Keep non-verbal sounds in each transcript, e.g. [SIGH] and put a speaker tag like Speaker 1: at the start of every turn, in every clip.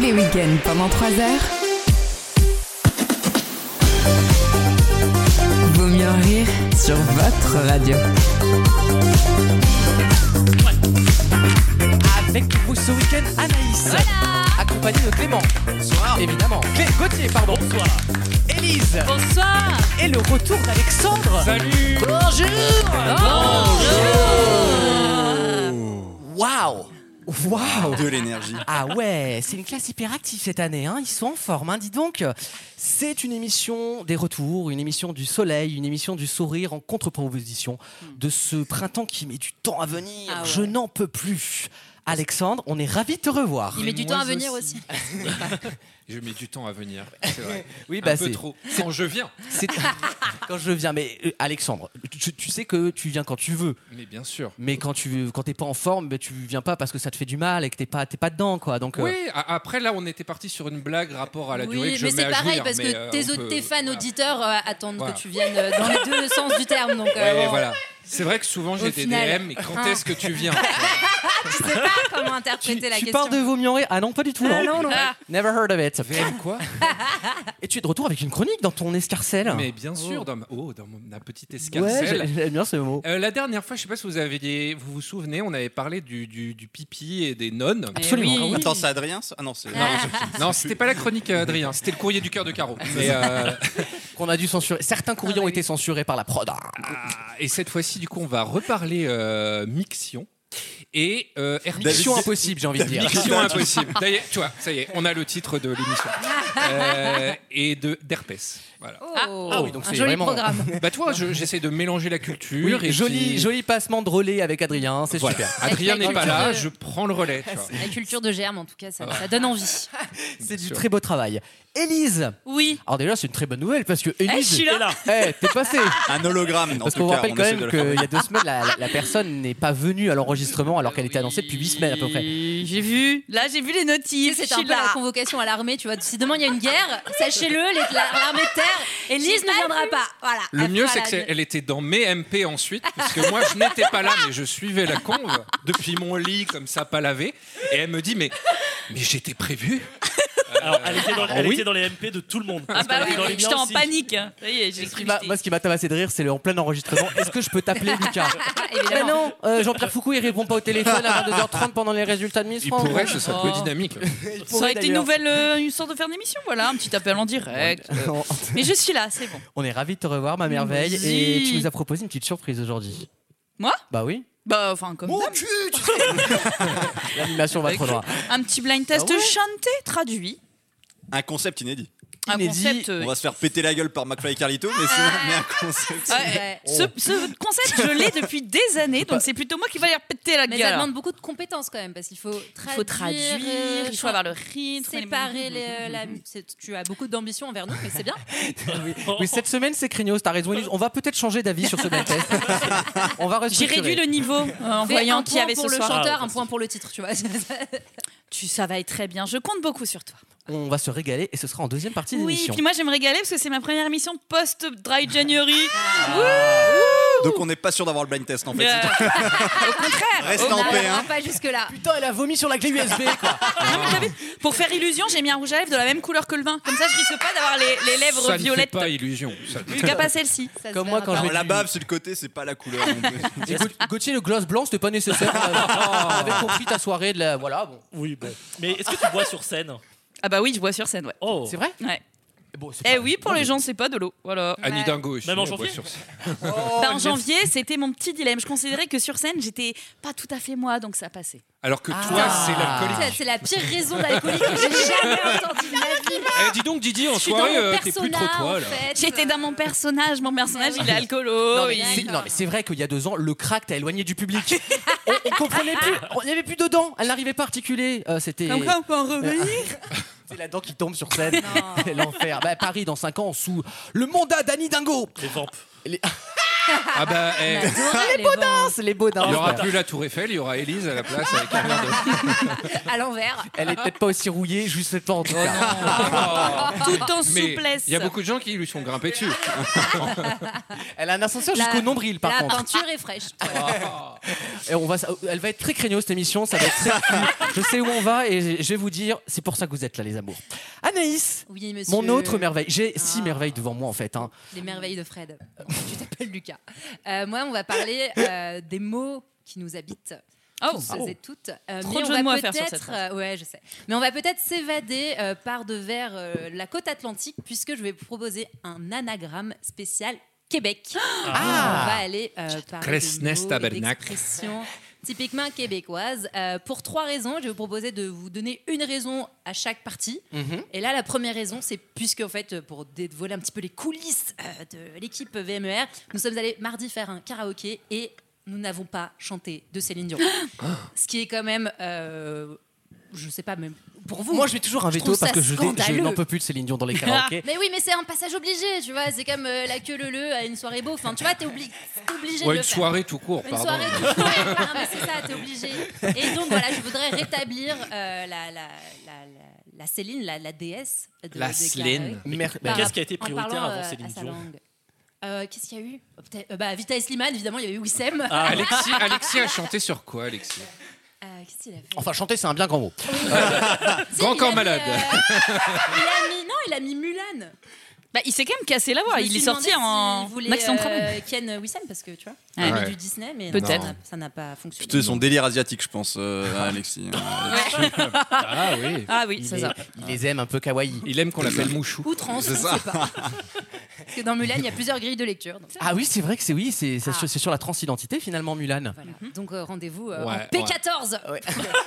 Speaker 1: les week-ends pendant 3 heures. Vaut mieux en rire sur votre radio.
Speaker 2: Avec vous ce week-end, Anaïs. Accompagnée de Clément. Bonsoir. Évidemment. Clé Gauthier, pardon. Bonsoir. Élise.
Speaker 3: Bonsoir.
Speaker 2: Et le retour d'Alexandre. Salut. Bonjour. Bonjour. Waouh. Waouh
Speaker 4: De l'énergie.
Speaker 2: Ah ouais, c'est une classe hyperactive cette année, hein. ils sont en forme, hein, dis donc. C'est une émission des retours, une émission du soleil, une émission du sourire en contre-proposition de ce printemps qui met du temps à venir.
Speaker 3: Hmm. Ah ouais.
Speaker 2: Je n'en peux plus. Alexandre, on est ravis de te revoir.
Speaker 3: Il met du
Speaker 5: moi
Speaker 3: temps à venir
Speaker 5: aussi.
Speaker 3: aussi.
Speaker 5: Je mets du temps à
Speaker 3: [LAUGHS]
Speaker 5: venir, c'est vrai.
Speaker 3: Eh
Speaker 2: Oui,
Speaker 5: un
Speaker 3: ben,
Speaker 2: bah
Speaker 5: peu
Speaker 2: c'est
Speaker 5: trop. Quand je viens.
Speaker 2: [LAUGHS]
Speaker 5: [LAUGHS]
Speaker 2: c'est- quand je viens, mais euh, Alexandre, tu, tu sais que tu viens quand tu veux,
Speaker 5: Mais bien sûr.
Speaker 2: mais quand tu quand t'es pas en forme, bah, tu viens pas parce que ça te fait du mal et que t'es pas t'es pas dedans quoi. Donc euh,
Speaker 5: Oui, a- après là, on était parti sur une blague rapport à la durée
Speaker 3: oui,
Speaker 5: que je
Speaker 3: mais
Speaker 5: mets
Speaker 3: c'est
Speaker 5: à
Speaker 3: pareil
Speaker 5: jouir,
Speaker 3: parce
Speaker 5: mais,
Speaker 3: que
Speaker 5: euh,
Speaker 3: tes,
Speaker 5: on
Speaker 3: autres-
Speaker 5: peut-
Speaker 3: tes fans
Speaker 5: voilà.
Speaker 3: auditeurs euh, attendent
Speaker 5: Voilà.
Speaker 3: que tu viennes euh, dans les
Speaker 5: [LAUGHS]
Speaker 3: deux sens du terme. Donc, euh,
Speaker 5: Ouais,
Speaker 3: bon,
Speaker 5: voilà. C'est vrai que souvent j'ai des
Speaker 3: final. Ah.
Speaker 5: DM, mais quand est-ce que tu
Speaker 3: [LAUGHS]
Speaker 5: viens
Speaker 3: je sais pas comment
Speaker 2: tu,
Speaker 3: interpréter la
Speaker 2: tu
Speaker 3: question.
Speaker 2: parles de vos Ah non, pas du tout.
Speaker 3: Ah
Speaker 2: non.
Speaker 3: non, non. Ah.
Speaker 2: [LAUGHS] Never heard of it.
Speaker 5: VM quoi
Speaker 2: Et tu es de retour avec une chronique dans ton escarcelle.
Speaker 5: Mais bien sûr, dans ma, oh, dans mon- ma petite
Speaker 2: ouais,
Speaker 5: escarcelle.
Speaker 2: j'ai- j'aime bien ce mot.
Speaker 5: Euh, la dernière fois, je sais pas si vous aviez, vous vous souvenez, on avait parlé du, du- du pipi et des nonnes.
Speaker 2: Absolument.
Speaker 3: oui.
Speaker 4: Attends, c'est Adrien ça Ah non, c'est.
Speaker 3: Ah.
Speaker 5: Non, c'était pas la chronique euh, Adrien, c'était le courrier du cœur de Caro. Mais, euh,
Speaker 2: Qu'on a dû censurer. Certains courriers
Speaker 3: Ah,
Speaker 2: ont
Speaker 3: oui.
Speaker 2: été censurés par la prod.
Speaker 5: Ah, et cette fois-ci, du coup, on va reparler euh, Mixion. Et euh,
Speaker 2: Mission
Speaker 5: Hermixion
Speaker 2: impossible, j'ai envie de dire.
Speaker 5: Mixion impossible. D'ailleurs, tu vois, ça y est, on a le titre de l'émission. Euh, et de d'herpès. Voilà.
Speaker 3: Oh,
Speaker 2: Ah oui, donc
Speaker 3: un
Speaker 2: c'est
Speaker 3: joli
Speaker 2: vraiment-
Speaker 5: [LAUGHS]
Speaker 3: programme.
Speaker 5: Bah toi, je- j'essaie de mélanger la culture.
Speaker 2: Oui,
Speaker 5: et
Speaker 2: joli,
Speaker 5: puis-
Speaker 2: joli passement de relais avec Adrien, c'est [LAUGHS]
Speaker 5: Voilà.
Speaker 2: super.
Speaker 5: Adrien
Speaker 3: Avec la
Speaker 5: n'est pas
Speaker 3: culture
Speaker 5: là,
Speaker 3: de-
Speaker 5: je prends le relais. tu vois.
Speaker 3: La culture de germe, en tout cas, ça, ça
Speaker 5: [LAUGHS]
Speaker 3: donne envie.
Speaker 2: C'est du
Speaker 5: sûr.
Speaker 2: très beau travail. Élise
Speaker 3: Oui.
Speaker 2: Alors déjà, c'est une très bonne nouvelle parce que Élise...
Speaker 3: Eh, je suis là.
Speaker 2: Eh, t'es [LAUGHS] passé
Speaker 4: Un hologramme, en
Speaker 2: Parce
Speaker 4: tout
Speaker 2: qu'on
Speaker 4: cas.
Speaker 2: rappelle
Speaker 4: on
Speaker 2: quand
Speaker 4: essaie
Speaker 2: même
Speaker 4: de le-
Speaker 2: qu'il y a deux semaines, la, la- la personne n'est pas venue à l'enregistrement alors qu'elle était annoncée depuis huit semaines à peu près.
Speaker 6: J'ai vu. Là, j'ai vu les
Speaker 3: Tu sais,
Speaker 6: notifs.
Speaker 3: C'est
Speaker 6: Je
Speaker 3: un
Speaker 6: suis
Speaker 3: peu la
Speaker 6: là.
Speaker 3: convocation à l'armée, tu vois. Si demain il y a une guerre, sachez-le, les- la- l'armée de terre, Elise ne viendra pas. Voilà.
Speaker 5: Le
Speaker 3: Elle
Speaker 5: mieux,
Speaker 3: fera
Speaker 5: c'est
Speaker 3: la-
Speaker 5: qu'elle était dans mes MP ensuite, parce que moi, je n'étais pas là, mais je suivais la conve depuis mon lit, comme ça, pas lavé. Et elle me dit, mais, mais j'étais prévu.
Speaker 7: Alors, elle était dans, elle
Speaker 2: oui.
Speaker 7: était dans les MP de tout le monde.
Speaker 6: Ah
Speaker 7: Parce
Speaker 6: bah
Speaker 7: qu'elle
Speaker 6: oui,
Speaker 7: était dans les
Speaker 6: j'étais
Speaker 7: miens
Speaker 6: en
Speaker 7: aussi.
Speaker 6: panique. Ça y est, j'ai
Speaker 2: Ce qui m'a- Moi, ce qui m'a tabassé de rire, c'est le- en plein enregistrement. Est-ce que je peux
Speaker 3: [LAUGHS]
Speaker 2: t'appeler Lucas
Speaker 6: Ah
Speaker 5: Bah
Speaker 2: Mais
Speaker 3: Ah,
Speaker 6: ben
Speaker 3: Évidemment.
Speaker 2: non, euh, Jean-Pierre Foucault, il répond pas au téléphone à 22h30 pendant les résultats de Miss
Speaker 5: Il
Speaker 2: France.
Speaker 5: pourrait, ce serait un peu dynamique.
Speaker 6: Ça aurait été une
Speaker 2: d'ailleurs.
Speaker 6: nouvelle, euh, une sorte de faire d'émission, voilà, un petit appel en direct. euh.
Speaker 2: On-
Speaker 6: Mais je suis là, c'est bon.
Speaker 2: Euh, On est ravis de te revoir, ma merveille.
Speaker 6: Merci.
Speaker 2: Et tu nous as proposé une petite surprise aujourd'hui.
Speaker 6: Moi
Speaker 2: Bah oui,
Speaker 6: Bah, enfin, comme d'hab.
Speaker 2: l'animation va
Speaker 6: Avec-
Speaker 2: trop loin.
Speaker 6: Un petit blind test
Speaker 5: Bah
Speaker 2: Ah ouais
Speaker 6: chanté, traduit.
Speaker 4: Un concept inédit.
Speaker 6: Un
Speaker 2: Inédit.
Speaker 6: concept. euh,
Speaker 3: [LAUGHS]
Speaker 4: On va se faire péter la gueule par McFly et Carlito,
Speaker 3: Ah.
Speaker 4: mais sinon, mais un concept.
Speaker 6: ouais, Ce, ce concept, je l'ai depuis
Speaker 3: [LAUGHS]
Speaker 6: des années, donc c'est plutôt moi qui va les péter la
Speaker 3: Bah. Mais ça
Speaker 6: gueule. hein.
Speaker 3: demande beaucoup de compétences quand même, parce qu'il faut traduire.
Speaker 6: Il faut traduire,
Speaker 3: euh,
Speaker 6: il faut avoir le rythme,
Speaker 3: séparer les- euh, la c'est- Tu as beaucoup d'ambition envers nous, mais c'est bien.
Speaker 2: Oui, [LAUGHS] oui, cette semaine, c'est Craignos, t'as raison. Élise. On va peut-être changer d'avis sur ce blind [LAUGHS] test. On va
Speaker 6: J'ai
Speaker 2: restructurer.
Speaker 6: réduit le
Speaker 3: [LAUGHS]
Speaker 6: niveau euh, en
Speaker 3: Fais un
Speaker 6: voyant qui
Speaker 3: point
Speaker 6: avait ce
Speaker 3: pour le
Speaker 6: soir.
Speaker 3: chanteur,
Speaker 7: Ah,
Speaker 3: un point pour le titre, tu vois. [LAUGHS]
Speaker 6: Tu, ça va être très bien. Je compte beaucoup sur toi.
Speaker 2: On va se régaler et ce sera en deuxième partie de
Speaker 6: Oui,
Speaker 2: l'émission.
Speaker 6: puis moi je vais me régaler parce que c'est ma première émission post Dry January.
Speaker 3: Ah,
Speaker 4: Donc, on n'est pas sûr d'avoir le blind test en fait.
Speaker 6: Euh, [LAUGHS] au contraire.
Speaker 4: Reste
Speaker 3: On
Speaker 4: en paix,
Speaker 3: n'arrivera
Speaker 4: hein.
Speaker 3: pas jusque-là.
Speaker 2: Putain, elle a vomi sur la clé USB, quoi.
Speaker 6: Pour faire illusion, j'ai mis un rouge à lèvres de la même couleur que le vin. Comme ça, je risque pas d'avoir les, les lèvres
Speaker 5: ça ne fait
Speaker 6: violettes.
Speaker 5: pas illusion. Ça-
Speaker 6: En tout cas, pas celle-ci.
Speaker 3: Ça se
Speaker 2: Comme moi,
Speaker 3: verra
Speaker 2: quand
Speaker 3: pas.
Speaker 2: je vais-
Speaker 4: Alors, la bave, c'est le côté, c'est pas la couleur. non plus.
Speaker 2: [LAUGHS] Et Gaut- Gauthier, le gloss blanc, c'était pas [LAUGHS] nécessaire. On avait compris ta soirée de la. Voilà, bon.
Speaker 7: Oui, bon. Mais est-ce que tu bois sur scène
Speaker 6: Ah bah oui, je bois sur scène, ouais.
Speaker 7: Oh
Speaker 2: C'est vrai
Speaker 6: Ouais.
Speaker 2: Bon, c'est
Speaker 6: Eh
Speaker 2: pas-
Speaker 6: oui, pour les gens, c'est pas de l'eau. Voilà.
Speaker 5: Annie Dingo, aussi,
Speaker 7: Même en
Speaker 5: on voit
Speaker 7: janvier.
Speaker 5: sur ça. oh,
Speaker 6: Bah, en janvier, c'était mon petit dilemme. Je considérais que sur scène, j'étais pas tout à fait moi, donc ça passait.
Speaker 5: Alors que
Speaker 3: Ah.
Speaker 5: toi, c'est l'alcoolique.
Speaker 3: Ça, C'est la pire raison d'alcoolique que j'ai
Speaker 6: [LAUGHS]
Speaker 3: jamais entendue de ma vie.
Speaker 5: Eh, dis donc, Didi, en
Speaker 3: Je suis dans
Speaker 5: soirée,
Speaker 3: mon
Speaker 5: euh, t'es plus trop
Speaker 3: persona,
Speaker 5: toi,
Speaker 3: en
Speaker 5: là.
Speaker 3: fait.
Speaker 6: J'étais dans mon personnage. Mon personnage,
Speaker 3: Ah oui.
Speaker 6: il est alcoolo.
Speaker 2: Non mais,
Speaker 6: il-
Speaker 2: c'est, non, mais c'est vrai qu'il y a deux ans, le crack t'a éloigné du public. on, on comprenait plus, on- il n'y avait plus de dents, elle n'arrivait pas à articuler. Euh, c'était
Speaker 6: Comme quoi, on peut en revenir.
Speaker 2: c'est la dent qui tombe sur [LAUGHS] scène. L'enfer. Bah, Paris dans 5 ans sous le mandat d'Annie Dingo.
Speaker 7: Les vampes.
Speaker 5: Ah bah, eh,
Speaker 3: les
Speaker 2: Ah,
Speaker 3: potins
Speaker 1: Les Baudins.
Speaker 5: il n'y aura plus la Tour Eiffel, il y aura Élise à la place avec un verre de-
Speaker 3: [LAUGHS] à l'envers.
Speaker 2: Elle est peut-être pas aussi rouillée, je sais pas en tout cas.
Speaker 6: Tout en
Speaker 5: Ah. Mais
Speaker 6: souplesse.
Speaker 5: Il y a beaucoup de gens qui lui sont grimpés dessus.
Speaker 2: Elle a un ascenseur
Speaker 3: La-
Speaker 2: jusqu'au nombril par
Speaker 3: la
Speaker 2: contre.
Speaker 3: peinture est fraîche.
Speaker 2: Et on va, s- elle va être très craigneuse cette émission, ça va
Speaker 5: [LAUGHS]
Speaker 2: être très cru. Je sais où on va et je vais vous dire, c'est pour ça que vous êtes là les amours. Anaïs,
Speaker 3: Oui, monsieur.
Speaker 2: mon autre merveille. J'ai six
Speaker 3: Ah.
Speaker 2: merveilles devant moi en fait. hein.
Speaker 3: Les merveilles de Fred. [LAUGHS] Tu t'appelles Lucas. Euh, moi, on va parler euh, des mots qui nous habitent.
Speaker 6: Oh.
Speaker 3: tous et toutes. Euh,
Speaker 6: Trop
Speaker 3: mais
Speaker 6: de
Speaker 3: on
Speaker 6: jeux de
Speaker 3: va
Speaker 6: mots à faire sur cette
Speaker 3: peut-être,
Speaker 6: phrase.
Speaker 3: euh, ouais, je sais. Mais on va peut-être s'évader euh, par devers euh, la côte atlantique puisque je vais vous proposer un anagramme spécial Québec.
Speaker 2: Ah.
Speaker 3: On va aller euh, par
Speaker 5: Cresnes Tabernacle.
Speaker 3: expressions typiquement québécoises. Euh, pour trois raisons, je vais vous proposer de vous donner une raison à chaque partie.
Speaker 5: Mm-hmm.
Speaker 3: Et là, la première raison, c'est puisque, en fait, pour dévoiler un petit peu les coulisses euh, de l'équipe VMER, nous sommes allés mardi faire un karaoké et nous n'avons pas chanté de
Speaker 5: [GASPS]
Speaker 3: Céline Dion.
Speaker 5: Ah.
Speaker 3: Ce qui est quand même, euh, je sais pas, même pour vous.
Speaker 2: Moi je mets toujours un
Speaker 3: Je
Speaker 2: veto
Speaker 3: trouve
Speaker 2: parce
Speaker 3: ça
Speaker 2: que je, dé- je
Speaker 3: scandaleux.
Speaker 2: n'en peux plus de Céline Dion dans les [LAUGHS] karaokés.
Speaker 3: mais oui, mais c'est un passage obligé, tu vois. C'est comme euh, la queue leu leu à une soirée beau. Enfin, tu vois, t'es obli- t'es
Speaker 5: Ouais,
Speaker 3: obligé de
Speaker 5: une
Speaker 3: le faire.
Speaker 5: soirée tout court,
Speaker 3: Une
Speaker 5: pardon.
Speaker 3: soirée
Speaker 6: [LAUGHS]
Speaker 3: tout court. Non, mais c'est ça, t'es obligé. Et donc voilà, je voudrais rétablir euh, la, la, la, la- la Céline, la, la déesse. De,
Speaker 5: La
Speaker 3: des
Speaker 5: Céline.
Speaker 3: karaokés.
Speaker 2: Ah. Mer-
Speaker 3: Par-
Speaker 7: qu'est-ce qui a été
Speaker 3: en
Speaker 7: prioritaire
Speaker 3: parlant,
Speaker 7: avant
Speaker 3: euh,
Speaker 7: Céline
Speaker 3: à sa
Speaker 7: Dion
Speaker 3: langue. Euh, Qu'est-ce qu'il y a eu Oh, peut-être- euh, bah, Vita Slimane, évidemment, il y a eu Wissem.
Speaker 7: Ah,
Speaker 5: Alexis, Alexis a chanté sur quoi, Alexis
Speaker 3: Euh, Qu'est-ce qu'il a fait
Speaker 2: Enfin chanter c'est un bien grand mot.
Speaker 3: Si,
Speaker 5: Grand
Speaker 3: il
Speaker 5: corps
Speaker 3: a mis,
Speaker 5: malade.
Speaker 3: euh, il a mis, non, il a mis Mulan.
Speaker 6: Bah, il s'est quand même cassé la voix.
Speaker 3: Je me
Speaker 6: Il
Speaker 3: suis
Speaker 6: est sorti
Speaker 3: demandé
Speaker 6: en
Speaker 3: s'il voulait,
Speaker 6: Maxence Travail.
Speaker 3: euh, Ken Wissem, parce que tu vois,
Speaker 6: Ouais.
Speaker 3: il a
Speaker 5: Ouais.
Speaker 3: mis du Disney, mais non,
Speaker 6: Peut-être.
Speaker 3: ça n'a- ça n'a pas fonctionné.
Speaker 4: Plutôt son délire asiatique, je pense, euh, à Alexis. Euh,
Speaker 5: Ah oui.
Speaker 6: Ah oui,
Speaker 2: Il,
Speaker 6: c'est
Speaker 2: les-
Speaker 6: ça.
Speaker 2: il les aime un peu kawaii.
Speaker 5: Il aime qu'on l'appelle Mouchou.
Speaker 3: Outrance, je ne sais pas. Parce que dans Mulan, il y a plusieurs grilles de lecture. donc-
Speaker 2: Ah oui c'est vrai que c'est oui c'est c'est
Speaker 3: Ah.
Speaker 2: sur- c'est sur la transidentité finalement Mulan.
Speaker 3: Voilà.
Speaker 6: Mhm.
Speaker 3: Donc euh, rendez-vous euh,
Speaker 5: Ouais,
Speaker 3: en
Speaker 5: ouais.
Speaker 3: P14.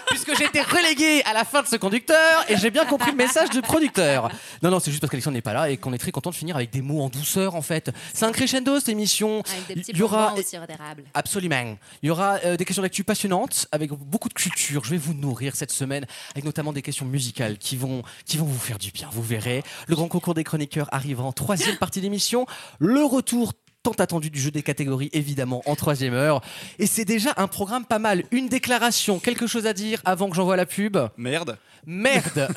Speaker 2: Puisque j'ai été relégué à la fin de ce conducteur et j'ai bien compris le message du producteur. Non, non, c'est juste parce qu'Alexandre n'est pas là et qu'on est très content de finir avec des mots en douceur en fait. C'est un crescendo cette émission.
Speaker 3: [LAUGHS] Avec des petits
Speaker 2: Il y aura.
Speaker 3: bonbons au sirop d'érable.
Speaker 2: Absolument. Il y aura euh, des questions d'actu passionnantes avec beaucoup de culture. Je vais vous nourrir cette semaine avec notamment des questions musicales qui vont, qui vont vous faire du bien, vous verrez. Le grand concours des chroniqueurs arrivera en troisième partie d'émission. Le retour tant attendu du jeu des catégories, évidemment, en troisième heure. Et c'est déjà un programme pas mal. Une déclaration, quelque chose à dire avant que j'envoie la pub.
Speaker 4: Merde.
Speaker 2: Merde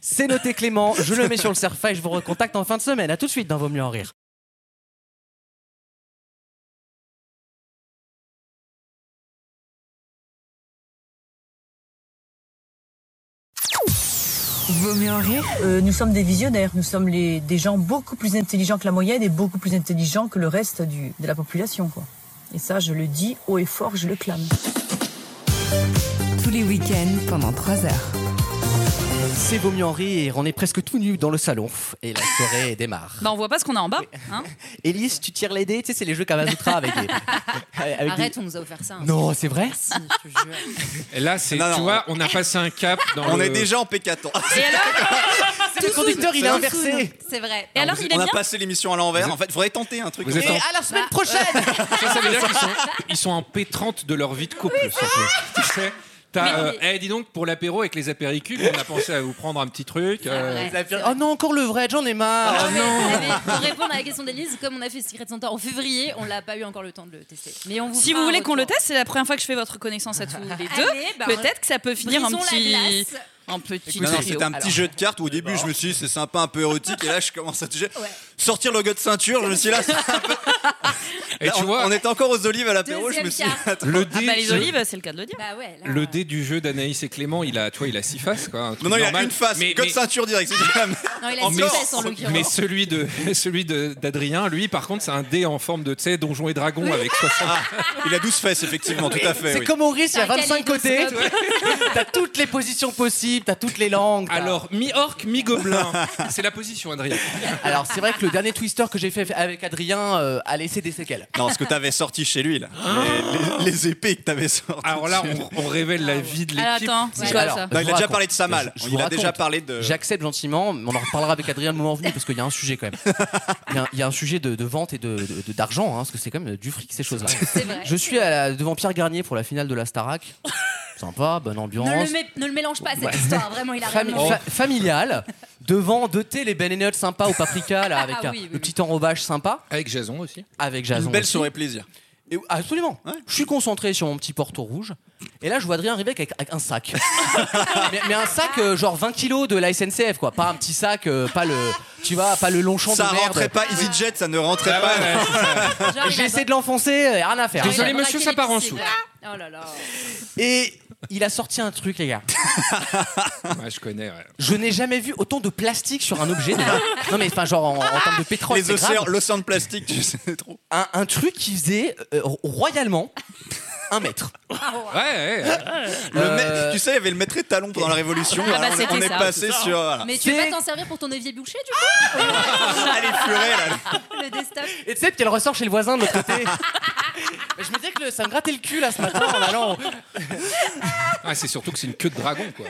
Speaker 2: C'est noté Clément, je le mets sur le serfa et je vous recontacte en fin de semaine. À tout de suite dans Vaut mieux en rire.
Speaker 1: Vaut mieux en rire
Speaker 8: Euh, nous sommes des visionnaires, nous sommes les, des gens beaucoup plus intelligents que la moyenne et beaucoup plus intelligents que le reste du, de la population. Quoi. Et ça, je le dis haut et fort, je le clame.
Speaker 1: tous les week-ends pendant 3 heures.
Speaker 2: C'est Vaut mieux en rire, on est presque tout nu dans le salon et la soirée démarre.
Speaker 6: Bah, on voit pas ce qu'on a en bas. hein.
Speaker 2: Élise, tu tires les dés, tu sais, c'est les jeux Kamasutra avec
Speaker 3: [LAUGHS]
Speaker 2: des. avec des-
Speaker 3: Arrête, on nous a offert ça. hein.
Speaker 2: Non, c'est vrai
Speaker 3: Si, je te jure.
Speaker 5: Et là, c'est,
Speaker 4: Non,
Speaker 5: tu
Speaker 4: non,
Speaker 5: vois, on a passé un cap.
Speaker 3: [LAUGHS]
Speaker 2: Euh,
Speaker 5: Dans
Speaker 4: On
Speaker 5: le-
Speaker 4: est déjà en [LAUGHS] P14.
Speaker 2: Le conducteur, il est inversé
Speaker 3: C'est vrai.
Speaker 6: Et alors, il est
Speaker 4: On
Speaker 6: bien
Speaker 4: a passé l'émission à l'envers. En fait, faudrait tenter un truc.
Speaker 5: Vous
Speaker 4: comme
Speaker 5: êtes
Speaker 4: ça.
Speaker 5: en-
Speaker 2: à la
Speaker 3: Ah.
Speaker 2: semaine
Speaker 3: [LAUGHS]
Speaker 2: prochaine
Speaker 5: Ça, ça veut dire qu'ils sont, ils sont en P30 de leur vie de couple. surtout. tu sais T'as, euh, eh, dis donc, pour l'apéro avec les apéricules, on a pensé à vous prendre un petit truc. euh,
Speaker 3: Ouais.
Speaker 2: Oh non, encore le vrai, j'en ai
Speaker 6: Ah,
Speaker 2: marre
Speaker 3: Non, mais- Ah, mais pour répondre à la question d'Élise, comme on a fait Secret Santa en février, on l'a pas eu encore le temps de le tester. Mais on vous
Speaker 6: Si
Speaker 3: fera
Speaker 6: vous
Speaker 3: un
Speaker 6: voulez qu'on le
Speaker 3: retour.
Speaker 6: teste, c'est la première fois que je fais votre connaissance à tous les deux.
Speaker 3: Allez, bah,
Speaker 6: Peut-être que ça peut finir en
Speaker 3: brisons la
Speaker 6: petit,
Speaker 3: glace.
Speaker 6: en petit.
Speaker 4: Non, non,
Speaker 6: trio.
Speaker 4: c'était un petit jeu de cartes où au début je me suis dit c'est sympa, un peu érotique, et là je commence à toucher.
Speaker 3: Ouais.
Speaker 4: Sortir le gars de ceinture, je me suis dit, là, c'est un peu-
Speaker 5: Et
Speaker 4: Là,
Speaker 5: tu
Speaker 4: on,
Speaker 5: vois,
Speaker 4: on était encore aux olives à l'apéro, oh, je
Speaker 3: Deuxième
Speaker 4: me suis [LAUGHS]
Speaker 3: carte.
Speaker 4: Attends.
Speaker 5: le
Speaker 6: Ah
Speaker 5: dé,
Speaker 6: bah les olives, c'est le cas de le dire.
Speaker 3: Bah ouais, là,
Speaker 5: le dé du jeu d'Anaïs et Clément, il a, tu vois, il a six faces. Quoi, un truc
Speaker 4: Non, non, il a
Speaker 5: normal.
Speaker 4: une face,
Speaker 5: Mais-
Speaker 4: que de
Speaker 5: mais-
Speaker 4: ceinture direct. c'est déjà-
Speaker 3: Non, il a
Speaker 4: En
Speaker 3: six
Speaker 4: mort.
Speaker 3: fesses en
Speaker 5: Mais
Speaker 3: l'occurrence.
Speaker 5: celui de [LAUGHS] celui de- d'Adrien, lui, par contre, c'est un dé en forme de tu sais, donjon et dragon avec 60.
Speaker 4: Il a 12 fesses, effectivement, tout à fait.
Speaker 2: C'est
Speaker 4: oui.
Speaker 2: comme au risque, il y a
Speaker 3: T'as un
Speaker 2: 25 côtés,
Speaker 3: kaléidoscope.
Speaker 2: [LAUGHS] t'as toutes les positions possibles, t'as toutes les langues. t'as-
Speaker 5: Alors mi-orc, mi-gobelin, [LAUGHS] c'est la position, Adrien.
Speaker 2: Alors c'est vrai que le dernier twister que j'ai fait avec Adrien euh, a laissé des séquelles.
Speaker 4: Non, ce que t'avais sorti chez lui, là. Les, les- les épées que t'avais sorti.
Speaker 5: Alors là, on, on révèle la vie de
Speaker 6: Alors
Speaker 5: l'équipe.
Speaker 6: attends, c'est
Speaker 3: Ouais.
Speaker 6: quoi
Speaker 2: Alors,
Speaker 6: ça
Speaker 4: Non,
Speaker 2: Je
Speaker 4: il
Speaker 2: vous
Speaker 4: a déjà
Speaker 2: raconte.
Speaker 4: parlé de sa malle.
Speaker 2: Je- je vous
Speaker 4: Il a déjà
Speaker 2: raconte.
Speaker 4: parlé
Speaker 3: Euh.
Speaker 4: de.
Speaker 2: J'accepte gentiment, mais on en reparlera avec Adrien le moment venu parce qu'il y a un sujet quand même. Il y a un, il y a un sujet de, de vente et de- de- de- d'argent, hein, parce que c'est quand même du fric ces choses-là.
Speaker 3: C'est vrai.
Speaker 2: Je suis à la- devant Pierre Garnier pour la finale de la Starac. Sympa, bonne
Speaker 3: Ne
Speaker 2: ambiance.
Speaker 3: le, mets- ne le mélange pas à cette histoire, vraiment, il a
Speaker 2: Fami-
Speaker 3: vraiment.
Speaker 2: fa- familiale, devant deux thé, les Ben Nuts sympas au paprika, là, avec
Speaker 3: Ah
Speaker 2: un-
Speaker 3: oui, oui,
Speaker 2: le
Speaker 3: oui.
Speaker 2: petit enrobage sympa,
Speaker 5: Avec Jason aussi.
Speaker 2: avec
Speaker 4: Une
Speaker 2: Jason.
Speaker 4: belle
Speaker 2: aussi.
Speaker 4: soirée plaisir.
Speaker 2: Et- absolument.
Speaker 4: Ouais.
Speaker 2: Je suis concentré sur mon petit porto rouge. Et là, je vois Adrien arriver avec, avec un
Speaker 4: [LAUGHS]
Speaker 2: sac. mais, mais un sac, euh, genre 20 kilos de la SNCF, quoi. Pas un petit sac, euh, pas le. Tu vois, pas le Longchamp
Speaker 4: Ça
Speaker 2: de merde.
Speaker 4: rentrait pas, EasyJet, ça ne rentrait
Speaker 5: Ah
Speaker 4: pas.
Speaker 5: ouais, ouais, c'est ça.
Speaker 3: Genre, il
Speaker 2: J'ai
Speaker 3: a-
Speaker 2: essayé de l'enfoncer, euh, rien à faire.
Speaker 3: genre, il a
Speaker 5: Désolé,
Speaker 3: braqué
Speaker 5: monsieur,
Speaker 3: les
Speaker 5: ça part en
Speaker 3: piscines.
Speaker 5: dessous.
Speaker 3: Oh là là.
Speaker 2: Et il a sorti un truc, les gars.
Speaker 5: Ouais, je connais. ouais.
Speaker 2: Je n'ai jamais vu autant de plastique sur un objet. déjà. Non, mais enfin, genre en, en termes de pétrole,
Speaker 4: Les
Speaker 2: Oh, c'est grave.
Speaker 4: océans, l'océan de plastique, tu sais trop.
Speaker 2: Un, un truc qui faisait euh, royalement un mètre.
Speaker 5: Ouais, ouais, ouais.
Speaker 4: Le
Speaker 2: Euh,
Speaker 4: mec- Tu sais, il y avait le maître étalon pendant la Révolution.
Speaker 6: Ah bah,
Speaker 4: alors on est- on
Speaker 6: c'était
Speaker 4: est
Speaker 6: ça,
Speaker 4: passé
Speaker 7: c'est ça.
Speaker 4: sur. voilà.
Speaker 3: Mais tu veux
Speaker 2: C'est-
Speaker 3: pas t'en servir pour ton évier bouché, du
Speaker 4: Ah, les furets, là.
Speaker 3: coup Le destape.
Speaker 2: Et tu sais, puis elle ressort chez le voisin de l'autre
Speaker 4: [LAUGHS]
Speaker 2: côté. Mais je me disais que le- ça me grattait le cul là ce matin en allant.
Speaker 5: Ah, c'est surtout que c'est une queue de dragon, quoi.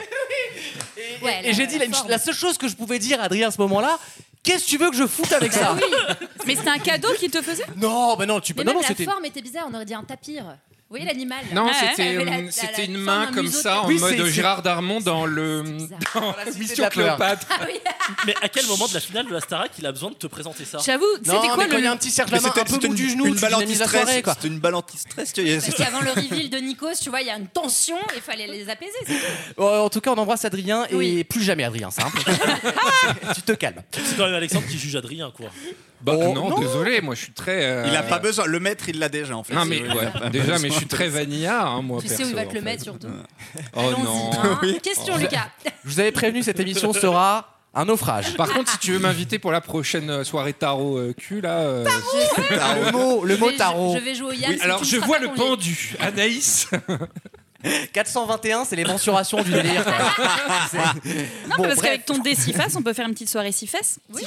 Speaker 3: Ouais,
Speaker 2: Et
Speaker 3: la-
Speaker 2: j'ai dit la,
Speaker 3: la forme.
Speaker 2: la seule chose que je pouvais dire à Adrien à ce moment-là. Qu'est-ce que tu veux que je foute avec ça
Speaker 6: Mais c'était un cadeau qu'il te faisait
Speaker 2: Non, bah non, tu peux.
Speaker 3: Mais
Speaker 2: Non,
Speaker 3: même
Speaker 2: non,
Speaker 3: la
Speaker 2: c'était.
Speaker 3: forme était bizarre, on aurait dit un tapir. Vous voyez l'animal là
Speaker 5: Non,
Speaker 6: Ah ouais.
Speaker 5: c'était,
Speaker 3: Elle avait la-
Speaker 5: hum,
Speaker 3: la-
Speaker 5: c'était
Speaker 3: la
Speaker 5: une
Speaker 3: forme
Speaker 5: main
Speaker 3: d'un
Speaker 5: comme
Speaker 3: museau
Speaker 5: ça
Speaker 3: de-
Speaker 5: en
Speaker 2: Oui,
Speaker 5: mode
Speaker 2: c'est-
Speaker 5: Gérard Darmon dans le
Speaker 3: bizarre.
Speaker 5: dans
Speaker 2: la Cité de
Speaker 5: Mission
Speaker 2: la Peur.
Speaker 5: Cléopâtre.
Speaker 7: Mais à quel moment de la finale de la Starac il a besoin de te présenter ça
Speaker 6: J'avoue,
Speaker 2: Non,
Speaker 6: c'était quoi
Speaker 2: mais quand il y
Speaker 6: le.
Speaker 2: a un petit Serge
Speaker 4: Mais
Speaker 2: Lama un
Speaker 4: c'était-
Speaker 2: peu
Speaker 4: c'était
Speaker 2: bout
Speaker 4: une,
Speaker 2: du genou,
Speaker 4: une
Speaker 2: tu
Speaker 4: balle
Speaker 2: dynamises la
Speaker 4: anti-stress.
Speaker 2: soirée, quoi.
Speaker 4: C'était une balle anti-stress. tu-
Speaker 3: Parce qu'avant le reveal de Nikos, tu vois, il y a une tension et fallait les apaiser. c'est tout.
Speaker 2: Euh, en tout cas, on embrasse Adrien et
Speaker 3: Oui.
Speaker 2: plus jamais Adrien, simple. [LAUGHS] tu te calmes.
Speaker 7: C'est quand même Alexandre qui juge Adrien, quoi.
Speaker 5: Bah,
Speaker 2: Oh,
Speaker 5: non,
Speaker 2: non.
Speaker 5: désolé, moi je suis très. euh,
Speaker 4: Il a pas besoin. Le maître, il l'a déjà en fait.
Speaker 5: Non mais
Speaker 4: Oui,
Speaker 5: [LAUGHS]
Speaker 4: il a pas
Speaker 5: ouais, déjà
Speaker 4: besoin.
Speaker 5: mais je suis très vanilla hein, moi
Speaker 3: Tu
Speaker 5: perso.
Speaker 3: sais où il va
Speaker 5: en
Speaker 3: te le
Speaker 5: fait.
Speaker 3: mettre surtout.
Speaker 5: Oh
Speaker 3: Allons-y,
Speaker 5: non.
Speaker 3: [LAUGHS] hein. Question, Lucas.
Speaker 2: Je vous avais prévenu, cette émission sera un naufrage.
Speaker 5: Par contre, si tu veux m'inviter pour la prochaine euh, soirée tarot euh, cul là, euh,
Speaker 2: le mot, le
Speaker 3: Je
Speaker 2: mot
Speaker 3: vais-
Speaker 2: tarot.
Speaker 3: Je vais jouer au Yann.
Speaker 5: oui,
Speaker 3: si
Speaker 5: alors
Speaker 3: tu ne
Speaker 5: je
Speaker 3: seras
Speaker 5: vois
Speaker 3: pas
Speaker 5: le
Speaker 3: dans les-
Speaker 5: pendu, Anaïs.
Speaker 2: 421, c'est les mensurations du délire. quoi. C'est-
Speaker 6: Non,
Speaker 2: Bon,
Speaker 6: parce
Speaker 2: bref.
Speaker 6: qu'avec ton dé six fesses, on peut faire une petite soirée six fesses.
Speaker 3: Oui,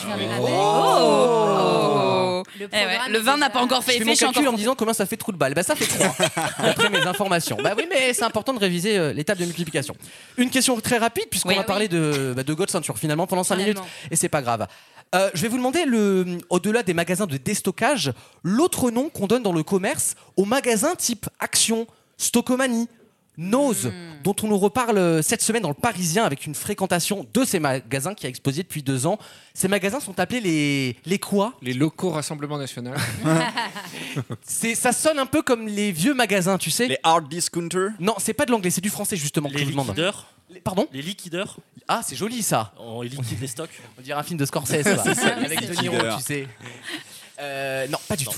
Speaker 6: Oh
Speaker 3: Le
Speaker 6: Eh ouais,
Speaker 3: programme
Speaker 6: le
Speaker 3: est
Speaker 6: vin n'a
Speaker 3: déjà-
Speaker 6: pas encore
Speaker 2: Je
Speaker 6: fait
Speaker 2: fais
Speaker 6: effet,
Speaker 2: mon
Speaker 6: je suis
Speaker 2: calcul en
Speaker 6: encore-
Speaker 2: me disant combien ça fait trou de balle. Bah ça fait
Speaker 6: [LAUGHS]
Speaker 2: 3 d'après mes informations. Bah oui, mais c'est important de réviser euh, les tables de multiplication. Une question très rapide puisqu'on
Speaker 6: Oui.
Speaker 2: a
Speaker 6: Ah oui.
Speaker 2: parlé de bah, de God ceinture finalement pendant 5 minutes
Speaker 3: Finalement.
Speaker 2: et c'est pas grave. Euh, je vais vous demander le au-delà des magasins de déstockage, l'autre nom qu'on donne dans le commerce aux magasins type Action, Stockomanie, Nose,
Speaker 6: Hmm.
Speaker 2: dont on nous reparle euh, cette semaine dans le Parisien avec une fréquentation de ces magasins qui a explosé depuis deux ans. Ces magasins sont appelés les les quoi
Speaker 5: [LAUGHS] Les locaux Rassemblement National.
Speaker 2: C'est ça sonne un peu comme les vieux magasins, tu sais.
Speaker 4: Les hard discounters.
Speaker 2: Non, c'est pas de l'anglais, c'est du français justement que
Speaker 7: Les
Speaker 2: je vous demande.
Speaker 7: liquideurs,
Speaker 2: Les- Pardon
Speaker 7: les liquideurs,
Speaker 2: Ah, c'est joli ça.
Speaker 7: on ils liquident les stocks.
Speaker 2: On dirait un film de
Speaker 4: [LAUGHS]
Speaker 2: Scorsese, ça. avec De Niro,
Speaker 4: Dealer.
Speaker 2: tu sais. Euh, non, pas du tout.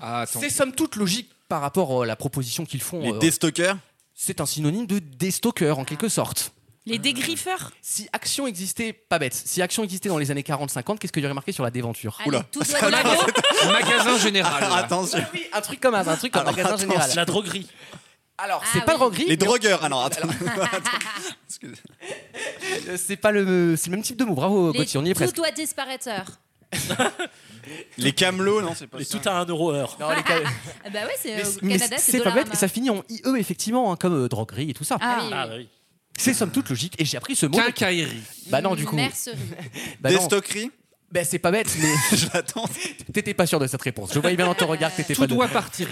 Speaker 5: Ah, attends.
Speaker 2: C'est somme toute logique par rapport euh, à la proposition qu'ils font.
Speaker 4: Les
Speaker 2: euh,
Speaker 4: déstockers.
Speaker 2: c'est un synonyme de déstockeur en quelque sorte.
Speaker 6: Les dégriffeurs
Speaker 2: Si Action existait, pas bête, si Action existait dans les années 40-50, qu'est-ce qu'il y aurait marqué sur la déventure
Speaker 3: Allez,
Speaker 4: Oula.
Speaker 3: Tout doit dans la peau.
Speaker 5: Magasin général.
Speaker 4: Alors,
Speaker 5: ah, là.
Speaker 4: attention.
Speaker 2: Oui, un truc comme un, un truc comme
Speaker 4: Alors,
Speaker 2: magasin
Speaker 4: attends,
Speaker 2: général.
Speaker 7: La droguerie.
Speaker 2: Alors,
Speaker 3: Ah
Speaker 2: c'est pas
Speaker 3: oui.
Speaker 2: droguerie,
Speaker 4: Les
Speaker 2: mais
Speaker 4: drogueurs. Alors, attends. Excusez.
Speaker 2: on- c'est pas le, c'est le même type de mot. Bravo,
Speaker 3: Les-
Speaker 2: Gauthier, on y est
Speaker 3: Tout
Speaker 2: presque.
Speaker 3: doit disparaître.
Speaker 4: Les camelots, non, c'est pas
Speaker 7: Les
Speaker 4: ça.
Speaker 7: tout à 1 euro heure.
Speaker 2: Non, les cas-
Speaker 3: Ah Bah ouais, c'est
Speaker 2: Mais-
Speaker 3: au
Speaker 2: mais
Speaker 3: Canada,
Speaker 2: c'est
Speaker 3: c'est
Speaker 2: pas bête,
Speaker 3: Dollarama.
Speaker 2: et ça finit en IE effectivement, hein, comme euh, droguerie et tout ça.
Speaker 3: hein. Ah oui,
Speaker 7: Ah
Speaker 3: oui.
Speaker 7: bah oui.
Speaker 2: C'est somme toute logique et j'ai appris ce mot.
Speaker 5: Quincaillerie.
Speaker 2: Bah non, du coup.
Speaker 3: Mercerie.
Speaker 2: Bah non.
Speaker 4: [LAUGHS] Déstockerie.
Speaker 2: Bah, c'est pas bête, mais [LAUGHS]
Speaker 4: Je l'attends.
Speaker 2: t'étais pas sûr de cette réponse. Je voyais bien dans ton regard que t'étais
Speaker 5: Tout
Speaker 2: pas de-
Speaker 5: doit partir.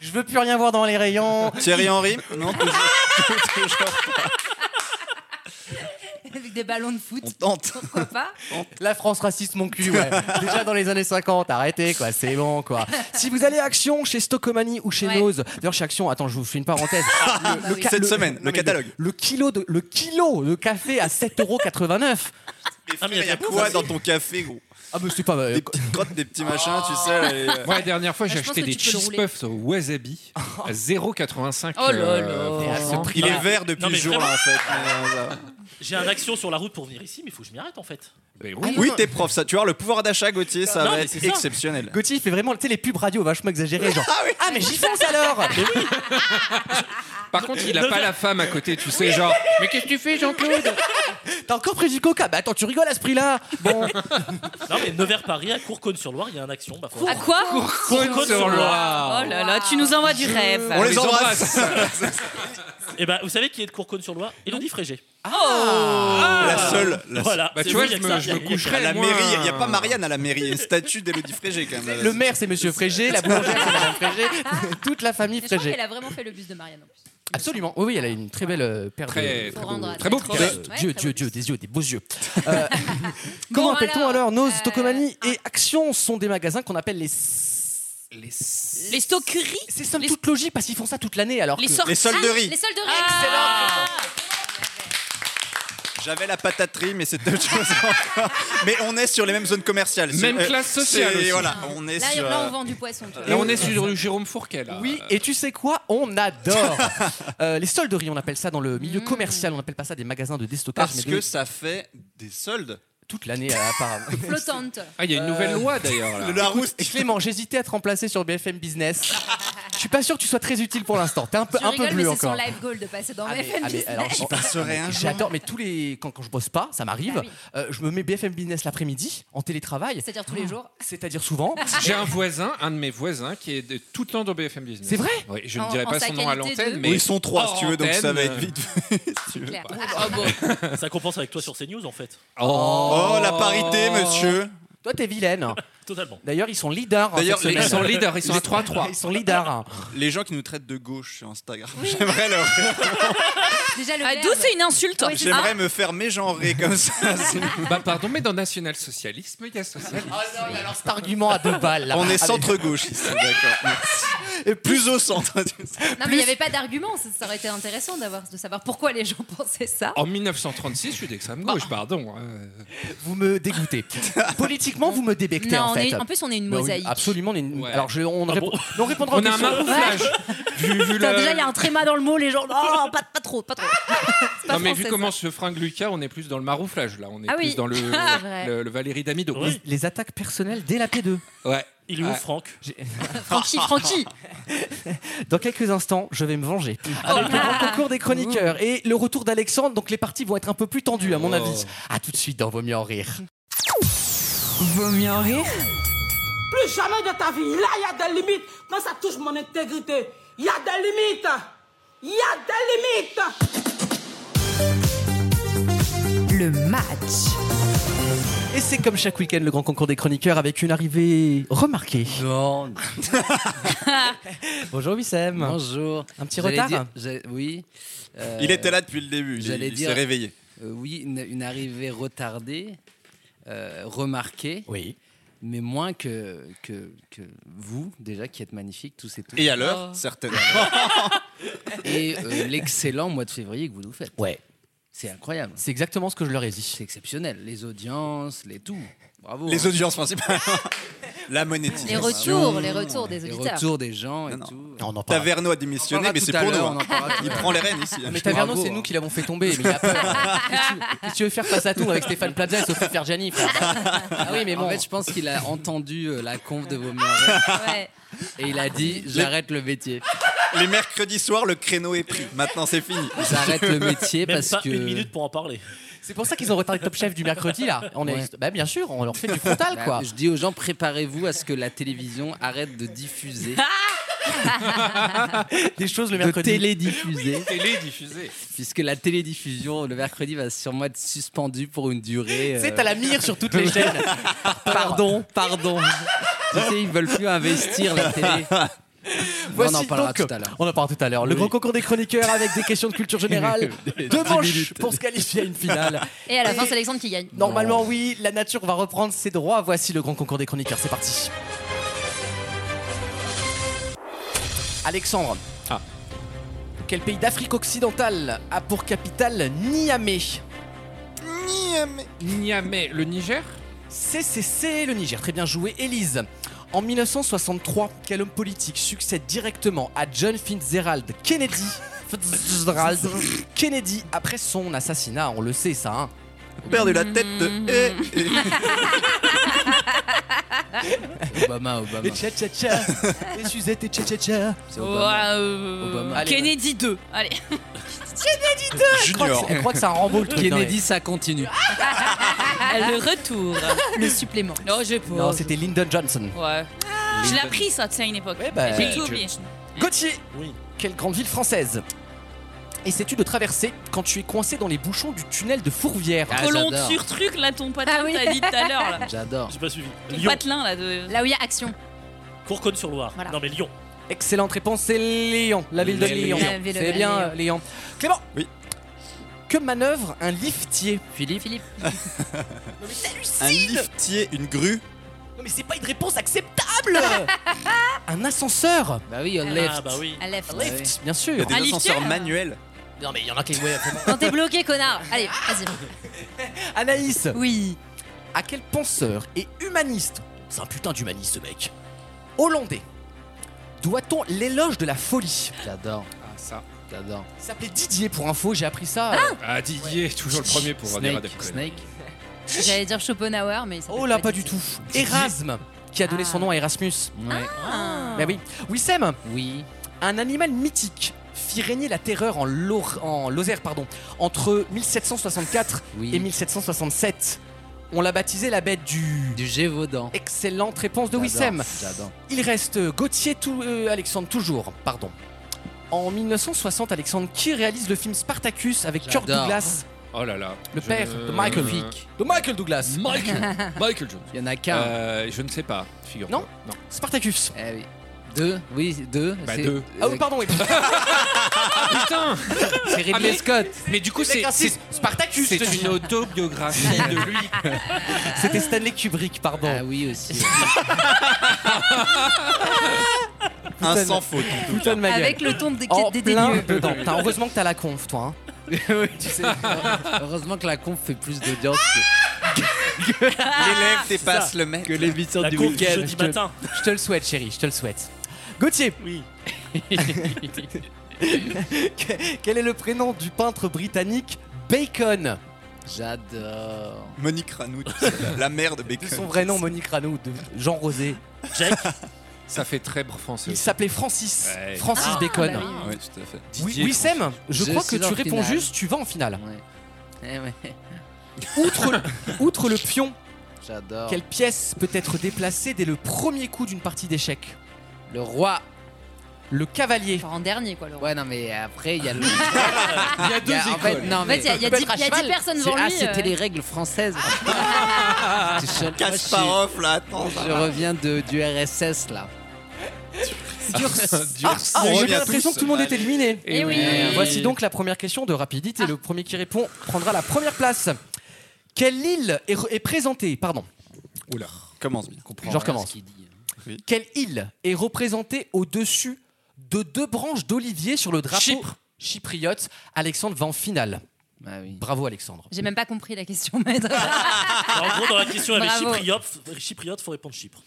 Speaker 2: Je veux plus rien voir dans les rayons.
Speaker 4: Thierry Henry. Non, toujours.
Speaker 3: Avec des ballons de foot.
Speaker 4: On tente.
Speaker 3: Pourquoi pas
Speaker 2: La France raciste, mon cul,
Speaker 4: [LAUGHS]
Speaker 2: ouais. Déjà dans les années 50, arrêtez, quoi, c'est bon, quoi. Si vous allez à Action, chez Stockomanie ou chez
Speaker 3: Ouais. Ah,
Speaker 2: Nose, d'ailleurs, chez Action, attends, je vous fais une parenthèse. Le,
Speaker 3: oui.
Speaker 4: Cette
Speaker 2: le-
Speaker 4: semaine,
Speaker 2: non,
Speaker 4: le
Speaker 2: mais
Speaker 4: catalogue.
Speaker 2: Le, kilo de, le kilo de café à 7,89€.
Speaker 7: Ah, mais
Speaker 4: Il y a quoi dans ton café, gros
Speaker 2: Ah, mais c'est pas.
Speaker 4: Des petites crottes, des petits machins, tu sais. euh, là, les-
Speaker 5: Moi, la dernière fois,
Speaker 3: Bah,
Speaker 5: j'ai
Speaker 3: je pense
Speaker 5: acheté
Speaker 3: que
Speaker 5: des
Speaker 3: tu peux le
Speaker 5: cheese
Speaker 3: rouler.
Speaker 5: puffs au wasabi à 0,85.
Speaker 6: Oh là
Speaker 5: euh,
Speaker 6: là.
Speaker 5: franchement.
Speaker 2: Et à ce prix-
Speaker 4: Il
Speaker 7: Non,
Speaker 4: est
Speaker 7: mais-
Speaker 4: vert depuis
Speaker 7: non, mais
Speaker 4: le jour, là, en fait.
Speaker 7: J'ai un action sur la route pour venir ici, mais il faut que je m'y arrête en fait.
Speaker 5: Ben oui.
Speaker 2: Ah, non,
Speaker 4: Oui,
Speaker 2: non.
Speaker 4: t'es prof, ça. Tu vois, le pouvoir d'achat, Gauthier, ça
Speaker 7: Non,
Speaker 4: va
Speaker 7: mais
Speaker 4: être
Speaker 7: c'est ça.
Speaker 4: exceptionnel.
Speaker 2: Gauthier, il fait vraiment, tu sais, les pubs radio vachement exagérées, genre. Ah, mais j'y fonce alors
Speaker 5: Par contre, il a pas la femme à côté, tu sais, genre. Mais qu'est-ce que tu fais, Jean-Claude
Speaker 2: T'as encore pris du coca Bah attends, tu rigoles à ce prix-là Bon,
Speaker 7: Non mais Nevers-Paris, à Courcône-sur-Loire, il y a un action. Bah, faut-
Speaker 6: À quoi
Speaker 5: Courcône-sur-Loire.
Speaker 6: Oh là là, tu nous envoies du rêve.
Speaker 4: On les
Speaker 5: les
Speaker 4: embrasse.
Speaker 7: Et bah vous savez qui est de Courcône-sur-Loire Élodie Frégé.
Speaker 2: Ah.
Speaker 3: Oh.
Speaker 4: La seule. la seule.
Speaker 7: Voilà.
Speaker 5: Bah,
Speaker 7: C'est
Speaker 5: tu vois,
Speaker 7: oui, il y a
Speaker 5: je
Speaker 7: que
Speaker 5: me-
Speaker 7: ça,
Speaker 5: je
Speaker 7: il y a
Speaker 5: me
Speaker 7: que
Speaker 5: coucherai.
Speaker 4: À la
Speaker 5: Moi,
Speaker 4: mairie, il n'y a pas
Speaker 5: euh,
Speaker 4: Marianne à la mairie, il y a une statue d'Élodie Frégé quand même.
Speaker 3: [LAUGHS]
Speaker 2: le maire c'est Monsieur Frégé, la boulangère c'est Madame Frégé, toute la famille
Speaker 3: Mais Je crois
Speaker 2: Frégé.
Speaker 3: qu'elle a vraiment fait le bus de Marianne en plus.
Speaker 2: Absolument. Oui, oui, elle a une très belle euh, paire
Speaker 5: Très,
Speaker 2: de.
Speaker 5: très
Speaker 3: Faut
Speaker 5: beau,
Speaker 3: rendre à
Speaker 5: très beau
Speaker 3: Très
Speaker 5: petit
Speaker 3: beau.
Speaker 5: geste.
Speaker 3: Ouais,
Speaker 2: Dieu,
Speaker 3: très
Speaker 2: Dieu,
Speaker 3: beau
Speaker 2: Dieu, des yeux, des beaux
Speaker 3: [LAUGHS]
Speaker 2: yeux. Euh, comment
Speaker 3: Bon,
Speaker 2: appelle-t-on
Speaker 3: alors,
Speaker 2: alors, nos
Speaker 3: euh,
Speaker 2: Stockomanie et Action sont des magasins qu'on appelle les. s- Les. s-
Speaker 6: Les stockeries
Speaker 2: C'est somme
Speaker 6: les-
Speaker 2: toute logique parce qu'ils font ça toute l'année alors
Speaker 6: Les
Speaker 2: que-
Speaker 6: sorties
Speaker 4: Les solderies.
Speaker 3: Les soldes de
Speaker 6: Ah.
Speaker 4: J'avais la pataterie, mais c'était autre chose. [LAUGHS] encore. mais on est sur les mêmes zones commerciales.
Speaker 5: Même
Speaker 4: C'est-
Speaker 5: classe sociale
Speaker 4: c'est-
Speaker 5: aussi.
Speaker 4: Voilà, on est
Speaker 3: Là,
Speaker 4: sur.
Speaker 3: là,
Speaker 4: euh,
Speaker 3: on vend du poisson. tu vois.
Speaker 5: Là, on est sur du Jérôme Fourquet. Là.
Speaker 2: Oui, et tu sais quoi On
Speaker 4: [LAUGHS]
Speaker 2: adore Euh, Les solderies, on appelle ça dans le
Speaker 3: Mm.
Speaker 2: milieu commercial, on n'appelle pas ça des magasins de déstockage,
Speaker 4: Parce
Speaker 2: mais
Speaker 4: que
Speaker 2: de-
Speaker 4: ça fait des soldes.
Speaker 2: toute
Speaker 4: [LAUGHS]
Speaker 2: l'année euh, apparemment.
Speaker 3: Flottante.
Speaker 5: Ah, il y a une nouvelle
Speaker 2: Euh,
Speaker 5: loi d'ailleurs. là.
Speaker 4: Le Larousse.
Speaker 2: Clément, j'hésitais à te remplacer sur BFM
Speaker 4: [LAUGHS]
Speaker 2: Business. Je suis pas sûr que tu sois très utile pour l'instant. T'es un peu,
Speaker 3: Je
Speaker 2: un
Speaker 3: rigole,
Speaker 2: peu
Speaker 3: mais
Speaker 2: bleu
Speaker 3: c'est son
Speaker 2: encore.
Speaker 3: live goal de passer dans hein,
Speaker 2: Ah, mais-
Speaker 3: BFM
Speaker 2: ah, mais
Speaker 3: Business.
Speaker 2: alors, j'y
Speaker 4: passerai un jour.
Speaker 2: J'adore, mais tous les quand, quand je bosse pas, ça m'arrive.
Speaker 3: Bah oui.
Speaker 2: euh, je me mets BFM Business l'après-midi en télétravail,
Speaker 3: C'est-à-dire tous les jours.
Speaker 2: c'est-à-dire
Speaker 3: [LAUGHS]
Speaker 2: souvent.
Speaker 3: Ah
Speaker 5: J'ai un voisin, un de mes voisins, qui est de- tout le temps dans BFM Business.
Speaker 2: C'est vrai
Speaker 5: Oui, je
Speaker 3: En-
Speaker 5: ne dirai
Speaker 3: en
Speaker 5: pas
Speaker 3: sa
Speaker 5: son nom à
Speaker 3: qualité
Speaker 5: l'antenne,
Speaker 3: de-
Speaker 5: mais.
Speaker 4: Oui, ils sont trois,
Speaker 5: hors
Speaker 4: si tu veux, donc ça
Speaker 5: antenne,
Speaker 4: va être
Speaker 5: euh,
Speaker 4: vite. [LAUGHS] si tu veux.
Speaker 3: Clair.
Speaker 2: Ah
Speaker 7: Ça compense avec toi sur CNews, en fait.
Speaker 4: Oh, la parité, monsieur.
Speaker 2: Toi, t'es vilaine.
Speaker 7: Totalement.
Speaker 2: D'ailleurs, ils sont leaders. hein,
Speaker 4: D'ailleurs,
Speaker 2: cette
Speaker 5: Ils
Speaker 2: semaine.
Speaker 5: sont leaders, ils sont à
Speaker 2: Ils
Speaker 5: 3-3.
Speaker 4: [LAUGHS]
Speaker 2: sont leaders. hein.
Speaker 3: Oh
Speaker 4: Les gens qui nous traitent de gauche sur Instagram, j'aimerais, leur-
Speaker 3: Déjà, le
Speaker 6: Ah,
Speaker 3: verbe.
Speaker 6: D'où c'est une insulte
Speaker 4: j'aimerais me faire mégenrer comme ça.
Speaker 5: Bah, pardon, mais dans national-socialisme, il y a socialisme.
Speaker 2: Alors, cet argument à deux balles. là.
Speaker 4: On est
Speaker 2: Allez.
Speaker 4: centre-gauche ici, d'accord. merci. Et plus au centre.
Speaker 3: Non, mais il n'y avait pas d'argument. Ça, ça aurait été intéressant d'avoir, de savoir pourquoi les gens [LAUGHS] pensaient ça.
Speaker 5: En 1936, je suis d'extrême gauche, pardon. euh.
Speaker 2: Vous me dégoûtez. Politiquement, vous me débectez
Speaker 3: non,
Speaker 2: en
Speaker 3: on
Speaker 2: fait.
Speaker 3: est- en plus, on est une
Speaker 2: Bah oui,
Speaker 3: mosaïque.
Speaker 2: absolument. on est une-
Speaker 5: Ouais.
Speaker 2: Alors, je, on,
Speaker 7: Ah
Speaker 2: rép-
Speaker 7: bon
Speaker 2: on répondra aux
Speaker 5: On a un
Speaker 2: questions.
Speaker 5: marouflage. Vu, vu
Speaker 3: Putain,
Speaker 5: la-
Speaker 3: Déjà, il y a un tréma dans le mot, les gens. Non, pas, pas trop, [LAUGHS] pas trop. C'est pas
Speaker 5: Non, mais
Speaker 3: français,
Speaker 5: vu
Speaker 3: ça.
Speaker 5: comment se fringue Lucas, on est plus dans le marouflage, là. On est
Speaker 3: Ah
Speaker 5: plus
Speaker 3: oui.
Speaker 5: dans le,
Speaker 3: Ah, vrai.
Speaker 5: le, le Valérie Damido.
Speaker 7: Ouais.
Speaker 2: Les attaques personnelles dès la P2.
Speaker 5: Ouais.
Speaker 7: Il est où,
Speaker 5: Ouais.
Speaker 7: Franck
Speaker 6: Ah,
Speaker 3: Franchi, Franchi.
Speaker 2: Dans quelques instants, je vais me venger. Avec le grand concours des chroniqueurs et le retour d'Alexandre, donc les parties vont être un peu plus tendues, à mon
Speaker 5: Oh.
Speaker 2: avis. À tout de suite dans Vaut mieux en rire.
Speaker 1: Vaut mieux en rire
Speaker 9: Plus jamais de ta vie. Là, il y a des limites. Quand ça touche mon intégrité, il y a des limites. Il y a des limites.
Speaker 1: Le match.
Speaker 2: Et c'est comme chaque week-end, le grand concours des chroniqueurs avec une arrivée remarquée.
Speaker 10: Non,
Speaker 2: Ah, Bonjour Wissem.
Speaker 10: bonjour.
Speaker 2: Un petit
Speaker 10: J'allais
Speaker 2: retard hein.
Speaker 10: dire- j'allais- Oui. euh,
Speaker 4: Il était là depuis le début, il,
Speaker 10: j'allais
Speaker 4: il
Speaker 10: dire-
Speaker 4: s'est réveillé.
Speaker 10: euh, oui, une, une arrivée retardée, euh, remarquée,
Speaker 2: Oui.
Speaker 10: mais moins que, que, que vous, déjà, qui êtes magnifique, tous et toutes.
Speaker 4: Et à l'heure,
Speaker 3: Oh.
Speaker 4: certainement.
Speaker 10: Et, euh, l'excellent mois de février que vous nous faites.
Speaker 2: Ouais.
Speaker 10: C'est incroyable.
Speaker 2: C'est exactement ce que je leur ai dit.
Speaker 10: C'est exceptionnel. Les audiences, les tout. Bravo.
Speaker 4: Les
Speaker 10: hein.
Speaker 4: audiences principales. [LAUGHS] La monétisation.
Speaker 5: Ah bah
Speaker 3: Les retours, les retours des
Speaker 10: Les
Speaker 3: auditeurs.
Speaker 10: retours des gens et
Speaker 4: Non, non.
Speaker 10: tout.
Speaker 2: On en parle.
Speaker 4: Taverneau a
Speaker 10: On en
Speaker 4: démissionné,
Speaker 10: parlera
Speaker 4: mais
Speaker 10: tout
Speaker 4: c'est
Speaker 10: à
Speaker 4: pour nous.
Speaker 10: l'heure,
Speaker 4: hein. [LAUGHS]
Speaker 10: on en parlera tout à
Speaker 4: Il
Speaker 10: l'heure.
Speaker 4: prend les rênes ici.
Speaker 2: Mais Taverneau,
Speaker 10: Bravo,
Speaker 2: c'est nous
Speaker 10: hein.
Speaker 2: qui l'avons fait tomber. Mais après, si tu veux faire face à tout avec Stéphane Plaza et Sophie Ferjani,
Speaker 10: [LAUGHS]
Speaker 2: frère. Ah oui, mais bon.
Speaker 10: En fait, je pense qu'il a entendu euh, la conf de vos mères
Speaker 3: Ouais.
Speaker 10: et il a dit j'arrête le métier.
Speaker 4: [LAUGHS] Les mercredis soirs, le créneau est pris. Maintenant, c'est fini.
Speaker 10: J'arrête
Speaker 2: [LAUGHS]
Speaker 10: le métier
Speaker 7: Même
Speaker 10: parce
Speaker 7: pas
Speaker 10: que.
Speaker 7: une minute pour en parler.
Speaker 2: C'est pour ça qu'ils ont retardé Top Chef du mercredi là. On est,
Speaker 10: Ouais.
Speaker 2: bah bien sûr, on leur fait du frontal
Speaker 10: Bah,
Speaker 2: quoi.
Speaker 10: Je dis aux gens, préparez-vous à ce que la télévision arrête de
Speaker 2: [LAUGHS]
Speaker 10: diffuser,
Speaker 2: Des choses le
Speaker 10: de
Speaker 2: mercredi.
Speaker 10: télédiffuser,
Speaker 5: Télé diffusée.
Speaker 10: puisque la télédiffusion le mercredi va sûrement être suspendue pour une durée. euh,
Speaker 2: C'est à la mire sur toutes les chaînes.
Speaker 10: Pardon, pardon.
Speaker 2: [LAUGHS]
Speaker 10: tu sais, ils veulent plus investir la télé.
Speaker 2: Voici
Speaker 10: on en parlera
Speaker 2: donc-
Speaker 10: tout à l'heure.
Speaker 2: On en parlera tout à l'heure. Le grand concours des chroniqueurs avec des questions de culture générale.
Speaker 10: [LAUGHS] Des
Speaker 2: Deux
Speaker 10: dix
Speaker 2: manches
Speaker 10: minutes.
Speaker 2: pour se qualifier à une finale.
Speaker 10: [LAUGHS]
Speaker 3: Et à la fin, c'est Alexandre qui gagne.
Speaker 2: Normalement oui, la nature va reprendre ses droits. Voici le grand concours des chroniqueurs. C'est parti. Alexandre.
Speaker 5: Ah.
Speaker 2: Quel pays d'Afrique occidentale a pour capitale Niamey
Speaker 5: Niamey, le Niger
Speaker 2: CCC, le Niger. Très bien joué, Élise. En 1963, quel homme politique succède directement à John Fitzgerald Kennedy Fitzgerald Kennedy après son assassinat, on le sait ça. hein.
Speaker 4: Perdu la tête.
Speaker 2: Mm.
Speaker 4: [LAUGHS] Et...
Speaker 10: Obama, Obama.
Speaker 2: [LAUGHS] et Suzette et tcha-tcha-tcha.
Speaker 10: C'est Obama.
Speaker 6: Ouais, euh,
Speaker 10: Obama.
Speaker 2: Allez,
Speaker 6: Kennedy 2. Allez.
Speaker 2: Je crois que c'est- Elle croit que c'est un Rambo
Speaker 10: [LAUGHS]
Speaker 2: le truc.
Speaker 10: Kennedy, ça continue.
Speaker 6: le retour.
Speaker 3: le supplément.
Speaker 6: Non, j'ai pas.
Speaker 2: Non, mais- Non, c'était Lyndon Johnson.
Speaker 6: Ouais. Je l'ai appris ça, tu sais, à une époque.
Speaker 2: Ouais, bah,
Speaker 6: J'ai tout
Speaker 5: je-
Speaker 6: oublié.
Speaker 2: Gauthier
Speaker 7: Oui.
Speaker 2: Quelle grande ville française Essaies-tu de traverser quand tu es coincé dans les bouchons du tunnel de Fourvière
Speaker 10: Ah,
Speaker 6: Colon
Speaker 10: j'adore.
Speaker 6: sur truc, là, ton patelin,
Speaker 3: Ah oui.
Speaker 6: t'as dit tout à
Speaker 2: [LAUGHS]
Speaker 6: l'heure. là.
Speaker 10: J'adore.
Speaker 7: J'ai pas suivi.
Speaker 6: Ton
Speaker 7: Lyon.
Speaker 6: patelin, là, de.
Speaker 3: Là où il y a action.
Speaker 7: Courconne-sur-Loire.
Speaker 3: Voilà.
Speaker 7: Non, mais Lyon.
Speaker 2: Excellente réponse, c'est Lyon, la ville de
Speaker 10: La ville
Speaker 2: Lyon.
Speaker 10: de Lyon. La ville de
Speaker 2: C'est bien
Speaker 10: Lyon.
Speaker 2: euh, Lyon. Clément
Speaker 4: Oui.
Speaker 2: Que manœuvre un liftier Philippe
Speaker 3: Philippe.
Speaker 2: non mais
Speaker 4: Un
Speaker 2: t'hallucines
Speaker 4: liftier, une grue.
Speaker 2: Non mais c'est pas une réponse acceptable Un ascenseur Bah oui,
Speaker 3: un Ah, lift. bah oui. Un lift.
Speaker 2: bien sûr.
Speaker 4: Il y a des
Speaker 3: Un liftier
Speaker 4: ascenseurs manuels.
Speaker 2: Non mais il y en a qui... ouais,
Speaker 3: Quand t'es bloqué, connard. Allez, vas-y.
Speaker 2: Anaïs
Speaker 3: Oui.
Speaker 2: À quel penseur et humaniste C'est un putain d'humaniste ce mec. Hollandais. Doit-on l'éloge de la folie J'adore.
Speaker 5: Ah, ça.
Speaker 2: J'adore. Il s'appelait Didier pour info, j'ai appris ça. euh,
Speaker 5: Ah, Didier, toujours le premier pour dire à des conneries.
Speaker 3: J'allais dire Schopenhauer, mais.
Speaker 2: Oh là, pas du tout. Erasme, qui a donné son nom à Erasmus.
Speaker 3: Ah.
Speaker 2: Bah oui. Wissem Oui. Un animal mythique fit régner la terreur en, Laur- en Lozère pardon, entre 1764 et 1767. On l'a baptisé la bête du. Du Gévaudan. Excellente réponse de Wissem. Il reste Gauthier tou- euh, Alexandre toujours, pardon. En 1960, Alexandre qui réalise le film Spartacus avec Kirk
Speaker 10: J'adore.
Speaker 2: Douglas,
Speaker 5: Oh là là.
Speaker 2: le
Speaker 5: Je- Euh,
Speaker 2: père de Michael. De Michael Douglas.
Speaker 5: Michael. Michael Jones.
Speaker 10: Il y en a qu'un.
Speaker 5: Euh, je ne sais pas, figure
Speaker 2: Non. Spartacus.
Speaker 10: Eh oui. Deux Oui, deux.
Speaker 5: Bah,
Speaker 10: c'est-
Speaker 5: deux.
Speaker 2: Ah oui, pardon, oui.
Speaker 5: [LAUGHS] Putain
Speaker 10: C'est Ridley
Speaker 5: Ah, mais-
Speaker 10: Scott.
Speaker 5: Mais du coup,
Speaker 2: Les mecs
Speaker 5: c'est
Speaker 2: racistes.
Speaker 5: c'est-
Speaker 2: Spartacus, je te
Speaker 5: c'est
Speaker 2: dis.
Speaker 5: une autobiographie de lui.
Speaker 2: C'était Stanley Kubrick, pardon.
Speaker 10: Ah oui, aussi.
Speaker 4: Un sans faute. en tout cas.
Speaker 2: Putain de ma gueule.
Speaker 3: Avec le ton des
Speaker 2: en
Speaker 3: des
Speaker 2: plein
Speaker 3: dégueux.
Speaker 2: dedans. T'as- heureusement que t'as la conf, toi. hein.
Speaker 10: Oui, tu sais, heureusement que la conf fait plus d'audience que,
Speaker 4: L'élève dépasse le mec.
Speaker 10: que l'émission
Speaker 7: La
Speaker 10: du
Speaker 7: conf du
Speaker 10: week-end.
Speaker 7: jeudi
Speaker 10: Je te-
Speaker 7: matin.
Speaker 2: Je te le souhaite, chérie, je te le souhaite. Gauthier,
Speaker 7: Oui.
Speaker 2: que- [LAUGHS] quel est le prénom du peintre britannique Bacon
Speaker 10: J'adore.
Speaker 4: Monique Ranout, la mère de Bacon.
Speaker 2: Son vrai nom, Monique Rano, de Jean Rosé.
Speaker 5: Ça fait très français.
Speaker 2: Il
Speaker 5: [LAUGHS]
Speaker 2: s'appelait Francis.
Speaker 5: Ouais.
Speaker 2: Francis
Speaker 3: Ah,
Speaker 2: Bacon.
Speaker 3: bah oui.
Speaker 4: Oui, tout à fait.
Speaker 5: Didier,
Speaker 2: oui, Wissem, je,
Speaker 10: Je
Speaker 2: crois que
Speaker 10: suis
Speaker 2: tu
Speaker 10: en
Speaker 2: réponds
Speaker 10: finale.
Speaker 2: juste, tu vas en finale.
Speaker 10: Ouais. Eh ouais,
Speaker 2: Outre, outre le pion,
Speaker 10: J'adore.
Speaker 2: quelle pièce peut être déplacée dès le premier coup d'une partie d'échecs
Speaker 10: Le roi.
Speaker 2: Le cavalier.
Speaker 3: Genre en dernier, quoi, le roi.
Speaker 10: Ouais, non, mais après, il y a
Speaker 5: [LAUGHS]
Speaker 10: le.
Speaker 5: Il y a deux
Speaker 10: Il y a- en fait,
Speaker 5: écoles.
Speaker 10: non,
Speaker 3: En fait,
Speaker 10: mais.
Speaker 3: il y a- il y a dix- il y a dix personnes
Speaker 10: C'est-
Speaker 3: devant
Speaker 10: Ah,
Speaker 3: lui.
Speaker 10: c'était
Speaker 3: euh.
Speaker 10: les règles
Speaker 2: [LAUGHS]
Speaker 10: françaises. Tu sais, moi, je, suis-
Speaker 4: Kasparov, là, attends.
Speaker 10: je reviens de, du RSS, là.
Speaker 5: Durci.
Speaker 4: On
Speaker 2: Ah, J'ai
Speaker 4: revient
Speaker 2: Oh, bien Bah, l'impression
Speaker 4: tous.
Speaker 2: que tout le monde est éliminé. Ah.
Speaker 3: Eh oui.
Speaker 2: Euh, Voici donc la première question de rapidité. Le premier qui répond prendra la première place. Quelle île est, re- est présentée Pardon,
Speaker 5: Oula.
Speaker 4: Commence bien.
Speaker 2: je recommence. Quelle île est représentée au-dessus de deux branches d'olivier sur le drapeau
Speaker 5: Chypre.
Speaker 2: chypriote Alexandre va en finale.
Speaker 10: Bah oui.
Speaker 2: Bravo Alexandre.
Speaker 3: J'ai même pas compris la question,
Speaker 2: [LAUGHS]
Speaker 3: maître.
Speaker 7: Alors, en gros, dans la question avec
Speaker 3: Bravo.
Speaker 7: Chypriote, Chypriote, faut répondre Chypre.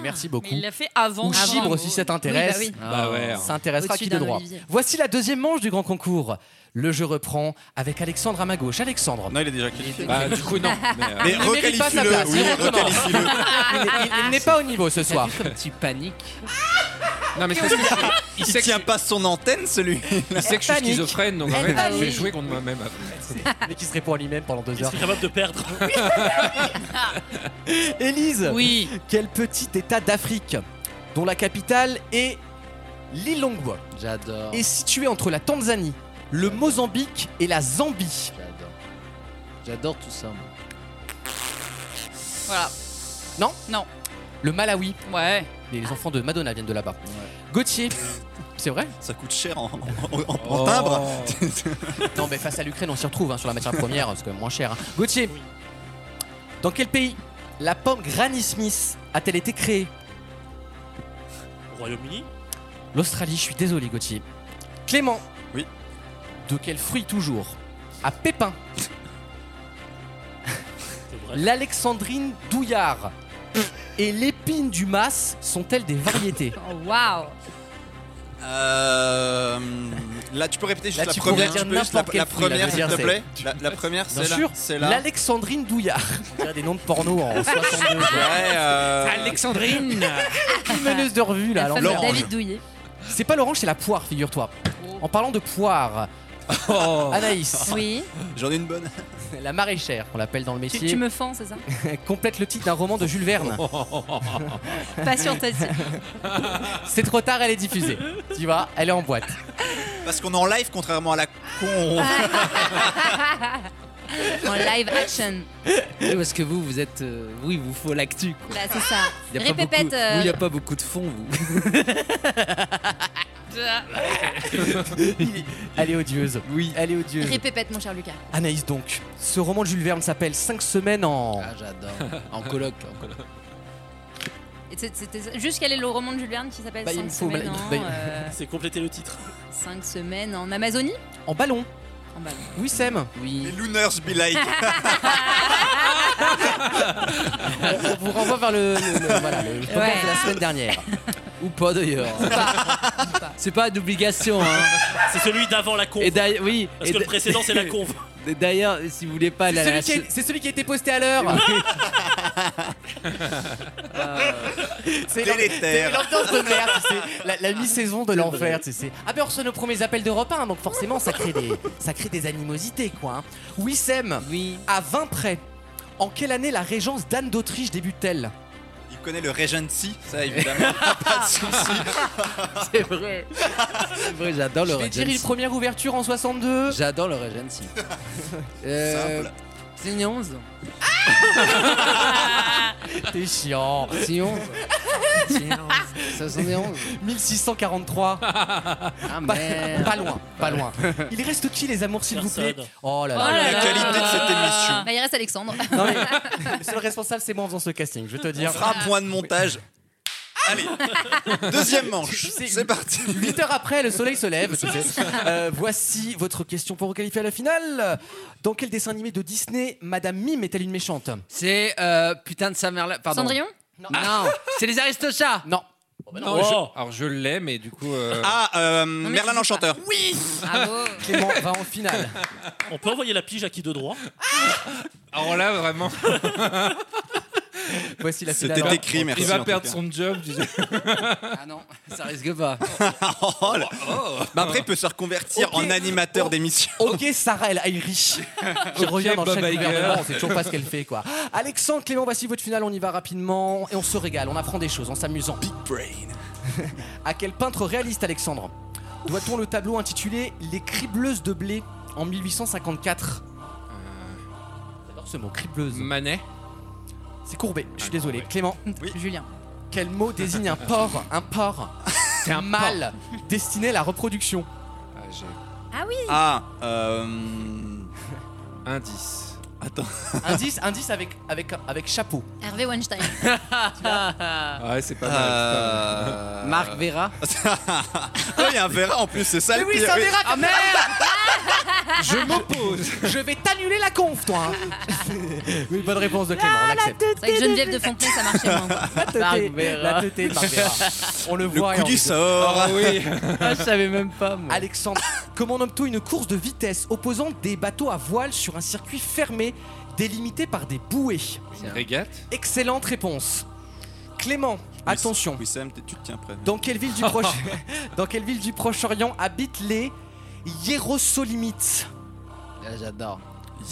Speaker 2: Merci
Speaker 6: Mais
Speaker 2: beaucoup.
Speaker 6: il l'a fait avant.
Speaker 2: Ou
Speaker 6: Avant.
Speaker 2: Chypre si ça t'intéresse. Ah.
Speaker 3: Oui, bah
Speaker 5: Bah ouais.
Speaker 2: Ça intéressera
Speaker 3: Au-dessus
Speaker 2: qui de
Speaker 3: d'un
Speaker 2: droit.
Speaker 3: olivier.
Speaker 2: Voici la deuxième manche du grand concours. Le jeu reprend avec Alexandre à ma gauche. Alexandre.
Speaker 4: Non, il est déjà qualifié.
Speaker 5: Bah, du coup, non. Mais, euh,
Speaker 4: Mais
Speaker 2: Ah, Il ne mérite pas sa place.
Speaker 4: requalifie-le. Oui,
Speaker 2: Exactement.
Speaker 4: requalifie-le.
Speaker 2: Il n'est- il- il n'est pas au niveau [LAUGHS] ce soir.
Speaker 10: Comme tu paniques.
Speaker 5: non, mais c'est parce que il
Speaker 4: Il
Speaker 5: sait que,
Speaker 4: tient pas son antenne, celui.
Speaker 5: il sait que je suis
Speaker 2: panique.
Speaker 5: schizophrène, donc en
Speaker 2: Elle
Speaker 5: fait, je vais
Speaker 2: panique.
Speaker 5: jouer contre moi-même après.
Speaker 2: Mais qui se répond à lui-même pendant deux
Speaker 7: Il
Speaker 2: heures.
Speaker 7: serait capable de perdre.
Speaker 2: Élise,
Speaker 6: Oui.
Speaker 2: quel petit état d'Afrique dont la capitale est Lilongwe
Speaker 10: J'adore.
Speaker 2: est située entre la Tanzanie, le Mozambique et la Zambie.
Speaker 10: J'adore. J'adore tout ça, moi.
Speaker 6: Voilà.
Speaker 2: Non
Speaker 6: Non.
Speaker 2: Le Malawi,
Speaker 6: Ouais. Ah.
Speaker 2: les enfants de Madonna viennent de là-bas. Gauthier, c'est vrai
Speaker 4: Ça coûte cher en, en- en-
Speaker 5: Oh.
Speaker 4: en timbre.
Speaker 2: Non mais face à l'Ukraine on s'y retrouve hein, sur la matière première, c'est quand même moins cher. hein. Gauthier, dans quel pays la pomme Granny Smith a-t-elle été créée
Speaker 7: Royaume-Uni.
Speaker 2: L'Australie, je suis désolé Gauthier. Clément.
Speaker 4: Oui.
Speaker 2: De quel fruit toujours À Pépin,
Speaker 7: c'est vrai.
Speaker 2: l'Alexandrine Douillard et l'épine du mas sont-elles des variétés
Speaker 3: Oh, Waouh.
Speaker 4: Euh, là, tu peux répéter juste
Speaker 2: Là,
Speaker 4: la
Speaker 2: tu
Speaker 4: première.
Speaker 2: pourrais
Speaker 4: tu peux
Speaker 2: dire
Speaker 4: juste la,
Speaker 2: n'importe quel
Speaker 4: la
Speaker 2: fruit, là,
Speaker 4: première,
Speaker 2: je veux
Speaker 4: s'il
Speaker 2: dire,
Speaker 4: te
Speaker 2: c'est-
Speaker 4: plaît. La, la première,
Speaker 2: Bien
Speaker 4: c'est là.
Speaker 2: sûr,
Speaker 4: C'est là.
Speaker 2: l'Alexandrine Douillard. On dirait des noms de porno [LAUGHS] en 62.
Speaker 4: Ouais, euh,
Speaker 5: Alexandrine
Speaker 2: Une meneuse de revue là.
Speaker 3: La
Speaker 2: alors.
Speaker 3: femme de David Douillet.
Speaker 2: C'est pas l'orange, c'est la poire, figure-toi.
Speaker 10: Oh.
Speaker 2: En parlant de poire,
Speaker 5: Oh.
Speaker 2: Oh. Anaïs,
Speaker 3: [LAUGHS] Oui.
Speaker 4: J'en ai une bonne.
Speaker 2: la maraîchère, on l'appelle dans le
Speaker 3: Tu,
Speaker 2: métier,
Speaker 3: tu me fends,
Speaker 2: [LAUGHS]
Speaker 3: c'est ça
Speaker 2: complète le titre d'un roman de Jules Verne.
Speaker 3: Patiente.
Speaker 2: C'est trop tard, elle est diffusée. Tu vois, elle est en boîte. Ah.
Speaker 4: Parce qu'on est en live, contrairement à la con.
Speaker 3: en live action.
Speaker 10: Oui, parce que vous, vous êtes. euh, oui, vous faut l'actu. quoi.
Speaker 3: Bah, c'est ça.
Speaker 2: [LAUGHS]
Speaker 10: Il n'y a, pas beaucoup-
Speaker 3: Répépète. euh,
Speaker 10: vous, il y a pas beaucoup de fond, vous.
Speaker 2: Elle est odieuse. Oui, elle est odieuse.
Speaker 3: Répépète, mon cher Lucas.
Speaker 2: Anaïs, donc, ce roman de Jules Verne s'appelle 5 semaines en.
Speaker 10: Ah, j'adore. En colloque.
Speaker 3: Et c'est- C'était juste quel est le roman de Jules Verne qui s'appelle
Speaker 2: Bah, il
Speaker 3: 5
Speaker 2: me faut-
Speaker 3: semaines,
Speaker 2: bah,
Speaker 3: en, euh,
Speaker 7: C'est compléter le titre.
Speaker 3: cinq semaines en Amazonie
Speaker 2: En ballon.
Speaker 3: En ballon.
Speaker 2: Oui, Sam.
Speaker 10: Oui.
Speaker 4: Les Looners
Speaker 2: [LAUGHS]
Speaker 4: be like.
Speaker 2: On vous renvoie vers le, le- le- voilà, le podcast
Speaker 3: Ouais.
Speaker 2: de la semaine [LAUGHS] dernière.
Speaker 10: Ou pas d'ailleurs. C'est pas une obligation.
Speaker 2: [LAUGHS]
Speaker 10: Hein.
Speaker 7: C'est celui d'avant la con.
Speaker 10: Et d'ailleurs, oui.
Speaker 7: Parce
Speaker 10: et
Speaker 7: que le
Speaker 10: d'a-
Speaker 7: précédent, c'est la conve.
Speaker 10: et D'ailleurs, si vous voulez pas aller
Speaker 2: Ah C'est
Speaker 10: à la.
Speaker 2: celui, qui a- c'est celui qui a été posté à l'heure. [LAUGHS] C'est l'am- c'est
Speaker 4: Délétère.
Speaker 2: l'ambiance de merde, tu sais. La, la mi-saison de l'enfer, tu sais. Ah, ben on reçoit nos premiers appels d'Europe 1, donc forcément, ça crée des, ça crée des animosités, quoi. hein. Oui, Sam,
Speaker 10: Oui.
Speaker 2: à 20 près, en quelle année la régence d'Anne d'Autriche débute-t-elle
Speaker 4: Il connaît le Regency, ça
Speaker 2: [LAUGHS] Ah,
Speaker 4: évidemment. pas de souci.
Speaker 10: C'est vrai. C'est vrai, j'adore Oh,
Speaker 2: Je
Speaker 10: le
Speaker 2: vais dire une
Speaker 10: Regency.
Speaker 2: première ouverture en 62.
Speaker 10: J'adore
Speaker 2: [LAUGHS]
Speaker 10: le Regency. Euh,
Speaker 4: Simple.
Speaker 10: C'est une 11.
Speaker 2: T'es chiant.
Speaker 10: C'est une 11.
Speaker 2: [LAUGHS]
Speaker 10: C'est une 11. 71.
Speaker 2: 1643.
Speaker 10: Ah
Speaker 2: Pas,
Speaker 10: merde.
Speaker 2: pas loin, pas loin. Il reste qui les amours s'il vous plaît
Speaker 7: Personne.
Speaker 2: Oh là là.
Speaker 3: Oh là
Speaker 4: La
Speaker 3: là.
Speaker 4: qualité de cette
Speaker 2: Ah.
Speaker 4: émission.
Speaker 3: Bah, il reste Alexandre.
Speaker 2: Non, mais le seul responsable c'est moi en faisant ce casting, je vais te
Speaker 4: On
Speaker 2: dire.
Speaker 4: fera un point de montage.
Speaker 2: [LAUGHS]
Speaker 4: Allez, deuxième manche.
Speaker 2: C'est- Ah, euh,
Speaker 4: C'est parti.
Speaker 2: 8 heures après, le soleil se lève. tu sais. Euh, voici votre question pour vous qualifier à la finale. Dans quel dessin animé de Disney Madame Mime est-elle une méchante
Speaker 10: C'est euh, putain de sa mère là. Pardon.
Speaker 2: [LAUGHS]
Speaker 3: Cendrillon
Speaker 10: Non, c'est les Aristochats.
Speaker 2: Non.
Speaker 5: Non,
Speaker 7: Oh.
Speaker 5: je- alors je l'ai, mais du coup. euh,
Speaker 4: Ah, euh,
Speaker 3: mais
Speaker 4: Merlin
Speaker 3: c'est
Speaker 4: l'Enchanteur. Oui
Speaker 3: Bravo.
Speaker 2: Clément va en finale.
Speaker 7: On peut envoyer la pige à qui de droit
Speaker 5: Alors là, vraiment,
Speaker 2: Voici la finale.
Speaker 4: C'était écrit, merci.
Speaker 5: il va
Speaker 4: en
Speaker 5: perdre
Speaker 4: tout cas.
Speaker 5: son job. tu
Speaker 2: [LAUGHS]
Speaker 5: sais.
Speaker 10: Ah non, ça risque pas.
Speaker 4: Oh là. Bah après, il peut se reconvertir
Speaker 2: Ok.
Speaker 4: en animateur
Speaker 2: Oh.
Speaker 4: d'émission.
Speaker 2: Ok, Sarah El [LAUGHS] Aïri. Je reviens dans
Speaker 5: Bob
Speaker 2: chaque
Speaker 5: Iger.
Speaker 2: gouvernement, on sait toujours pas ce qu'elle fait quoi. Alexandre, Clément, voici votre finale, on y va rapidement et on se régale, on apprend des choses en s'amusant.
Speaker 4: Big Brain.
Speaker 2: [LAUGHS] À quel peintre réaliste, Alexandre Doit-on le tableau intitulé Les cribleuses de blé en 1854 Euh. J'adore ce mot, cribleuse.
Speaker 5: Manet.
Speaker 2: C'est Ah, courbé, je suis désolé. Clément,
Speaker 3: Julien.
Speaker 2: quel mot désigne un porc Un porc
Speaker 5: C'est un
Speaker 2: mâle destiné à la reproduction.
Speaker 5: Ah, j'ai
Speaker 3: Ah oui
Speaker 4: Ah, euh...
Speaker 5: indice.
Speaker 4: Attends.
Speaker 2: Indice, indice avec, avec, avec chapeau.
Speaker 3: Hervé Weinstein.
Speaker 5: Ah, ouais, c'est pas mal. c'est pas mal.
Speaker 4: Euh... [LAUGHS]
Speaker 10: Marc Vera.
Speaker 4: Oh, il y a un verra en plus, c'est ça le pire. Oui.
Speaker 2: Ah merde [LAUGHS]
Speaker 5: Je m'oppose.
Speaker 2: Je vais t'annuler la conf, toi hein. Oui, bonne réponse de Clément, on l'accepte.
Speaker 3: C'est vrai que Geneviève de Fontenay, ça marchait
Speaker 2: [LAUGHS]
Speaker 3: moins.
Speaker 2: La teuté,
Speaker 10: Barbera.
Speaker 2: la teuté de Barbera. On le, voit. et
Speaker 4: Coup
Speaker 2: on
Speaker 4: du
Speaker 2: le-
Speaker 4: sort.
Speaker 2: [LAUGHS]
Speaker 5: Ah oui.
Speaker 10: Ah, je savais même pas moi.
Speaker 2: Alexandre, comment nomme-t-on une course de vitesse opposant des bateaux à voile sur un circuit fermé délimité par des bouées
Speaker 5: Une Régate.
Speaker 2: Excellente réponse. Clément, attention.
Speaker 4: Oui, Sam, t'es- tu te tiens prêt.
Speaker 2: Dans quelle ville du Proche Dans quelle ville du Proche-Orient habitent les Hierosolimites
Speaker 10: Ah, J'adore.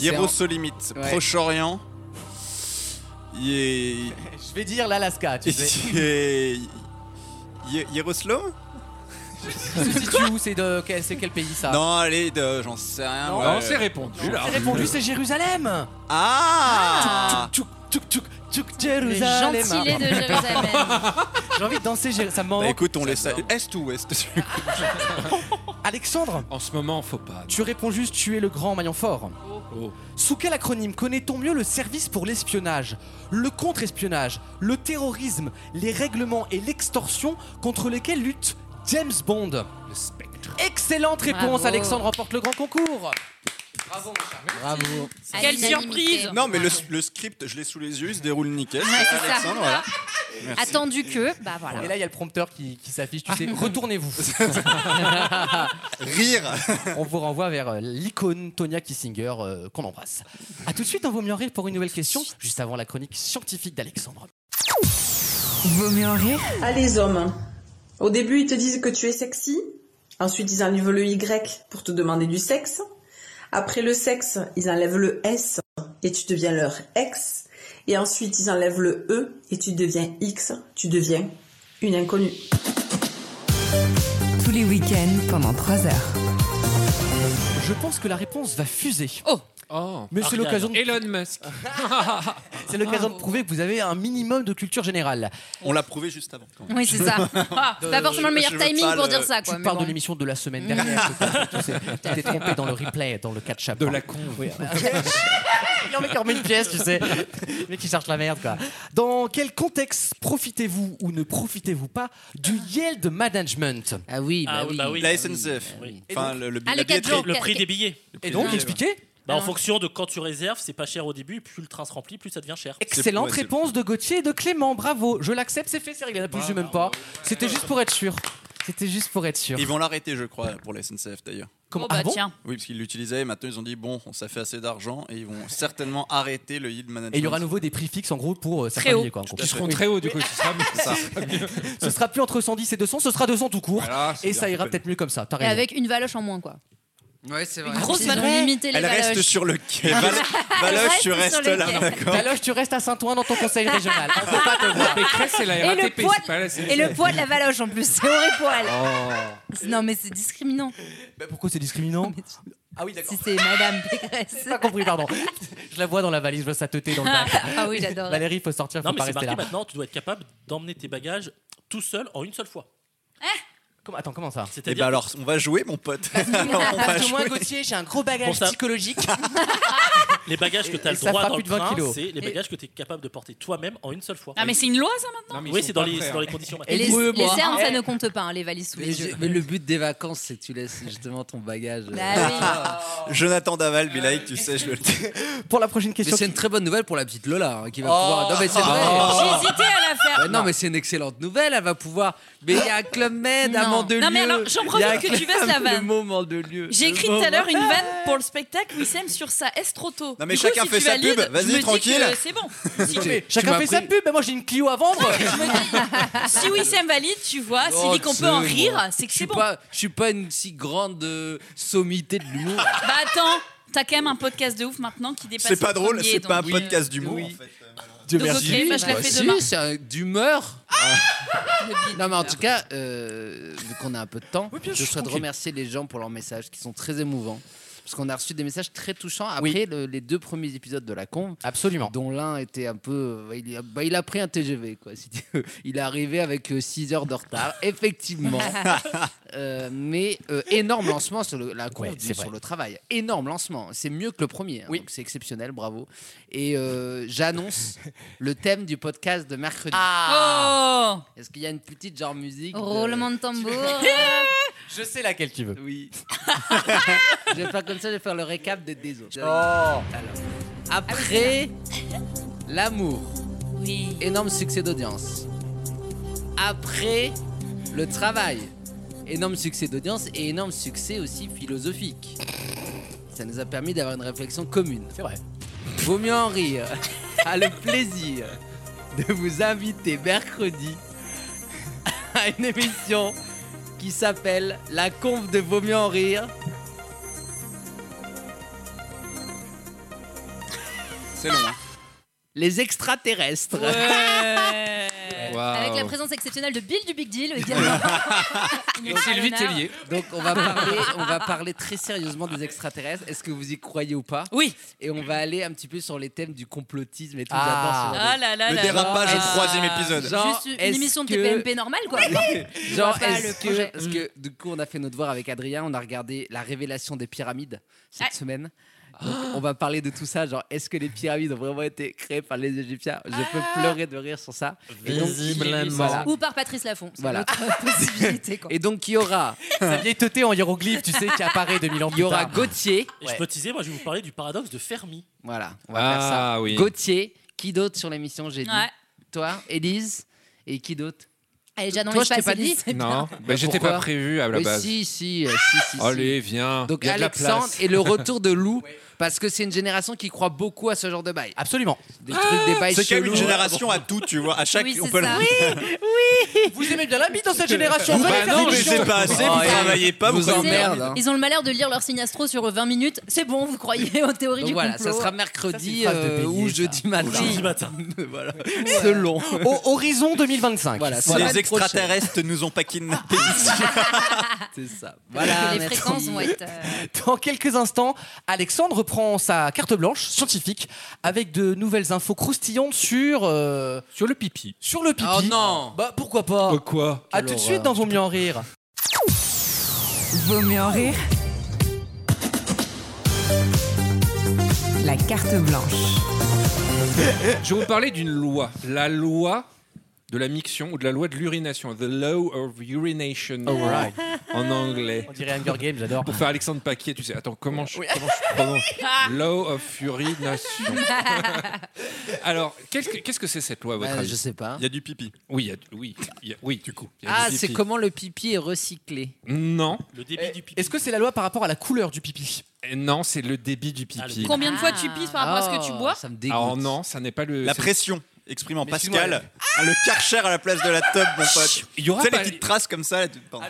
Speaker 4: Hierosolymite,
Speaker 10: Ouais.
Speaker 4: Proche-Orient. Yé...
Speaker 2: Je vais dire l'Alaska, tu
Speaker 4: [LAUGHS]
Speaker 2: sais.
Speaker 4: Yé... Yé- Hieroslo
Speaker 2: Se situe où C'est de quel, c'est quel pays ça
Speaker 4: Non, allez, de- j'en sais rien.
Speaker 2: Ah. Non.
Speaker 4: moi.
Speaker 5: Non, c'est répondu. là.
Speaker 2: J'ai répondu c'est Jérusalem.
Speaker 4: Ah
Speaker 2: Tchouk tchouk tchouk tchouk
Speaker 3: Le
Speaker 2: Jérusalem.
Speaker 3: gentilé de
Speaker 2: [LAUGHS]
Speaker 3: Jérusalem.
Speaker 2: J'ai envie de danser, Jéru- ça me
Speaker 4: Bah
Speaker 2: manque.
Speaker 4: écoute, on laisse ça. Est ou ouest du coup
Speaker 2: Alexandre,
Speaker 5: En ce moment, faut pas.
Speaker 2: tu réponds juste tu es le grand maillon fort.
Speaker 5: Oh.
Speaker 2: Sous quel acronyme connaît-on mieux le service pour l'espionnage, le contre-espionnage, le terrorisme, les règlements et l'extorsion contre lesquels lutte James Bond
Speaker 5: Le spectre.
Speaker 2: Excellente réponse,
Speaker 3: Bravo.
Speaker 2: Alexandre remporte le grand concours. Bravo,
Speaker 10: Bravo.
Speaker 3: À
Speaker 6: Quelle
Speaker 3: l'unanimité.
Speaker 6: surprise
Speaker 4: Non, mais le, le script, je l'ai sous les yeux, il se déroule nickel.
Speaker 3: Ouais, c'est ça.
Speaker 4: Alexandre, voilà.
Speaker 3: Attendu que, bah voilà.
Speaker 2: Et là, il y a le prompteur qui, qui s'affiche, tu sais, retournez-vous.
Speaker 4: Rire
Speaker 2: On vous renvoie vers euh, l'icône Tonya Kissinger euh, qu'on embrasse. A tout de suite, on vaut mieux en rire pour une nouvelle question, juste avant la chronique scientifique d'Alexandre.
Speaker 1: Vaut mieux en rire
Speaker 11: Ah, les hommes. Au début, ils te disent que tu es sexy. Ensuite, ils enlèvent le Y pour te demander du sexe. Après le sexe, ils enlèvent le S et tu deviens leur ex. Et ensuite, ils enlèvent le E et tu deviens X. Tu deviens une inconnue.
Speaker 1: tous les week-ends pendant 3 heures.
Speaker 2: Je pense que la réponse va fuser.
Speaker 3: Oh.
Speaker 5: Oh,
Speaker 2: Mais c'est l'occasion de-
Speaker 5: Elon Musk.
Speaker 2: C'est l'occasion de prouver que vous avez un minimum de culture générale.
Speaker 4: On l'a prouvé juste avant. quand même.
Speaker 3: Oui, c'est ça. Ah, c'est pas forcément le meilleur
Speaker 2: Je veux
Speaker 3: timing
Speaker 2: pas
Speaker 3: pour
Speaker 2: le-
Speaker 3: dire ça, quoi.
Speaker 2: Tu
Speaker 3: mais
Speaker 2: parles
Speaker 3: bon.
Speaker 2: de l'émission de la semaine dernière.
Speaker 3: [LAUGHS]
Speaker 2: peut-être. Tu sais, tu t'es trompé dans le replay, dans le catch-up. De la
Speaker 5: con.
Speaker 2: Il en met qui remet une pièce, tu sais. Le mec qui cherche la merde, quoi. Dans quel contexte profitez-vous ou ne profitez-vous pas du Yield Management Ah oui,
Speaker 7: Ah bah oui, oui. bah oui.
Speaker 4: La SNCF. Enfin, le, le-
Speaker 7: Ah,
Speaker 4: la
Speaker 7: les quatre
Speaker 4: billetterie.
Speaker 7: jours, Le prix des billets.
Speaker 2: Et donc, expliquez
Speaker 7: Bah, en
Speaker 2: Ah.
Speaker 7: fonction de quand tu réserves, c'est pas cher au début, et plus le train se remplit, plus ça devient cher.
Speaker 2: Excellente réponse de Gauthier et de Clément, bravo. Je l'accepte, c'est fait, c'est réglé. La plus, je même pas. C'était juste pour être sûr. C'était juste pour être sûr.
Speaker 4: Ils vont l'arrêter, je crois, pour la SNCF d'ailleurs.
Speaker 2: Comment- Oh, bah, Ah bon tiens.
Speaker 4: Oui, parce qu'ils l'utilisaient. et Maintenant, ils ont dit bon, on ça fait assez d'argent et ils vont certainement arrêter le yield management.
Speaker 2: Et il y aura à nouveau des prix fixes en gros pour euh, certains
Speaker 4: Très haut.
Speaker 2: billets, quoi, en gros.
Speaker 4: Qui seront très hauts, du coup,
Speaker 2: Oui.
Speaker 4: ce sera mieux.
Speaker 2: C'est ça. ce sera plus entre 110 et 200, ce sera 200 tout court.
Speaker 5: c'est
Speaker 2: et
Speaker 5: bien,
Speaker 2: ça ira
Speaker 5: cool.
Speaker 2: peut-être mieux comme ça. T'as
Speaker 3: Et
Speaker 2: raison.
Speaker 3: avec une valoche en moins, quoi.
Speaker 10: Ouais, c'est vrai.
Speaker 3: Une grosse
Speaker 2: C'est
Speaker 3: valoche.
Speaker 2: vrai.
Speaker 3: Limiter les
Speaker 2: Elle
Speaker 3: valoches.
Speaker 2: reste sur le quai. Val-
Speaker 4: Valoche,
Speaker 2: Reste
Speaker 4: tu
Speaker 2: sur
Speaker 4: restes
Speaker 2: le
Speaker 4: là,
Speaker 2: quai.
Speaker 4: d'accord.
Speaker 2: Valoche, tu restes à Saint-Ouen dans ton conseil [LAUGHS] régional. On peut pas te voir.
Speaker 5: Pécresse, c'est la
Speaker 3: Et le
Speaker 5: RATP,
Speaker 3: poids-
Speaker 5: c'est pas la
Speaker 3: Et le poids de la valoche en plus, c'est horrible poil.
Speaker 2: Oh.
Speaker 3: Non, mais c'est discriminant.
Speaker 2: Pourquoi c'est discriminant
Speaker 3: Ah oui, d'accord. Si c'est Madame Pécresse.
Speaker 2: J'ai pas compris, pardon. Je la vois dans la valise, je vois sa teuté [LAUGHS] dans le bac.
Speaker 3: Ah oui, j'adore.
Speaker 2: Valérie, il faut sortir, faut
Speaker 7: Non, mais
Speaker 2: pas
Speaker 7: c'est
Speaker 2: rester
Speaker 7: marqué
Speaker 2: là.
Speaker 7: maintenant, tu dois être capable d'emmener tes bagages tout seul en une seule fois.
Speaker 2: Comment- Attends, comment ça
Speaker 4: Eh ben alors, on va jouer, mon pote. on va
Speaker 2: Parce que moi,
Speaker 4: jouer.
Speaker 2: Gauthier, j'ai un gros bagage
Speaker 7: Pour ça-
Speaker 2: psychologique.
Speaker 5: ben,
Speaker 7: Les bagages que tu as
Speaker 2: Et
Speaker 7: le
Speaker 2: ça
Speaker 7: droit
Speaker 2: fera
Speaker 7: dans
Speaker 2: plus
Speaker 7: le
Speaker 2: de 20
Speaker 7: train,
Speaker 2: kilos.
Speaker 7: c'est les
Speaker 2: Et-
Speaker 7: bagages que tu es capable de porter toi-même en une seule fois.
Speaker 3: Ah, mais c'est une loi, ça, maintenant
Speaker 7: maintenant Oui, c'est dans, les- c'est
Speaker 5: hein.
Speaker 7: dans les conditions
Speaker 3: Et les,
Speaker 10: Ouais,
Speaker 3: les
Speaker 10: bah,
Speaker 3: cernes,
Speaker 10: ouais.
Speaker 3: ça ne compte pas, hein, les valises sous
Speaker 10: Mais,
Speaker 3: les
Speaker 10: je-
Speaker 3: yeux.
Speaker 10: mais le but des vacances, c'est que tu laisses justement ton bagage. euh,
Speaker 3: Bah
Speaker 4: Jonathan Daval, Bilaïk, tu sais, je le dis.
Speaker 2: [LAUGHS]
Speaker 4: [LAUGHS]
Speaker 2: Pour la prochaine question.
Speaker 10: Mais c'est une très bonne nouvelle pour la petite Lola hein, qui va
Speaker 4: Oh.
Speaker 10: pouvoir. Non, mais c'est vrai.
Speaker 4: Oh.
Speaker 6: J'ai hésité à la faire.
Speaker 10: Ouais, Bah non, mais c'est une excellente nouvelle. Elle va pouvoir. Mais il y a un Club Med à
Speaker 6: Non.
Speaker 10: Mandelieu.
Speaker 6: Non, mais alors, j'en
Speaker 10: il y
Speaker 6: profite
Speaker 10: a un
Speaker 6: que tu
Speaker 10: Club-
Speaker 6: fasses la vanne.
Speaker 10: Le mot Mandelieu.
Speaker 6: J'ai
Speaker 10: Le
Speaker 6: écrit
Speaker 10: mot
Speaker 6: tout à l'heure une
Speaker 10: Mandelieu.
Speaker 6: vanne pour le spectacle Wissem sur sa estroto.
Speaker 10: Non, mais chacun fait sa pub. Vas-y, tranquille.
Speaker 6: C'est bon.
Speaker 10: Non,
Speaker 2: mais
Speaker 10: mais
Speaker 2: chacun fait sa pub, mais moi j'ai une Clio à [LAUGHS] vendre.
Speaker 6: Si Wissem valide, tu vois, s'il
Speaker 10: Oh,
Speaker 6: dit qu'on
Speaker 10: tu
Speaker 6: peut en
Speaker 10: sais,
Speaker 6: rire,
Speaker 10: moi,
Speaker 6: c'est que
Speaker 10: je
Speaker 6: c'est
Speaker 10: suis
Speaker 6: bon.
Speaker 10: pas- Je suis pas une si grande euh, sommité de l'humour.
Speaker 6: Bah attends, t'as quand même un podcast de ouf maintenant qui dépasse. le premier, donc-
Speaker 10: Oui. Oui.
Speaker 6: Dieu Donc, merci. ok, bah, je la
Speaker 10: Bah,
Speaker 6: fais
Speaker 10: si,
Speaker 6: demain.
Speaker 10: c'est un- d'humeur. [LAUGHS] non, mais en tout cas, euh, vu qu'on a un peu de temps, je souhaite
Speaker 2: tranquille.
Speaker 10: remercier les gens pour leurs messages qui sont très émouvants. Parce qu'on a reçu des messages très touchants après le- les deux premiers épisodes de La Combe.
Speaker 2: Absolument.
Speaker 10: Dont l'un était un peu. euh, il, a, bah, il a pris un TGV, quoi. si tu veux. Il est arrivé avec 6 heures
Speaker 2: [LAUGHS]
Speaker 10: de retard, effectivement. Euh, mais euh, énorme lancement sur le, la Combe
Speaker 2: Ouais,
Speaker 10: du-
Speaker 2: c'est vrai.
Speaker 10: sur le travail. Énorme lancement. C'est mieux que le premier. hein. Donc, C'est exceptionnel, bravo. Et euh,
Speaker 2: [LAUGHS]
Speaker 10: j'annonce le thème du podcast de mercredi.
Speaker 6: Ah.
Speaker 10: Est-ce qu'il y a une petite genre musique de-
Speaker 3: Roulement de tambour.
Speaker 2: Je sais laquelle tu veux.
Speaker 10: Oui. je vais faire comme ça, je vais faire le récap de Désolé.
Speaker 2: Oh. Alors,
Speaker 10: après l'amour. Énorme succès d'audience. Après le travail. Énorme succès d'audience et énorme succès aussi philosophique. Ça nous a permis d'avoir une réflexion commune.
Speaker 2: C'est vrai.
Speaker 10: Vaut mieux
Speaker 2: [LAUGHS]
Speaker 10: en rire. A le plaisir de vous inviter mercredi à une émission qui s'appelle La conf de Vaut mieux en rire.
Speaker 5: C'est long. hein.
Speaker 10: Les extraterrestres. [LAUGHS]
Speaker 5: hein. Ah.
Speaker 3: Avec la présence exceptionnelle de Bill du Big Deal également.
Speaker 10: Donc,
Speaker 3: Sylvie Tellier.
Speaker 10: Donc on va parler, on va parler très sérieusement des extraterrestres. Est-ce que vous y croyez ou pas
Speaker 6: Oui.
Speaker 10: Et on va aller un petit peu sur les thèmes du complotisme et tout.
Speaker 6: Ah.
Speaker 10: j'adore ce-
Speaker 6: Ah là là Ah. Le là
Speaker 3: dérapage
Speaker 10: Genre,
Speaker 3: au troisième
Speaker 10: est-ce-
Speaker 3: épisode.
Speaker 10: genre,
Speaker 3: Juste une
Speaker 10: est-ce
Speaker 3: émission de
Speaker 10: que-
Speaker 3: TPMP normale, quoi. Je vois
Speaker 10: Genre
Speaker 3: pas le
Speaker 10: est-ce que,
Speaker 3: projet. Mm.
Speaker 10: parce que du coup on a fait nos devoirs avec Adrien, on a regardé la révélation des pyramides cette
Speaker 3: Ah.
Speaker 10: semaine. Donc, on va parler de tout ça, genre est-ce que les pyramides ont vraiment été créées par les Égyptiens Je
Speaker 3: Ah.
Speaker 10: peux pleurer de rire sur ça. Et donc, voilà.
Speaker 3: Ou par Patrice Laffont. c'est
Speaker 10: Voilà.
Speaker 3: l'autre possibilité, quoi.
Speaker 10: Et donc il y aura
Speaker 2: Sa vieille teuté en hiéroglyphe, tu sais, qui apparaît 2000 ans
Speaker 10: Il y
Speaker 2: plus
Speaker 10: aura
Speaker 2: tard.
Speaker 10: Gauthier.
Speaker 7: Et je peux teaser, moi je vais vous parler du paradoxe de Fermi.
Speaker 10: Voilà, on va faire
Speaker 5: Ah,
Speaker 10: ça.
Speaker 5: oui.
Speaker 10: Gauthier, qui d'autre sur l'émission J'ai dit
Speaker 7: Ouais.
Speaker 10: toi, Élise et qui d'autre
Speaker 3: Elle est déjà dans
Speaker 10: Toi, je t'ai
Speaker 3: l'espace,
Speaker 10: pas dit.
Speaker 3: Elise, c'est
Speaker 5: Non,
Speaker 3: bien.
Speaker 5: bah, j'étais
Speaker 10: pourquoi
Speaker 5: pas prévu à la
Speaker 10: Mais
Speaker 5: base.
Speaker 10: si, si, euh, si, si, si.
Speaker 5: Allez, viens.
Speaker 10: Donc
Speaker 5: y a de la
Speaker 10: Alexandre
Speaker 5: place.
Speaker 10: et le retour
Speaker 2: [LAUGHS]
Speaker 10: de Lou, parce que c'est une génération qui croit beaucoup à ce genre de bail.
Speaker 2: Absolument.
Speaker 10: Des trucs, des bails
Speaker 4: C'est quand même
Speaker 10: chelous.
Speaker 4: une génération à tout, tu vois. À chaque,
Speaker 10: Oui,
Speaker 4: on
Speaker 10: c'est
Speaker 4: peut
Speaker 10: ça.
Speaker 4: le-
Speaker 2: Oui, vous aimez bien la bite dans cette génération.
Speaker 4: Bah
Speaker 2: venez faire
Speaker 4: non,
Speaker 2: des
Speaker 4: mais
Speaker 2: choses.
Speaker 4: c'est pas assez, vous
Speaker 2: Oh, et-
Speaker 4: travaillez pas, vous
Speaker 2: vous
Speaker 4: prenez-
Speaker 2: emmerde. hein.
Speaker 3: Ils ont le malheur de lire leur signe astro sur 20 minutes. C'est bon, vous croyez aux théories
Speaker 10: Donc
Speaker 3: du
Speaker 10: voilà,
Speaker 3: complot.
Speaker 10: ça sera mercredi
Speaker 2: Ça, c'est une phrase de
Speaker 10: euh, ou jeudi matin.
Speaker 2: Jeudi
Speaker 7: matin.
Speaker 10: [LAUGHS]
Speaker 2: [LAUGHS]
Speaker 10: voilà. Selon.
Speaker 2: Au- horizon 2025.
Speaker 10: Voilà,
Speaker 4: Si les extraterrestres nous ont pas kidnappés ici.
Speaker 10: [LAUGHS] c'est ça.
Speaker 2: Voilà,
Speaker 3: les
Speaker 2: merci.
Speaker 3: fréquences vont être. euh,
Speaker 2: Dans quelques instants, Alexandre reprend sa carte blanche scientifique avec de nouvelles infos croustillantes sur. euh,
Speaker 5: Sur le pipi.
Speaker 2: Sur le pipi.
Speaker 10: Oh non
Speaker 2: Bah pourquoi pas
Speaker 5: Quoi
Speaker 2: À tout de suite dans Vaut mieux en rire.
Speaker 1: Vaut mieux en rire. La carte blanche.
Speaker 5: Je vais vous parler d'une loi. La loi de la miction ou de la loi de l'urination. The law of urination.
Speaker 10: Oh,
Speaker 2: Alright.
Speaker 5: En anglais.
Speaker 2: On dirait Hunger Games, j'adore.
Speaker 5: Pour faire Alexandre Paquet, tu sais. Attends, comment je, comment je
Speaker 10: [LAUGHS]
Speaker 5: prononce
Speaker 10: Ah.
Speaker 5: Law of urination. Alors, qu'est-ce que qu'est-ce que c'est cette loi, à votre
Speaker 10: Euh,
Speaker 5: avis
Speaker 10: je sais pas.
Speaker 5: Il y a du pipi. Oui, il y a, du- oui, il y a- oui. Du coup.
Speaker 10: Ah, c'est comment le pipi est recyclé.
Speaker 5: Non.
Speaker 7: Le
Speaker 10: débit
Speaker 7: du pipi.
Speaker 2: Est-ce que c'est la loi par rapport à la couleur du pipi
Speaker 5: Non, c'est le débit du
Speaker 10: Ah,
Speaker 5: pipi.
Speaker 6: Combien de fois tu pisses par rapport à ce que tu bois
Speaker 5: Alors Oh non, ça n'est pas le.
Speaker 4: La
Speaker 5: c'est-
Speaker 4: pression, exprime en
Speaker 5: Mais
Speaker 4: Pascal.
Speaker 5: excuse-moi.
Speaker 4: Ah, le karcher à la place de la tub, mon pote.
Speaker 5: Il y aura
Speaker 4: tu sais,
Speaker 5: pas-
Speaker 4: les petites traces comme ça. là, tu- pardon.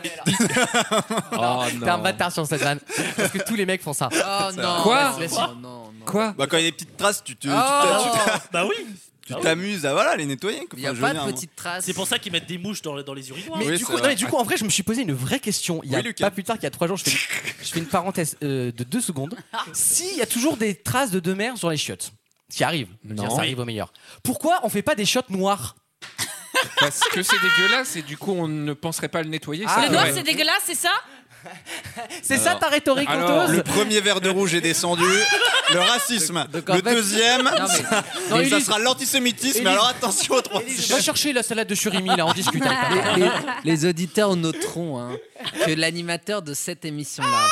Speaker 5: Oh non.
Speaker 2: T'es un bâtard sur cette vanne. Parce que tous les mecs font ça.
Speaker 4: Oh non.
Speaker 2: Quoi
Speaker 4: Vas-y, vas-y.
Speaker 2: Quoi
Speaker 5: Quoi
Speaker 4: Bah, quand il y a des petites traces, tu te.
Speaker 2: Oh.
Speaker 4: tu t'a- tu t'a-
Speaker 7: Bah oui
Speaker 4: Tu t'amuses à voilà, les nettoyer. quoi. Enfin, je veux dire, moi.
Speaker 10: traces.
Speaker 7: C'est pour ça qu'ils mettent des mouches dans, les- dans les urinoirs.
Speaker 2: Mais, du coup, non, mais du coup, en vrai, je me suis posé une vraie question. Il y a
Speaker 7: Oui, Lucas.
Speaker 2: pas plus tard qu'il y a trois jours, je fais, je fais une parenthèse euh, de deux secondes. S'il y a toujours des traces de deux mères sur les chiottes, ce qui arrive, je veux dire,
Speaker 5: Non.
Speaker 2: ça arrive au meilleur. Pourquoi on fait pas des chiottes noires
Speaker 5: Parce que c'est dégueulasse et du coup on ne penserait pas à le nettoyer.
Speaker 2: Ah,
Speaker 5: ça,
Speaker 6: le noir,
Speaker 5: ouais.
Speaker 6: c'est dégueulasse, c'est ça
Speaker 2: C'est ça ta rhétorique,
Speaker 5: Alors,
Speaker 2: honteuse
Speaker 4: hein. Le premier verre de rouge est descendu. Le racisme.
Speaker 2: en
Speaker 4: le
Speaker 2: fait-
Speaker 4: deuxième,
Speaker 2: Non, mais-
Speaker 4: [LAUGHS] ça,
Speaker 2: Non,
Speaker 4: ça
Speaker 2: Élise-
Speaker 4: sera l'antisémitisme.
Speaker 2: Élise-
Speaker 4: Alors attention au troisième.
Speaker 2: Va chercher la salade de surimi, là, on discute. avec ta
Speaker 10: Les,
Speaker 2: femme.
Speaker 10: les- les auditeurs noteront hein, que l'animateur de cette émission-là.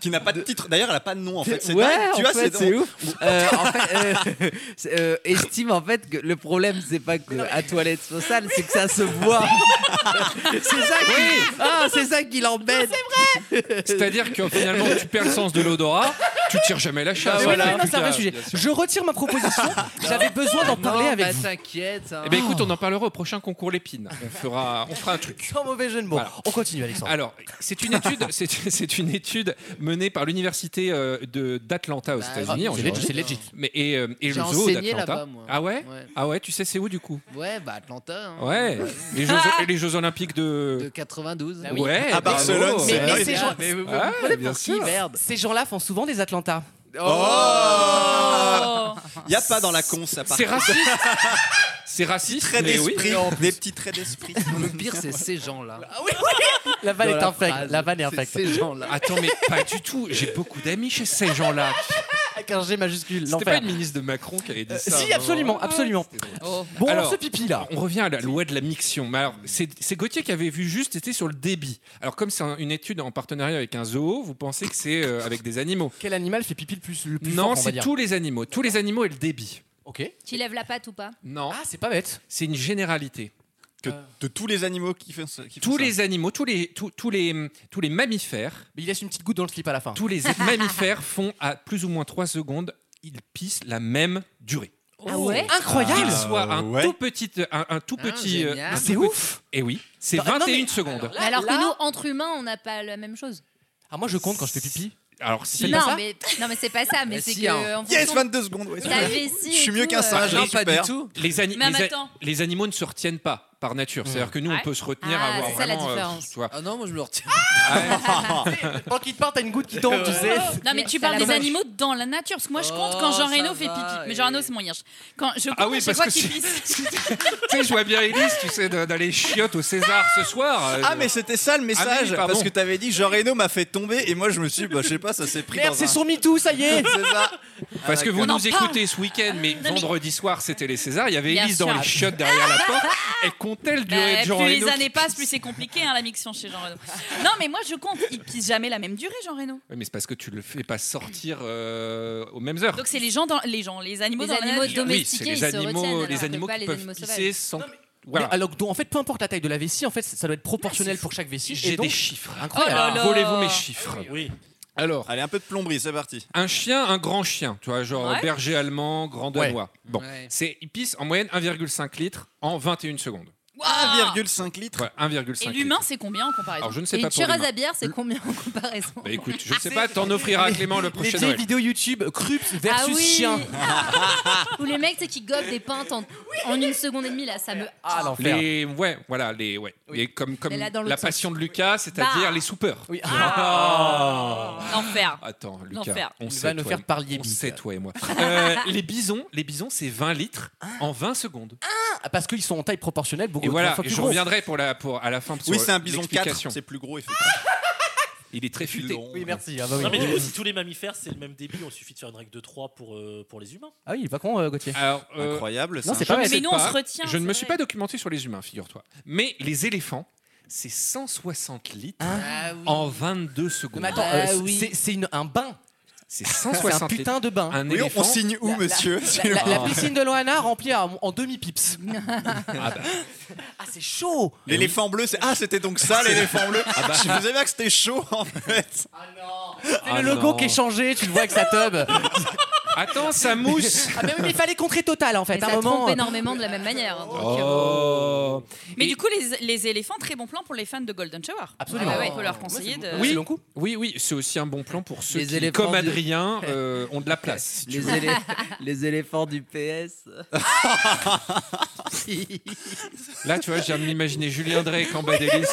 Speaker 4: Qui n'a pas de titre. D'ailleurs, elle n'a pas de nom en fait. C'est
Speaker 10: Ouais,
Speaker 4: dingue.
Speaker 10: en
Speaker 4: Tu vois,
Speaker 10: fait,
Speaker 4: c'est
Speaker 10: c'est ouf. Euh, en fait, euh, [LAUGHS] c'est, euh, estime en fait que le problème, c'est pas que à toilette soit sale, c'est que ça se [LAUGHS] voit. c'est ça qui. Ah, c'est ça qui l'embête.
Speaker 5: C'est-à-dire que finalement tu perds le sens de l'odorat, tu tires jamais la chasse.
Speaker 2: Ah, voilà,
Speaker 5: Lucas,
Speaker 2: c'est un vrai sujet.
Speaker 5: bien sûr.
Speaker 2: Je retire ma proposition. J'avais besoin d'en parler
Speaker 10: Non,
Speaker 2: avec
Speaker 10: bah,
Speaker 2: vous.
Speaker 10: T'inquiète. hein.
Speaker 5: Eh ben écoute, on en parlera au prochain concours l'épine. On fera, on fera un truc.
Speaker 2: Sans mauvais jeu de mots.
Speaker 5: Voilà. Ah,
Speaker 2: On continue, Alexandre.
Speaker 5: Alors, c'est une étude, c'est- c'est une étude menée par l'université euh, de d'Atlanta aux
Speaker 10: Bah,
Speaker 5: États-Unis.
Speaker 10: ah,
Speaker 5: en
Speaker 10: c'est
Speaker 5: général.
Speaker 10: legit, c'est legit.
Speaker 5: Mais et, euh, et le
Speaker 10: J'ai
Speaker 5: zoo
Speaker 10: enseigné là-bas,
Speaker 5: d'Atlanta.
Speaker 10: moi.
Speaker 5: Ah ouais,
Speaker 10: Ouais.
Speaker 5: Ah ouais, tu sais c'est où du coup
Speaker 10: Ouais, bah Atlanta. hein.
Speaker 5: Ouais. Les jeux, les Jeux Olympiques
Speaker 10: De Ah
Speaker 5: de.
Speaker 10: 92.
Speaker 5: Ouais.
Speaker 4: À
Speaker 5: bravo.
Speaker 4: Barcelone,
Speaker 2: Mais-
Speaker 4: c'est
Speaker 2: mais
Speaker 4: dingue.
Speaker 2: ces gens-
Speaker 10: Mais vous- vous
Speaker 5: Ah,
Speaker 10: me prenez
Speaker 5: bien
Speaker 10: pour qui,
Speaker 5: sûr.
Speaker 10: merde
Speaker 2: Ces gens-là font souvent des Atlantas.
Speaker 4: Oh Il n'y a pas dans la con, ça part.
Speaker 2: [LAUGHS]
Speaker 5: C'est raciste. C'est raciste.
Speaker 4: Traits
Speaker 5: mais oui.
Speaker 4: d'esprit, des petits traits d'esprit.
Speaker 10: Le pire, c'est ces gens-là.
Speaker 2: La vanne
Speaker 10: Dans
Speaker 2: est
Speaker 10: la
Speaker 2: infecte.
Speaker 10: phrase.
Speaker 2: La vanne est
Speaker 10: C'est
Speaker 2: infecte.
Speaker 10: ces gens-là.
Speaker 5: Attends, mais pas du tout. J'ai beaucoup d'amis chez ces gens-là.
Speaker 2: Avec un G majuscule.
Speaker 5: C'était pas
Speaker 2: L'enfer. Euh,
Speaker 5: une ministre de Macron qui avait dit ça. hein.
Speaker 2: Si, absolument, absolument.
Speaker 10: Oh.
Speaker 2: Bon, alors,
Speaker 5: Alors,
Speaker 2: ce pipi là.
Speaker 5: On revient à la loi de la miction. Mais alors, C'est c'est Gauthier qui avait vu juste, c'était sur le débit. Alors, comme c'est un- une étude en partenariat avec un zoo, vous pensez que c'est euh, avec des animaux
Speaker 2: Quel animal fait pipi le plus le plus
Speaker 5: Non,
Speaker 2: fort, on va
Speaker 5: c'est
Speaker 2: dire.
Speaker 5: tous les animaux. Tous les animaux et le débit.
Speaker 2: Ok.
Speaker 3: Tu lèves la patte ou pas
Speaker 5: Non,
Speaker 2: Ah, c'est pas bête.
Speaker 5: c'est une généralité.
Speaker 4: Que de tous les animaux qui font ça. qui font
Speaker 5: Tous
Speaker 4: ça.
Speaker 5: les animaux, tous les, tous, tous les, tous les mammifères,
Speaker 2: Mais il laisse une petite goutte dans le slip à la fin.
Speaker 5: [LAUGHS] tous les mammifères font à plus ou moins 3 secondes, ils pissent la même durée.
Speaker 6: Oh,
Speaker 3: Ah ouais
Speaker 2: Incroyable.
Speaker 5: Qu'il soit un
Speaker 4: ouais.
Speaker 5: tout petit, un, un tout
Speaker 10: Ah,
Speaker 5: petit, euh,
Speaker 10: génial.
Speaker 5: un
Speaker 2: C'est
Speaker 5: tout petit-
Speaker 2: ouf.
Speaker 5: Eh oui, c'est
Speaker 2: Non, non,
Speaker 5: 21
Speaker 2: mais-
Speaker 5: secondes.
Speaker 2: Alors là-
Speaker 3: Mais Alors
Speaker 2: là-
Speaker 3: que nous, entre humains, on n'a pas la même chose.
Speaker 2: Ah, moi je compte quand je fais pipi.
Speaker 5: Alors si,
Speaker 2: pas
Speaker 3: non,
Speaker 2: ça
Speaker 3: mais, non, mais c'est pas ça, mais
Speaker 10: Mais
Speaker 3: c'est
Speaker 10: si,
Speaker 3: que.
Speaker 10: hein.
Speaker 3: en
Speaker 4: Yes,
Speaker 3: fonction
Speaker 4: 22 secondes. ouais,
Speaker 3: de
Speaker 4: c'est
Speaker 3: ta
Speaker 4: vrai.
Speaker 3: vessie
Speaker 4: Je suis
Speaker 3: et
Speaker 4: mieux
Speaker 3: tout,
Speaker 4: qu'un
Speaker 3: euh,
Speaker 4: singe.
Speaker 10: Non,
Speaker 4: et
Speaker 10: pas du
Speaker 4: super.
Speaker 10: tout.
Speaker 5: les, ani-
Speaker 6: Même
Speaker 5: les, a-
Speaker 6: attends.
Speaker 5: les animaux ne se retiennent pas par nature.
Speaker 4: Mm.
Speaker 5: C'est-à-dire que nous, on
Speaker 3: Ouais.
Speaker 5: peut se retenir,
Speaker 3: Ah,
Speaker 5: avoir
Speaker 3: c'est ça la
Speaker 5: vraiment, euh,
Speaker 3: différence.
Speaker 5: tu vois.
Speaker 10: Ah non, moi je me le retiens.
Speaker 2: Quand qu'il te part, t'as une goutte qui tombe, tu sais.
Speaker 6: Non, mais tu
Speaker 3: Ça
Speaker 6: parles
Speaker 3: la
Speaker 6: des
Speaker 3: mange.
Speaker 6: animaux dans la nature. Parce que moi, je compte
Speaker 10: Oh,
Speaker 6: quand Jean Reno
Speaker 10: ça
Speaker 6: fait
Speaker 10: va,
Speaker 6: pipi. Mais
Speaker 10: et-
Speaker 6: Jean Reno, c'est mon hirche. Quand je compte,
Speaker 5: Ah oui,
Speaker 6: je
Speaker 5: parce
Speaker 6: vois
Speaker 5: que
Speaker 6: qu'il
Speaker 5: c'est-
Speaker 6: pisse.
Speaker 5: tu sais, je vois bien Elise, tu sais, dans dans les chiottes au César ce soir. euh,
Speaker 4: Ah mais c'était ça le
Speaker 5: Ah, mais
Speaker 4: message
Speaker 5: oui, pardon.
Speaker 4: parce que t'avais dit Jean Reno m'a fait tomber et moi je me suis bah je sais pas ça s'est pris
Speaker 2: Merde,
Speaker 4: dans
Speaker 2: c'est
Speaker 4: un...
Speaker 2: son MeToo, ça y est.
Speaker 4: [LAUGHS] C'est ça.
Speaker 5: Parce que vous
Speaker 6: On en
Speaker 5: nous
Speaker 6: parle.
Speaker 5: écoutez ce week-end, mais
Speaker 6: mais-
Speaker 5: vendredi soir, c'était les Césars. Il y avait
Speaker 6: Bien
Speaker 5: Elise dans
Speaker 6: sûr.
Speaker 5: les chiottes derrière la porte. Elle comptait-elle
Speaker 6: Bah,
Speaker 5: durée de Jean
Speaker 6: plus les
Speaker 5: Reno
Speaker 6: années passent, plus c'est compliqué hein, la mixion chez Jean Reno. [LAUGHS] Non, mais moi je compte, il pisse jamais la même durée, Jean Reno.
Speaker 5: Ouais, Mais c'est parce que tu le fais pas sortir euh, aux mêmes heures.
Speaker 6: Donc c'est les gens dans les gens, les animaux
Speaker 3: Les
Speaker 6: dans
Speaker 3: animaux
Speaker 6: la nature.
Speaker 3: dom-
Speaker 5: oui, c'est
Speaker 3: domestiqués,
Speaker 5: les
Speaker 3: ils se
Speaker 5: animaux,
Speaker 3: retiennent, alors
Speaker 5: les
Speaker 3: que
Speaker 5: animaux
Speaker 3: pas
Speaker 5: qui
Speaker 3: les
Speaker 5: peuvent
Speaker 3: animaux sauvages.
Speaker 5: pisser sans. Voilà.
Speaker 2: Alors, donc, en fait, peu importe la taille de la vessie, en fait, ça doit être proportionnel pour chaque vessie.
Speaker 5: J'ai
Speaker 2: et donc-
Speaker 5: des chiffres.
Speaker 2: Incroyable.
Speaker 6: Oh là là.
Speaker 5: Volez-vous mes chiffres.
Speaker 7: Oui.
Speaker 5: Alors,
Speaker 4: Allez un peu de plomberie c'est parti.
Speaker 5: un chien, un grand chien, tu vois, genre
Speaker 6: Ouais.
Speaker 5: berger allemand, grand
Speaker 2: Ouais.
Speaker 5: danois. Bon,
Speaker 10: Ouais.
Speaker 5: c'est il pisse en moyenne 1,5 litres en 21 secondes.
Speaker 6: Waouh
Speaker 4: 1,5 litres.
Speaker 5: Ouais, 1,5.
Speaker 6: Et l'humain,
Speaker 5: litres.
Speaker 6: c'est combien en comparaison
Speaker 5: Ah, Alors je ne sais
Speaker 3: Et
Speaker 5: pas
Speaker 3: une
Speaker 5: pour l'humain.
Speaker 3: tireuse à bière, c'est combien en comparaison
Speaker 5: Bah écoute, je ne
Speaker 3: Ah,
Speaker 5: sais pas, t'en offriras à Clément le
Speaker 2: Les
Speaker 5: prochain
Speaker 2: vieilles
Speaker 5: Noël.
Speaker 2: vidéos YouTube, Krups versus
Speaker 3: ah oui.
Speaker 2: chien.
Speaker 3: [LAUGHS] Ou les mecs, c'est qui gobent des pintes en, en une seconde et demie, là, ça me.
Speaker 2: Ah, l'enfer.
Speaker 5: Les ouais, voilà, les ouais, Les- comme comme
Speaker 3: Mais là, dans
Speaker 5: la
Speaker 3: l'autre
Speaker 5: passion de Lucas, c'est-à-dire
Speaker 3: Bah.
Speaker 5: les soupeurs.
Speaker 2: Oui.
Speaker 5: Ah.
Speaker 3: L'enfer.
Speaker 5: Attends,
Speaker 3: L'enfer.
Speaker 5: Lucas, on
Speaker 2: Il
Speaker 5: sait,
Speaker 2: va nous
Speaker 5: toi
Speaker 2: faire
Speaker 5: et-
Speaker 2: parler
Speaker 5: On
Speaker 2: bise.
Speaker 5: sait, toi et moi. Euh, les bisons, les bisons, c'est 20 litres en 20 secondes.
Speaker 2: Ah, Parce qu'ils sont en taille proportionnelle, beaucoup
Speaker 5: Et voilà,
Speaker 2: trois fois
Speaker 5: et
Speaker 2: plus
Speaker 5: je
Speaker 2: gros.
Speaker 5: reviendrai pour la, pour, à la fin.
Speaker 4: Oui,
Speaker 5: sur
Speaker 4: c'est un bison 4,
Speaker 5: l'explication.
Speaker 4: c'est plus gros, effectivement.
Speaker 5: Il est très futé.
Speaker 2: Oui, merci. Ah bah oui.
Speaker 7: Non, mais du coup, si tous les mammifères, c'est le même débit, on suffit de faire une règle de 3 pour, euh, pour les humains.
Speaker 2: Ah oui, il est pas con, euh, Gauthier.
Speaker 5: Alors, euh,
Speaker 2: Non, c'est pas
Speaker 5: je
Speaker 2: mal.
Speaker 5: ne sais
Speaker 7: nous, on
Speaker 5: pas.
Speaker 7: se retient,
Speaker 5: Je ne
Speaker 7: c'est
Speaker 5: me suis
Speaker 7: vrai.
Speaker 5: pas documenté sur les humains, figure-toi. Mais les éléphants, c'est 160 litres
Speaker 2: Ah oui.
Speaker 5: en 22 secondes.
Speaker 2: Mais attends,
Speaker 3: Ah
Speaker 2: euh, c'est- c'est une- un bain.
Speaker 5: C'est
Speaker 2: C'est un
Speaker 5: 160
Speaker 2: putain
Speaker 5: litres.
Speaker 2: de bain.
Speaker 5: Un Oui, on éléphant. signe où,
Speaker 2: La- la-
Speaker 5: monsieur
Speaker 2: la, la- la piscine de Loana remplie en, en demi-pips.
Speaker 5: Ah,
Speaker 2: Ah, c'est chaud
Speaker 4: L'éléphant bleu, c'est. Ah, c'était donc ça, l'éléphant bleu.
Speaker 2: Ah bah.
Speaker 4: Je me disais bien que c'était chaud, en fait. Ah non.
Speaker 2: C'est le logo qui est changé, tu le vois avec sa tub.
Speaker 5: Attends, ça mousse.
Speaker 2: Ah, mais, oui, mais il fallait contrer Total en fait.
Speaker 3: Ça
Speaker 2: à un moment.
Speaker 3: trompe énormément de la même manière. hein.
Speaker 5: Oh.
Speaker 6: Mais du coup, les, les éléphants, très bon plan pour les fans de Golden Shower.
Speaker 5: Absolument.
Speaker 3: bah
Speaker 6: Ah ouais, on peut leur conseiller de.
Speaker 5: Oui, oui, oui, c'est aussi un bon plan pour ceux
Speaker 10: Les
Speaker 5: qui,
Speaker 10: éléphants
Speaker 5: comme
Speaker 10: du-
Speaker 5: Adrien, euh, ont de la place. si tu
Speaker 3: [LAUGHS]
Speaker 10: Les,
Speaker 5: veux.
Speaker 10: élé- les éléphants du PS.
Speaker 5: Là, tu vois, j'ai de m'imaginer Julien Drake
Speaker 2: Ah,
Speaker 5: en bas des listes,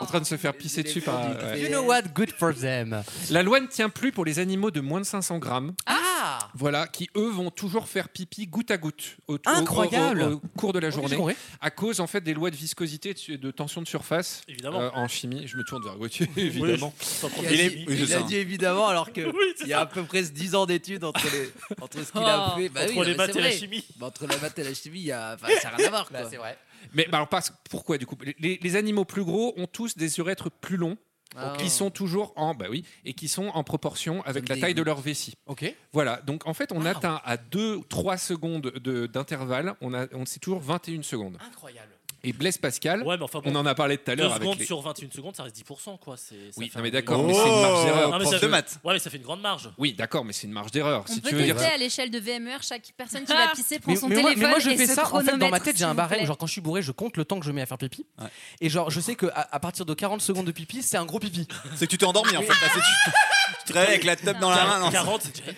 Speaker 5: en train de se faire pisser dessus par. ouais.
Speaker 2: You know what? Good for them.
Speaker 5: La loi ne tient plus pour les animaux de moins de 500 grammes.
Speaker 2: Ah
Speaker 5: Voilà, qui eux vont toujours faire pipi goutte à goutte au, au-
Speaker 2: Incroyable.
Speaker 5: au- au- au cours de la journée,
Speaker 2: j'ai compris.
Speaker 5: à cause en fait des lois de viscosité, et de- de tension de surface. euh,
Speaker 7: Évidemment.
Speaker 5: en chimie, je me tourne [LAUGHS] vers Gauthier, Ah, évidemment.
Speaker 7: sans
Speaker 10: Il a, dit,
Speaker 5: oui, je
Speaker 10: il a
Speaker 5: sais.
Speaker 10: dit évidemment, alors qu'il y a à peu près 10 ans d'études entre, les- entre ce qu'il a
Speaker 5: Oh.
Speaker 10: fait. Bah
Speaker 5: Entre
Speaker 10: oui, non,
Speaker 5: les
Speaker 10: mais
Speaker 5: maths
Speaker 10: c'est
Speaker 5: et la
Speaker 10: vrai.
Speaker 5: chimie.
Speaker 10: Bah, entre les maths et la chimie, il y a... enfin, ça n'a rien à voir.
Speaker 2: Bah,
Speaker 10: quoi.
Speaker 2: c'est vrai.
Speaker 5: Mais bah, alors parce- pourquoi du coup les, les animaux plus gros ont tous des urètres plus longs.
Speaker 10: Ah.
Speaker 5: Qui sont toujours en bah oui et qui sont en proportion avec
Speaker 10: me
Speaker 5: la taille de
Speaker 10: dégoûte.
Speaker 5: leur vessie.
Speaker 2: Ok.
Speaker 5: Voilà donc en fait on atteint à 2-3 secondes de- d'intervalle on a on c'est toujours 21 secondes.
Speaker 2: Incroyable.
Speaker 5: Et Blaise Pascal
Speaker 7: bon,
Speaker 5: on en a parlé tout à l'heure
Speaker 7: 9
Speaker 5: avec
Speaker 7: secondes
Speaker 5: les-
Speaker 7: sur 21 secondes, ça reste 10%, quoi. c'est- ça
Speaker 5: Oui,
Speaker 7: fait
Speaker 5: non mais
Speaker 7: un-
Speaker 5: d'accord, mais c'est une marge d'erreur.
Speaker 7: Oh. Non, mais
Speaker 5: prof
Speaker 7: ça
Speaker 5: de
Speaker 7: fait-
Speaker 5: maths.
Speaker 7: Ouais, mais ça fait une grande marge.
Speaker 5: Oui, d'accord, mais c'est une marge d'erreur. Si
Speaker 3: On
Speaker 5: tu
Speaker 3: peut
Speaker 5: veux dire.
Speaker 3: tester à l'échelle de VMR, chaque personne qui va pisser prend
Speaker 2: Mais-
Speaker 3: son
Speaker 2: mais moi-
Speaker 3: téléphone.
Speaker 2: mais moi je
Speaker 3: et
Speaker 2: fais
Speaker 3: se
Speaker 2: ça en fait dans ma
Speaker 3: chronomètre,
Speaker 2: tête j'ai
Speaker 3: s'il
Speaker 2: un
Speaker 3: vous
Speaker 2: barème
Speaker 3: plaît.
Speaker 2: genre quand je suis bourré je compte le temps que je mets à faire pipi et genre je sais que à, à partir de 40 secondes de pipi c'est un gros pipi
Speaker 4: c'est que tu t'es endormi en fait là, c'est tu- tu te réveilles avec la tête dans la
Speaker 5: Ah,
Speaker 4: main non.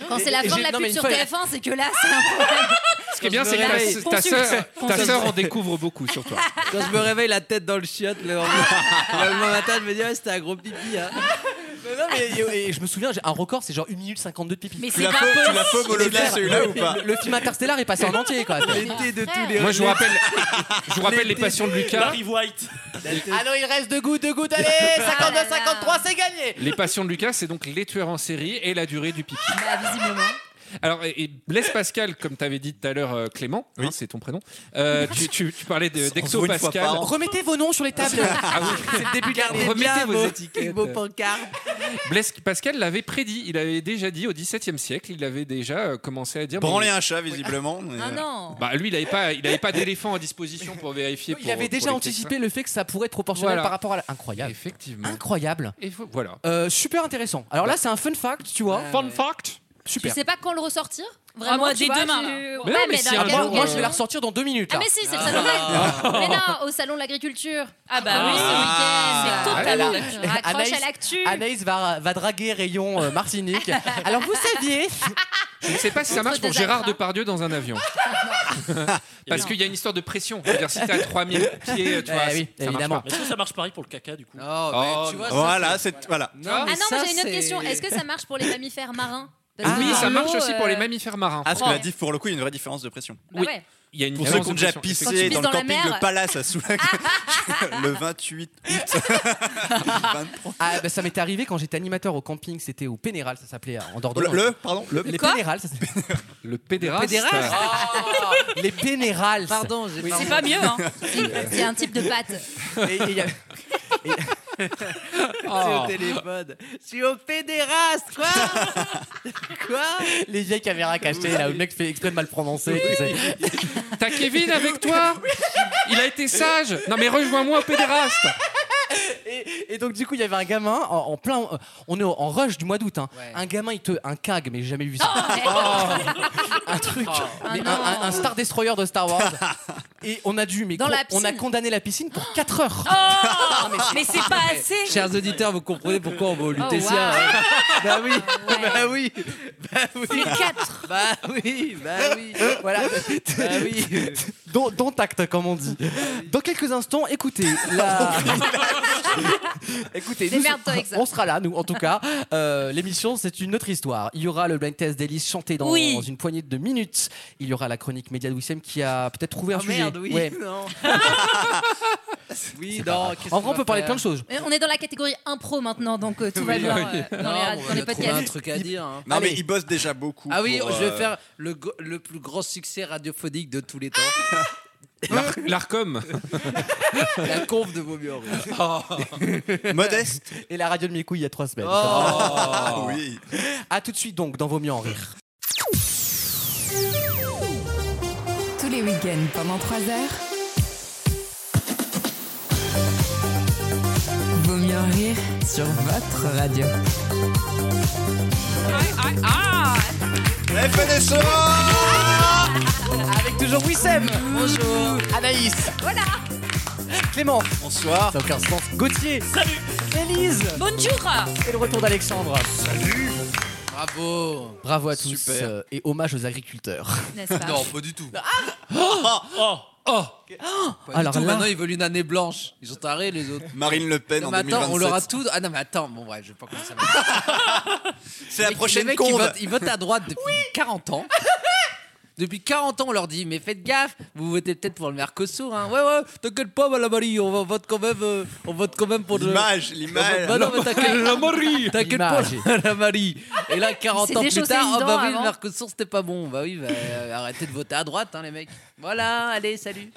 Speaker 3: Quand c'est la
Speaker 2: Et
Speaker 3: fin de
Speaker 2: j'ai-
Speaker 3: la
Speaker 2: non, mais
Speaker 3: pub
Speaker 2: une
Speaker 3: sur
Speaker 2: fois-
Speaker 3: TF1, c'est que là, c'est un problème.
Speaker 5: Ce qui est bien, c'est que ta- ta, sœur, ta sœur en découvre beaucoup sur toi.
Speaker 10: Quand je me réveille la tête dans le chiotte, le [LAUGHS] le lendemain matin, je me dis, ouais, c'était un gros [LAUGHS] pipi. hein.
Speaker 2: [LAUGHS] Mais non, mais- et, et je me souviens j'ai un record c'est genre 1 minute 52 de pipi
Speaker 10: Mais Tu c'est l'as pas fait- possible. tu l'as fait au Molotov,
Speaker 2: C'est clair.
Speaker 10: celui-là, ou pas
Speaker 2: le, le film Interstellar est passé en entier
Speaker 10: [LAUGHS]
Speaker 2: quoi
Speaker 10: L'été de tous
Speaker 5: Moi, je vous rappelle, je vous rappelle les passions de Lucas.
Speaker 7: Barry White.
Speaker 2: ah non il reste deux gouttes deux gouttes allez 52 53 c'est gagné
Speaker 5: Les passions de Lucas, c'est donc les tueurs en série et la durée du pipi.
Speaker 2: Bah,
Speaker 5: Alors, et- et Blaise Pascal, comme tu avais dit tout à l'heure, euh, Clément, hein, c'est ton prénom, euh, tu, tu- tu
Speaker 2: [LAUGHS]
Speaker 5: parlais de- d'Exo
Speaker 2: Encore une fois
Speaker 5: Pascal.
Speaker 2: par an. remettez vos noms sur les tables
Speaker 5: Ah oui.
Speaker 2: [LAUGHS] c'est le début de l'année
Speaker 5: Remettez vos étiquettes.
Speaker 10: Vos pancartes.
Speaker 5: Blaise Pascal l'avait prédit, il avait déjà dit au XVIIe siècle, il avait déjà euh, commencé à dire.
Speaker 4: Branler
Speaker 5: mais-
Speaker 4: un chat visiblement. mais- euh,
Speaker 3: Ah non.
Speaker 5: Bah, lui, il n'avait pas, il avait pas d'éléphant à disposition pour vérifier.
Speaker 2: il avait déjà anticipé Ah. le fait que ça pourrait être proportionnel
Speaker 5: Voilà.
Speaker 2: par rapport à la... incroyable
Speaker 5: Effectivement.
Speaker 2: incroyable
Speaker 5: Et vo- voilà.
Speaker 2: Euh, super intéressant alors là c'est un fun fact tu vois
Speaker 5: Fun fact
Speaker 3: Tu
Speaker 2: super
Speaker 3: sais pas quand le ressortir
Speaker 6: Ah,
Speaker 3: Vraiment,
Speaker 6: moi,
Speaker 3: tu
Speaker 6: dès
Speaker 3: vois,
Speaker 6: demain,
Speaker 3: tu-
Speaker 6: là.
Speaker 3: Ouais,
Speaker 2: Mais non, mais
Speaker 3: mais
Speaker 2: si
Speaker 3: dans
Speaker 2: un
Speaker 3: quel-
Speaker 2: jour- moi
Speaker 3: quel-
Speaker 2: je vais la ressortir dans deux minutes.
Speaker 3: Ah,
Speaker 2: là.
Speaker 3: mais si, c'est le salon de l'agriculture. Mais non, au salon de l'agriculture. Ah, bah
Speaker 2: oui, ce
Speaker 3: oui, ce week-end. C'est totalement.
Speaker 2: Voilà.
Speaker 3: Tu raccroches
Speaker 2: Anaïs-
Speaker 3: à l'actu.
Speaker 2: Anaïs va, va draguer Rayon euh, Martinique. Alors vous saviez
Speaker 5: Je ne sais pas si ça
Speaker 2: Entre
Speaker 5: marche pour
Speaker 2: deux
Speaker 5: Gérard
Speaker 2: trains.
Speaker 5: Depardieu dans un [LAUGHS] avion. Parce qu'il y a une histoire de pression. Je veux dire, si t'es à 3000 [LAUGHS] pieds, tu vois,
Speaker 2: Eh oui,
Speaker 5: ça marche
Speaker 2: évidemment.
Speaker 5: pas.
Speaker 7: Est-ce que ça marche pareil pour le caca du coup
Speaker 4: Ah.
Speaker 5: Oh,
Speaker 4: tu vois, ça, voilà, c'est- voilà.
Speaker 3: Ah non,
Speaker 2: ça,
Speaker 3: mais j'ai une autre
Speaker 2: c'est-
Speaker 3: question. Est-ce que ça marche pour les mammifères marins
Speaker 5: Ah oui,
Speaker 3: que
Speaker 5: ça
Speaker 3: dans
Speaker 5: marche
Speaker 3: l'eau,
Speaker 5: aussi pour
Speaker 3: euh,
Speaker 5: les mammifères marins.
Speaker 4: Ah, parce que
Speaker 3: Oh.
Speaker 4: la diff, pour le coup, il y a une vraie différence de pression.
Speaker 3: Bah ouais.
Speaker 5: Il y a une
Speaker 4: Pour ceux
Speaker 5: différence
Speaker 4: qui ont
Speaker 5: de
Speaker 4: déjà
Speaker 5: pression, effectivement.
Speaker 4: pissé dans le
Speaker 3: Quand tu
Speaker 4: camping,
Speaker 3: pisses dans
Speaker 4: le
Speaker 3: la mer.
Speaker 4: palace à Soulac, [LAUGHS] le 28 août.
Speaker 2: Ah, bah, ça m'est arrivé quand j'étais animateur au camping, c'était au Pénéral, ça s'appelait euh, en Dordogne.
Speaker 4: Le, le- pardon, le,
Speaker 2: Les Pénérales, ça s'appelait-
Speaker 5: Le pédéraste.
Speaker 2: Pédéraste. les Pénérales.
Speaker 10: Pardon, j'ai
Speaker 2: Oui.
Speaker 10: pas-
Speaker 6: C'est pas mieux, hein.
Speaker 3: C'est un type de pâte.
Speaker 2: Et- et il y a-
Speaker 10: C'est au téléphone. Je suis au pédéraste, quoi Quoi
Speaker 2: les vieilles caméras cachées, là où le mec fait exprès de mal prononcer. tu sais.
Speaker 5: Oh. T'as Kevin avec [LAUGHS] toi Il a été sage. Non, mais rejoins-moi au [LAUGHS] pédéraste.
Speaker 2: Et donc du coup, il y avait un gamin en, en plein, euh, on est en rush du mois d'août. hein. Un gamin, il te, un cag, mais j'ai jamais vu ça.
Speaker 3: Oh,
Speaker 2: [LAUGHS] un truc, mais
Speaker 3: non.
Speaker 10: Ah
Speaker 2: un,
Speaker 10: [LAUGHS]
Speaker 2: un- un Star Destroyer de Star Wars. Et on a dû, mais
Speaker 3: Dans
Speaker 2: con-
Speaker 3: la piscine.
Speaker 2: on
Speaker 3: Oh.
Speaker 2: a condamné la piscine pour 4 heures.
Speaker 3: mais, c'est pas assez.
Speaker 10: Chers auditeurs, vous comprenez pourquoi on va au Lutetia.
Speaker 3: Oh, wow.
Speaker 10: hein. bah oui, bah oui, bah oui.
Speaker 3: C'est quatre.
Speaker 10: Bah oui, bah oui. [LAUGHS] Voilà. Bah oui.
Speaker 2: Dont, dont acte, comme on dit. Dans quelques instants, écoutez,
Speaker 3: [LAUGHS]
Speaker 2: la... écoutez, nous,
Speaker 3: Démerde-toi avec ça.
Speaker 2: on sera là, nous, en tout cas. Euh, L'émission, c'est une autre histoire. Il y aura le blind test d'Elise chanté dans
Speaker 10: Oui.
Speaker 2: une poignée de minutes. Il y aura la chronique média de Wissem qui a peut-être trouvé un
Speaker 3: Ah,
Speaker 10: Oh
Speaker 2: sujet.
Speaker 10: merde, oui.
Speaker 2: Ouais.
Speaker 10: Non. oui,
Speaker 2: C'est pas
Speaker 10: non.
Speaker 2: grave. En vrai, on peut parler de plein de choses.
Speaker 3: Mais Euh, On est dans la catégorie impro maintenant, donc euh, tout va bien euh, dans les, ra- dans les podcasts.
Speaker 10: un truc à dire. hein.
Speaker 4: Non, mais
Speaker 10: Allez.
Speaker 4: il bosse déjà beaucoup.
Speaker 10: Ah oui,
Speaker 4: pour,
Speaker 10: je vais
Speaker 4: euh,
Speaker 10: faire le, go- le plus grand succès radiophonique de
Speaker 4: [LAUGHS]
Speaker 10: tous les temps.
Speaker 5: [LAUGHS] L'ARCOM.
Speaker 10: la conf de Beaumieux.
Speaker 4: Modeste.
Speaker 2: Et la radio de mes couilles il y a trois semaines.
Speaker 4: Oh. Oui.
Speaker 2: À tout de suite donc dans Vaut mieux en rire.
Speaker 1: Tous les week-ends pendant 3 heures. Vaut mieux en rire sur votre radio.
Speaker 2: Avec toujours Wissem. Bonjour. Anaïs.
Speaker 3: Voilà.
Speaker 2: Clément.
Speaker 4: Bonsoir.
Speaker 2: Ça n'a aucun sens. Gauthier. Salut. Élise.
Speaker 3: Bonjour.
Speaker 2: Et le retour d'Alexandre. Salut.
Speaker 10: Bravo.
Speaker 2: Bravo à tous
Speaker 10: Super.
Speaker 2: euh, et hommage aux agriculteurs.
Speaker 3: N'est-ce pas
Speaker 10: Non, pas du tout.
Speaker 2: Oh,
Speaker 10: oh.
Speaker 2: Alors
Speaker 10: Alors
Speaker 2: là-
Speaker 10: maintenant ils veulent une année blanche. Ils ont tarés les autres.
Speaker 4: Marine Le Pen
Speaker 10: Non,
Speaker 4: en
Speaker 10: mais attends, on
Speaker 4: 2027.
Speaker 10: leur a tout. Ah non mais attends, bon ouais, je vais pas commencer. à-
Speaker 4: C'est la
Speaker 10: Les-
Speaker 4: prochaine
Speaker 10: les mecs,
Speaker 4: conve.
Speaker 10: Ils votent, ils votent à droite depuis 40 ans. Depuis 40 ans, on leur dit mais faites gaffe, vous votez peut-être pour le Mercosur. Hein. Ouais ouais, t'inquiète pas, Malamari, on va- vote quand même, euh, on vote quand même pour le-
Speaker 4: L'image, l'image.
Speaker 10: Bah non, mais t'inquiète- T'inquiète pas, Malamari. Et là, 40
Speaker 3: Il s'est
Speaker 10: ans plus
Speaker 3: déchaussé
Speaker 10: tard,
Speaker 3: les
Speaker 10: ah
Speaker 3: dents
Speaker 10: bah oui, le
Speaker 3: avant.
Speaker 10: Mercosur c'était pas bon. Bah oui, bah, euh, arrêtez de voter à droite, hein, les mecs. Voilà, allez, salut.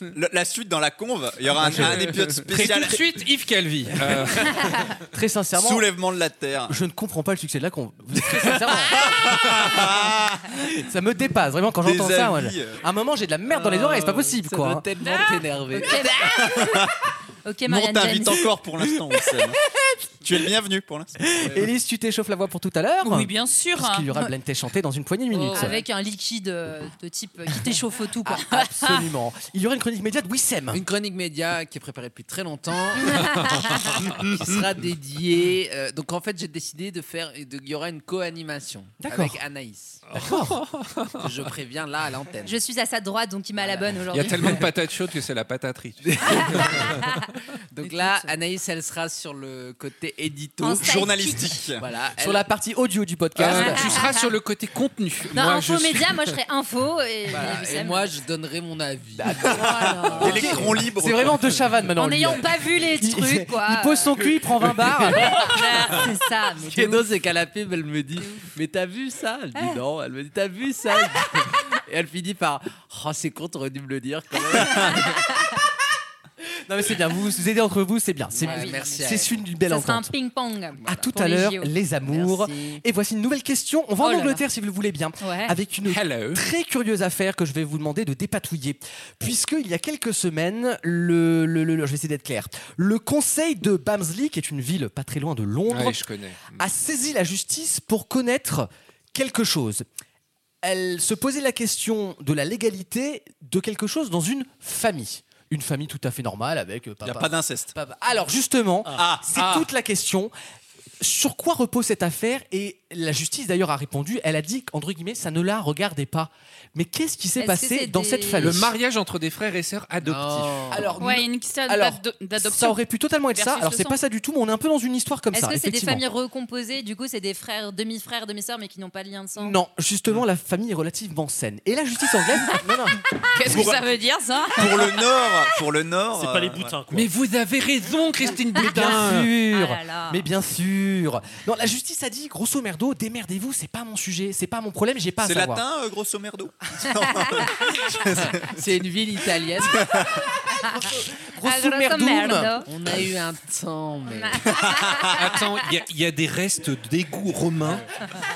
Speaker 4: Le- la suite dans la conve, il y aura un, un épisode spécial.
Speaker 5: Et tout de suite, Yves Calvi. Euh,
Speaker 2: Très sincèrement.
Speaker 4: Soulèvement de la terre.
Speaker 2: Je ne comprends pas le succès de la con. Très sincèrement. [LAUGHS] ça me dépasse vraiment quand j'entends
Speaker 10: Des
Speaker 2: ça. moi,
Speaker 10: avis,
Speaker 2: je-
Speaker 10: euh.
Speaker 2: À un moment, j'ai de la merde dans
Speaker 10: Oh.
Speaker 2: les oreilles, c'est pas possible
Speaker 10: Ça
Speaker 2: quoi. hein. Ah
Speaker 10: doit tellement t'énerver.
Speaker 3: Ok,
Speaker 4: Nous, on
Speaker 3: Marianne
Speaker 4: t'invite
Speaker 3: James.
Speaker 4: encore pour l'instant,
Speaker 10: [LAUGHS]
Speaker 4: Wissem. tu es le bienvenu pour l'instant.
Speaker 2: Élise, tu t'échauffes la voix pour tout à l'heure
Speaker 6: Oui, bien sûr. hein.
Speaker 2: Parce qu'il y aura
Speaker 3: Ouais.
Speaker 2: Blind Test chanté dans une poignée de minutes. [LAUGHS]
Speaker 3: Oh, avec un liquide euh, de type euh, qui t'échauffe au tout quoi.
Speaker 2: Absolument. Il y aura une chronique média de Wissem.
Speaker 10: Une chronique média qui est préparée depuis très longtemps, [LAUGHS] qui sera dédiée. euh, donc en fait, j'ai décidé de faire. de- Il y aura une co-animation
Speaker 2: D'accord.
Speaker 10: avec Anaïs. Que Je préviens là
Speaker 2: [LAUGHS]
Speaker 10: à l'antenne.
Speaker 3: Je suis à sa droite donc il m'a la bonne
Speaker 5: Il y
Speaker 3: aujourd'hui.
Speaker 5: a tellement de patates chaudes que c'est la pataterie. tu sais.
Speaker 10: Donc là, Anaïs, elle sera sur le côté édito,
Speaker 3: En sidekick.
Speaker 4: Journalistique.
Speaker 10: Voilà.
Speaker 2: Sur la partie audio du podcast.
Speaker 5: Euh, tu seras sur le côté contenu.
Speaker 3: Non,
Speaker 5: Moi, je
Speaker 3: info
Speaker 5: suis-
Speaker 3: média, moi je serais info et,
Speaker 10: Voilà,
Speaker 3: et
Speaker 10: Bah, Ah, Et
Speaker 3: Wissem.
Speaker 10: moi, je donnerai mon avis. [LAUGHS]
Speaker 4: Électron libre.
Speaker 2: C'est vraiment deux chavannes maintenant.
Speaker 3: en
Speaker 2: lui.
Speaker 3: n'ayant pas vu les
Speaker 2: Il-
Speaker 3: trucs quoi.
Speaker 2: Il pose son cul, il [LAUGHS] prend 20 barres.
Speaker 3: Ah, C'est ça. mais
Speaker 10: Ce qui est
Speaker 3: de
Speaker 10: drôle, c'est qu'à la pub, elle me dit Mais t'as vu ça Elle dit Non. Elle me dit T'as vu ça Elle dit- Et elle finit par Oh, c'est con, t'aurais dû me le dire quand même.
Speaker 2: Non mais c'est bien, vous vous aidez entre vous, c'est bien. C'est
Speaker 10: Ouais, merci à
Speaker 2: c'est
Speaker 10: elle.
Speaker 2: une d'une
Speaker 3: ouf.
Speaker 2: belle
Speaker 3: Ça sera un
Speaker 2: entente.
Speaker 3: ping pong.
Speaker 2: À tout à l'heure, les amours.
Speaker 10: Merci.
Speaker 2: Et voici une nouvelle question. On va
Speaker 3: Oh
Speaker 2: en
Speaker 3: là Ah. là.
Speaker 2: Angleterre, si vous le voulez bien,
Speaker 3: Ouais.
Speaker 2: avec une
Speaker 5: Hello.
Speaker 2: très curieuse affaire que je vais vous demander de dépatouiller. Puisqu'il y a quelques semaines, le, le- le- le- je vais essayer d'être clair, le conseil de Bamsley, qui est une ville pas très loin de Londres,
Speaker 5: Ouais, je connais.
Speaker 2: a saisi la justice pour connaître quelque chose. Elle se posait la question de la légalité de quelque chose dans une famille. Une famille tout à fait normale avec euh,
Speaker 4: Il n'y
Speaker 2: papa.
Speaker 4: a pas d'inceste.
Speaker 2: papa. Alors justement,
Speaker 4: Ah.
Speaker 2: c'est
Speaker 5: Ah.
Speaker 2: toute la question. Sur quoi repose cette affaire Et la justice d'ailleurs a répondu, elle a dit entre guillemets, ça ne la regardait pas. Mais qu'est-ce qui s'est
Speaker 3: Est-ce que
Speaker 2: passé
Speaker 3: c'est
Speaker 2: dans
Speaker 3: des-
Speaker 2: cette
Speaker 5: Le
Speaker 2: famille
Speaker 5: mariage entre des frères et sœurs adoptifs.
Speaker 10: Non. [LAUGHS]
Speaker 2: Alors,
Speaker 6: Ouais, une question
Speaker 2: Alors,
Speaker 6: d'ado-
Speaker 2: ça
Speaker 6: d'adoption.
Speaker 2: aurait pu totalement être ça.
Speaker 6: versus
Speaker 2: Alors
Speaker 6: le
Speaker 2: c'est
Speaker 6: sang.
Speaker 2: pas ça du tout, mais on est un peu dans une histoire comme
Speaker 3: Est-ce
Speaker 2: ça.
Speaker 3: que c'est des
Speaker 2: effectivement.
Speaker 3: familles recomposées Du coup, c'est des frères, demi-frères, demi-sœurs, mais qui n'ont pas de lien de sang
Speaker 2: Non, justement, la famille est relativement saine. Et la justice anglaise. Non, non.
Speaker 6: Qu'est-ce que
Speaker 4: Pour-
Speaker 6: ça veut dire ça
Speaker 4: Pour le Nord, pour le Nord.
Speaker 7: C'est pas les
Speaker 4: euh,
Speaker 7: boutins, quoi.
Speaker 5: Mais vous avez raison, Christine
Speaker 2: Bien
Speaker 5: Boudin.
Speaker 2: sûr.
Speaker 3: Ah là là.
Speaker 2: Mais bien sûr. Non, la justice a dit grosso merdo, démerdez-vous, c'est pas mon sujet, c'est pas mon problème, j'ai pas à
Speaker 4: C'est
Speaker 2: savoir.
Speaker 4: latin, euh, grosso merdo.
Speaker 10: C'est une ville italienne.
Speaker 3: Ah,
Speaker 2: Grosso
Speaker 3: grosso
Speaker 2: merdoum.
Speaker 3: merdo.
Speaker 10: On a eu un temps, mais.
Speaker 5: Attends, il y a- il y, a des restes d'égout romain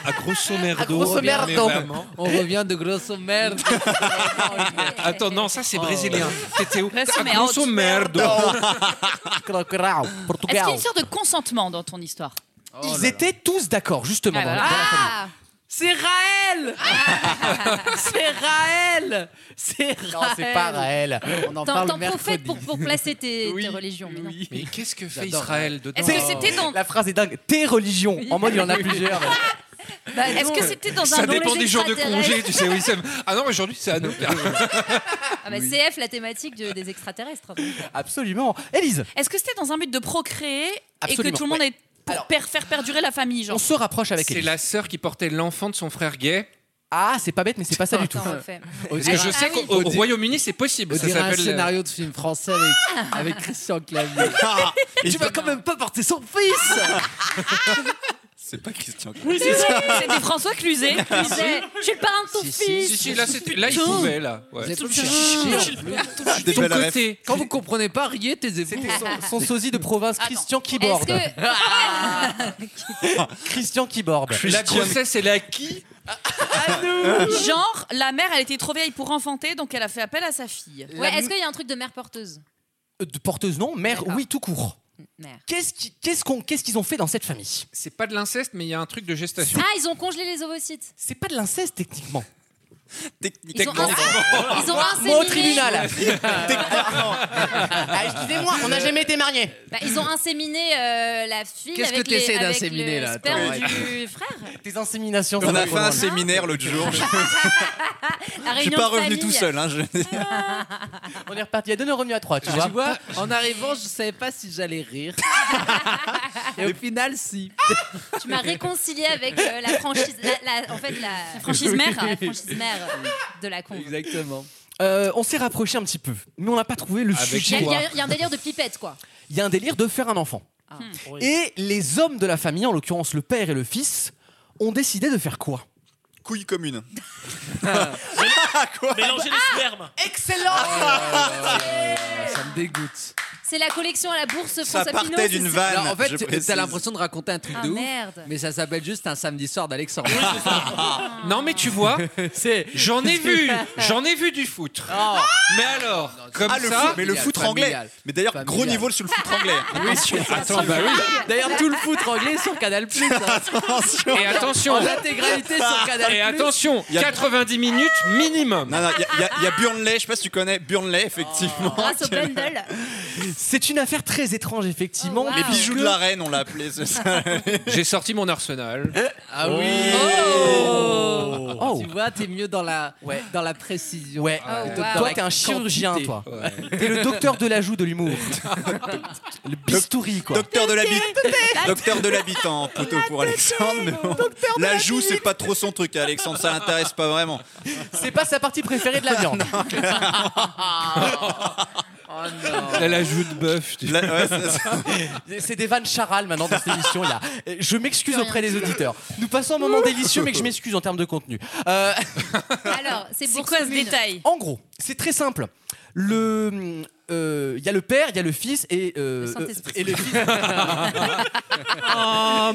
Speaker 5: à grosso merdo.
Speaker 2: grosso
Speaker 5: Mais
Speaker 2: merdo.
Speaker 5: vraiment.
Speaker 10: On revient de grosso merde.
Speaker 5: [LAUGHS] Attends, non, ça c'est
Speaker 10: Oh. [LAUGHS]
Speaker 5: brésilien. T'étais où
Speaker 6: Grosso
Speaker 5: Ah,
Speaker 6: merdo.
Speaker 5: Grosso merdo.
Speaker 2: Crocrao,
Speaker 6: Est-ce qu'il y a
Speaker 2: Portugal.
Speaker 6: une sorte de consentement dans ton histoire
Speaker 10: Oh là
Speaker 2: Ils
Speaker 10: là.
Speaker 2: étaient tous d'accord, justement.
Speaker 6: Ah,
Speaker 2: dans-
Speaker 6: voilà.
Speaker 2: dans la famille.
Speaker 3: Ah
Speaker 12: C'est Raël C'est Raël C'est Raël
Speaker 10: Non, c'est pas Raël. On en
Speaker 3: T'en-
Speaker 10: parle
Speaker 3: T'en
Speaker 10: mercredi.
Speaker 3: profites pour, pour placer tes, tes religions. mais non.
Speaker 5: Mais qu'est-ce que fait
Speaker 10: J'adore
Speaker 5: Israël dedans
Speaker 3: Est-ce que c'était dans-
Speaker 2: La phrase est dingue. Tes religions. En mode, il y en a plusieurs.
Speaker 3: Bah,
Speaker 6: Est-ce
Speaker 3: non,
Speaker 6: que
Speaker 3: euh,
Speaker 6: c'était dans un
Speaker 5: Ça
Speaker 6: dans
Speaker 5: dépend
Speaker 6: les
Speaker 5: des jours de congé,
Speaker 6: extraterrestres
Speaker 5: tu sais, Wissem. Ah non, aujourd'hui, c'est à
Speaker 10: [LAUGHS]
Speaker 5: nous.
Speaker 3: Ah bah, CF, la thématique de- des extraterrestres.
Speaker 2: Absolument. Élise,
Speaker 6: Est-ce que c'était dans un but de procréer et
Speaker 2: Absolument,
Speaker 6: que tout le monde
Speaker 2: ouais.
Speaker 6: est pour per- faire perdurer la famille genre.
Speaker 2: rapproche avec
Speaker 5: C'est la sœur qui portait l'enfant de son frère gay.
Speaker 2: Ah, c'est pas bête, mais c'est pas ça du tout.
Speaker 5: Parce que je sais
Speaker 10: Ah oui.
Speaker 5: qu'au au
Speaker 10: On dirait-
Speaker 5: Royaume-Uni, c'est possible.
Speaker 10: On
Speaker 5: Ça
Speaker 10: dirait un
Speaker 5: s'appelle. euh,
Speaker 10: scénario de film français avec, avec Christian Clavier.
Speaker 5: Ah,
Speaker 10: tu vas quand même pas porter son fils
Speaker 4: [LAUGHS] C'est pas Christian.
Speaker 6: Oui, c'est ça. C'était François Cluzet.
Speaker 10: Ah, si.
Speaker 6: Cluzet. Je suis le parrain de ton
Speaker 10: Si, si,
Speaker 6: fils.
Speaker 5: Si, si, là, c'était- là, il
Speaker 10: Putain.
Speaker 5: pouvait, là. Ouais.
Speaker 10: Vous êtes
Speaker 5: Tout le
Speaker 10: chiant.
Speaker 5: Des
Speaker 10: Ton
Speaker 5: belles
Speaker 10: côté. Quand vous comprenez pas, riez, taisez-vous.
Speaker 2: C'était son, son sosie de province, Christian Kibord.
Speaker 10: Est-ce
Speaker 2: Christian Kibord.
Speaker 5: La grossesse, elle est à qui
Speaker 6: Genre, la mère, elle était trop vieille pour enfanter, donc elle a fait appel à sa fille.
Speaker 3: Ouais, est-ce qu'il y a un truc de mère porteuse
Speaker 2: Euh, de porteuse non, mère oui tout court.
Speaker 3: Mère.
Speaker 2: Qu'est-ce qui- qu'est-ce qu'on qu'est-ce qu'ils ont fait dans cette famille
Speaker 5: C'est pas de l'inceste, mais il y a un truc de gestation.
Speaker 3: Ah, ils ont congelé les ovocytes.
Speaker 2: C'est pas de l'inceste techniquement.
Speaker 3: Ils ont inc- ils
Speaker 2: Moi-
Speaker 3: ont
Speaker 2: Moi au
Speaker 3: inséminé-
Speaker 2: tribunal. [LAUGHS] Ah, Excusez-moi, on n'a jamais été mariés.
Speaker 3: Bah, ils ont inséminé euh, la fille
Speaker 2: Qu'est-ce
Speaker 3: avec
Speaker 2: que
Speaker 3: les-
Speaker 2: t'essaies
Speaker 3: avec
Speaker 2: d'inséminer,
Speaker 3: le
Speaker 2: là,
Speaker 3: sperme
Speaker 2: attends,
Speaker 3: du frère.
Speaker 2: Tes inséminations.
Speaker 4: On a fait un séminaire l'autre jour.
Speaker 3: La
Speaker 4: Je suis
Speaker 3: réunion
Speaker 4: pas
Speaker 3: de
Speaker 4: revenu
Speaker 3: famille.
Speaker 4: tout seul. hein, je-
Speaker 10: Ah.
Speaker 2: On est reparti à deux, on est revenu à trois, tu
Speaker 10: Tu
Speaker 2: vois.
Speaker 10: vois, en arrivant, je savais pas si j'allais rire. Et au final, si.
Speaker 3: Tu m'as réconcilié avec euh, la franchise, la, la- en fait la, franchise mère, la franchise mère de la con.
Speaker 10: Exactement.
Speaker 2: Euh, on s'est rapproché un petit peu, mais on n'a pas trouvé le
Speaker 3: Il y,
Speaker 2: sujet.
Speaker 3: a- il y a- il y a un délire de pipette quoi.
Speaker 2: Il y a un délire de faire un enfant.
Speaker 10: Hmm.
Speaker 2: Et les hommes de la famille, en l'occurrence le père et le fils, ont décidé de faire quoi
Speaker 4: [LAUGHS] Couille commune.
Speaker 7: Mélanger les spermes.
Speaker 2: Excellent.
Speaker 10: Ça me dégoûte.
Speaker 3: C'est la collection à la bourse François Pinault, c'est ça
Speaker 10: Non, en
Speaker 4: je
Speaker 10: fait,
Speaker 4: précise.
Speaker 10: t'as l'impression de raconter un truc
Speaker 3: Ah,
Speaker 10: de ouf.
Speaker 3: merde.
Speaker 10: Mais ça s'appelle juste un samedi soir d'Alexandre.
Speaker 5: Non, mais tu vois, j'en ai vu, j'en ai vu du foutre.
Speaker 10: Ah.
Speaker 5: Mais alors, comme
Speaker 4: ah, le
Speaker 5: ça,
Speaker 4: foot, mais le foot anglais. Mais d'ailleurs, gros
Speaker 10: Familial. Ah.
Speaker 4: niveau sur le foot anglais. Attention.
Speaker 5: Attends, bah oui.
Speaker 10: D'ailleurs, tout le foot anglais est sur Canal Plus.
Speaker 4: Attention.
Speaker 5: Et attention.
Speaker 10: En
Speaker 2: [LAUGHS]
Speaker 10: intégralité sur Canal+.
Speaker 5: Et attention,
Speaker 4: Il y a-
Speaker 5: 90 minutes minimum.
Speaker 4: Non, non, il y, a- il y a- il y a Burnley, je sais pas si tu connais Burnley, effectivement.
Speaker 3: Grâce au bundle.
Speaker 2: C'est une affaire très étrange,
Speaker 10: Oh,
Speaker 2: effectivement.
Speaker 10: Ah.
Speaker 4: Les bijoux de la reine, on l'a appelé, c'est ça.
Speaker 5: J'ai sorti mon arsenal.
Speaker 10: Ah oui.
Speaker 2: Oh.
Speaker 10: Tu vois, t'es mieux dans la, dans la précision.
Speaker 2: Ouais. Toi,
Speaker 10: Ah, plutôt que dans
Speaker 2: toi,
Speaker 10: la
Speaker 2: t'es un chirurgien,
Speaker 10: quantité.
Speaker 2: toi. T'es le docteur de l'ajout de
Speaker 10: [LAUGHS]
Speaker 2: l'humour. le bistouri, quoi.
Speaker 4: Docteur de l'habitant. Docteur de l'habitant, plutôt pour Alexandre. mais bon. La joue, c'est pas trop son truc, à Alexandre, ça l'intéresse pas vraiment.
Speaker 2: C'est pas sa partie préférée de
Speaker 10: [LAUGHS]
Speaker 2: la viande.
Speaker 5: Elle l'ajout de bœuf. tu-
Speaker 4: La- ouais, c'est ça.
Speaker 2: C'est des vannes charal maintenant dans cette émission là. Je m'excuse auprès des auditeurs. Nous passons un moment délicieux, mais que je m'excuse en termes de contenu. Euh,
Speaker 3: Alors, c'est
Speaker 6: C'est
Speaker 3: bourse
Speaker 6: quoi ce
Speaker 3: commune.
Speaker 6: détail
Speaker 2: en gros, c'est très simple. Le euh, il y a le père, il y a le fils et euh,
Speaker 3: Le
Speaker 2: euh,
Speaker 3: Saint-Esprit.
Speaker 2: et le
Speaker 3: [LAUGHS]
Speaker 2: fils.
Speaker 5: Oh,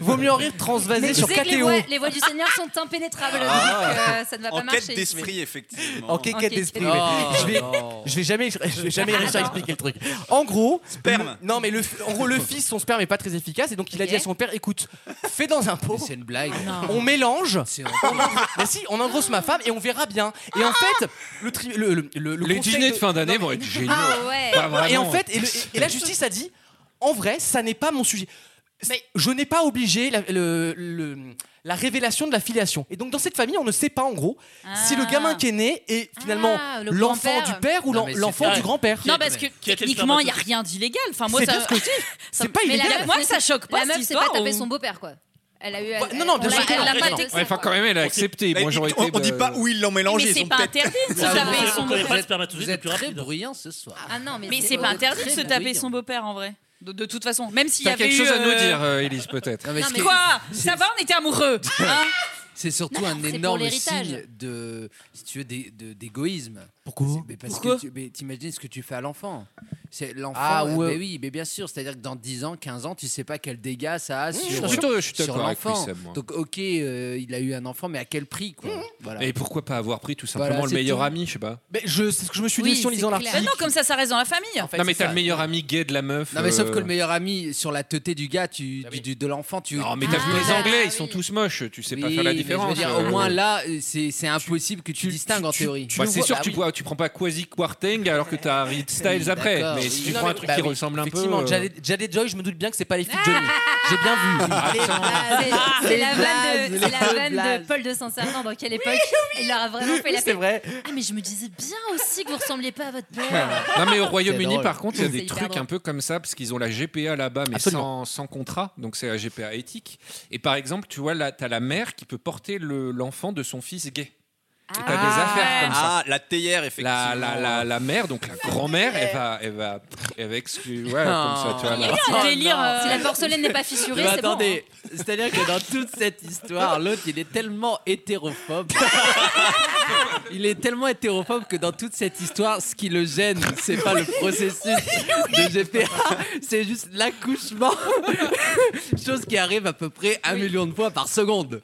Speaker 2: Vaut mieux en rire transvasé
Speaker 3: Mais tu
Speaker 2: sur
Speaker 3: sais que les
Speaker 2: KTO.
Speaker 3: voix, les voix du Seigneur sont impénétrables, donc euh, ça ne va pas
Speaker 4: En quête
Speaker 3: marcher.
Speaker 4: d'esprit, effectivement.
Speaker 5: Oh.
Speaker 2: En quête d'esprit.
Speaker 3: quête
Speaker 10: [LAUGHS]
Speaker 2: ouais. Je vais je vais jamais je vais jamais réussir à expliquer le truc. En gros,
Speaker 4: Sperme.
Speaker 2: le- non mais le f- en gros le fils son sperme est pas très efficace et donc il a
Speaker 3: Ok.
Speaker 2: dit à son père écoute, fais dans un pot.
Speaker 10: C'est une blague.
Speaker 2: On mélange
Speaker 10: C'est
Speaker 2: [LAUGHS] Mais si, on engrosse ma femme et on verra bien. Et
Speaker 3: Ah
Speaker 2: en fait, le tri- le, le- le- le
Speaker 5: Les
Speaker 2: conseil
Speaker 5: dîners de fin d'année vont
Speaker 2: [LAUGHS]
Speaker 5: être géniaux.
Speaker 3: Ah ouais.
Speaker 5: Pas vraiment.
Speaker 2: Et en fait, et, le- et- et
Speaker 10: [LAUGHS]
Speaker 2: la justice a dit, en vrai, ça n'est pas mon sujet. C'est- Je n'ai pas obligé la, le- le- la révélation de la filiation. Et donc dans cette famille, on ne sait pas en gros si le
Speaker 3: Ah.
Speaker 2: gamin qui est né est finalement
Speaker 3: Ah, le
Speaker 2: l'enfant
Speaker 3: grand-père.
Speaker 2: du père ou
Speaker 10: Non,
Speaker 2: l'en-
Speaker 10: mais c'est
Speaker 2: l'enfant
Speaker 10: vrai.
Speaker 2: du grand-père.
Speaker 6: Non, parce que
Speaker 7: Qui a été le
Speaker 6: techniquement, il n'y a rien d'illégal. Enfin, moi,
Speaker 2: C'est
Speaker 6: [LAUGHS] ça.
Speaker 2: bien ce que je dis. C'est pas
Speaker 3: Mais la
Speaker 2: illégal.
Speaker 3: meuf,
Speaker 6: Moi,
Speaker 3: ne
Speaker 6: ça
Speaker 3: s'est-
Speaker 6: choque pas,
Speaker 3: La meuf
Speaker 6: cette
Speaker 3: s'est pas
Speaker 6: histoire,
Speaker 3: tapé
Speaker 6: ou-
Speaker 3: son beau-père, quoi. Elle a eu. elle-
Speaker 2: non, non,
Speaker 3: on
Speaker 2: bien
Speaker 3: l'a-
Speaker 2: sûr que non,
Speaker 3: Elle l'a
Speaker 2: bien
Speaker 3: pas
Speaker 2: sûr.
Speaker 3: dit que ça,
Speaker 5: Ouais, enfin,
Speaker 3: quoi.
Speaker 5: quand même, elle a accepté. Moi, j'aurais
Speaker 4: Bah, on,
Speaker 5: été
Speaker 4: on
Speaker 5: de-
Speaker 4: dit pas où ils l'ont
Speaker 6: Mais
Speaker 4: mélangé. ils
Speaker 6: c'est
Speaker 4: ont
Speaker 6: pas
Speaker 4: peut-être-
Speaker 6: interdit de se
Speaker 10: Ah,
Speaker 6: taper
Speaker 10: vous
Speaker 6: son
Speaker 7: connaissez
Speaker 6: beau-père.
Speaker 7: pas spermatozoïde
Speaker 10: Vous
Speaker 7: le
Speaker 10: êtes
Speaker 7: plus
Speaker 10: très
Speaker 7: rapide.
Speaker 10: bruyant ce soir.
Speaker 3: Ah non, mais
Speaker 6: Mais
Speaker 3: c'est-
Speaker 6: c'est pas
Speaker 3: oh,
Speaker 6: interdit de
Speaker 3: très
Speaker 6: se
Speaker 3: bien.
Speaker 6: taper
Speaker 10: bruyant.
Speaker 6: son beau-père, en vrai. De, de toute façon, même s'il y
Speaker 5: T'as
Speaker 6: avait
Speaker 5: quelque
Speaker 6: eu,
Speaker 5: chose à nous
Speaker 6: euh,
Speaker 5: dire, euh, Élise, peut-être.
Speaker 10: Non, mais ce qui est-
Speaker 6: Quoi Ça va, on était amoureux. hein
Speaker 10: C'est
Speaker 3: Non,
Speaker 10: surtout
Speaker 3: non,
Speaker 10: un
Speaker 3: c'est pour
Speaker 10: énorme
Speaker 3: l'héritage.
Speaker 10: signe de, si tu veux, d'é- de- d'égoïsme.
Speaker 2: Pourquoi
Speaker 10: Mais parce
Speaker 6: Pourquoi
Speaker 10: que tu- mais t'imagines ce que tu fais à l'enfant. C'est l'enfant. euh,
Speaker 2: Ah ouais.
Speaker 10: mais oui, mais bien sûr. C'est-à-dire que dans 10 ans, 15 ans, tu sais pas quel dégât ça a sur,
Speaker 5: plutôt, je suis
Speaker 10: sur
Speaker 5: d'accord avec
Speaker 10: l'enfant.
Speaker 5: Wissem, moi.
Speaker 10: Donc, ok, euh, il a eu un enfant, mais à quel prix quoi Voilà.
Speaker 5: Et pourquoi pas avoir pris tout
Speaker 10: Voilà,
Speaker 5: simplement le
Speaker 10: c'est
Speaker 5: meilleur
Speaker 10: tout.
Speaker 5: ami, je sais pas.
Speaker 2: Mais je, c'est ce que je me suis dit aussi en lisant l'article.
Speaker 6: Bah non, comme ça, ça reste dans la famille. En fait,
Speaker 5: non mais
Speaker 6: c'est
Speaker 5: t'as
Speaker 6: ça.
Speaker 5: le meilleur ami gay de la meuf.
Speaker 10: Non, mais sauf
Speaker 5: euh,
Speaker 10: que le meilleur ami, sur la teuté du gars, tu, du- du- de l'enfant, tu.
Speaker 5: Ah Non mais t'as vu les Anglais, ils sont tous moches. Tu sais pas
Speaker 10: Oui,
Speaker 5: faire la
Speaker 10: mais je veux
Speaker 5: différence. euh,
Speaker 10: dire, au moins là, c'est c'est impossible que tu, distingues en théorie.
Speaker 5: Bah, c'est sûr, que tu, vois, tu prends pas Quasi Quarteng alors que t'as Reed Styles après.
Speaker 10: d'accord,
Speaker 5: Mais
Speaker 10: oui.
Speaker 5: si tu
Speaker 10: Non,
Speaker 5: prends
Speaker 10: mais-
Speaker 5: un truc
Speaker 10: bah
Speaker 5: qui
Speaker 10: oui,
Speaker 5: ressemble un peu.
Speaker 2: Effectivement,
Speaker 5: euh,
Speaker 2: Jaded Jaded Joy, je me doute bien que c'est pas les filles de Johnny. J'ai bien vu.
Speaker 10: Ah.
Speaker 3: Ah, C'est c'est la vanne de,
Speaker 2: Blaze,
Speaker 3: c'est la
Speaker 2: les
Speaker 3: vanne de
Speaker 2: Blaze.
Speaker 3: Paul de Saint-Sernin dans quelle époque Il leur a vraiment fait
Speaker 2: Oui,
Speaker 3: la
Speaker 2: c'est
Speaker 3: paix.
Speaker 2: vrai.
Speaker 3: Ah mais je me disais bien aussi que vous ressembliez pas à votre père.
Speaker 5: non mais au
Speaker 10: C'est
Speaker 5: Royaume-Uni
Speaker 10: drôle.
Speaker 5: par contre il y a
Speaker 10: C'est
Speaker 5: des
Speaker 10: hyper
Speaker 5: trucs
Speaker 10: drôle.
Speaker 5: un peu comme ça parce qu'ils ont la GPA là-bas mais
Speaker 10: Absolument.
Speaker 5: sans, sans contrat donc c'est la GPA éthique et par exemple tu vois là t'as la mère qui peut porter le- l'enfant de son fils gay Et T'as des affaires comme ça.
Speaker 4: Ah, la théière, effectivement.
Speaker 5: La, la, la, la mère, donc la grand-mère, elle va, elle va, elle va exclure. Ouais, comme ça, tu vois.
Speaker 3: Il y a
Speaker 5: là.
Speaker 10: Ah.
Speaker 3: eu un
Speaker 12: Oh,
Speaker 3: délire.
Speaker 12: non.
Speaker 3: euh, Si la porcelaine n'est pas fissurée,
Speaker 12: Mais
Speaker 3: c'est bon.
Speaker 12: attendez,
Speaker 10: hein.
Speaker 12: c'est-à-dire que dans toute cette histoire, l'autre, il est tellement
Speaker 10: [LAUGHS]
Speaker 12: hétérophobe. Il est tellement hétérophobe que dans toute cette histoire, ce qui le gêne, c'est pas le processus de GPA, c'est juste l'accouchement. Chose qui arrive à peu près un million de fois par
Speaker 10: [LAUGHS]
Speaker 12: seconde.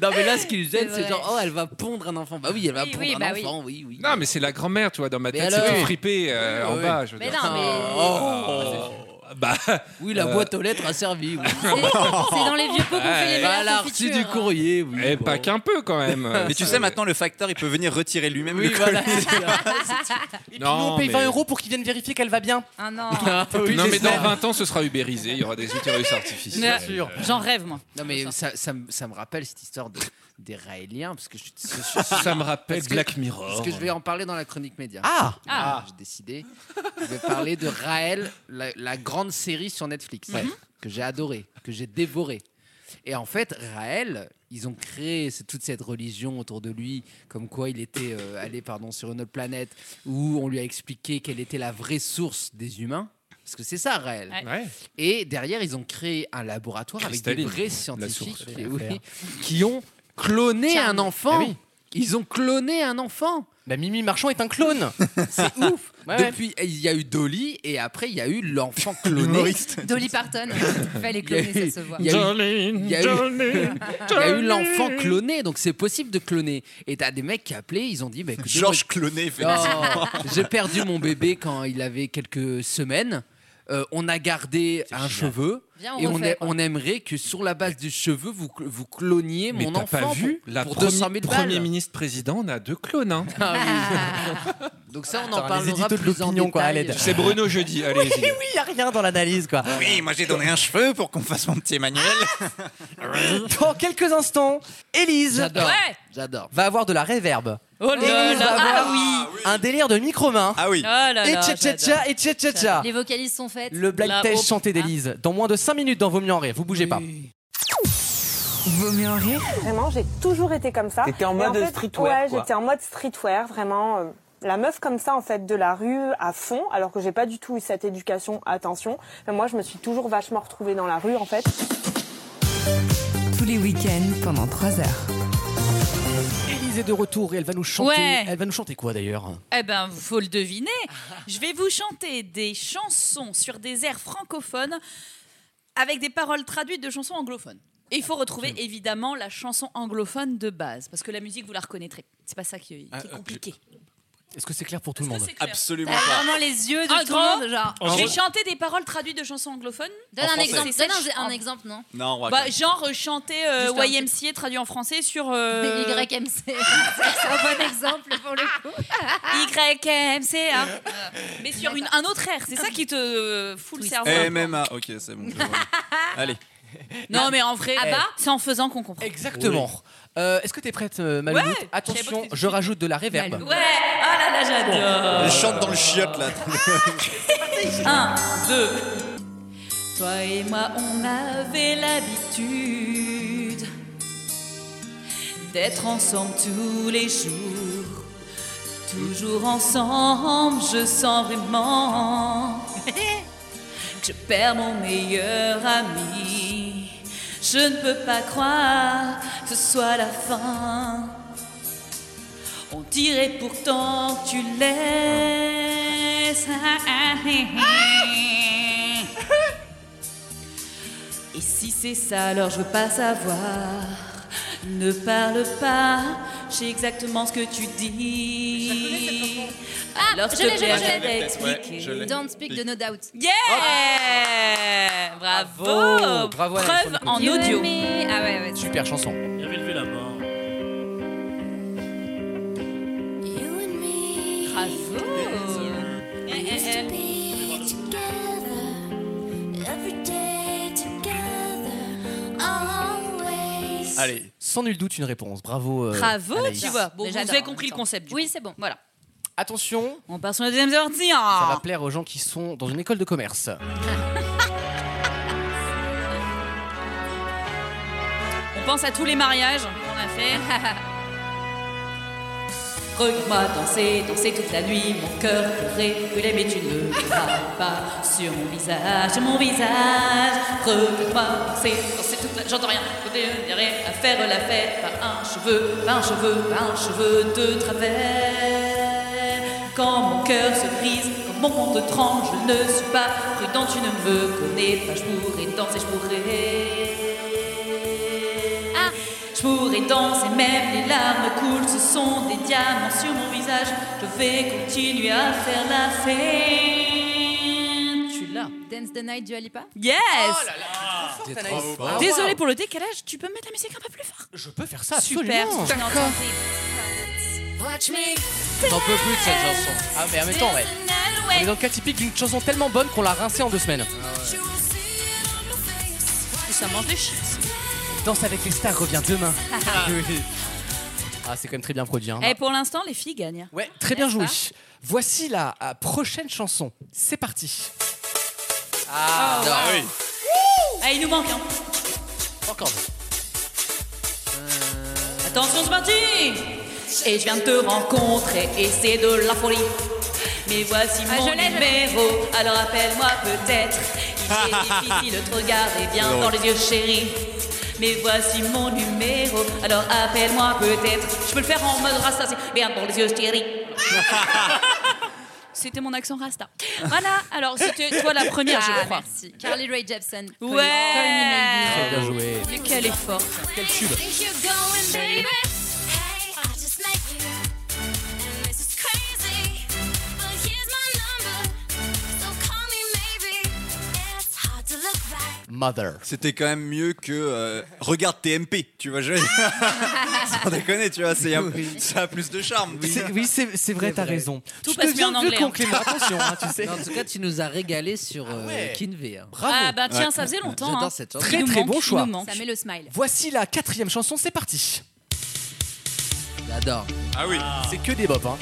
Speaker 12: non, mais là, ce qui le gêne,
Speaker 10: C'est
Speaker 12: c'est
Speaker 10: vrai.
Speaker 12: genre, oh, elle va pondre un enfant. Bah oui, elle va
Speaker 10: Oui,
Speaker 12: pondre
Speaker 10: oui,
Speaker 12: un
Speaker 10: bah oui.
Speaker 12: enfant, oui, oui.
Speaker 5: Non, mais c'est la grand-mère, tu vois. Dans ma tête, c'est
Speaker 12: alors
Speaker 5: tout fripé euh, en
Speaker 12: Oui.
Speaker 5: bas. Je veux
Speaker 12: Mais
Speaker 5: dire.
Speaker 12: non, mais-
Speaker 10: Euh,
Speaker 5: Oh. Bah,
Speaker 12: Oui, la
Speaker 5: euh,
Speaker 12: boîte aux lettres a servi.
Speaker 5: [LAUGHS]
Speaker 12: oui.
Speaker 10: [LAUGHS]
Speaker 3: C'est dans les vieux pots qu'on fait
Speaker 10: Bah,
Speaker 3: les
Speaker 12: Voilà,
Speaker 3: meilleures
Speaker 12: reçu
Speaker 3: confitures.
Speaker 12: du courrier. Oui,
Speaker 5: Et Eh, pas qu'un peu quand
Speaker 10: [LAUGHS]
Speaker 5: même.
Speaker 4: Mais tu sais, maintenant, le facteur, il peut venir retirer lui-même
Speaker 12: Oui,
Speaker 4: le
Speaker 12: voilà.
Speaker 4: colis.
Speaker 2: Et puis nous, on paye 20 euros pour qu'ils viennent vérifier qu'elle va bien.
Speaker 3: Ah non.
Speaker 10: [LAUGHS]
Speaker 5: non, mais dans
Speaker 12: j'espère.
Speaker 5: 20 ans, ce sera ubérisé. Il y aura des utérus artificiels.
Speaker 12: Bien sûr.
Speaker 6: J'en rêve, moi.
Speaker 10: Non, mais ça, ça, me- ça me rappelle cette histoire de- des Raéliens, parce que je, je- je-
Speaker 5: Ça me rappelle
Speaker 10: parce
Speaker 5: Black Mirror.
Speaker 10: Parce que je vais en parler dans la chronique média.
Speaker 5: Ah.
Speaker 10: Voilà, J'ai décidé. Je vais parler de Raël, la, la grande série sur Netflix, que j'ai adorée, que j'ai dévorée. Et en fait, Raël, ils ont créé ce- toute cette religion autour de lui, comme quoi il était euh, allé pardon, sur une autre planète, où on lui a expliqué quelle était la vraie source des humains. Parce que c'est ça, Raël.
Speaker 5: Ouais. Ouais.
Speaker 10: Et derrière, ils ont créé un laboratoire avec des
Speaker 5: Cristalline,
Speaker 10: vrais
Speaker 5: la
Speaker 10: scientifiques
Speaker 5: source.
Speaker 10: qui, oui, qui ont cloné un enfant.
Speaker 2: Ah oui.
Speaker 10: Ils ont cloné un enfant.
Speaker 2: Bah, Mimi Marchand est un clone.
Speaker 10: C'est ouf.
Speaker 2: [LAUGHS] Ouais, ouais.
Speaker 10: Depuis, il y a eu Dolly et après, il y a eu
Speaker 2: [LAUGHS]
Speaker 10: l'enfant cloné.
Speaker 4: L'humoriste.
Speaker 3: Dolly
Speaker 10: [LAUGHS]
Speaker 3: Parton. Fallait
Speaker 10: Il y a
Speaker 3: cloner,
Speaker 10: eu-
Speaker 3: ça se voit.
Speaker 10: il y a eu- il y a eu- [LAUGHS] il y a eu l'enfant cloné, donc c'est possible de cloner. Et t'as des mecs qui appelaient, ils ont dit bah, écoutez,
Speaker 4: Georges
Speaker 10: moi,
Speaker 4: Cloné,
Speaker 10: Non,
Speaker 4: effectivement.
Speaker 10: [LAUGHS] j'ai perdu mon bébé quand il avait quelques semaines. Euh, on a gardé un cheveu
Speaker 3: Viens, on
Speaker 10: et on,
Speaker 3: refait,
Speaker 10: a-
Speaker 3: quoi.
Speaker 10: on aimerait que sur la base du cheveu, vous, cl- vous cloniez
Speaker 5: Mais
Speaker 10: mon
Speaker 5: t'as
Speaker 10: enfant
Speaker 5: pas vu
Speaker 10: pour,
Speaker 5: la
Speaker 10: pour
Speaker 5: premi-
Speaker 10: 200 000 balles.
Speaker 5: Premier ministre président, on a deux clones. hein.
Speaker 10: Donc ça, on en
Speaker 2: Attends, les
Speaker 10: parlera
Speaker 2: éditos de
Speaker 10: plus en
Speaker 2: l'opinion, quoi, à
Speaker 10: détail.
Speaker 2: l'aide.
Speaker 5: C'est Bruno jeudi. Allez-y.
Speaker 2: Oui, il n'y a rien dans l'analyse, quoi.
Speaker 4: Oui, moi j'ai donné un cheveu pour qu'on fasse mon petit manuel.
Speaker 2: Dans quelques instants, Élise
Speaker 10: Hein J'adore.
Speaker 6: Ouais.
Speaker 10: J'adore.
Speaker 2: va avoir de la réverb.
Speaker 6: Oh là
Speaker 2: Élise va
Speaker 6: là.
Speaker 2: avoir
Speaker 6: Ah oui.
Speaker 2: un délire de micro-main.
Speaker 4: Ah oui.
Speaker 6: Oh là
Speaker 2: Et
Speaker 6: là.
Speaker 2: tcha-tcha-tcha, et tcha-tcha-tcha.
Speaker 3: Les vocalises sont faites.
Speaker 2: Le
Speaker 6: La
Speaker 2: black test
Speaker 6: haute-
Speaker 2: chanté
Speaker 10: Ah.
Speaker 2: d'Élise. Dans moins de 5 minutes dans Vaut mieux en rire. Vous bougez pas.
Speaker 1: Vaut mieux en rire
Speaker 13: Vraiment, j'ai toujours été comme ça.
Speaker 14: T'étais en
Speaker 13: Et
Speaker 14: mode
Speaker 13: fait,
Speaker 14: streetwear,
Speaker 13: Ouais,
Speaker 14: quoi.
Speaker 13: j'étais en mode streetwear, vraiment. euh, la meuf comme ça, en fait, de la rue à fond, alors que j'ai pas du tout eu cette éducation, attention. Mais moi, je me suis toujours vachement retrouvée dans la rue, en fait.
Speaker 1: tous les week-ends pendant 3 heures.
Speaker 2: Élise est de retour et elle va nous chanter.
Speaker 6: Ouais.
Speaker 2: Elle va nous chanter quoi d'ailleurs
Speaker 6: Eh ben, faut le deviner. Je vais vous chanter des chansons sur des airs francophones avec des paroles traduites de chansons anglophones. Et il faut retrouver évidemment la chanson anglophone de base, parce que la musique, vous la reconnaîtrez. C'est pas ça qui, qui est compliqué.
Speaker 2: Est-ce que c'est clair pour tout le monde
Speaker 4: Absolument
Speaker 3: T'as Ah, vraiment les yeux de
Speaker 6: En
Speaker 3: tout
Speaker 6: gros,
Speaker 3: le monde, genre.
Speaker 2: En
Speaker 6: Je vais
Speaker 2: gros-
Speaker 6: chanter des paroles traduites de chansons anglophones.
Speaker 3: Donne
Speaker 4: En
Speaker 3: un
Speaker 4: français.
Speaker 3: exemple.
Speaker 6: C'est
Speaker 3: Donne
Speaker 6: sèche,
Speaker 3: un, un
Speaker 6: hein.
Speaker 3: exemple, non
Speaker 4: Non, on va
Speaker 6: Bah, genre euh, chanter euh,
Speaker 3: Juste un petit-
Speaker 6: YMCA traduit en français sur euh, [LAUGHS]
Speaker 3: YMC. C'est un bon exemple pour le coup.
Speaker 6: YMCA. Mais sur une, un autre air, c'est ça qui te euh, fout le
Speaker 4: Eh,
Speaker 6: cerveau.
Speaker 4: MMA, ah, ok, c'est bon. je vois. Allez.
Speaker 6: Non, mais en vrai, eh,
Speaker 2: Ah bah
Speaker 6: c'est en faisant qu'on comprend.
Speaker 2: Exactement. Euh, Est-ce que t'es prête, euh, Malouloute
Speaker 6: Ouais. Je savais
Speaker 2: Attention,
Speaker 6: pas que
Speaker 2: je rajoute de la réverb.
Speaker 6: Ouais, oh là là, j'adore.
Speaker 4: Elle chante dans le chiotte là.
Speaker 6: 1, 2. Toi et moi, on avait l'habitude d'être ensemble tous les jours. Toujours ensemble, je sens vraiment que je perds mon meilleur ami. Je ne peux pas croire que ce soit la fin. On dirait pourtant que tu l'aimes. Et si c'est ça, alors je veux pas savoir. Ne parle pas, je sais exactement ce que tu dis.
Speaker 3: Ah,
Speaker 6: Alors,
Speaker 3: je
Speaker 6: s'il
Speaker 3: l'ai,
Speaker 6: te
Speaker 3: je l'ai,
Speaker 6: plaît,
Speaker 3: je l'ai.
Speaker 6: répète,
Speaker 3: Explique.
Speaker 6: ouais, je l'ai.
Speaker 3: Don't speak de no doubt.
Speaker 6: Yeah Bravo
Speaker 10: Bravo, bravo, Alex,
Speaker 6: Preuve
Speaker 10: on
Speaker 6: en
Speaker 10: écoute.
Speaker 6: audio.
Speaker 3: Ah ouais, ouais.
Speaker 10: Super chanson.
Speaker 7: Il avait hein. levé la main.
Speaker 6: Bravo Eh,
Speaker 2: Allez, sans nul doute une réponse. Bravo. euh,
Speaker 6: Bravo,
Speaker 2: Anaïs.
Speaker 6: tu vois. Bon,
Speaker 3: Mais
Speaker 6: vous
Speaker 3: j'adore,
Speaker 6: avez
Speaker 3: en
Speaker 6: compris
Speaker 3: même
Speaker 6: le concept. Oui, c'est bon. Voilà.
Speaker 2: Attention.
Speaker 6: On part sur la deuxième sortie. hein.
Speaker 2: Ça va plaire aux gens qui sont dans une école de commerce.
Speaker 6: On pense à tous les mariages qu'on a fait. [LAUGHS] Regarde-moi danser, danser toute la nuit, mon cœur pourrait brûler, mais tu ne le verras pas sur mon visage, sur mon visage. Regarde-moi danser, danser toute la j'entends rien, je rien à faire la fête, pas un cheveu, pas un cheveu, pas un cheveu de travers. Quand mon cœur se brise, quand mon monde tremble, je ne suis pas prudent, tu ne me connais pas, je pourrais danser, je pourrais. Je pourrais danser, même les larmes coulent, ce sont des diamants sur mon visage. Je vais continuer à faire la fête. Tu l'as.
Speaker 3: Dance the night du Alipa
Speaker 6: Yes
Speaker 3: T'es
Speaker 2: Oh trop Anaïs. fort.
Speaker 6: Désolé pour le décalage, tu peux mettre la musique un peu plus fort
Speaker 2: Je peux faire ça
Speaker 6: Super,
Speaker 2: absolument.
Speaker 6: tu
Speaker 2: D'accord.
Speaker 6: Watch me
Speaker 2: J'en peux plus de cette chanson. Ah mais en même temps, ouais. On est dans le cas typique d'une chanson tellement bonne qu'on l'a rincée en deux semaines.
Speaker 6: Ça mange des chips.
Speaker 2: Danse avec les stars revient
Speaker 6: [LAUGHS]
Speaker 2: demain. Ah, c'est quand même très bien produit. hein.
Speaker 6: Et Eh, pour l'instant, les filles gagnent. hein.
Speaker 2: Ouais, Très bien joué. Voici la euh, prochaine chanson. C'est parti.
Speaker 6: Ah,
Speaker 2: non.
Speaker 6: ouais.
Speaker 2: oui.
Speaker 6: Ah, il nous manque. hein.
Speaker 2: Encore.
Speaker 6: Attention, c'est parti Et je viens de te rencontrer et c'est de la folie. Mais voici
Speaker 3: Ah,
Speaker 6: mon
Speaker 3: je l'ai, je l'ai.
Speaker 6: numéro, alors appelle-moi peut-être. Il est difficile de te regarder bien
Speaker 3: C'est drôle.
Speaker 6: dans les yeux, chérie. Mais voici mon numéro, alors appelle-moi peut-être. Je peux le faire en mode rasta, c'est bien dans les yeux, chérie. [LAUGHS] C'était mon accent rasta. Voilà, alors c'était toi la première, je
Speaker 3: Ah,
Speaker 6: crois.
Speaker 3: merci. Carly Rae Jepsen. Call-
Speaker 6: Ouais.
Speaker 3: Call me maybe.
Speaker 2: Très bien joué.
Speaker 6: Mais quel effort.
Speaker 2: Quel tube.
Speaker 4: Mother. C'était quand même mieux que euh, regarde TMP, tu vois. Je... Sans déconner, tu vois, c'est un- ça a plus de charme.
Speaker 2: C'est- Oui, c'est c'est vrai, t'as raison.
Speaker 6: Tout
Speaker 2: Je
Speaker 6: passe
Speaker 2: deviens
Speaker 6: bien en
Speaker 2: vieux
Speaker 6: anglais,
Speaker 2: con,
Speaker 6: hein.
Speaker 2: Clément, attention, hein,
Speaker 10: [LAUGHS]
Speaker 2: tu sais.
Speaker 10: Non, en tout cas, tu nous as régalé sur euh,
Speaker 2: ouais.
Speaker 10: Kinvey. hein.
Speaker 2: Bravo.
Speaker 6: Ah bah tiens, ça faisait longtemps.
Speaker 10: J'adore
Speaker 6: hein.
Speaker 10: cette chanson.
Speaker 2: Très
Speaker 6: Il nous
Speaker 2: très
Speaker 6: manque,
Speaker 2: bon
Speaker 6: il
Speaker 2: choix.
Speaker 6: nous manque.
Speaker 3: Ça met le smile.
Speaker 2: Voici la quatrième chanson, c'est parti.
Speaker 10: J'adore.
Speaker 4: Ah oui.
Speaker 2: C'est que des bops, hein.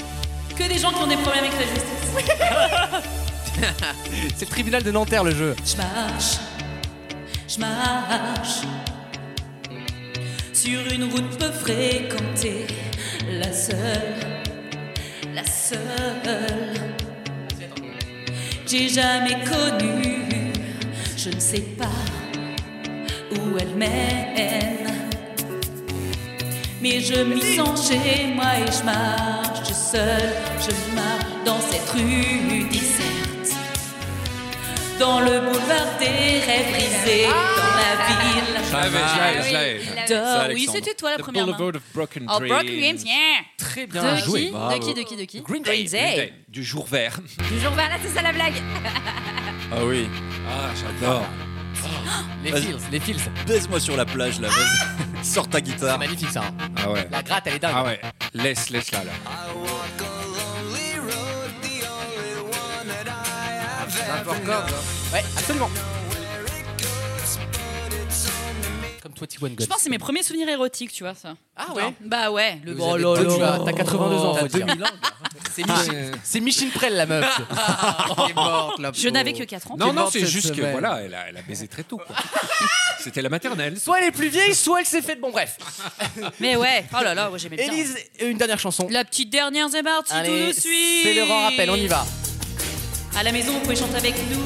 Speaker 6: Que des gens qui ont des problèmes avec la justice.
Speaker 2: c'est le tribunal de Nanterre le jeu.
Speaker 6: Je marche, je marche sur une route peu fréquentée, la seule, la seule. que J'ai jamais connue, je ne sais pas où elle mène, mais je m'y sens chez moi et je marche seule, je marche dans cette rue déserte. Dans le boulevard des rêves brisés, dans la ville.
Speaker 5: Je l'avais, je l'avais, je l'avais.
Speaker 6: Ah oui, il l'avait.
Speaker 5: Ça,
Speaker 6: Oui,
Speaker 5: Alexandre.
Speaker 6: c'était toi la
Speaker 5: The
Speaker 6: première main.
Speaker 5: Boulevard of Broken
Speaker 6: Oh, Broken
Speaker 5: Dreams.
Speaker 6: Dreams, yeah.
Speaker 2: Très
Speaker 5: bien
Speaker 3: de
Speaker 5: joué,
Speaker 3: Qui de
Speaker 5: bravo.
Speaker 3: qui, de qui, de qui
Speaker 2: Ah, Green
Speaker 5: Day, Green Day, Du jour vert.
Speaker 3: Du jour vers là, c'est ça la blague.
Speaker 4: Ah oui.
Speaker 5: Ah, j'adore.
Speaker 2: Les
Speaker 4: Vas-y.
Speaker 2: fils, les fils.
Speaker 4: Baise-moi sur la plage, là, vas-y. Sors ta guitare. C'est
Speaker 2: magnifique, ça. hein.
Speaker 5: Ah ouais.
Speaker 2: La gratte, elle est dingue.
Speaker 5: Ah ouais. Laisse, laisse là, là.
Speaker 2: Ouais, absolument. Comme 21
Speaker 6: Je
Speaker 2: Guns.
Speaker 6: pense que c'est mes premiers souvenirs érotiques, tu vois, ça.
Speaker 2: Ah ouais
Speaker 6: Bah ouais, le
Speaker 2: Oh là là, t'as 82 ans, faut dire. C'est Michine, c'est Michine Prel, la meuf. Elle est morte, la
Speaker 6: Je
Speaker 2: pauvre.
Speaker 6: n'avais que 4 ans.
Speaker 5: Non, non,
Speaker 2: morte
Speaker 5: c'est
Speaker 2: cette
Speaker 5: juste que
Speaker 2: semaine.
Speaker 5: voilà, elle a, elle a baisé très tôt. quoi. C'était la maternelle.
Speaker 2: Soit elle est plus vieille, soit elle s'est faite. Bon, bref.
Speaker 6: Mais ouais, oh là là, ouais, j'aimais bien.
Speaker 2: Élise, une dernière chanson.
Speaker 6: La petite dernière, c'est parti,
Speaker 2: Allez,
Speaker 6: tout de suite.
Speaker 2: C'est le grand rappel, on y va.
Speaker 6: À la maison, vous pouvez chanter avec nous.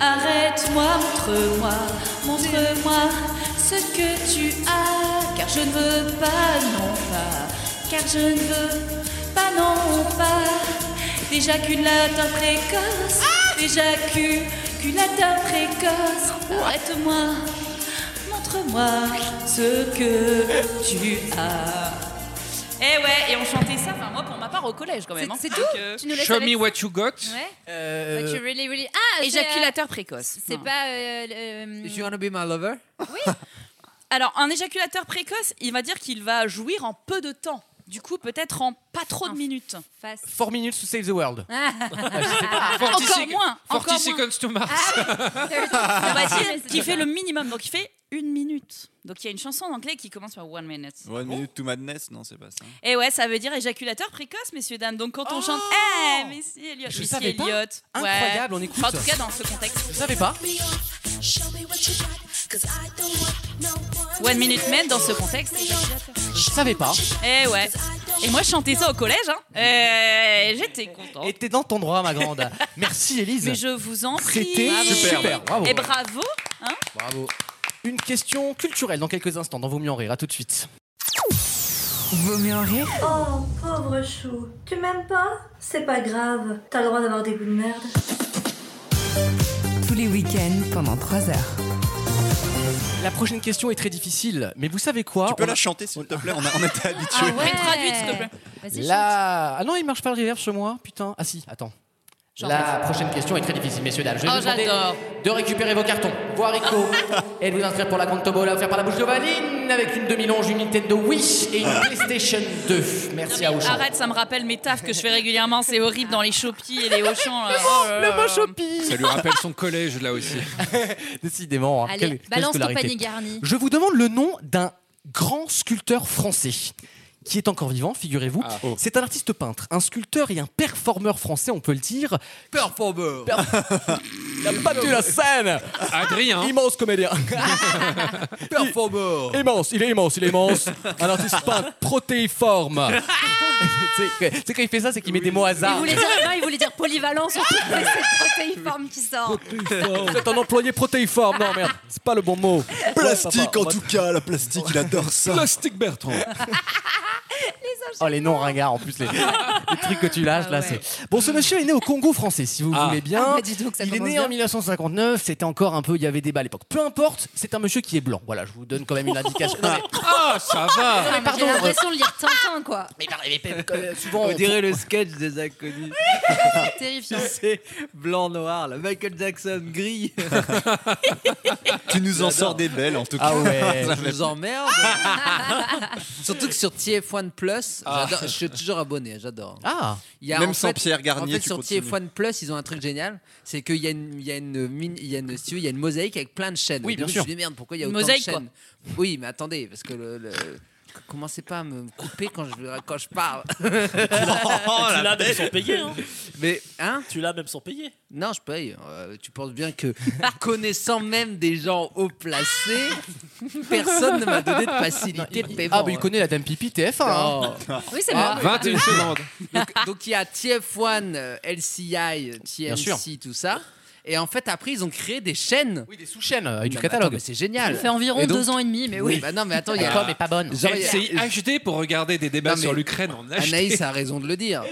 Speaker 6: Arrête-moi, montre-moi, montre-moi ce que tu as, car je ne veux pas, non pas, car je ne veux pas, non pas, L'éjaculatin précoce, l'éjaculatin précoce. Arrête-moi, montre-moi ce que tu as. Eh ouais, et on chantait ça, enfin moi pour ma part au collège quand même.
Speaker 3: C'est-
Speaker 6: hein.
Speaker 3: c'est
Speaker 6: Donc,
Speaker 3: tout
Speaker 6: euh,
Speaker 3: Tu nous laisses
Speaker 5: Show
Speaker 3: avec-
Speaker 5: me what you got.
Speaker 3: Ouais.
Speaker 10: Euh,
Speaker 3: What you really, really- Ah, c'est,
Speaker 6: Éjaculateur
Speaker 3: euh,
Speaker 6: précoce.
Speaker 3: C'est
Speaker 6: Non.
Speaker 3: pas. euh, le-
Speaker 10: You wanna be my lover
Speaker 6: Alors, un éjaculateur précoce, il va dire qu'il va jouir en peu de temps. Du coup, peut-être en pas trop de minutes.
Speaker 2: 4 minutes to save the world.
Speaker 6: Ah, encore moins.
Speaker 5: 40
Speaker 6: Encore moins.
Speaker 5: seconds to Mars.
Speaker 6: On va dire qu'il fait le minimum. Donc, il fait une minute. Donc, il y a une chanson en anglais qui commence par one minute.
Speaker 4: One minute to madness, non, c'est pas ça.
Speaker 6: Et ouais, ça veut dire éjaculateur précoce, messieurs, dames. Donc, quand on chante Eh, Missy
Speaker 2: Oh
Speaker 6: Elliott.
Speaker 2: Je
Speaker 6: Missy
Speaker 2: savais pas.
Speaker 6: Elliott. Ouais.
Speaker 2: Incroyable, on écoute.
Speaker 6: Enfin, en tout cas, dans ce contexte.
Speaker 2: Je savais pas.
Speaker 6: One minute man, dans ce contexte. éjaculateur.
Speaker 2: Je savais pas.
Speaker 6: Eh ouais. Et moi, je chantais ça au collège. Hein. Euh, J'étais contente.
Speaker 2: Et t'es dans ton droit, ma grande. [LAUGHS] Merci, Élise.
Speaker 6: Mais je vous en prie.
Speaker 2: C'était
Speaker 6: Bravo. Eh
Speaker 2: super, bravo.
Speaker 6: Et bravo. hein.
Speaker 2: Bravo. Une question culturelle dans quelques instants. Dans Vaut mieux en rire. À tout de suite.
Speaker 1: Vaut mieux en rire
Speaker 14: Oh, pauvre chou, tu m'aimes pas C'est pas grave, t'as le droit d'avoir des goûts de merde.
Speaker 1: tous les week-ends pendant 3 heures.
Speaker 2: La prochaine question est très difficile, mais vous savez quoi Tu peux la
Speaker 4: chanter, s'il te plaît. On, était habitués.
Speaker 2: Ah ouais.
Speaker 6: Traduite, s'il te plaît.
Speaker 2: La... Ah non, il marche pas le reverb chez moi, putain. Ah si, attends. La prochaine question est très difficile, messieurs, dames. Je vais
Speaker 6: Oh,
Speaker 2: vous demander
Speaker 6: j'adore.
Speaker 2: de récupérer vos cartons, vos haricots, et de vous inscrire pour la grande tombola offerte par la bouche de Valine avec une demi-longe, une Nintendo Wii et une PlayStation 2. Merci à Auchan.
Speaker 6: Arrête, ça me rappelle mes tafs que je fais régulièrement. C'est horrible dans les Shopee et les Auchan. là. Oh là là.
Speaker 5: Ça lui rappelle son collège là aussi.
Speaker 2: Décidément. hein,
Speaker 3: Allez,
Speaker 2: quelle- quelle
Speaker 3: balance ton
Speaker 2: scolarité.
Speaker 3: panier garni.
Speaker 2: Je vous demande le nom d'un grand sculpteur français qui est encore vivant, figurez-vous. C'est un artiste peintre, un sculpteur et un performeur français, on peut le dire.
Speaker 10: Performer.
Speaker 2: Il a battu la scène
Speaker 5: Adrien.
Speaker 2: Immense comédien
Speaker 10: Performer.
Speaker 2: Immense, il est immense, il est immense Un artiste peintre protéiforme C'est que- c'est quand il fait ça, c'est qu'il met des mots
Speaker 3: Il
Speaker 2: hasard.
Speaker 3: voulait dire, non, il voulait dire polyvalent sur toutes cette protéiforme qui sort.
Speaker 2: Vous êtes un employé protéiforme, non merde, c'est pas le bon mot.
Speaker 4: Plastique, en
Speaker 2: tout
Speaker 4: cas, la plastique, il adore ça.
Speaker 5: Plastique Bertrand.
Speaker 2: Oh les noms ringards en plus les, les trucs que tu
Speaker 6: Ah
Speaker 2: lâches là c'est. Bon ce monsieur est né au Congo français si vous voulez bien.
Speaker 12: Ah, bah, dis donc, ça
Speaker 2: il est
Speaker 12: commence
Speaker 2: né
Speaker 12: bien.
Speaker 2: en 1959, c'était encore un peu il y avait des bas à l'époque. Peu importe, c'est un monsieur qui est blanc. Voilà, je vous donne quand même une indication. Non, mais-
Speaker 5: Ah, ça va.
Speaker 3: Non, mais
Speaker 2: pardon,
Speaker 3: J'ai l'impression de lire Tintin, quoi.
Speaker 2: Mais euh, souvent
Speaker 10: On dirait le sketch des
Speaker 6: [LAUGHS]
Speaker 10: inconnus.
Speaker 3: Terrifiant.
Speaker 10: C'est blanc noir, là. Michael Jackson gris.
Speaker 4: Tu nous en sors des belles, en tout cas.
Speaker 10: Ah [LAUGHS] ouais, je vous emmerde. Surtout que sur TF1 Plus,
Speaker 4: Ah.
Speaker 10: j'adore- je suis toujours abonné, j'adore.
Speaker 2: Ah.
Speaker 10: Il y a,
Speaker 4: Même
Speaker 10: en
Speaker 4: sans
Speaker 10: fait-
Speaker 4: Pierre Garnier,
Speaker 10: En fait,
Speaker 4: tu
Speaker 10: sur
Speaker 4: continues.
Speaker 10: TF1 Plus, ils ont un truc génial, c'est qu'il y a une, il y a une mine- il y a une, si tu veux, il y a une mosaïque avec plein de chaînes.
Speaker 2: Oui,
Speaker 10: Au
Speaker 2: bien
Speaker 10: début,
Speaker 2: sûr.
Speaker 10: Je me dis, merde, pourquoi il y a
Speaker 2: Une
Speaker 10: autant
Speaker 2: mosaïque,
Speaker 10: de chaînes Oui, mais attendez, parce que le, le- commencez pas à me couper quand je quand je parle.
Speaker 4: Ah, Oh
Speaker 7: tu l'as même sans payer. Hein.
Speaker 10: Mais [LAUGHS] hein
Speaker 7: Tu l'as même sans payer.
Speaker 10: Non, je paye. Euh, tu penses bien que, [LAUGHS] connaissant même des gens haut
Speaker 2: [LAUGHS]
Speaker 10: placés, personne ne m'a donné de facilité de paiement. hein.
Speaker 2: Ah bah il connaît la dame pipi TF1. hein.
Speaker 10: Non.
Speaker 2: Oui, c'est vrai. 21
Speaker 10: donc-
Speaker 2: secondes.
Speaker 10: Donc, donc, il y a TF1, euh, LCI,
Speaker 2: Bien sûr.
Speaker 10: TMC, tout ça. Et en fait, après, ils ont créé des chaînes. Oui,
Speaker 2: des sous-chaînes avec
Speaker 10: du
Speaker 2: euh, catalogue.
Speaker 10: Mais Bah, c'est génial.
Speaker 3: Ça fait environ
Speaker 10: Et donc-
Speaker 3: deux ans et demi, mais oui.
Speaker 10: Bah non, mais attends, il y a
Speaker 2: L'école est pas bonne.
Speaker 10: Genre, il y a-
Speaker 5: LCI HD pour regarder des débats
Speaker 10: Non, mais
Speaker 5: sur l'Ukraine en HD.
Speaker 10: Anaïs a raison de le dire.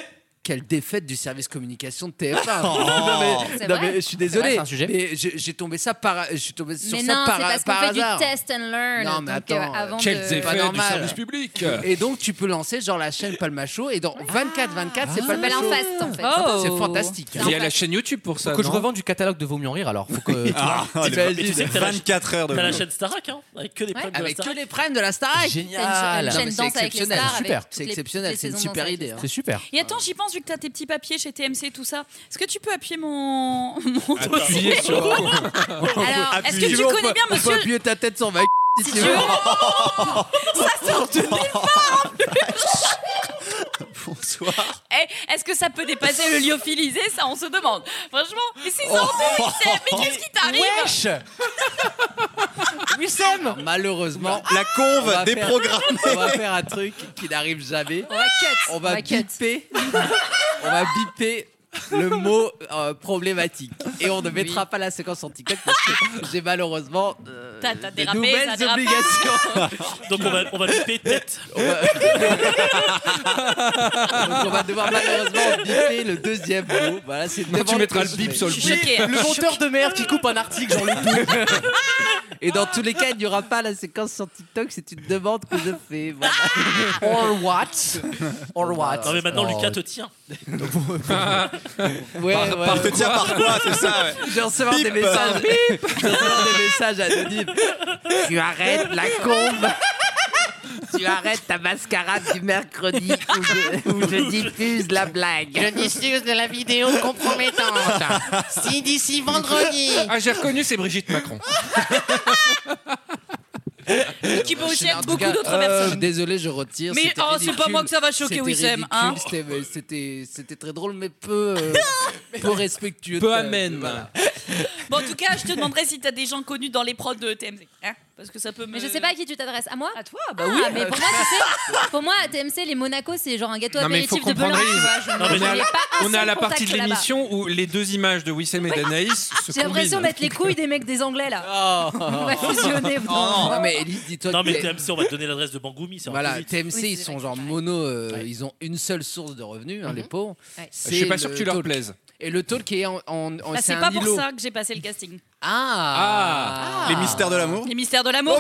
Speaker 10: Quelle défaite du service communication de
Speaker 3: [LAUGHS]
Speaker 10: TF1.
Speaker 5: Oh.
Speaker 10: non, mais,
Speaker 3: C'est
Speaker 10: non,
Speaker 3: vrai.
Speaker 10: mais je
Speaker 2: C'est vrai,
Speaker 10: suis désolé.
Speaker 2: c'est un sujet.
Speaker 10: Mais je- j'ai tombé ça par, je suis tombé sur
Speaker 3: Mais
Speaker 10: ça
Speaker 3: non,
Speaker 10: par,
Speaker 3: c'est parce qu'on
Speaker 10: par
Speaker 3: fait
Speaker 10: hasard.
Speaker 3: du test and learn.
Speaker 10: Non, mais
Speaker 3: donc, euh,
Speaker 10: attends,
Speaker 3: avant
Speaker 5: Quels
Speaker 3: de...
Speaker 5: effets
Speaker 10: Pas
Speaker 5: du
Speaker 10: normal.
Speaker 5: service public
Speaker 10: Et donc tu peux lancer genre la chaîne Palmacho et dans 24 24 c'est
Speaker 3: Ah.
Speaker 10: Palmacho.
Speaker 3: Ça s'appelle un fast, en fait.
Speaker 10: C'est
Speaker 3: Oh.
Speaker 10: fantastique.
Speaker 5: Il y a la chaîne YouTube pour ça.
Speaker 2: Faut que je
Speaker 5: non
Speaker 2: revende du catalogue de Vaut mieux en rire alors. Faut
Speaker 10: [LAUGHS]
Speaker 2: que,
Speaker 5: Ah,
Speaker 2: tu vois.
Speaker 5: les- mais tu sais que t'as la-
Speaker 4: heures de
Speaker 7: T'as la
Speaker 4: boulot.
Speaker 7: chaîne Starac, hein, avec que des
Speaker 10: Ouais,
Speaker 7: problèmes de la
Speaker 10: avec que
Speaker 7: Starac.
Speaker 10: les primes de la Starac.
Speaker 2: Génial.
Speaker 10: Non, mais
Speaker 6: chaîne
Speaker 10: Ah, c'est
Speaker 6: Danse avec les
Speaker 10: exceptionnel.
Speaker 6: stars, avec
Speaker 10: Super.
Speaker 6: toutes
Speaker 10: C'est
Speaker 6: les-
Speaker 10: exceptionnel,
Speaker 6: toutes les
Speaker 10: c'est une
Speaker 6: saisons
Speaker 10: super
Speaker 6: Danse avec les
Speaker 10: idée. hein.
Speaker 2: C'est super.
Speaker 6: Et attends, j'y pense, vu que t'as tes petits papiers chez TMC, tout ça. Est-ce que tu peux appuyer mon, mon dossier
Speaker 10: Appuyez
Speaker 6: [LAUGHS]
Speaker 10: sur-
Speaker 6: Alors, est-ce que
Speaker 10: Appuyez.
Speaker 6: tu
Speaker 10: On peut-
Speaker 6: connais bien
Speaker 10: on peut
Speaker 6: monsieur
Speaker 10: appuyer ta tête sur ma c- si tu veux.
Speaker 6: Ça sort de nulle part, en plus.
Speaker 4: Bonsoir.
Speaker 6: Eh, Est-ce que ça peut dépasser le lyophilisé Ça, on se demande. Franchement, mais c'est
Speaker 10: Oh.
Speaker 6: sorti Mais qu'est-ce qui t'arrive [LAUGHS]
Speaker 2: Wesh Wissem
Speaker 10: Malheureusement,
Speaker 4: la conve
Speaker 10: on va faire-
Speaker 4: déprogrammée.
Speaker 10: on va faire un truc qui n'arrive jamais.
Speaker 6: On va cut.
Speaker 10: On va
Speaker 6: cut.
Speaker 10: biper. On va biper le mot euh, problématique. Et on ne mettra pas la séquence en TikTok parce que j'ai malheureusement euh,
Speaker 6: T'as- t'as
Speaker 10: de
Speaker 6: dérapé,
Speaker 10: nouvelles
Speaker 6: ça dérape.
Speaker 10: obligations.
Speaker 7: Donc on va, on va biper tête.
Speaker 10: On va- Donc on va devoir malheureusement biper le deuxième mot. Voilà, c'est
Speaker 5: Non, tu mettras le bip sur le bip.
Speaker 10: Oui,
Speaker 6: hein.
Speaker 10: Le monteur de merde qui coupe un article, j'en ai tout. Et dans tous les cas, il n'y aura pas la séquence sur TikTok, c'est une demande que je fais. Voilà.
Speaker 3: Ah.
Speaker 10: [LAUGHS] Or what Or what
Speaker 7: Non, mais maintenant,
Speaker 10: Oh.
Speaker 7: Lucas te tient.
Speaker 10: Ouais,
Speaker 7: Par-
Speaker 10: ouais.
Speaker 7: par- te tiens par quoi, c'est ça, ouais.
Speaker 10: Je vais recevoir des
Speaker 7: Bip.
Speaker 10: messages. Je vais recevoir des messages anonymes. Tu arrêtes la combe. Tu arrêtes ta mascarade du mercredi où je, où je diffuse la blague.
Speaker 15: Je diffuse de la vidéo compromettante. Si d'ici vendredi.
Speaker 5: Ah, j'ai reconnu, c'est Brigitte Macron.
Speaker 6: Qui peut aussi
Speaker 10: En
Speaker 6: être
Speaker 10: tout
Speaker 6: beaucoup
Speaker 10: cas,
Speaker 6: d'autres
Speaker 10: euh,
Speaker 6: personnes.
Speaker 10: Désolé, je retire.
Speaker 6: Mais,
Speaker 10: c'était
Speaker 6: oh, c'est pas
Speaker 10: ridicule,
Speaker 6: moi que ça va choquer,
Speaker 10: c'était
Speaker 6: Wissem,
Speaker 10: ridicule,
Speaker 6: hein.
Speaker 10: c'était- C'était c'était très drôle, mais peu,
Speaker 6: [LAUGHS]
Speaker 10: euh, peu respectueux.
Speaker 5: Peu
Speaker 10: de-
Speaker 5: amène.
Speaker 10: voilà.
Speaker 6: Bon, en tout cas, je te demanderai si t'as des gens connus dans les prods de TMZ. hein, Parce que ça peut me.
Speaker 3: Mais je sais pas à qui tu t'adresses, à moi À toi,
Speaker 6: bah oui.
Speaker 3: mais pour moi, tu sais, pour moi, TMC, les Monaco, c'est genre un gâteau
Speaker 5: Non, mais il faut
Speaker 3: apéritif de
Speaker 5: comprendre.
Speaker 3: Belin. tu vois, je
Speaker 5: Non, mais
Speaker 3: n'ai
Speaker 5: on est à-
Speaker 3: pas un
Speaker 5: on est à
Speaker 3: seul
Speaker 5: la partie de
Speaker 3: contact là-bas.
Speaker 5: l'émission où les deux images de Wissem et d'Anaïs se
Speaker 3: J'ai l'impression
Speaker 5: combinent.
Speaker 3: d'être les couilles des mecs des Anglais là. On va fusionner.
Speaker 10: Oh, non, mais Elise, dis-toi
Speaker 7: Non,
Speaker 10: que
Speaker 7: mais
Speaker 10: les-
Speaker 7: TMC, on va te donner l'adresse de Bangoumi. ça va
Speaker 10: Voilà,
Speaker 7: plus vite.
Speaker 10: TMC, ils sont genre mono, euh, ils ont une seule source de revenus, hein,
Speaker 6: Mhm.
Speaker 10: les pauvres.
Speaker 6: Ouais.
Speaker 10: C'est
Speaker 5: Je suis pas sûr
Speaker 10: le
Speaker 5: que tu leur
Speaker 10: talk.
Speaker 5: plaises.
Speaker 10: Et le talk est en. en- en-
Speaker 6: Bah, c'est
Speaker 10: un
Speaker 6: pas pour
Speaker 10: îlot.
Speaker 6: ça que j'ai passé le casting.
Speaker 10: Ah.
Speaker 4: Les mystères de l'amour
Speaker 6: Les mystères de l'amour.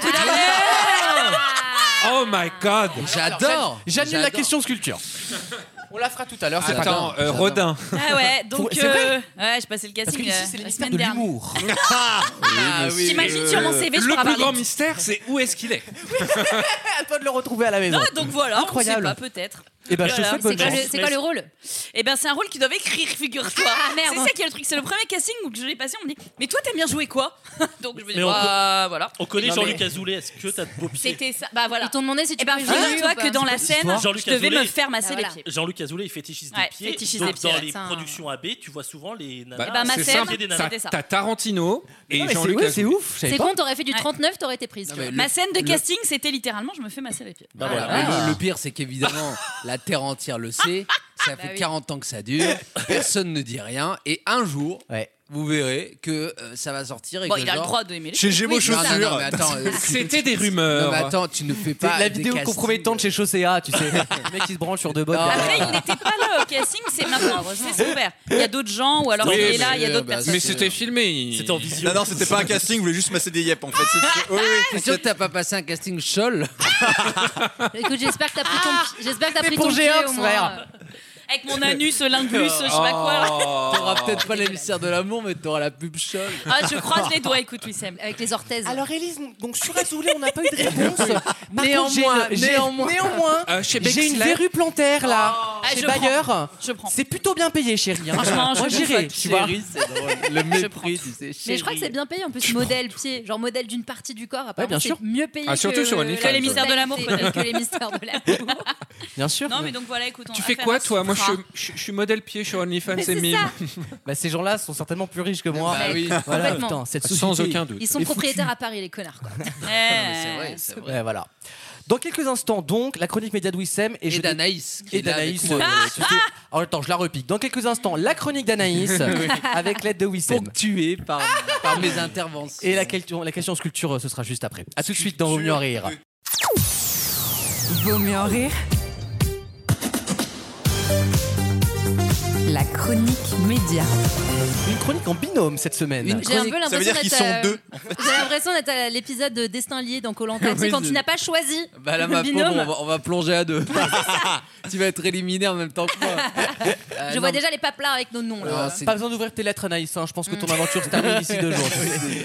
Speaker 5: Oh my god
Speaker 2: Eh
Speaker 10: J'adore
Speaker 2: J'annule la
Speaker 10: J'adore.
Speaker 2: question sculpture. [LAUGHS] On la fera tout à l'heure, c'est pas
Speaker 5: Attends,
Speaker 2: grave.
Speaker 5: euh, Rodin.
Speaker 6: Ah ouais,
Speaker 2: Pour-
Speaker 6: donc
Speaker 2: c'est vrai
Speaker 6: euh, ouais, j'ai passé le casting
Speaker 2: qu'ici,
Speaker 6: euh,
Speaker 2: c'est les
Speaker 6: la
Speaker 2: mystères
Speaker 6: semaine
Speaker 2: de
Speaker 6: dernière.
Speaker 2: l'humour.
Speaker 6: Ah, oui, J'imagine oui, sur
Speaker 2: euh,
Speaker 6: oui. mon CV, je
Speaker 5: Le plus
Speaker 6: pourrais parler
Speaker 5: grand
Speaker 6: de-
Speaker 5: mystère, c'est où est-ce qu'il est
Speaker 2: [LAUGHS] À toi de le retrouver à la maison.
Speaker 6: Ah, donc voilà,
Speaker 2: Incroyable.
Speaker 6: on sait pas peut-être.
Speaker 2: Eh ben, je te
Speaker 6: Voilà.
Speaker 2: souhaite bonne C'est quoi chance. le- c'est quoi le
Speaker 3: rôle
Speaker 6: Eh ben c'est un rôle qu'ils doivent écrire, figure-toi.
Speaker 3: Ah, merde.
Speaker 6: C'est ça qui est le truc, c'est le premier casting où je l'ai passé, on me dit "Mais toi t'aimes bien jouer quoi [LAUGHS] Donc je me dis
Speaker 7: Mais on,
Speaker 6: bah,
Speaker 7: co-
Speaker 6: voilà.
Speaker 7: on connaît
Speaker 6: Non, mais-
Speaker 7: Jean-Luc Azoulay, est-ce que t'as de beaux pieds
Speaker 6: C'était ça. Bah voilà. Ils t'ont demandé si tu ben,
Speaker 3: pouvais jouer
Speaker 6: figure-toi
Speaker 3: ou pas.
Speaker 6: que dans la scène,
Speaker 7: Jean-Luc
Speaker 6: je devais
Speaker 7: Azoulay-
Speaker 6: me faire masser les pieds.
Speaker 7: Jean-Luc Azoulay, il fétichise
Speaker 6: Ouais,
Speaker 7: des pieds.
Speaker 6: fétichise
Speaker 7: donc
Speaker 6: des pieds,
Speaker 7: dans
Speaker 6: ouais,
Speaker 7: les
Speaker 6: ça, hein.
Speaker 7: productions AB, tu vois souvent les nanas.
Speaker 5: Bah,
Speaker 6: bah, ma
Speaker 5: c'est
Speaker 6: scène,
Speaker 5: simple.
Speaker 6: c'était
Speaker 5: T'as-
Speaker 6: ça.
Speaker 5: T'as Tarantino et Jean-Luc Azoulay.
Speaker 3: C'est con, t'aurais fait du 39, t'aurais été prise. tu vois.
Speaker 6: Ma scène de
Speaker 10: le-
Speaker 6: casting, c'était littéralement je me fais masser les pieds.
Speaker 10: Bah voilà. Mais le, le pire, c'est qu'évidemment, la terre entière
Speaker 6: [LAUGHS]
Speaker 10: le sait. Ça fait
Speaker 6: Ah bah oui.
Speaker 10: 40 ans que ça dure. Personne ne dit rien. Et un jour, vous verrez que euh, ça va sortir. Et
Speaker 6: Bon,
Speaker 10: que
Speaker 6: il a le
Speaker 10: genre-
Speaker 6: droit d'aimer les Chez pieds. Gémeaux
Speaker 10: Non, non,
Speaker 2: Chaussures.
Speaker 10: non, mais attends, euh,
Speaker 5: C'était des
Speaker 10: Non,
Speaker 5: rumeurs.
Speaker 10: mais attends, tu ne fais
Speaker 2: C'est
Speaker 10: pas.
Speaker 2: la
Speaker 10: des
Speaker 2: vidéo
Speaker 10: castings.
Speaker 2: compromettante chez Chaussea, tu
Speaker 10: [LAUGHS]
Speaker 2: sais. le mec qui se branle sur deux bottes.
Speaker 6: Après, il n'était pas là au casting, c'est maintenant, c'est ouvert. Il y a d'autres gens, ou alors
Speaker 5: Oui,
Speaker 6: il est
Speaker 5: mais-
Speaker 6: là, il y a d'autres
Speaker 5: bah,
Speaker 6: personnes.
Speaker 5: Mais c'était filmé. C'était en
Speaker 7: visio.
Speaker 4: Non, non, c'était pas un casting, vous voulez juste masser des yep en fait. C'est- Oui, oui,
Speaker 10: T'es sûr que t'as pas passé un casting Scholl
Speaker 3: Écoute, j'espère que t'as pris ton pied. J'espère que t'as
Speaker 10: mais
Speaker 3: pris
Speaker 10: pour
Speaker 3: ton pied
Speaker 10: Géox,
Speaker 3: au moins. euh,
Speaker 10: frère.
Speaker 6: Avec mon anus, lingus, je sais pas quoi.
Speaker 10: T'auras peut-être pas les mystères de l'amour, mais t'auras la pub Scholl.
Speaker 6: Ah, je croise les doigts, écoute, Wissem.
Speaker 3: Avec les orthèses.
Speaker 2: Alors, Élise, donc sur Azoulay, on n'a pas eu de réponse. Par
Speaker 10: Néanmoins,
Speaker 2: contre, j'ai une- j'ai-
Speaker 10: néanmoins.
Speaker 2: néanmoins,
Speaker 10: Euh, chez
Speaker 2: j'ai une
Speaker 10: Bexler.
Speaker 2: verrue plantaire là,
Speaker 6: Oh.
Speaker 10: Ah,
Speaker 2: chez
Speaker 10: je
Speaker 2: Bayer.
Speaker 10: prends.
Speaker 2: C'est plutôt bien payé, chérie. hein.
Speaker 10: Franchement, je
Speaker 2: moi j'irai,
Speaker 10: confesse,
Speaker 2: tu vois.
Speaker 10: chérie, c'est drôle. Le mépris, tu sais.
Speaker 3: Mais je crois que c'est bien payé en plus, modèle pied, genre modèle d'une partie du corps. Apparemment,
Speaker 2: bien
Speaker 3: c'est
Speaker 2: sûr.
Speaker 3: mieux payé
Speaker 2: Ah, surtout
Speaker 3: que,
Speaker 2: sur OnlyFans.
Speaker 3: que les mystères de l'amour, peut-être que les mystères de l'amour.
Speaker 2: Bien sûr.
Speaker 6: Non, mais donc voilà, écoute. on
Speaker 5: Tu
Speaker 6: va
Speaker 5: fais
Speaker 6: faire
Speaker 5: quoi
Speaker 6: un
Speaker 5: toi Moi je
Speaker 6: contrat.
Speaker 5: suis- je suis- je suis modèle pied sur OnlyFans
Speaker 6: Mais
Speaker 5: et
Speaker 6: c'est
Speaker 5: mime.
Speaker 2: Bah, ces gens-là sont certainement plus riches que moi.
Speaker 5: Bah oui.
Speaker 2: Voilà,
Speaker 5: Complètement.
Speaker 2: putain, cette
Speaker 5: Sans
Speaker 2: [LAUGHS] société
Speaker 5: aucun doute.
Speaker 3: Ils sont
Speaker 2: est foutue.
Speaker 3: propriétaires à Paris, les connards. Quoi.
Speaker 10: c'est vrai, c'est vrai.
Speaker 2: Ouais, voilà. Dans quelques instants, donc, la chronique média de Wissem et, je-
Speaker 10: d'Anaïs, qui
Speaker 2: Et
Speaker 10: est là
Speaker 2: d'Anaïs.
Speaker 10: avec moi. Ah
Speaker 2: euh, surtout- En même temps, je la repique. Dans quelques instants, la chronique d'Anaïs
Speaker 10: [LAUGHS] Oui.
Speaker 2: avec l'aide de Wissem.
Speaker 10: Ponctuée par, par mes interventions.
Speaker 2: Et la question, la question sculpture, euh, ce sera juste après. À tout de suite dans Vaut mieux en rire.
Speaker 1: Vaut mieux en rire. La chronique média.
Speaker 2: Une chronique en binôme cette semaine.
Speaker 3: J'ai un peu
Speaker 10: Ah,
Speaker 3: l'impression d'être, euh,
Speaker 2: en fait.
Speaker 3: J'ai l'impression d'être à l'épisode de Destin lié dans Colanta.
Speaker 10: Oui,
Speaker 3: quand
Speaker 10: c'est-
Speaker 3: tu n'as pas choisi
Speaker 10: Bah [LAUGHS] là,
Speaker 3: le
Speaker 10: ma pauvre,
Speaker 3: binôme.
Speaker 10: on va, on va plonger [LAUGHS] à deux. tu vas être éliminé en même temps que moi. Euh,
Speaker 3: Je
Speaker 10: non,
Speaker 3: vois déjà les papelins avec nos noms.
Speaker 10: Ah,
Speaker 3: Là.
Speaker 10: c'est-
Speaker 2: Pas besoin d'ouvrir tes lettres, Anaïs. hein. Je pense que ton aventure se termine d'ici deux
Speaker 10: [LAUGHS]
Speaker 2: jours.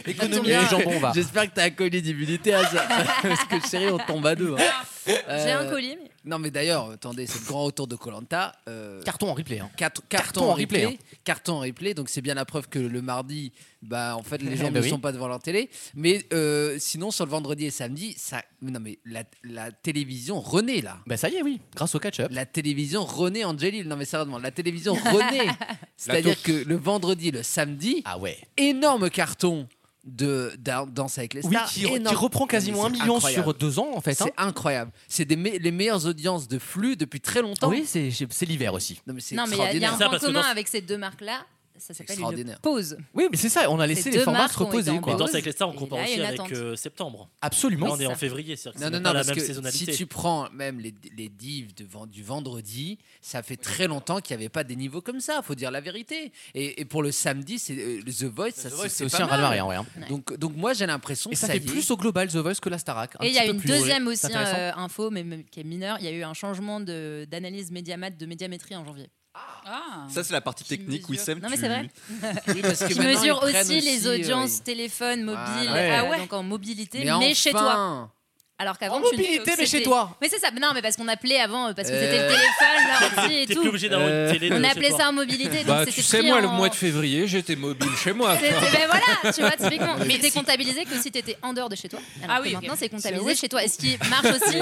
Speaker 2: Économie
Speaker 10: Mm. mais-
Speaker 2: et jambon, on va.
Speaker 10: J'espère que t'as un colis d'immunité à [LAUGHS] ça. Parce que chérie, on tombe à deux. hein.
Speaker 3: J'ai
Speaker 10: Euh,
Speaker 3: un colis. mais-
Speaker 10: Non, mais d'ailleurs, attendez, c'est le grand retour de Colanta. euh,
Speaker 2: Carton en replay. hein.
Speaker 10: Carton,
Speaker 2: en
Speaker 10: en
Speaker 2: replay,
Speaker 10: replay. hein. Carton en replay. Donc c'est bien la preuve que le mardi, bah en [LAUGHS] fait les gens
Speaker 2: Eh
Speaker 10: ne
Speaker 2: ben oui.
Speaker 10: sont pas devant leur télé. Mais euh, sinon sur le vendredi et samedi, ça, non mais la, la télévision renaît là.
Speaker 2: Bah ça y est, oui. Grâce au catch-up.
Speaker 10: La télévision renaît Angelil. Non mais sérieusement,
Speaker 3: [LAUGHS]
Speaker 10: la télévision renaît. C'est-à-dire
Speaker 2: taupe.
Speaker 10: que le vendredi, le samedi,
Speaker 2: ah ouais,
Speaker 10: énorme carton de d'A- Danse avec les
Speaker 2: Oui,
Speaker 10: stars.
Speaker 2: qui re- qui
Speaker 10: énorme.
Speaker 2: reprend quasiment
Speaker 10: Mais
Speaker 2: un
Speaker 10: c'est
Speaker 2: million
Speaker 10: incroyable.
Speaker 2: sur deux ans, en fait, hein.
Speaker 10: C'est incroyable. C'est des me- les meilleures audiences de flux depuis très longtemps.
Speaker 2: Oui, c'est c'est l'hiver aussi.
Speaker 10: Non, mais c'est
Speaker 3: Non, mais il y a- il y, a
Speaker 10: extraordinaire.
Speaker 3: un point commun avec ces deux marques-là. Ça s'appelle une
Speaker 10: Extraordinaire.
Speaker 3: pause.
Speaker 2: Oui, mais c'est ça, on a
Speaker 3: Ces
Speaker 2: laissé
Speaker 3: deux
Speaker 2: les formats
Speaker 3: marques
Speaker 2: se
Speaker 3: ont été
Speaker 2: reposer.
Speaker 3: en
Speaker 2: Quoi.
Speaker 7: Mais Danse avec les stars, on
Speaker 3: Et
Speaker 7: compare
Speaker 3: là, il y a
Speaker 7: aussi
Speaker 3: une
Speaker 7: avec
Speaker 3: attente.
Speaker 7: euh, septembre.
Speaker 2: Absolument.
Speaker 7: Là, on est en février, c'est-à-dire que c'est
Speaker 10: Non, non,
Speaker 7: même
Speaker 10: non,
Speaker 7: pas la
Speaker 10: parce
Speaker 7: même
Speaker 10: que
Speaker 7: saisonnalité.
Speaker 10: si tu prends même les, les divs de ven- du vendredi, ça fait très longtemps qu'il n'y avait pas des niveaux comme ça, faut dire la vérité. Et, et pour le samedi, c'est euh, The Voice, ça,
Speaker 2: Voice, c'est
Speaker 10: aussi
Speaker 2: pas
Speaker 10: un
Speaker 2: mal.
Speaker 10: raz-de-marée,
Speaker 2: Ouais, hein.
Speaker 10: Donc, donc moi, j'ai l'impression
Speaker 2: Et
Speaker 10: que
Speaker 2: ça
Speaker 10: ça,
Speaker 2: fait
Speaker 10: y est.
Speaker 2: plus au global The Voice que la Starac.
Speaker 3: Et il y a
Speaker 2: petit peu
Speaker 3: une
Speaker 2: plus
Speaker 3: deuxième
Speaker 2: relais.
Speaker 3: aussi
Speaker 2: C'est intéressant.
Speaker 3: euh, info, mais même- qui est mineure. Il y a eu un changement de- d'analyse médiamat de médiamétrie en janvier.
Speaker 10: ah.
Speaker 4: Ça, c'est la partie technique, Wissem.
Speaker 3: Non mais
Speaker 4: tu-
Speaker 3: c'est vrai.
Speaker 4: Oui, parce que
Speaker 3: Qui
Speaker 4: maintenant,
Speaker 3: mesure
Speaker 4: ils prennent
Speaker 3: aussi
Speaker 4: aussi,
Speaker 3: les
Speaker 4: euh,
Speaker 3: audiences
Speaker 4: ils-
Speaker 3: téléphone, mobile,
Speaker 4: Voilà.
Speaker 3: euh,
Speaker 4: Ah ouais.
Speaker 3: donc en mobilité, mais,
Speaker 4: Mais
Speaker 3: chez
Speaker 4: enfin.
Speaker 3: toi. Alors qu'avant
Speaker 4: En
Speaker 3: tu-
Speaker 4: mobilité, mais chez
Speaker 3: c'était-
Speaker 4: toi.
Speaker 3: Mais c'est ça. Non mais parce qu'on appelait avant euh, parce que
Speaker 5: Euh.
Speaker 3: c'était le téléphone, l'ordi et
Speaker 5: T'es
Speaker 3: tout.
Speaker 5: plus obligé d'avoir une télé de
Speaker 3: On
Speaker 5: chez
Speaker 3: appelait
Speaker 5: toi.
Speaker 3: ça en mobilité. Donc
Speaker 5: Bah,
Speaker 3: c'était
Speaker 5: tu sais,
Speaker 3: pris
Speaker 5: moi, le
Speaker 3: en-
Speaker 5: mois de février, j'étais mobile chez moi.
Speaker 3: C'était- ben voilà, tu vois, typiquement.
Speaker 5: Mais
Speaker 3: Mais c'est
Speaker 5: si.
Speaker 3: comptabilisé que si t'étais en dehors de chez toi. Alors
Speaker 6: Ah
Speaker 3: que
Speaker 6: oui, ok.
Speaker 3: maintenant, c'est
Speaker 6: C'est
Speaker 3: comptabilisé
Speaker 6: oui.
Speaker 3: chez toi. Et ce qui marche
Speaker 10: [LAUGHS]
Speaker 3: aussi,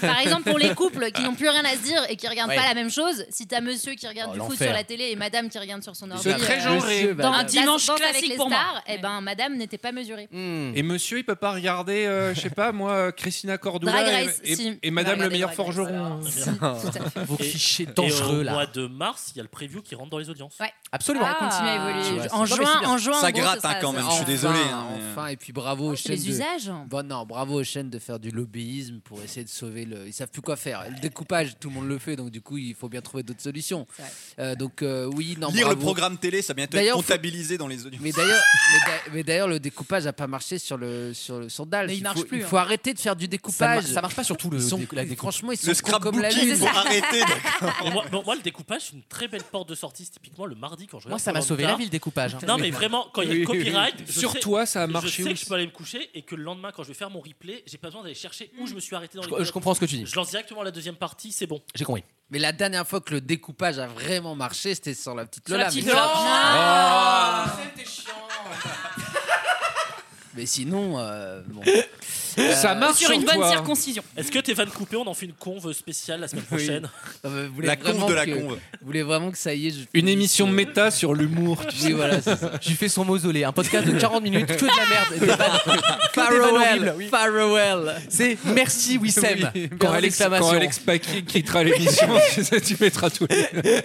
Speaker 3: par exemple, pour les couples qui n'ont plus rien à se dire et qui regardent
Speaker 6: Ouais.
Speaker 3: pas la même chose, si t'as monsieur qui regarde
Speaker 6: Oh,
Speaker 3: du foot
Speaker 6: l'enfer.
Speaker 3: sur la télé et madame qui regarde sur son ordi.
Speaker 5: C'est très genré. Monsieur,
Speaker 3: Dans
Speaker 5: madame.
Speaker 3: un dimanche
Speaker 6: Danse
Speaker 3: classique avec les
Speaker 6: pour moi.
Speaker 3: stars, eh ben, madame n'était pas mesurée.
Speaker 5: Mm. Et monsieur, il peut pas regarder, euh, je sais pas, moi, euh, Christina Cordula
Speaker 3: Drag
Speaker 5: et-
Speaker 3: Race,
Speaker 5: et,
Speaker 3: si.
Speaker 5: et
Speaker 6: Ah,
Speaker 5: Madame
Speaker 3: Regardez
Speaker 5: le meilleur
Speaker 3: Drag
Speaker 5: forgeron.
Speaker 2: Vos clichés
Speaker 7: Et
Speaker 2: dangereux,
Speaker 7: au
Speaker 2: là.
Speaker 7: mois de mars, il y a le preview qui rentre dans les audiences.
Speaker 3: Ouais.
Speaker 2: Absolument.
Speaker 6: Ah.
Speaker 3: Ça continue à évoluer.
Speaker 10: Tu vois,
Speaker 3: en,
Speaker 10: c'est-
Speaker 3: juin,
Speaker 10: non, mais c'est bien.
Speaker 3: en juin, en gros, ce sera- ce sera-
Speaker 10: Enfin,
Speaker 4: hein, mais-
Speaker 2: euh.
Speaker 10: Enfin, et puis bravo aux
Speaker 3: c'est
Speaker 10: chaînes.
Speaker 3: les
Speaker 10: de-
Speaker 3: usages.
Speaker 10: Bon, non, bravo aux chaînes de faire du lobbyisme pour essayer de sauver le. Ils savent plus quoi faire. Le découpage, tout le monde le fait, donc du coup, il faut bien trouver d'autres solutions. Euh, donc euh, oui, non.
Speaker 4: Lire le
Speaker 10: bravo.
Speaker 4: programme télé, ça va bientôt être
Speaker 10: D'ailleurs, faut-
Speaker 4: comptabilisé dans les audiences.
Speaker 10: Mais d'ailleurs, mais d'a- mais d'ailleurs, le découpage a pas marché sur le sur le sur Dals.
Speaker 4: Mais il marche
Speaker 10: faut,
Speaker 4: plus,
Speaker 10: Il faut
Speaker 4: hein.
Speaker 10: arrêter de faire du
Speaker 2: Ça,
Speaker 10: découpage.
Speaker 2: mar- ça marche pas sur tout le.
Speaker 10: Ils sont-
Speaker 2: décou- la découpe.
Speaker 10: franchement, ils sont cons comme la lune.
Speaker 7: Et moi, moi- moi, le découpage, c'est une très belle porte de sortie. c'est Typiquement, le mardi, quand je regarde.
Speaker 2: Moi, ça m'a
Speaker 7: Koh-Lanta.
Speaker 2: sauvé la vie, le découpage, hein.
Speaker 7: Non, mais vraiment, quand il y a
Speaker 5: Oui,
Speaker 7: le
Speaker 5: oui, oui.
Speaker 7: copyright. je
Speaker 5: Sur
Speaker 7: sais-
Speaker 5: toi, ça a marché
Speaker 7: Je sais que
Speaker 5: aussi.
Speaker 7: je peux aller me coucher et que le lendemain, quand je vais faire mon replay, j'ai pas besoin d'aller chercher où je me suis arrêté dans
Speaker 10: je comprends ce que tu dis.
Speaker 7: Je lance directement la deuxième partie, c'est bon.
Speaker 2: J'ai compris.
Speaker 10: Mais la dernière fois que le découpage a vraiment marché, c'était sur la petite
Speaker 7: Sur
Speaker 10: Lola.
Speaker 7: la petite
Speaker 10: mais-
Speaker 7: Lola.
Speaker 10: Ah.
Speaker 7: Non.
Speaker 2: Oh.
Speaker 10: Mais sinon, euh, bon.
Speaker 5: Ça marche Sur une sur bonne toi.
Speaker 7: circoncision. Est-ce que tes fans coupés, on en fait une conve spéciale la semaine prochaine
Speaker 10: Non, mais vous voulez vraiment que- Vous voulez vraiment que ça y est je-
Speaker 5: Une émission méta sur l'humour. [LAUGHS] Tu
Speaker 10: Oui, voilà, c'est
Speaker 2: J'ai fait son mausolée, un podcast de 40 minutes, que de la merde. et [LAUGHS] des vannes- que des vannes horribles,
Speaker 10: Farewell,
Speaker 2: oui.
Speaker 10: farewell.
Speaker 2: C'est merci Wissem.
Speaker 5: Oui.
Speaker 2: Point
Speaker 5: Quand Alex,
Speaker 2: d'exclamation.
Speaker 5: quand Alex Paquet quittera l'émission, [LAUGHS] tu- tu mettras tout.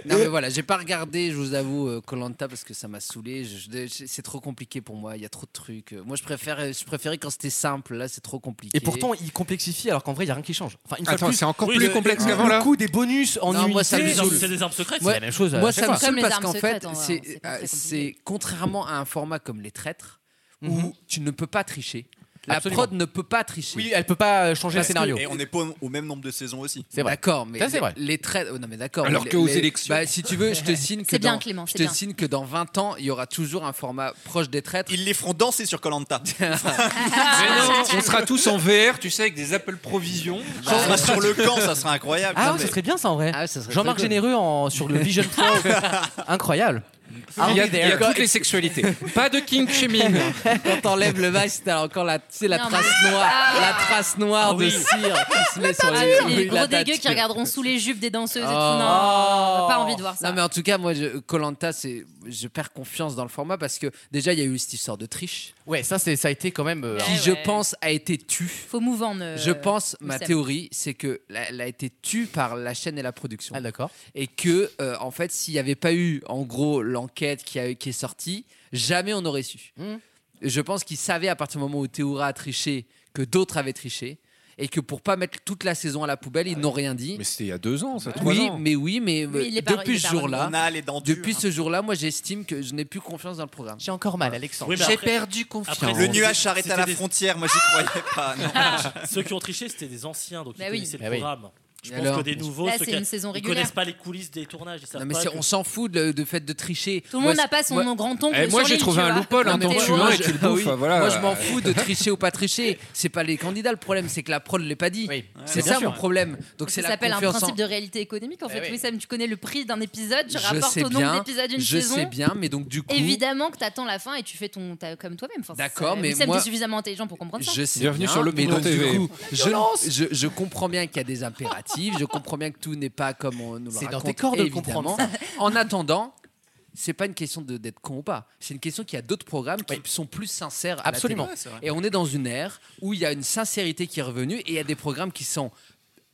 Speaker 10: Non mais voilà, j'ai pas regardé, je vous avoue, euh, Colanta parce que ça m'a saoulé. Je- je- c'est trop compliqué pour moi. Il y a trop de trucs. Euh, Moi, je préfère, je préférais quand c'était simple. Là, c'est trop compliqué.
Speaker 2: Et pourtant, il complexifie alors qu'en vrai, il n'y a rien qui change. Enfin, une fois de
Speaker 10: Attends,
Speaker 2: plus,
Speaker 10: c'est encore
Speaker 2: le-
Speaker 10: plus
Speaker 2: le-
Speaker 10: complexe
Speaker 2: le-
Speaker 10: qu'avant, là.
Speaker 2: Le coup des bonus en
Speaker 10: Non, moi,
Speaker 2: immunité,
Speaker 10: ça me saoule. C'est des
Speaker 7: armes secrètes,
Speaker 2: C'est la même chose. à
Speaker 10: Moi,
Speaker 2: chaque
Speaker 10: ça me
Speaker 2: fois.
Speaker 10: saoule
Speaker 3: les
Speaker 10: parce
Speaker 3: armes
Speaker 10: qu'en fait,
Speaker 3: secrètes, en vrai,
Speaker 10: c'est,
Speaker 3: c'est pas
Speaker 10: euh,
Speaker 3: très
Speaker 10: c'est contrairement à un format comme Les Traîtres
Speaker 2: Mhm.
Speaker 10: où tu ne peux pas tricher. La
Speaker 2: Absolument.
Speaker 10: prod ne peut pas tricher.
Speaker 2: Oui, elle peut pas euh, changer le
Speaker 10: Parce que-
Speaker 2: scénario.
Speaker 4: Et on n'est pas au- au même nombre de saisons aussi.
Speaker 10: D'accord, mais
Speaker 2: Ça, c'est
Speaker 10: les-
Speaker 2: vrai.
Speaker 10: les traits. oh, non, mais d'accord.
Speaker 5: Alors
Speaker 10: mais
Speaker 5: qu'aux
Speaker 10: les- les-
Speaker 5: élections-
Speaker 10: bah, si tu veux, je te signe que
Speaker 3: C'est bien,
Speaker 10: dans,
Speaker 3: Clément,
Speaker 10: je
Speaker 3: c'est
Speaker 10: te
Speaker 3: bien.
Speaker 10: signe que dans 20 ans, il y aura toujours un format proche des traîtres.
Speaker 4: Ils les feront danser sur Colanta.
Speaker 10: Bah,
Speaker 5: Mais non, on sera tous en VR, tu sais, avec des Apple Provision.
Speaker 4: Genre, on sera sur le camp, ça sera incroyable.
Speaker 2: Ah,
Speaker 4: Non,
Speaker 2: ouais,
Speaker 4: mais-
Speaker 2: ça serait bien ça en vrai.
Speaker 10: serait
Speaker 2: Jean-Marc
Speaker 10: très cool.
Speaker 2: Généreux en, sur le Vision Pro. Incroyable.
Speaker 5: Il y a, il y a toutes les sexualités. Pas de king shaming.
Speaker 10: Quand t'enlèves le masque, t'as encore la, tu sais, la
Speaker 3: Non, mais-
Speaker 10: trace noire,
Speaker 3: Ah.
Speaker 10: la trace noire
Speaker 5: Ah oui.
Speaker 10: de cire qui se met sur
Speaker 3: Ah,
Speaker 10: les,
Speaker 3: les
Speaker 10: oui,
Speaker 3: gros
Speaker 10: la
Speaker 3: dégueux
Speaker 10: date.
Speaker 3: qui regarderont sous les jupes des danseuses et tout. Non,
Speaker 10: Oh.
Speaker 3: on n'a pas envie de voir ça.
Speaker 10: Non mais en tout cas moi Colanta c'est je perds confiance dans le format parce que déjà il y a eu cette histoire de triche
Speaker 2: Ouais, ça, c'est- ça a été quand même. euh,
Speaker 10: qui
Speaker 2: un-
Speaker 10: je pense a été tue.
Speaker 3: Faut move on. euh,
Speaker 10: Je pense, ma
Speaker 3: Wissem.
Speaker 10: théorie, c'est que la- elle a été tue par la chaîne et la production. Ah
Speaker 2: d'accord.
Speaker 10: Et que, euh, en fait, s'il n'y avait pas eu, en gros, l'enquête qui, a- qui est sortie, jamais on aurait su. Je pense qu'ils savaient à partir du moment où Théoura a triché que d'autres avaient triché. Et que pour pas mettre toute la saison à la poubelle, ils n'ont rien dit.
Speaker 5: Mais c'était il y a deux ans, ça. trois
Speaker 10: Oui,
Speaker 5: ans.
Speaker 10: mais oui, mais
Speaker 5: Oui,
Speaker 10: euh,
Speaker 5: il est par- il
Speaker 10: depuis
Speaker 5: est
Speaker 10: ce
Speaker 5: par-
Speaker 10: jour-là,
Speaker 5: On a les dents dures,
Speaker 10: depuis ce jour-là, moi j'estime que je n'ai plus confiance dans le programme.
Speaker 2: J'ai encore mal, Alexandre.
Speaker 10: Oui, mais J'ai après- perdu confiance. après,
Speaker 4: hein. le
Speaker 10: c'était-
Speaker 4: nuage s'arrête à la
Speaker 10: c'était des-
Speaker 4: frontière, moi j'y croyais pas. non.
Speaker 7: Ceux qui ont triché, c'était des anciens, donc
Speaker 3: Bah
Speaker 7: ils
Speaker 3: oui.
Speaker 7: connaissaient
Speaker 4: Bah
Speaker 7: le
Speaker 4: oui.
Speaker 7: programme. Je
Speaker 10: Et
Speaker 7: pense
Speaker 10: alors
Speaker 7: que des nouveaux,
Speaker 3: Là,
Speaker 7: ceux
Speaker 3: c'est
Speaker 7: qui
Speaker 3: une saison
Speaker 7: ils
Speaker 3: régulière.
Speaker 7: connaissent pas les coulisses des tournages. Ils savent
Speaker 10: Non, mais
Speaker 7: pas
Speaker 10: c'est-
Speaker 7: que-
Speaker 10: on s'en fout de, de fait de tricher.
Speaker 3: Tout le monde n'a pas son grand-oncle
Speaker 5: Eh, moi, sur j'ai l'île, trouvé tu un vois. loophole, hein,
Speaker 10: Non, mais
Speaker 5: t'en
Speaker 10: moi,
Speaker 5: tues un et
Speaker 10: je-
Speaker 5: tu le bouffes,
Speaker 10: Ah oui.
Speaker 5: voilà.
Speaker 10: Moi, je m'en fous de tricher ou pas tricher. C'est pas les candidats le problème, c'est que la prod l'est pas dit. C'est
Speaker 2: Ouais, bien
Speaker 10: ça
Speaker 2: sûr.
Speaker 10: mon problème. Donc c'est
Speaker 3: ça
Speaker 10: la
Speaker 3: s'appelle un
Speaker 10: confiance en-
Speaker 3: principe de réalité économique. En
Speaker 10: Eh
Speaker 3: fait,
Speaker 10: oui.
Speaker 3: oui, Sam, tu connais le prix d'un épisode, tu
Speaker 10: Je
Speaker 3: rapportes
Speaker 10: sais
Speaker 3: au nombre
Speaker 10: bien.
Speaker 3: d'épisodes d'une
Speaker 10: Je
Speaker 3: saison.
Speaker 10: sais bien, mais donc du coup.
Speaker 3: Évidemment que t'attends la fin et tu fais ton t'as- comme toi-même. Enfin,
Speaker 10: D'accord,
Speaker 3: c'est-
Speaker 10: mais
Speaker 3: Wissem,
Speaker 10: moi-
Speaker 3: t'es suffisamment intelligent pour comprendre ça.
Speaker 10: Je sais
Speaker 5: Bienvenue
Speaker 10: bien,
Speaker 5: sur le
Speaker 10: mais
Speaker 5: Pont
Speaker 10: donc, du
Speaker 5: TV.
Speaker 10: coup,
Speaker 3: La
Speaker 10: je,
Speaker 3: violence
Speaker 10: je, je comprends bien qu'il y a des impératifs, je comprends bien que tout n'est pas comme on nous le
Speaker 2: C'est dans
Speaker 10: raconte.
Speaker 2: tes cordes de
Speaker 10: évidemment.
Speaker 2: comprendre
Speaker 10: En attendant, c'est pas une question de- d'être con ou pas. C'est une question qu'il y a d'autres programmes qui sont plus sincères. à la
Speaker 2: Absolument.
Speaker 10: télé.
Speaker 2: Ouais, c'est vrai.
Speaker 10: et on est dans une ère où il y a une sincérité qui est revenue et il y a des programmes qui sont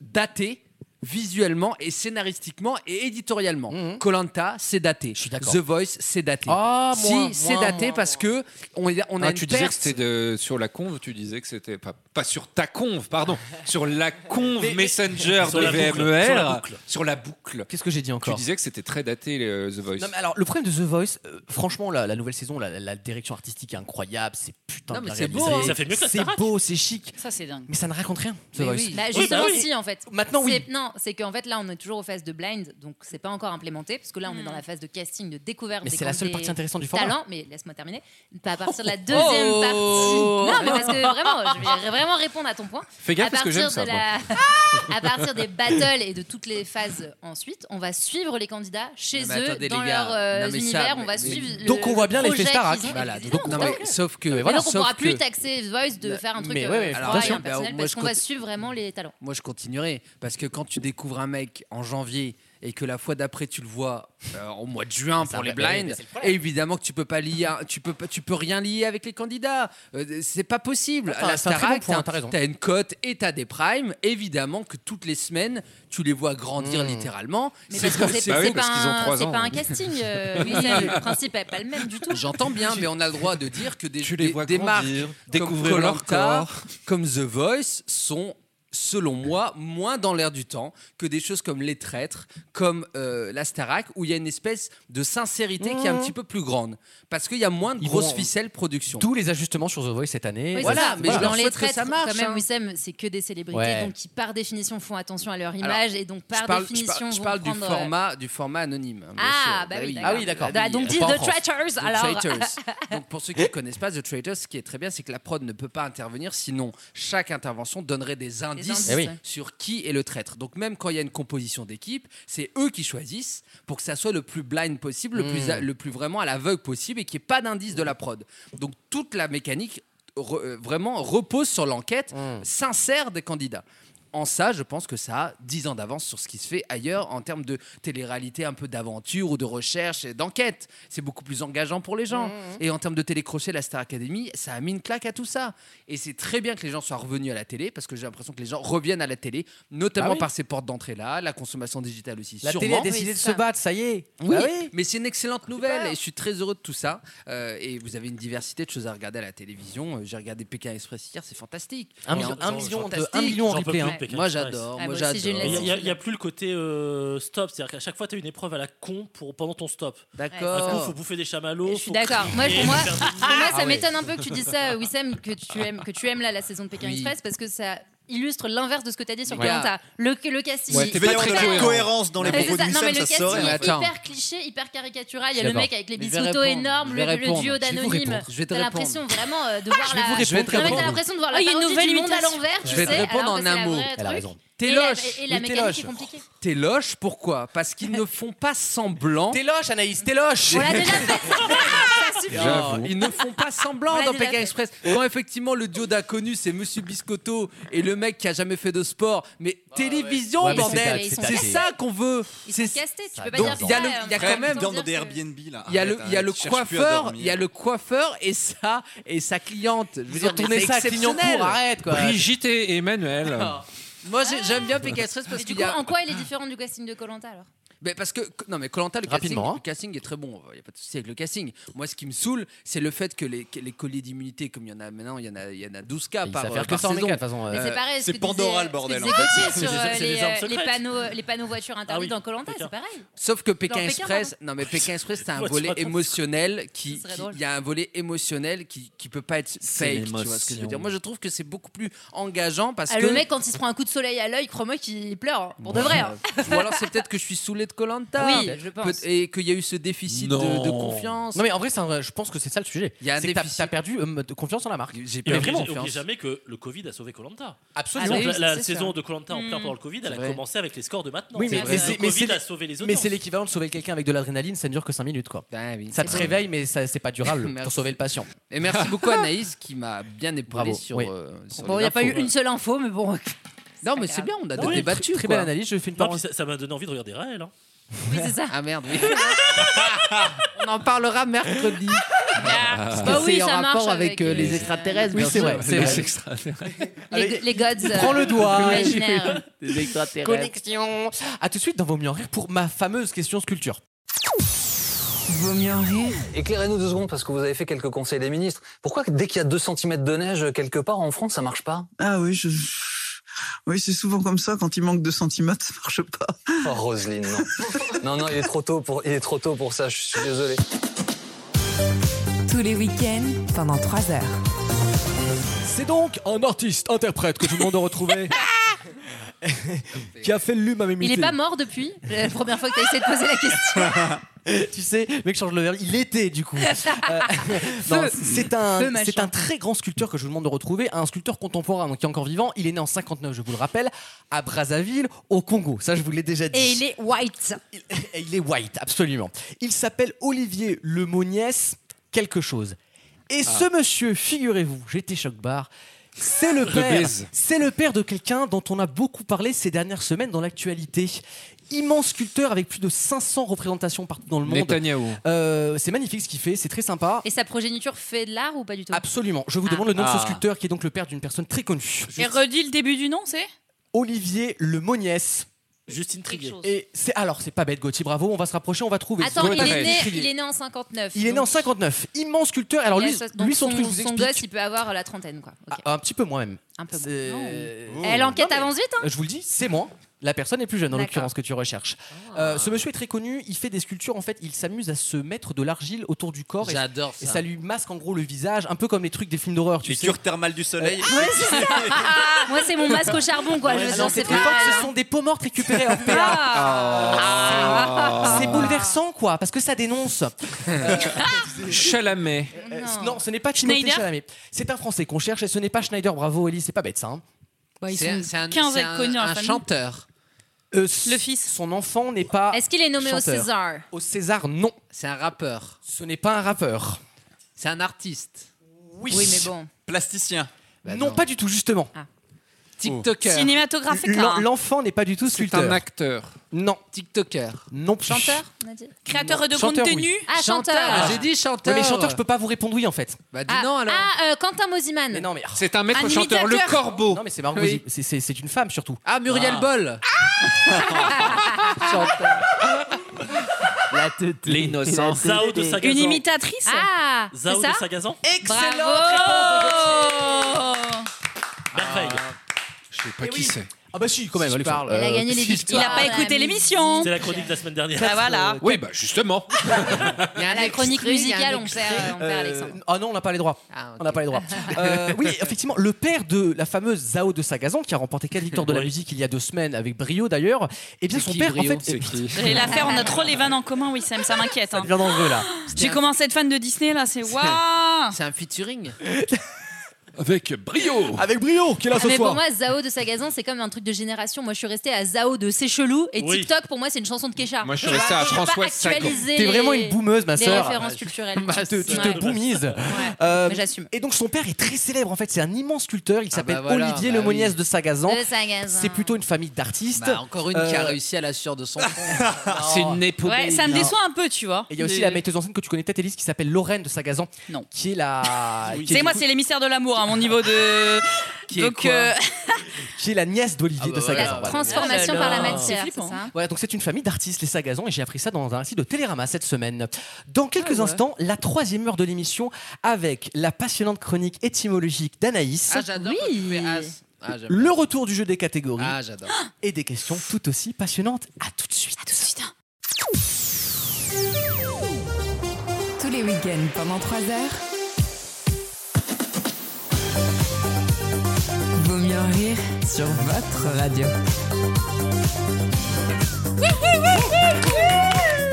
Speaker 10: datés visuellement et scénaristiquement et éditorialement. Colanta, c'est daté.
Speaker 2: Mhm. d'accord.
Speaker 10: The Voice, c'est daté.
Speaker 2: Ah,
Speaker 10: si,
Speaker 2: moins,
Speaker 10: c'est
Speaker 2: moins,
Speaker 10: daté
Speaker 2: moins,
Speaker 10: parce que on, y a- on a
Speaker 5: Ah,
Speaker 10: une
Speaker 5: tu disais que
Speaker 10: perte.
Speaker 5: c'était de- sur la conve, tu disais que c'était pas, pas sur ta conve, pardon, sur la conve Messenger
Speaker 2: Sur
Speaker 5: de
Speaker 2: la boucle,
Speaker 5: VMER,
Speaker 2: sur la boucle.
Speaker 5: sur la boucle.
Speaker 2: Qu'est-ce que j'ai dit encore
Speaker 5: Tu disais que c'était très daté euh, The Voice.
Speaker 2: Non, mais alors, le problème de The Voice, euh, franchement, la, la nouvelle saison, la, la- la direction artistique est incroyable, c'est putain
Speaker 10: Non,
Speaker 2: de
Speaker 10: mais
Speaker 2: bien
Speaker 10: c'est beau,
Speaker 2: réalisé.
Speaker 10: hein. Ça fait mieux que la
Speaker 2: C'est
Speaker 10: Starac.
Speaker 2: beau, c'est chic.
Speaker 3: Ça, c'est dingue.
Speaker 2: Mais ça ne raconte rien, The
Speaker 10: Mais
Speaker 2: Voice.
Speaker 10: oui.
Speaker 3: Bah, justement,
Speaker 2: bah oui.
Speaker 3: si, en fait.
Speaker 2: Maintenant, oui.
Speaker 3: C'est- Non, c'est qu'en fait, là, on est toujours aux phases de blind, donc c'est pas encore implémenté, parce que là, on est
Speaker 10: Hmm.
Speaker 3: dans la phase de casting, de découverte.
Speaker 2: Mais
Speaker 3: des
Speaker 2: c'est la
Speaker 3: can-
Speaker 2: seule
Speaker 3: des
Speaker 2: partie intéressante du format.
Speaker 3: talents, mais laisse-moi terminer. Pas à partir de
Speaker 10: [LAUGHS] Oh
Speaker 3: la deuxième partie. Non, mais parce que vraiment, je vais vraiment répondre à ton point.
Speaker 5: Fais gaffe,
Speaker 3: À
Speaker 5: parce que j'aime
Speaker 3: partir de
Speaker 5: ça,
Speaker 3: [LAUGHS] à partir des battles et de toutes les phases ensuite, on va suivre les candidats chez
Speaker 10: Non, mais
Speaker 3: eux,
Speaker 10: attendez,
Speaker 3: dans
Speaker 10: les gars.
Speaker 3: leur euh,
Speaker 10: Non, mais ça,
Speaker 3: univers. on
Speaker 10: mais-
Speaker 3: va
Speaker 10: mais-
Speaker 3: suivre. le-
Speaker 2: Donc on voit bien
Speaker 3: le
Speaker 2: l'effet
Speaker 3: projet
Speaker 2: Starac.
Speaker 3: qu'ils ont.
Speaker 10: Voilà, donc, non, mais, sauf que
Speaker 3: Mais
Speaker 10: voilà,
Speaker 3: [LAUGHS] donc on
Speaker 10: sauf
Speaker 3: pourra plus
Speaker 10: que-
Speaker 3: taxer The Voice de faire un truc
Speaker 10: mais
Speaker 3: euh,
Speaker 10: ouais, ouais,
Speaker 3: froid
Speaker 10: attention.
Speaker 3: et impersonnel,
Speaker 10: Bah, moi,
Speaker 3: parce
Speaker 10: je
Speaker 3: qu'on va
Speaker 10: compte-
Speaker 3: suivre vraiment les talents.
Speaker 10: Moi, je continuerai parce que quand tu découvres un mec en janvier et que la fois d'après tu le vois euh, au mois de juin
Speaker 2: Ça,
Speaker 10: pour les
Speaker 2: bah, bah,
Speaker 10: blinds,
Speaker 2: mais c'est le problème.
Speaker 10: et évidemment que tu peux pas lier, un- tu peux pas, tu peux rien lier avec les candidats. Euh, c'est pas possible.
Speaker 2: Ah, t'as-
Speaker 10: la
Speaker 2: c'est un très bon
Speaker 10: Starac,
Speaker 2: point,
Speaker 10: t'as-
Speaker 2: t'as raison.
Speaker 10: t'as une cote et t'as des primes. Évidemment que toutes les semaines tu les vois grandir
Speaker 3: Hmm.
Speaker 2: Mmh.
Speaker 10: littéralement.
Speaker 3: Mais parce que c'est
Speaker 10: Bah oui,
Speaker 3: c'est pas,
Speaker 10: parce qu'ils ont
Speaker 3: un-
Speaker 10: trois
Speaker 3: c'est
Speaker 10: ans. hein.
Speaker 3: pas un casting.
Speaker 10: [LAUGHS]
Speaker 3: euh, oui, c'est- le principe n'est pas le même du tout.
Speaker 10: J'entends
Speaker 3: [LAUGHS]
Speaker 10: bien, mais on a le droit de dire que des, des- des
Speaker 5: grandir,
Speaker 10: marques
Speaker 5: découvrir
Speaker 10: comme
Speaker 5: leur
Speaker 10: Koh-Lanta,
Speaker 5: corps.
Speaker 10: comme The Voice sont, selon moi, moins dans l'air du temps que des choses comme Les Traîtres, comme euh, La Starac, où il y a une espèce de sincérité qui est un
Speaker 2: Mhm.
Speaker 10: petit peu plus grande. Parce qu'il y a moins de
Speaker 2: Ils
Speaker 10: grosses
Speaker 2: vont-
Speaker 10: ficelles production.
Speaker 2: Tous les ajustements sur The Voice cette année.
Speaker 3: Oui, c'est ça.
Speaker 10: Voilà, mais je
Speaker 3: dans
Speaker 10: leur
Speaker 3: les
Speaker 10: souhaite que
Speaker 3: traîtres,
Speaker 10: ça marche.
Speaker 3: quand même,
Speaker 10: hein.
Speaker 3: Wissem, c'est que des célébrités,
Speaker 10: Ouais.
Speaker 3: donc qui par définition font attention à leur
Speaker 10: Alors,
Speaker 3: image et donc par
Speaker 10: je parle, je
Speaker 3: définition
Speaker 10: parle- je
Speaker 3: vont
Speaker 10: parle du
Speaker 3: prendre, euh,
Speaker 10: format, du format anonyme. hein, bien
Speaker 3: Ah,
Speaker 10: sûr.
Speaker 3: bah oui,
Speaker 10: Ah oui,
Speaker 3: d'accord.
Speaker 10: d'accord.
Speaker 3: Bah, donc,
Speaker 10: Oui,
Speaker 3: dis
Speaker 10: pas en
Speaker 3: The
Speaker 10: France.
Speaker 3: Traitors,
Speaker 10: The
Speaker 3: alors.
Speaker 10: Traitors. Donc pour ceux qui ne connaissent pas The Traitors, ce qui est très bien, c'est que la prod ne peut pas intervenir, sinon chaque intervention donnerait des
Speaker 2: indices,
Speaker 10: indices
Speaker 2: Eh oui.
Speaker 10: sur qui est le traître. Donc même quand il y a une composition d'équipe, c'est eux qui choisissent pour que ça soit le plus blind possible, le
Speaker 5: Hmm.
Speaker 10: plus,
Speaker 2: Mm.
Speaker 10: à- le plus vraiment à l'aveugle possible et qu'il n'y ait pas d'indice de la prod. Donc toute la mécanique re- euh, vraiment repose sur l'enquête sincère des candidats. En ça, je pense que ça a 10 ans d'avance sur ce qui se fait ailleurs en termes de télé-réalité un peu d'aventure ou de recherche et d'enquête. C'est beaucoup plus engageant pour les gens.
Speaker 2: Mmh.
Speaker 10: Et en termes de télécrochet, la Star Academy, ça a mis une claque à tout ça. Et c'est très bien que les gens soient revenus à la télé parce que j'ai l'impression que les gens reviennent à la télé, notamment
Speaker 2: Bah oui.
Speaker 10: par ces portes d'entrée-là, la consommation digitale aussi.
Speaker 2: La
Speaker 10: sûrement.
Speaker 2: télé a décidé de se battre, ça y est.
Speaker 10: Oui,
Speaker 2: Bah oui.
Speaker 10: mais c'est une excellente nouvelle et je suis très heureux de tout ça. Euh, et vous avez une diversité de choses à regarder à la télévision. Euh, J'ai regardé Pékin Express hier, c'est fantastique.
Speaker 2: Un
Speaker 10: Et
Speaker 2: million-
Speaker 10: encore,
Speaker 2: un million
Speaker 10: c'est
Speaker 2: de-
Speaker 10: fantastique.
Speaker 2: un million en
Speaker 10: J'en peux
Speaker 2: replay,
Speaker 10: plus
Speaker 2: hein.
Speaker 10: de Pékin Moi j'adore, Ah, moi j'adore.
Speaker 7: Il n'y a, il y a plus le côté euh, stop, c'est-à-dire qu'à chaque fois, tu as une épreuve à la con pour, pendant ton stop.
Speaker 10: D'accord.
Speaker 7: Un coup, faut bouffer des chamallows.
Speaker 3: Je suis d'accord. Moi, pour moi, pour moi, ça m'étonne un peu que tu dises
Speaker 7: dises
Speaker 10: Ah
Speaker 3: ça, euh, Wissem, que tu aimes, que tu aimes là, la saison de Pékin
Speaker 7: Oui.
Speaker 3: Express, parce que ça illustre l'inverse de ce que tu as dit sur
Speaker 6: Voilà.
Speaker 3: Colanta. Le, le casting.
Speaker 6: Ouais,
Speaker 3: est
Speaker 6: t'es pas
Speaker 3: hyper-
Speaker 6: très cohérent. cohérence dans les
Speaker 3: mais
Speaker 6: propos
Speaker 3: c'est
Speaker 6: de
Speaker 3: Non,
Speaker 6: Wissem,
Speaker 3: mais le
Speaker 6: ça se
Speaker 3: casting
Speaker 6: saurait.
Speaker 3: est
Speaker 6: Mais attends.
Speaker 3: hyper cliché, hyper caricatural. Il y a
Speaker 6: Je
Speaker 3: le
Speaker 6: suis
Speaker 3: mec
Speaker 6: d'accord.
Speaker 3: avec les
Speaker 6: Mais je vais
Speaker 3: biscottos
Speaker 6: répondre.
Speaker 3: énormes,
Speaker 6: Je vais
Speaker 3: le, le
Speaker 6: répondre.
Speaker 3: duo
Speaker 6: Je vais vous
Speaker 3: d'anonymes.
Speaker 6: répondre. Je vais te
Speaker 3: T'as
Speaker 6: répondre.
Speaker 3: l'impression vraiment euh,
Speaker 6: Je vais
Speaker 3: de voir
Speaker 6: vous
Speaker 3: la.
Speaker 6: répondre.
Speaker 3: Non, mais
Speaker 6: Je vais
Speaker 3: t'as
Speaker 6: te
Speaker 3: l'impression de voir la
Speaker 6: répondre. Oh, il y a une
Speaker 3: parodie
Speaker 6: nouvelle
Speaker 3: du monde à
Speaker 6: imitation.
Speaker 3: l'envers. tu
Speaker 10: Je vais te
Speaker 3: sais,
Speaker 10: répondre
Speaker 3: alors
Speaker 10: en
Speaker 3: que c'est
Speaker 10: un
Speaker 3: la
Speaker 10: mot.
Speaker 3: vraie
Speaker 10: Elle a
Speaker 3: truc.
Speaker 10: raison.
Speaker 3: Et la-
Speaker 10: Téloche.
Speaker 3: Et la
Speaker 10: Oui,
Speaker 3: mécanique est
Speaker 10: téloche.
Speaker 3: compliquée.
Speaker 10: Téloche, pourquoi Parce qu'ils ne font pas semblant.
Speaker 2: Téloche, Anaïs, téloche
Speaker 10: On l'a déjà
Speaker 3: Ça
Speaker 10: [LAUGHS]
Speaker 3: suffit.
Speaker 10: Non, ils ne font pas semblant
Speaker 3: Voilà,
Speaker 10: dans
Speaker 3: déjà
Speaker 10: Pékin Express. Quand effectivement le duo d'inconnus, c'est Monsieur Biscotto et le mec qui a jamais fait de sport. Mais
Speaker 2: Ah
Speaker 10: télévision,
Speaker 4: ouais. Ouais, mais c'est
Speaker 10: bordel
Speaker 4: daté, c'est
Speaker 10: C'est
Speaker 4: daté.
Speaker 10: ça qu'on veut
Speaker 3: Ils
Speaker 10: C'est-
Speaker 3: sont castés, tu peux pas
Speaker 10: Donc,
Speaker 3: dire
Speaker 10: il y a
Speaker 3: ça,
Speaker 10: le-
Speaker 3: euh,
Speaker 10: il y a
Speaker 3: frère,
Speaker 10: quand même-
Speaker 3: sans dire
Speaker 4: dans des
Speaker 3: que-
Speaker 4: Airbnb là.
Speaker 10: Il y a le,
Speaker 4: Arrête,
Speaker 10: il y a
Speaker 4: arrête,
Speaker 10: le
Speaker 4: tu cherches plus à
Speaker 10: coiffeur,
Speaker 4: dormir.
Speaker 10: il y a le coiffeur et sa et sa cliente. Je veux dire,
Speaker 2: Retournez
Speaker 10: mais
Speaker 2: ça à
Speaker 10: c'est
Speaker 2: Clignancourt,
Speaker 10: exceptionnel.
Speaker 2: arrête, quoi.
Speaker 5: Brigitte et
Speaker 2: Ah,
Speaker 5: Emmanuel.
Speaker 10: Moi, j'ai- j'aime bien Pékin Express parce
Speaker 3: Et du
Speaker 10: qu'il
Speaker 3: coup,
Speaker 10: y a.
Speaker 3: en quoi il est différent du casting de Colanta alors
Speaker 10: Mais parce que non mais Colanta le casting,
Speaker 2: Rapidement, hein.
Speaker 10: le casting est très bon, il y a pas de souci avec le casting. Moi ce qui me saoule, c'est le fait que les, que les colliers d'immunité comme il y en a maintenant, il y en a il y en a 12 cas
Speaker 2: Ils
Speaker 10: par euh,
Speaker 2: savent faire que
Speaker 10: par
Speaker 2: ça en
Speaker 10: saison.
Speaker 2: méca, de toute façon,
Speaker 3: Mais
Speaker 10: Euh,
Speaker 3: c'est pareil. ce que disait- ce que disait Gauthier sur euh, les, euh, les panneaux, les panneaux voitures interdites dans Colanta, c'est pareil.
Speaker 10: Sauf que Pékin
Speaker 3: Dans Pékin,
Speaker 10: Express, non mais Pékin Express, [LAUGHS] c'est un
Speaker 2: Ouais, tu
Speaker 10: volet
Speaker 2: racontes.
Speaker 10: émotionnel qui,
Speaker 2: Ce serait
Speaker 10: qui-
Speaker 2: drôle.
Speaker 10: il y a un volet émotionnel qui qui peut pas être fake. Tu vois ce que je veux
Speaker 2: l'émotion.
Speaker 10: dire Moi, je trouve que c'est beaucoup plus engageant parce
Speaker 3: Ah,
Speaker 10: que
Speaker 3: Le mec, quand il se prend un coup de soleil à l'œil, crois-moi qu'il pleure hein, pour de vrai. hein.
Speaker 10: Ou alors c'est peut-être que je suis saoulé de Colanta.
Speaker 2: Ah,
Speaker 3: Oui, je pense.
Speaker 10: Et qu'il y a eu ce déficit de, de confiance.
Speaker 2: Non, mais en vrai, c'est un- je pense que c'est ça le sujet.
Speaker 10: Il y a un
Speaker 2: C'est que t'as-
Speaker 10: déficit.
Speaker 2: t'as perdu euh, de confiance en la marque.
Speaker 10: J'ai
Speaker 7: Et vraiment, n'oubliez jamais que le Covid a sauvé Colanta.
Speaker 2: Absolument.
Speaker 7: La,
Speaker 2: Ah oui,
Speaker 7: la
Speaker 2: c'est
Speaker 7: saison
Speaker 2: ça.
Speaker 7: de Colanta en
Speaker 2: Mm.
Speaker 7: plein pendant le Covid, elle a
Speaker 2: C'est vrai.
Speaker 7: commencé avec les scores de maintenant.
Speaker 2: Oui, mais,
Speaker 7: Le
Speaker 2: mais c'est- mais c'est
Speaker 7: Covid a
Speaker 2: l'é-
Speaker 7: sauvé les
Speaker 2: mais
Speaker 7: audiences.
Speaker 2: c'est l'équivalent de sauver quelqu'un avec de l'adrénaline, ça ne dure que 5 minutes quoi. ça te
Speaker 10: Bah C'est vrai.
Speaker 2: réveille, mais ça- c'est pas
Speaker 10: [LAUGHS]
Speaker 2: durable pour
Speaker 10: Merci.
Speaker 2: sauver le patient.
Speaker 10: Et merci [LAUGHS] beaucoup Anaïs qui m'a bien épaulé
Speaker 2: Bravo.
Speaker 10: sur,
Speaker 2: Oui.
Speaker 10: euh, sur
Speaker 3: Bon, il
Speaker 10: les
Speaker 3: n'y a pas eu
Speaker 10: infos.
Speaker 3: une seule info, mais bon.
Speaker 10: Non, mais c'est bien, on a
Speaker 7: Oui,
Speaker 10: débattu.
Speaker 2: très
Speaker 10: quoi.
Speaker 2: belle analyse, je fais une
Speaker 7: Non,
Speaker 2: parenthèse.
Speaker 7: puis ça ça m'a donné envie de regarder Raël. hein.
Speaker 3: Oui, c'est ça.
Speaker 10: Ah merde, oui. [LAUGHS] On en parlera [LAUGHS] mercredi. Parce que
Speaker 3: Bah oui,
Speaker 10: c'est en
Speaker 3: ça marche
Speaker 10: rapport avec,
Speaker 3: avec,
Speaker 10: euh,
Speaker 3: euh,
Speaker 10: les extraterrestres.
Speaker 2: Oui,
Speaker 10: bien
Speaker 2: c'est
Speaker 10: sûr.
Speaker 2: vrai, c'est vrai. Les
Speaker 3: Les, les gods. euh,
Speaker 2: Prends le doigt.
Speaker 3: imaginaires.
Speaker 10: Les extraterrestres.
Speaker 2: Connexion. À tout de suite dans Vos mieux en rire pour ma fameuse question sculpture.
Speaker 16: Vaut mieux en rire. Éclairez-nous deux secondes parce que vous avez fait quelques conseils des ministres. Pourquoi que dès qu'il y a 2 cm de neige quelque part en France, ça marche pas
Speaker 17: Ah oui, je... oui c'est souvent comme ça. Quand il manque 2 cm, ça marche pas.
Speaker 16: Oh Roselyne,
Speaker 17: [LAUGHS]
Speaker 16: non. non, non, il est trop tôt pour, il est trop tôt pour ça, je suis désolé.
Speaker 1: Tous les week-ends pendant 3 heures.
Speaker 2: C'est donc un artiste, interprète que tout le monde a [LAUGHS] retrouvé. qui a fait l'hume à
Speaker 3: Il
Speaker 2: m'imiter.
Speaker 3: est pas mort depuis euh, La première fois que t'as essayé de poser la question.
Speaker 2: [LAUGHS] tu sais, mec, change le verbe. Il était du
Speaker 3: [LAUGHS]
Speaker 2: coup. Euh, non, c'est un,
Speaker 3: Feu machin.
Speaker 2: c'est un très grand sculpteur que je vous demande de retrouver, un sculpteur contemporain, donc qui est encore vivant. Il est né en 59, je vous le rappelle, à Brazzaville, au Congo. Ça, je vous l'ai déjà dit.
Speaker 3: Et il est white.
Speaker 2: Et il [LAUGHS] est white, absolument. Il s'appelle Olivier Lemonniès quelque chose. Et
Speaker 12: Ah.
Speaker 2: ce monsieur, figurez-vous, j'étais choc bar. C'est le père,
Speaker 12: Rebaise.
Speaker 2: c'est le père de quelqu'un dont on a beaucoup parlé ces dernières semaines dans l'actualité. Immense sculpteur avec plus de 500 représentations partout dans le monde.
Speaker 5: Netanyahou.
Speaker 2: Euh, c'est magnifique ce qu'il fait, c'est très sympa.
Speaker 3: Et sa progéniture fait de l'art ou pas du tout
Speaker 2: Absolument. Je vous demande le nom de
Speaker 12: Ah.
Speaker 2: ce sculpteur qui est donc le père d'une personne très connue.
Speaker 6: Et redis le début du nom, c'est
Speaker 2: Olivier Lemonniès. Justine
Speaker 6: Trivier. chose.
Speaker 2: Et c'est alors c'est pas bête Gauthier, bravo, on va se rapprocher, on va trouver.
Speaker 3: Attends, il est, né,
Speaker 2: Trivier.
Speaker 3: il est né en 59.
Speaker 2: Il est né en
Speaker 3: donc-
Speaker 2: 59, immense sculpteur. Alors
Speaker 3: il a
Speaker 2: lui,
Speaker 3: soix- donc
Speaker 2: lui son,
Speaker 3: son,
Speaker 2: truc, je vous
Speaker 3: son
Speaker 2: explique.
Speaker 3: gosse, il peut avoir la trentaine, quoi. Ok.
Speaker 2: Ah, un petit peu moins même.
Speaker 3: Un peu
Speaker 2: C'est- euh,
Speaker 3: moins. Elle enquête avance vite, hein
Speaker 2: Je vous le dis, c'est moi. La personne est plus jeune en
Speaker 3: D'accord. Ah.
Speaker 2: l'occurrence que tu recherches. Euh, ce monsieur est très connu, il fait des sculptures en fait, il s'amuse à se mettre de l'argile autour du corps et-
Speaker 10: J'adore
Speaker 2: et
Speaker 10: ça.
Speaker 2: ça lui masque en gros le visage, un peu comme les trucs des films d'horreur, tu
Speaker 4: Les
Speaker 2: sais.
Speaker 4: cures thermales du soleil.
Speaker 2: Euh, ouais, c'est ça.
Speaker 3: hein.
Speaker 2: [LAUGHS]
Speaker 3: [LAUGHS] Moi, c'est mon masque au charbon, quoi. je
Speaker 2: Ah
Speaker 3: veux
Speaker 2: non,
Speaker 3: dire,
Speaker 2: c'est
Speaker 3: c'est
Speaker 2: très
Speaker 3: pas
Speaker 2: fort,
Speaker 3: mal,
Speaker 2: ce sont
Speaker 3: hein.
Speaker 2: des pommes mortes récupérées en PA.
Speaker 6: Ah.
Speaker 2: C'est bouleversant, quoi, parce que ça dénonce. [LAUGHS]
Speaker 5: Chalamet.
Speaker 2: Euh, non, ce n'est pas Timothée
Speaker 5: Schneider
Speaker 2: Chalamet. C'est un Français qu'on cherche et ce n'est pas Schneider. Bravo, Ellie, c'est pas bête ça. hein.
Speaker 6: ils C'est sont un- c'est un- 15 à être c'est un- connus en un famille. chanteur.
Speaker 2: le fils. Euh, Son enfant n'est pas.
Speaker 3: Est-ce qu'il est nommé au
Speaker 2: chanteur.
Speaker 3: César
Speaker 2: Au César, non. C'est un rappeur. Ce n'est pas un rappeur. C'est un artiste. Oui.
Speaker 3: Oui, mais bon.
Speaker 2: Plasticien. non, pas du tout, justement.
Speaker 10: TikToker.
Speaker 6: Cinématographique,
Speaker 2: L'en-
Speaker 6: hein.
Speaker 2: L'enfant n'est pas du tout sculpteur.
Speaker 5: un
Speaker 2: acteur. Non. TikToker. Non. plus.
Speaker 6: Chanteur Créateur de
Speaker 2: Chanteur,
Speaker 6: contenus
Speaker 2: oui.
Speaker 3: Ah, chanteur.
Speaker 2: Ah.
Speaker 10: J'ai dit chanteur.
Speaker 2: Oui, mais chanteur, je peux pas vous répondre oui en fait. Bah
Speaker 3: Ah, ah, euh, Quentin Mosiman. Mais
Speaker 2: non, mais.
Speaker 5: C'est un maître
Speaker 3: Un
Speaker 5: chanteur, le
Speaker 3: imitateur.
Speaker 5: corbeau.
Speaker 2: Non, mais c'est Margot
Speaker 5: Oui.
Speaker 2: Zib- c'est- C'est c'est une femme surtout.
Speaker 10: Ah, Muriel
Speaker 2: Ah.
Speaker 10: Boll.
Speaker 2: La
Speaker 7: L'innocent. Zao de Sagazan.
Speaker 6: Une imitatrice
Speaker 3: Ah
Speaker 7: Zao de Sagazan
Speaker 6: Excellent
Speaker 7: Merveille.
Speaker 5: Je sais
Speaker 10: Eh
Speaker 5: pas qui c'est.
Speaker 2: Ah bah si, quand même, allez,
Speaker 7: parle.
Speaker 2: Elle a
Speaker 5: euh,
Speaker 2: gagné les
Speaker 6: Il a
Speaker 3: Ah,
Speaker 6: pas écouté l'émission.
Speaker 7: C'est la chronique de la semaine dernière.
Speaker 6: Bah voilà.
Speaker 5: Oui, bah
Speaker 10: [LAUGHS]
Speaker 5: justement.
Speaker 3: Il y a la chronique
Speaker 10: extrait, il y a
Speaker 3: musicale,
Speaker 10: un
Speaker 3: on perd, on perd Alexandre.
Speaker 2: Ah non, on n'a pas les droits. On n'a pas les droits. Euh, oui, effectivement, le père de la fameuse Zao de Sagazan, qui a remporté 4 victoires de la musique il y a deux semaines avec brio d'ailleurs, eh bien son
Speaker 10: qui,
Speaker 2: père,
Speaker 10: Brio
Speaker 2: en fait, [LAUGHS]
Speaker 10: C'est qui
Speaker 6: Et l'affaire, on a trop les vannes en commun, oui, ça, me- ça m'inquiète. hein.
Speaker 2: bien dangereux là.
Speaker 6: J'ai commencé à être fan de Disney, là, c'est waouh
Speaker 10: C'est un featuring.
Speaker 5: Avec brio.
Speaker 2: Oh. Avec brio, qui est là ce
Speaker 3: mais
Speaker 2: soir.
Speaker 3: pour moi, Zao de Sagazan, c'est comme un truc de génération. Moi, je suis restée à Zao de C'est Chelou et
Speaker 2: Oui.
Speaker 3: TikTok, pour moi, c'est une chanson de Kesha.
Speaker 5: Moi, je suis
Speaker 3: Tu vois,
Speaker 5: restée à
Speaker 3: je peux pas
Speaker 5: Françoise Sagan.
Speaker 3: actualiser
Speaker 2: T'es vraiment
Speaker 3: les-
Speaker 2: une boumeuse, ma
Speaker 3: les
Speaker 2: sœur.
Speaker 3: références culturelles.
Speaker 2: Bah, tu te, tu te
Speaker 3: Ouais.
Speaker 2: boumises. Euh, Et donc son père est très célèbre en fait, c'est un immense sculpteur, il s'appelle
Speaker 10: voilà,
Speaker 2: Olivier
Speaker 10: bah
Speaker 2: Lemonniès
Speaker 10: oui.
Speaker 2: de Sagazan.
Speaker 3: De Sagazan.
Speaker 2: C'est plutôt une famille d'artistes.
Speaker 10: Bah, encore une qui a réussi à la sueur de son front.
Speaker 2: C'est une époque.
Speaker 6: Ouais, ça me déçoit un peu, tu vois.
Speaker 2: Et il y a aussi
Speaker 6: Mais-
Speaker 2: la metteuse en scène que tu connais peut-être, Élise, qui s'appelle Lorraine de Sagazan.
Speaker 6: Non.
Speaker 2: Qui est
Speaker 6: [LAUGHS]
Speaker 2: la.
Speaker 6: Tu
Speaker 2: qui est
Speaker 6: sais, moi,
Speaker 2: du coup-
Speaker 6: c'est les mystères de l'amour,
Speaker 18: hein,
Speaker 6: à mon niveau de.
Speaker 2: Qui est quoi
Speaker 18: euh,
Speaker 2: qui est la nièce
Speaker 6: Ah
Speaker 2: d'Olivier
Speaker 6: bah
Speaker 2: de
Speaker 3: voilà.
Speaker 2: Sagazan.
Speaker 3: La transformation
Speaker 6: Oh là
Speaker 3: par la
Speaker 6: là.
Speaker 3: matière,
Speaker 6: C'est
Speaker 3: c'est
Speaker 6: flippant.
Speaker 3: ça
Speaker 2: Voilà, donc c'est une famille d'artistes, les Sagazans, et j'ai appris ça dans un récit de Télérama cette semaine. Dans
Speaker 6: Ah
Speaker 2: quelques instants, la troisième heure de l'émission avec la passionnante chronique étymologique d'Anaïs.
Speaker 10: Ah, j'adore. quand tu fais as. Ah, j'aime
Speaker 2: le retour du jeu des catégories
Speaker 10: Ah, j'adore.
Speaker 2: et des questions tout aussi passionnantes. À tout de suite.
Speaker 1: Tous les week-ends pendant 3 heures. Vaut mieux en rire sur votre radio.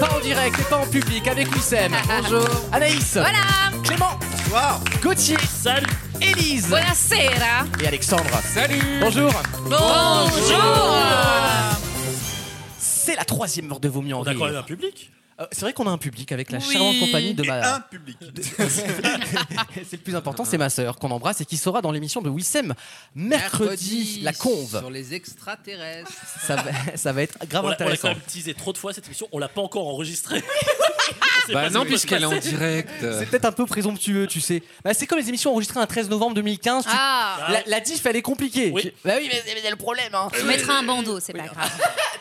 Speaker 2: Pas en direct et pas en public avec
Speaker 6: [LAUGHS]
Speaker 2: Wissem. Bonjour. Anaïs.
Speaker 6: Voilà.
Speaker 2: Clément. Bonsoir. Gauthier. Salut. Élise.
Speaker 6: Buonasera.
Speaker 2: Et Alexandre. Salut. Bonjour.
Speaker 6: Bonjour.
Speaker 2: C'est la troisième heure de Vaut mieux en
Speaker 7: On a
Speaker 2: rire.
Speaker 7: quand même un public.
Speaker 2: Euh, C'est vrai qu'on a un public avec la
Speaker 4: Oui.
Speaker 2: charmante compagnie de
Speaker 4: Et
Speaker 2: ma.
Speaker 4: un public.
Speaker 2: c'est le plus important, c'est ma sœur qu'on embrasse et qui sera dans l'émission de Wissem mercredi, la
Speaker 10: Sur
Speaker 2: conve.
Speaker 10: les extraterrestres.
Speaker 2: Ça va, ça va être grave
Speaker 7: on l'a on l'a
Speaker 2: Ah, intéressant.
Speaker 7: quand même teasé trop de fois cette émission, on l'a pas
Speaker 2: [LAUGHS]
Speaker 7: encore enregistrée.
Speaker 5: Bah non, puisqu'elle est en direct.
Speaker 2: C'est peut-être un peu présomptueux, tu sais. Bah, c'est comme les émissions enregistrées un 13 novembre 2015. tu-
Speaker 3: Ah.
Speaker 2: la, la diff, elle est compliquée. Tu- Bah oui, mais
Speaker 3: c'est le problème. Hein. Je mettrai un bandeau, c'est pas grave.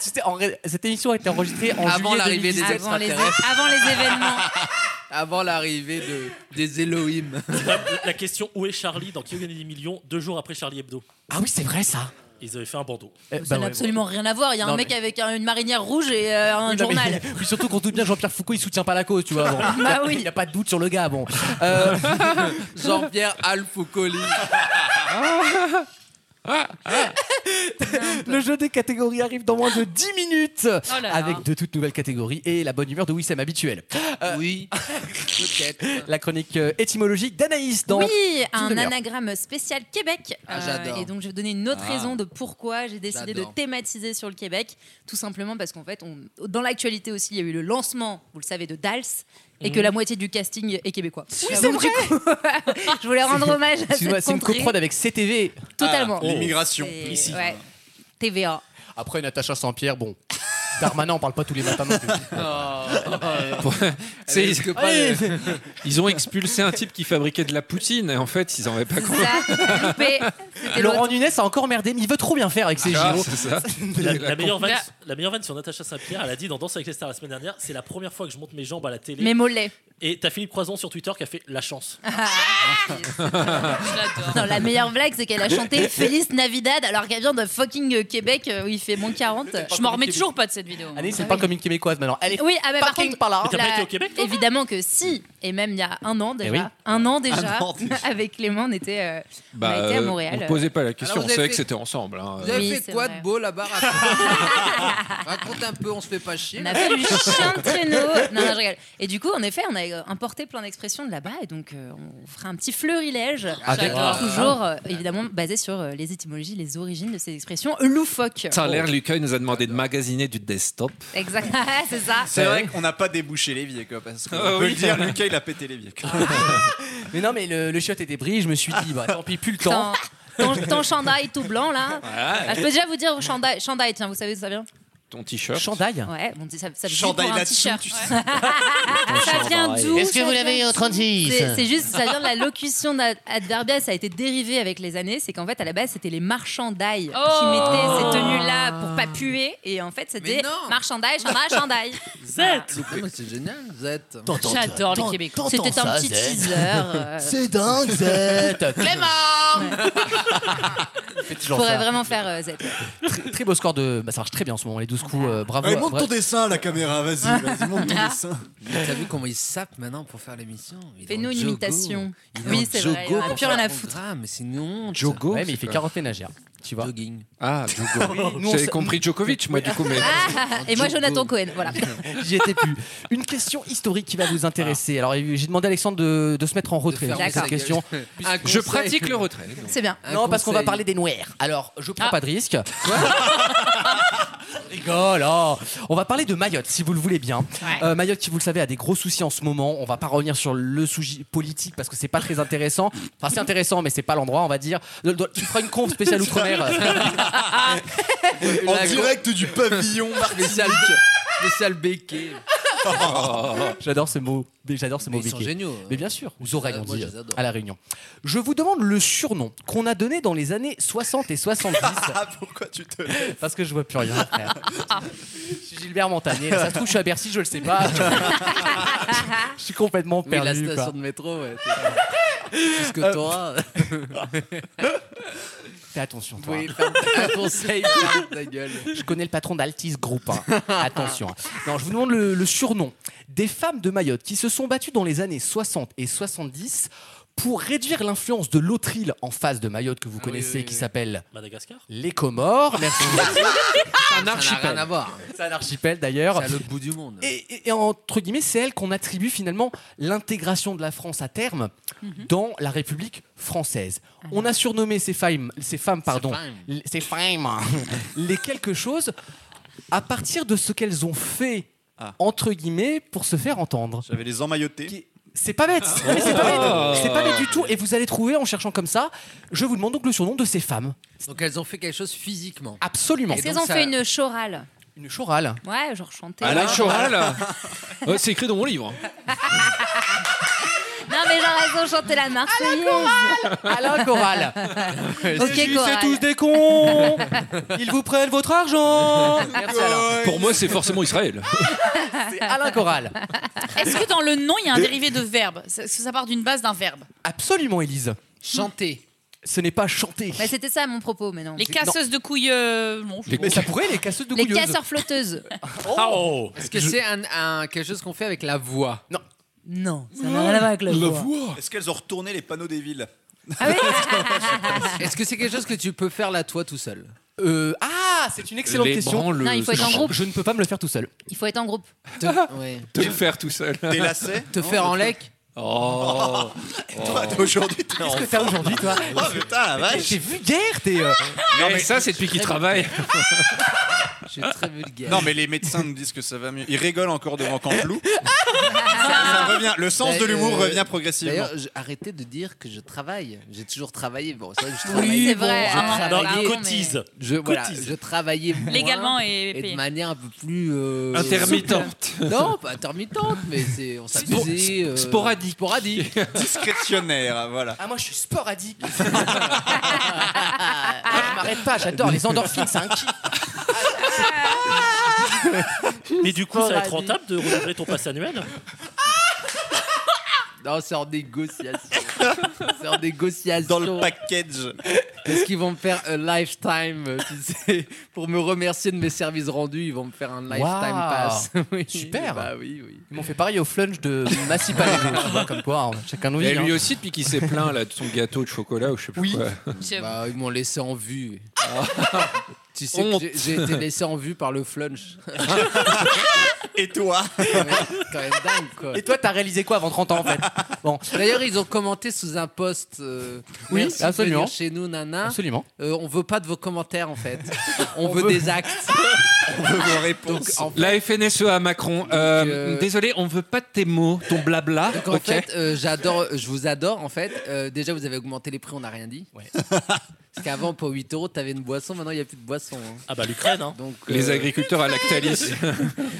Speaker 2: tu sais, en ré- cette émission a été enregistrée en
Speaker 10: Avant
Speaker 2: juillet
Speaker 10: l'arrivée des
Speaker 2: 2017.
Speaker 10: Avant les- extraterrestres.
Speaker 3: Avant les événements.
Speaker 10: Avant l'arrivée de,
Speaker 5: [LAUGHS]
Speaker 10: des Elohim.
Speaker 7: La question où est Charlie dans Qui a gagné des millions deux jours après Charlie Hebdo
Speaker 2: Ah oui, c'est vrai ça. Eh, bah
Speaker 7: Ils avaient fait
Speaker 2: [LAUGHS]
Speaker 7: un bandeau.
Speaker 3: Ça n'a absolument rien à voir. Il y a un
Speaker 7: Non,
Speaker 3: mec
Speaker 7: mais-
Speaker 3: avec un- une marinière rouge et euh, un
Speaker 2: Oui, non, [LAUGHS] mais-
Speaker 3: journal.
Speaker 2: puis surtout qu'on se doute bien que Jean-Pierre Foucault il soutient pas la cause, tu vois. bon.
Speaker 3: Bah oui.
Speaker 2: Il n'y a pas de doute sur le gars, bon. [LAUGHS] Euh,
Speaker 10: Jean-Pierre Alfoucoli.
Speaker 2: le jeu des catégories arrive dans moins de 10 minutes
Speaker 10: là là.
Speaker 2: Ah. avec de toutes nouvelles catégories et la bonne humeur de Wissem habituelle.
Speaker 10: Oui,
Speaker 2: [LAUGHS]
Speaker 10: peut-être.
Speaker 2: La chronique euh, étymologique d'Anaïs dans
Speaker 3: Oui,
Speaker 2: Une
Speaker 3: un
Speaker 2: demi-heure.
Speaker 3: anagramme spécial Québec. Euh,
Speaker 2: Ah, j'adore.
Speaker 3: et donc, je vais vous donner une autre
Speaker 2: Ah.
Speaker 3: raison de pourquoi j'ai décidé de
Speaker 2: J'adore.
Speaker 3: thématiser sur le Québec. Tout simplement parce qu'en fait, on- dans l'actualité aussi, il y a eu le lancement, vous le savez, de DALS. Et que
Speaker 2: Mhm.
Speaker 3: la moitié du casting est québécois.
Speaker 2: Oui,
Speaker 3: Donc, du coup, [LAUGHS] je voulais rendre hommage à
Speaker 2: Excuse-moi,
Speaker 3: cette
Speaker 2: C'est une
Speaker 3: contrée.
Speaker 2: coprode avec CTV.
Speaker 3: Totalement.
Speaker 2: Ah,
Speaker 4: L'immigration,
Speaker 3: C'est- ouais.
Speaker 2: [LAUGHS]
Speaker 3: TVA.
Speaker 2: Après Natacha Saint-Pierre, bon. Darmanin, on parle pas tous les matins non plus. [LAUGHS]
Speaker 5: Pour- c'est-
Speaker 2: risque pas de-
Speaker 5: [LAUGHS] Ils ont expulsé un type qui fabriquait de la poutine et en fait ils en avaient pas compris.
Speaker 2: Laurent Nunes a encore merdé, mais il veut trop bien faire avec ses
Speaker 5: Ah,
Speaker 2: JO.
Speaker 5: c'est ça.
Speaker 7: La,
Speaker 5: La-
Speaker 7: la meilleure vanne,
Speaker 3: La-
Speaker 7: la meilleure vanne sur Natacha Saint-Pierre, elle a dit dans Danse avec les stars la semaine dernière c'est la première fois que je monte mes jambes à la télé.
Speaker 3: Mes mollets.
Speaker 7: Et t'as Philippe Croison sur Twitter qui a fait la chance.
Speaker 2: Ah.
Speaker 3: Non, la meilleure blague, c'est
Speaker 2: [LAUGHS]
Speaker 3: qu'elle a chanté Feliz Navidad alors qu'elle vient de fucking euh, Québec euh, où il fait moins 40.
Speaker 6: Je m'en remets toujours Ah pas de cette vidéo.
Speaker 2: Allez, c'est pas comme une québécoise maintenant. Elle est
Speaker 3: Oui, ah bah, par
Speaker 2: fucking
Speaker 3: contre,
Speaker 2: pas là.
Speaker 3: la- Évidemment que si. Et même il y a un an déjà.
Speaker 5: Eh oui.
Speaker 3: Un an déjà.
Speaker 5: Un an déjà.
Speaker 3: [LAUGHS] avec Clément, on était, euh,
Speaker 5: Bah,
Speaker 3: on a été à
Speaker 5: euh,
Speaker 3: Montréal.
Speaker 5: on posait pas la question, on
Speaker 10: Alors, vous avez
Speaker 5: savait
Speaker 10: fait-
Speaker 5: que c'était ensemble. hein.
Speaker 10: Vous avez
Speaker 3: Oui,
Speaker 10: fait
Speaker 3: c'est
Speaker 10: quoi
Speaker 3: vrai.
Speaker 10: de beau là-bas raconte- Raconte un peu, on se fait pas chier.
Speaker 3: On a
Speaker 10: [LAUGHS]
Speaker 3: fait du chien de traîneau. Non, non, je rigole. Et du coup, en effet, on a euh, importé plein d'expressions de là-bas et donc euh, on fera un petit fleurilège.
Speaker 5: Ah, d'accord.
Speaker 3: Toujours, euh, évidemment, basé sur euh, les étymologies, les origines de ces expressions loufoques.
Speaker 5: Ça a l'air, Lucas, il nous a demandé de magasiner du desktop.
Speaker 3: Exact. [LAUGHS] c'est ça.
Speaker 4: C'est vrai qu'on n'a pas débouché les vieux, quoi. Parce qu'on
Speaker 5: Ah,
Speaker 4: peut
Speaker 5: oui.
Speaker 4: le dire, Lucas, il a pété les vieux.
Speaker 2: Mais non, mais le, le shot était pris, je me suis dit, bah tant pis, plus le temps.
Speaker 3: Ton, ton, ton chandail tout blanc là.
Speaker 2: Ouais.
Speaker 3: Ah, je peux déjà vous dire chandail, chandail tiens, vous savez d'où ça vient
Speaker 5: Ton t-shirt.
Speaker 2: Chandail
Speaker 3: Ouais, bon, ça, ça
Speaker 5: Chandail
Speaker 3: vient pour un
Speaker 5: là-dessous,
Speaker 3: t-shirt.
Speaker 5: tu
Speaker 3: Ouais. ça vient d'où
Speaker 19: Est-ce que
Speaker 3: ça
Speaker 19: vous
Speaker 3: vient
Speaker 19: l'avez au
Speaker 3: d'où
Speaker 19: 36?
Speaker 3: C'est c'est juste, ça vient de la locution d'ad- adverbiale, ça a été dérivé avec les années. C'est qu'en fait, à la base, c'était les marchandailles qui mettaient ces tenues-là pour pas puer. Et en fait, c'était marchandailles, chandail, [LAUGHS] chandail.
Speaker 10: Z Ah, C'est génial, Z.
Speaker 3: T'entends- J'adore les t'en- Québécois. t'entends C'était un ça, petit Zed teaser, euh. C'est
Speaker 10: [LAUGHS]
Speaker 2: dingue, Zed.
Speaker 3: Clément Je
Speaker 2: Toujours
Speaker 3: pourrais
Speaker 2: ça.
Speaker 3: vraiment faire euh, Z.
Speaker 2: Très, très beau score de. Bah, ça marche très bien en ce moment, les 12 coups. euh, bravo.
Speaker 4: Allez, monte
Speaker 2: bravo.
Speaker 4: ton dessin à la caméra, vas-y, vas-y, monte ton dessin.
Speaker 10: Mais T'as vu comment ils sapent maintenant pour faire l'émission Il est
Speaker 3: Fais-nous
Speaker 10: en
Speaker 3: une
Speaker 10: Jogo.
Speaker 3: imitation.
Speaker 10: Il est
Speaker 3: Oui,
Speaker 10: en
Speaker 3: c'est vrai,
Speaker 10: Jogo
Speaker 3: on a
Speaker 10: pour
Speaker 3: plus rien
Speaker 10: faire
Speaker 3: à
Speaker 10: le
Speaker 3: foutre.
Speaker 10: programme, mais c'est une honte.
Speaker 2: Jogo Ouais, mais il fait
Speaker 10: quoi
Speaker 2: 40 ménagères. Tu vois.
Speaker 10: Jogging.
Speaker 5: Ah, Djogo.
Speaker 2: Oui, nous, on
Speaker 5: J'avais
Speaker 2: sait-
Speaker 5: compris Djokovic, moi, du coup, mais.
Speaker 3: Ah, et moi, Jonathan Cohen, voilà.
Speaker 2: J'y étais plus. Une question historique qui va vous intéresser. Alors, j'ai demandé à Alexandre de, de se mettre en retrait
Speaker 10: Ah.
Speaker 2: sur
Speaker 10: faire
Speaker 2: cette
Speaker 10: sa gueule.
Speaker 2: question.
Speaker 10: Un
Speaker 2: Je
Speaker 10: conseil.
Speaker 2: pratique le
Speaker 5: retrait.
Speaker 3: C'est bien.
Speaker 2: non, parce qu'on va
Speaker 10: conseil.
Speaker 2: parler des noirs. Alors, je prends pas de risque. [LAUGHS] Rigole, oh. On va parler de Mayotte, si vous le voulez bien. Euh, Mayotte, qui vous le savez, a des gros soucis en ce moment. On va pas revenir sur le sujet politique parce que c'est pas très intéressant. Enfin, c'est intéressant, mais c'est pas l'endroit, on va dire. Le- le- Tu feras une conf spéciale outre-mer. euh,
Speaker 4: En direct du pavillon
Speaker 10: Spécial, spécial béquet.
Speaker 2: [LAUGHS] J'adore ce mot. Mais J'adore ce
Speaker 10: Mais
Speaker 2: mot.
Speaker 10: ils sont
Speaker 2: béquet.
Speaker 10: géniaux. hein.
Speaker 2: Mais bien sûr, aux oreilles,
Speaker 10: Ah,
Speaker 2: on
Speaker 10: moi,
Speaker 2: dit,
Speaker 10: je les adore.
Speaker 2: à La Réunion. Je vous demande le surnom qu'on a donné dans les années 60 et 70.
Speaker 10: [LAUGHS]
Speaker 4: Pourquoi tu te.
Speaker 2: Parce que je vois plus rien. frère.
Speaker 10: Ah.
Speaker 2: Je suis Gilbert Montagné. Ça se trouve, je suis à Bercy, je le sais
Speaker 10: [LAUGHS]
Speaker 2: pas. Je suis complètement
Speaker 10: Oui, la
Speaker 2: perdu.
Speaker 10: station
Speaker 2: quoi.
Speaker 10: de métro, ouais. C'est ce que
Speaker 2: Euh,
Speaker 10: t'auras.
Speaker 2: Fais attention, toi.
Speaker 10: Oui, ferme- un conseil, ferme ta gueule.
Speaker 2: Je connais le patron d'Altis Group. hein.
Speaker 10: [LAUGHS]
Speaker 2: Attention. hein. Non, je vous demande le, le surnom des femmes de Mayotte qui se sont battues dans les années 60 et 70 pour réduire l'influence de l'autre île en face de Mayotte que vous
Speaker 10: Ah
Speaker 2: connaissez, qui s'appelle
Speaker 7: Madagascar
Speaker 2: les Comores. Merci.
Speaker 10: Ça n'a rien à voir.
Speaker 2: C'est un archipel d'ailleurs.
Speaker 10: C'est à l'autre bout du monde.
Speaker 2: Et, et- et entre guillemets, c'est elle qu'on attribue finalement l'intégration de la France à terme dans la République française. On a surnommé ces femmes, ces femmes pardon, l- [LAUGHS] ces femmes, les quelque chose à partir de ce qu'elles ont fait entre guillemets, pour se faire entendre.
Speaker 4: J'avais les emmaillotés.
Speaker 2: C'est pas bête, Non, mais c'est pas bête, c'est pas bête du tout. Et vous allez trouver en cherchant comme ça. Je vous demande donc le surnom de ces femmes.
Speaker 10: Donc elles ont fait quelque chose physiquement.
Speaker 2: Absolument.
Speaker 3: Est-ce qu'elles ont fait une chorale
Speaker 2: une chorale
Speaker 3: Ouais, genre chanter.
Speaker 5: Alain
Speaker 10: Ah.
Speaker 5: Choral Euh, C'est écrit dans mon livre.
Speaker 3: Non, mais genre, elles ont chanté la Marseillaise.
Speaker 2: Alain [LAUGHS] Chorale.
Speaker 3: Ok,
Speaker 2: Si
Speaker 3: chorale.
Speaker 2: c'est tous des
Speaker 10: [LAUGHS]
Speaker 2: cons. Ils vous prennent votre argent.
Speaker 5: Pour moi, c'est forcément Israël.
Speaker 2: C'est Alain Chorale.
Speaker 18: Est-ce que dans le nom, il y a un dérivé de verbe Est-ce que ça part d'une base d'un verbe
Speaker 2: Absolument, Élise.
Speaker 10: Chanter.
Speaker 2: Ce n'est pas chanter.
Speaker 3: Bah, C'était ça mon propos, mais non.
Speaker 18: Les casseuses de couilles. euh, bon, je-
Speaker 2: Mais ça pourrait, les casseuses de Oh.
Speaker 3: Les
Speaker 2: couilleuses.
Speaker 3: casseurs flotteuses.
Speaker 10: Est-ce que c'est un, un- quelque chose qu'on fait avec la voix
Speaker 2: Non.
Speaker 3: Non,
Speaker 10: ça n'a rien à voir avec la voix.
Speaker 4: Est-ce qu'elles ont retourné les panneaux des villes
Speaker 10: Est-ce que c'est quelque chose que tu peux faire là toi tout seul
Speaker 2: Euh, ah, c'est une excellente
Speaker 10: Les
Speaker 2: question.
Speaker 10: branleuses.
Speaker 3: Non, il faut
Speaker 5: euh,
Speaker 3: être
Speaker 5: [LAUGHS]
Speaker 3: en groupe.
Speaker 2: Je ne peux pas me le faire tout seul.
Speaker 3: Il faut être en groupe.
Speaker 5: Te le faire tout seul.
Speaker 2: Des lacets
Speaker 10: Te faire en lec
Speaker 5: Oh.
Speaker 4: Toi, t'es aujourd'hui, t'es
Speaker 2: Qu'est-ce que t'as aujourd'hui, toi
Speaker 4: Oh putain, la vache
Speaker 2: J'ai vu guère, t'es.
Speaker 10: Ah,
Speaker 5: Non, mais ça, c'est depuis qu'il travaille.
Speaker 10: Je suis très vulgaire.
Speaker 4: Non, mais les médecins nous disent que ça va mieux. Ils rigolent encore devant Camplou. ça revient. Le sens de l'humour
Speaker 10: Euh,
Speaker 4: revient progressivement.
Speaker 10: D'ailleurs, [LAUGHS] je- arrêtez de dire que je travaille. J'ai toujours travaillé. Bon, ça, je
Speaker 18: Oui,
Speaker 10: travaille.
Speaker 18: c'est vrai.
Speaker 10: Je
Speaker 18: Ah,
Speaker 10: travaillais-
Speaker 18: non, il cotise.
Speaker 10: Je, voilà,
Speaker 18: Cotise.
Speaker 10: je travaillais moins
Speaker 18: Légalement et payé.
Speaker 10: de manière un peu plus euh,
Speaker 5: Intermittente.
Speaker 10: souple. non, pas intermittente, mais c'est on s'amusait. euh,
Speaker 5: sporadique.
Speaker 10: Sporadique.
Speaker 4: Discrétionnaire, voilà.
Speaker 2: Ah, moi, je suis sporadique.
Speaker 10: [LAUGHS]
Speaker 2: je m'arrête pas, j'adore les endorphines, c'est un kiff.
Speaker 7: Mais du coup, ça va être rentable de renouveler ton pass annuel
Speaker 10: Non, c'est en négociation. c'est en négociation.
Speaker 4: Dans le package.
Speaker 10: Est-ce qu'ils vont me faire un lifetime euh, tu sais, Pour me remercier de mes services rendus, ils vont me faire un lifetime
Speaker 2: Waouh.
Speaker 10: pass. [LAUGHS] Oui,
Speaker 2: Super.
Speaker 10: Bah oui, oui.
Speaker 2: Ils m'ont fait pareil au flunch de Massy Palais.
Speaker 5: [LAUGHS]
Speaker 2: Comme quoi, on- chacun nous
Speaker 5: Et
Speaker 2: vit.
Speaker 5: lui
Speaker 2: hein.
Speaker 5: aussi, depuis qu'il s'est plaint là, de son gâteau de chocolat ou je sais plus
Speaker 2: Oui.
Speaker 5: quoi.
Speaker 18: Euh,
Speaker 10: Bah, ils m'ont laissé en vue.
Speaker 18: Ah.
Speaker 10: [LAUGHS] tu sais que
Speaker 5: Honte.
Speaker 10: j'ai- j'ai été laissé en vue par le flunch. [LAUGHS]
Speaker 4: Et toi
Speaker 10: Quand même dingue, quoi.
Speaker 2: Et toi, t'as réalisé quoi avant 30 ans en fait
Speaker 5: [LAUGHS]
Speaker 2: Bon.
Speaker 10: D'ailleurs, ils ont commenté sous un post. euh,
Speaker 2: Oui,
Speaker 10: merci de
Speaker 2: absolument.
Speaker 10: venir chez nous, nana.
Speaker 2: Absolument.
Speaker 10: Euh, on veut pas de vos commentaires, en fait. On,
Speaker 2: On
Speaker 10: veut,
Speaker 2: veut-
Speaker 10: des actes.
Speaker 4: on veut vos réponses.
Speaker 10: Donc, en fait,
Speaker 5: La FNSEA E Macron, euh, désolé, on veut pas tes mots, ton blabla.
Speaker 10: donc, en
Speaker 5: ok
Speaker 10: fait, euh, j'adore, je vous adore, en fait. Euh, déjà, vous avez augmenté les prix, on n'a rien dit. Parce qu'avant, pour 8 euros, t'avais une boisson, maintenant, il n'y a plus de boisson. hein.
Speaker 7: Ah bah l'Ukraine, hein
Speaker 10: Donc,
Speaker 5: Les
Speaker 10: euh,
Speaker 5: agriculteurs à Lactalis.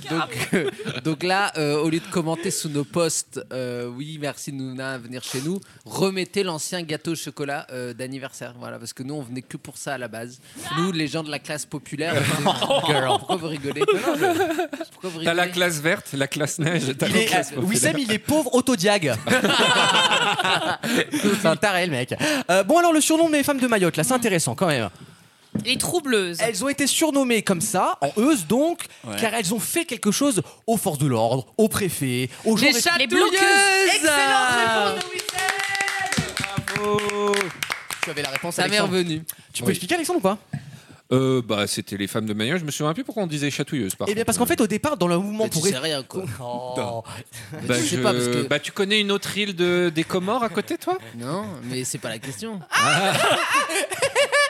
Speaker 10: Donc, euh, donc là, euh, au lieu de commenter sous nos posts, euh, oui, merci Nouna à venir chez nous, remettez l'ancien gâteau au chocolat euh, d'anniversaire. Voilà, parce que nous, on venait que pour ça à la base. Nous, les gens de la classe populaire, on
Speaker 5: [LAUGHS]
Speaker 10: était- pourquoi vous rigolez Non, non, mais Pourquoi vous
Speaker 5: T'as la
Speaker 10: rigolez
Speaker 5: classe verte, la classe neige, t'as
Speaker 2: Il
Speaker 5: la
Speaker 2: est,
Speaker 5: classe
Speaker 2: euh, Wissem,
Speaker 5: populaire.
Speaker 2: il est
Speaker 18: [LAUGHS]
Speaker 2: pauvre autodiag. c'est un taré, le mec. Euh, bon, alors, le surnom de mes femmes de Mayotte, là, c'est intéressant quand même.
Speaker 18: Les troubleuses.
Speaker 2: Elles ont été surnommées comme ça, en euse donc,
Speaker 18: Ouais.
Speaker 2: car elles ont fait quelque chose aux forces de l'ordre, aux préfets, aux gens Ah.
Speaker 18: Les
Speaker 2: responsables.
Speaker 18: chatouilleuses. Excellente réponse
Speaker 2: Tu avais la réponse,
Speaker 10: Ta mère
Speaker 2: Alexandre.
Speaker 10: venue.
Speaker 2: Tu peux
Speaker 5: Oui.
Speaker 2: expliquer, Alexandre, ou pas
Speaker 5: Euh, bah, c'était les femmes de manière. Je me souviens plus pourquoi on disait chatouilleuse. Par
Speaker 2: Eh bien,
Speaker 5: contre.
Speaker 2: parce qu'en fait, au départ, dans le mouvement
Speaker 10: Tu
Speaker 2: pour...
Speaker 10: sais rien, quoi.
Speaker 2: Oh.
Speaker 5: Bah,
Speaker 10: je sais
Speaker 5: je-
Speaker 10: pas, parce que-
Speaker 5: bah, tu connais une autre île de... des Comores à côté, toi
Speaker 10: Non, mais c'est pas la question. [LAUGHS]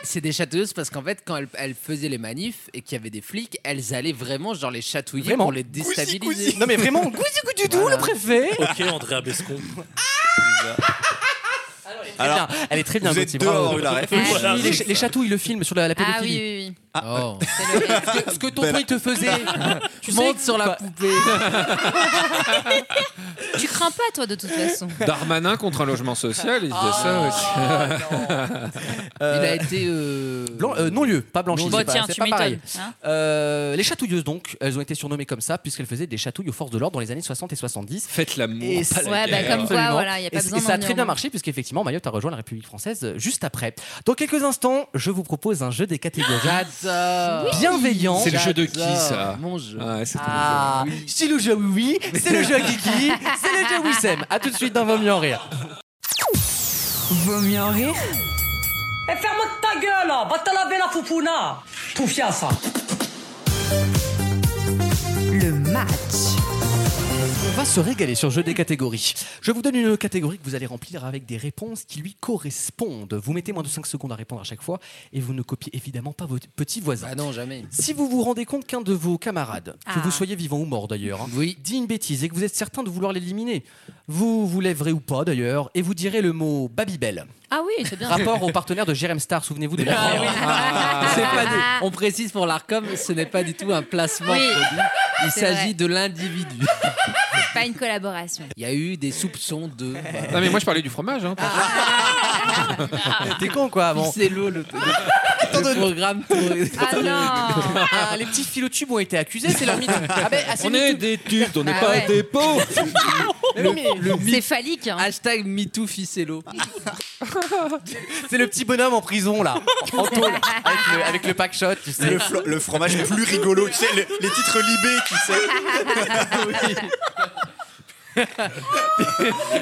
Speaker 10: C'est des chatouilleuses parce qu'en fait, quand elles, elles faisaient les manifs et qu'il y avait des flics, elles allaient vraiment genre les chatouiller
Speaker 2: Vraiment.
Speaker 10: pour les déstabiliser.
Speaker 2: Non, mais vraiment, goût du doux, le préfet
Speaker 7: Ok, Andrea Bescon.
Speaker 2: Alors, elle est très bien,
Speaker 4: vous êtes
Speaker 2: Gauthier,
Speaker 4: deux à
Speaker 2: bravo.
Speaker 4: avoir eu la ref.
Speaker 2: Oui,
Speaker 4: Voilà,
Speaker 2: les,
Speaker 4: c'est
Speaker 2: les chatouilles, le film sur la, la
Speaker 3: Ah oui,
Speaker 2: pédophilie.
Speaker 3: oui, oui.
Speaker 10: Oh.
Speaker 2: Ce que- ce que ton
Speaker 10: Belle.
Speaker 2: truc te faisait. Ah, ben [LAUGHS] tu
Speaker 10: Monte
Speaker 2: sais-
Speaker 10: sur la
Speaker 2: quoi.
Speaker 10: poupée.
Speaker 3: Tu crains pas, toi, de toute façon.
Speaker 5: Darmanin contre un logement social, il disait ça
Speaker 2: Ah,
Speaker 5: aussi.
Speaker 10: Il a été. euh,
Speaker 2: Blanc- euh, non-lieu, pas blanchi.
Speaker 18: Bon,
Speaker 3: bah
Speaker 2: c'est pas-
Speaker 18: tiens,
Speaker 2: c'est
Speaker 18: tu
Speaker 2: pas,
Speaker 18: m'étonnes,
Speaker 2: pareil.
Speaker 18: hein.
Speaker 2: Euh, les chatouilleuses, donc, elles ont été surnommées comme ça, puisqu'elles faisaient des chatouilles aux forces de l'ordre dans les années 60 et 70.
Speaker 5: Faites l'amour.
Speaker 2: Et
Speaker 5: pas
Speaker 2: ça-
Speaker 5: la
Speaker 3: Ouais, bah,
Speaker 5: guerre.
Speaker 3: comme quoi,
Speaker 2: Absolument.
Speaker 3: voilà, il n'y a pas
Speaker 2: et,
Speaker 3: besoin
Speaker 2: et ça a
Speaker 3: d'en
Speaker 2: très
Speaker 3: venir
Speaker 2: bien
Speaker 3: au-
Speaker 2: marché, puisqu'effectivement, Mayotte a rejoint la République française euh, juste après. Dans quelques instants, je vous propose un jeu des catégories.
Speaker 3: Ah,
Speaker 10: J'adore.
Speaker 2: Bienveillant.
Speaker 5: C'est le jeu de qui ça
Speaker 10: Mon jeu.
Speaker 5: Ouais, c'est ton
Speaker 2: Ah, c'est le jeu oui, oui, c'est le jeu Kiki, c'est le jeu Wissem. A tout de suite dans Vaut mieux en rire.
Speaker 1: Vaut mieux en rire
Speaker 9: Et Eh, ferme ta gueule, là. va te laver la foufouna. Tout ça.
Speaker 1: Le match.
Speaker 2: va se régaler sur jeu des catégories. Je vous donne une catégorie que vous allez remplir avec des réponses qui lui correspondent. Vous mettez moins de 5 secondes à répondre à chaque fois et vous ne copiez évidemment pas vos petits voisins.
Speaker 10: Ah non, jamais.
Speaker 2: Si vous vous rendez compte qu'un de vos camarades, que
Speaker 10: Ah.
Speaker 2: vous soyez vivant ou mort d'ailleurs, hein, dit une bêtise et que vous êtes certain de vouloir l'éliminer, vous vous lèverez ou pas d'ailleurs et vous direz le mot Babybel.
Speaker 3: Ah oui, c'est bien.
Speaker 2: Rapport au partenaire de Jérém Star, souvenez-vous de la Ah.
Speaker 10: C'est pas du- On précise pour l'Arcom, ce n'est pas du tout un placement
Speaker 3: Ah. Oui.
Speaker 10: de produit. Il
Speaker 3: C'est
Speaker 10: s'agit
Speaker 3: vrai.
Speaker 10: de l'individu.
Speaker 3: [LAUGHS] Pas une collaboration.
Speaker 10: Il y a eu des soupçons de.
Speaker 2: [LAUGHS]
Speaker 5: Non, mais moi, je parlais du fromage. Hein,
Speaker 2: T'es con, quoi.
Speaker 10: [LAUGHS] Bon. C'est l'eau, le, le programme.
Speaker 2: Ah non
Speaker 10: [LAUGHS]
Speaker 2: Les petits philotubes ont été accusés, c'est leur mythe. Ah ben, ah, c'est
Speaker 10: On
Speaker 2: le
Speaker 10: est
Speaker 2: mythe.
Speaker 10: des tubes, on n'est
Speaker 2: Ah
Speaker 10: pas
Speaker 2: ouais.
Speaker 10: des pauvres.
Speaker 3: C'est phallique.
Speaker 10: Ah
Speaker 3: hein.
Speaker 10: Hashtag MeToo Ficello.
Speaker 2: Ah. C'est le petit bonhomme en prison, là, en tôle, avec le, avec le pack shot, tu sais.
Speaker 4: Le, flo- le fromage le plus rigolo, tu sais, le- les titres libés, tu sais.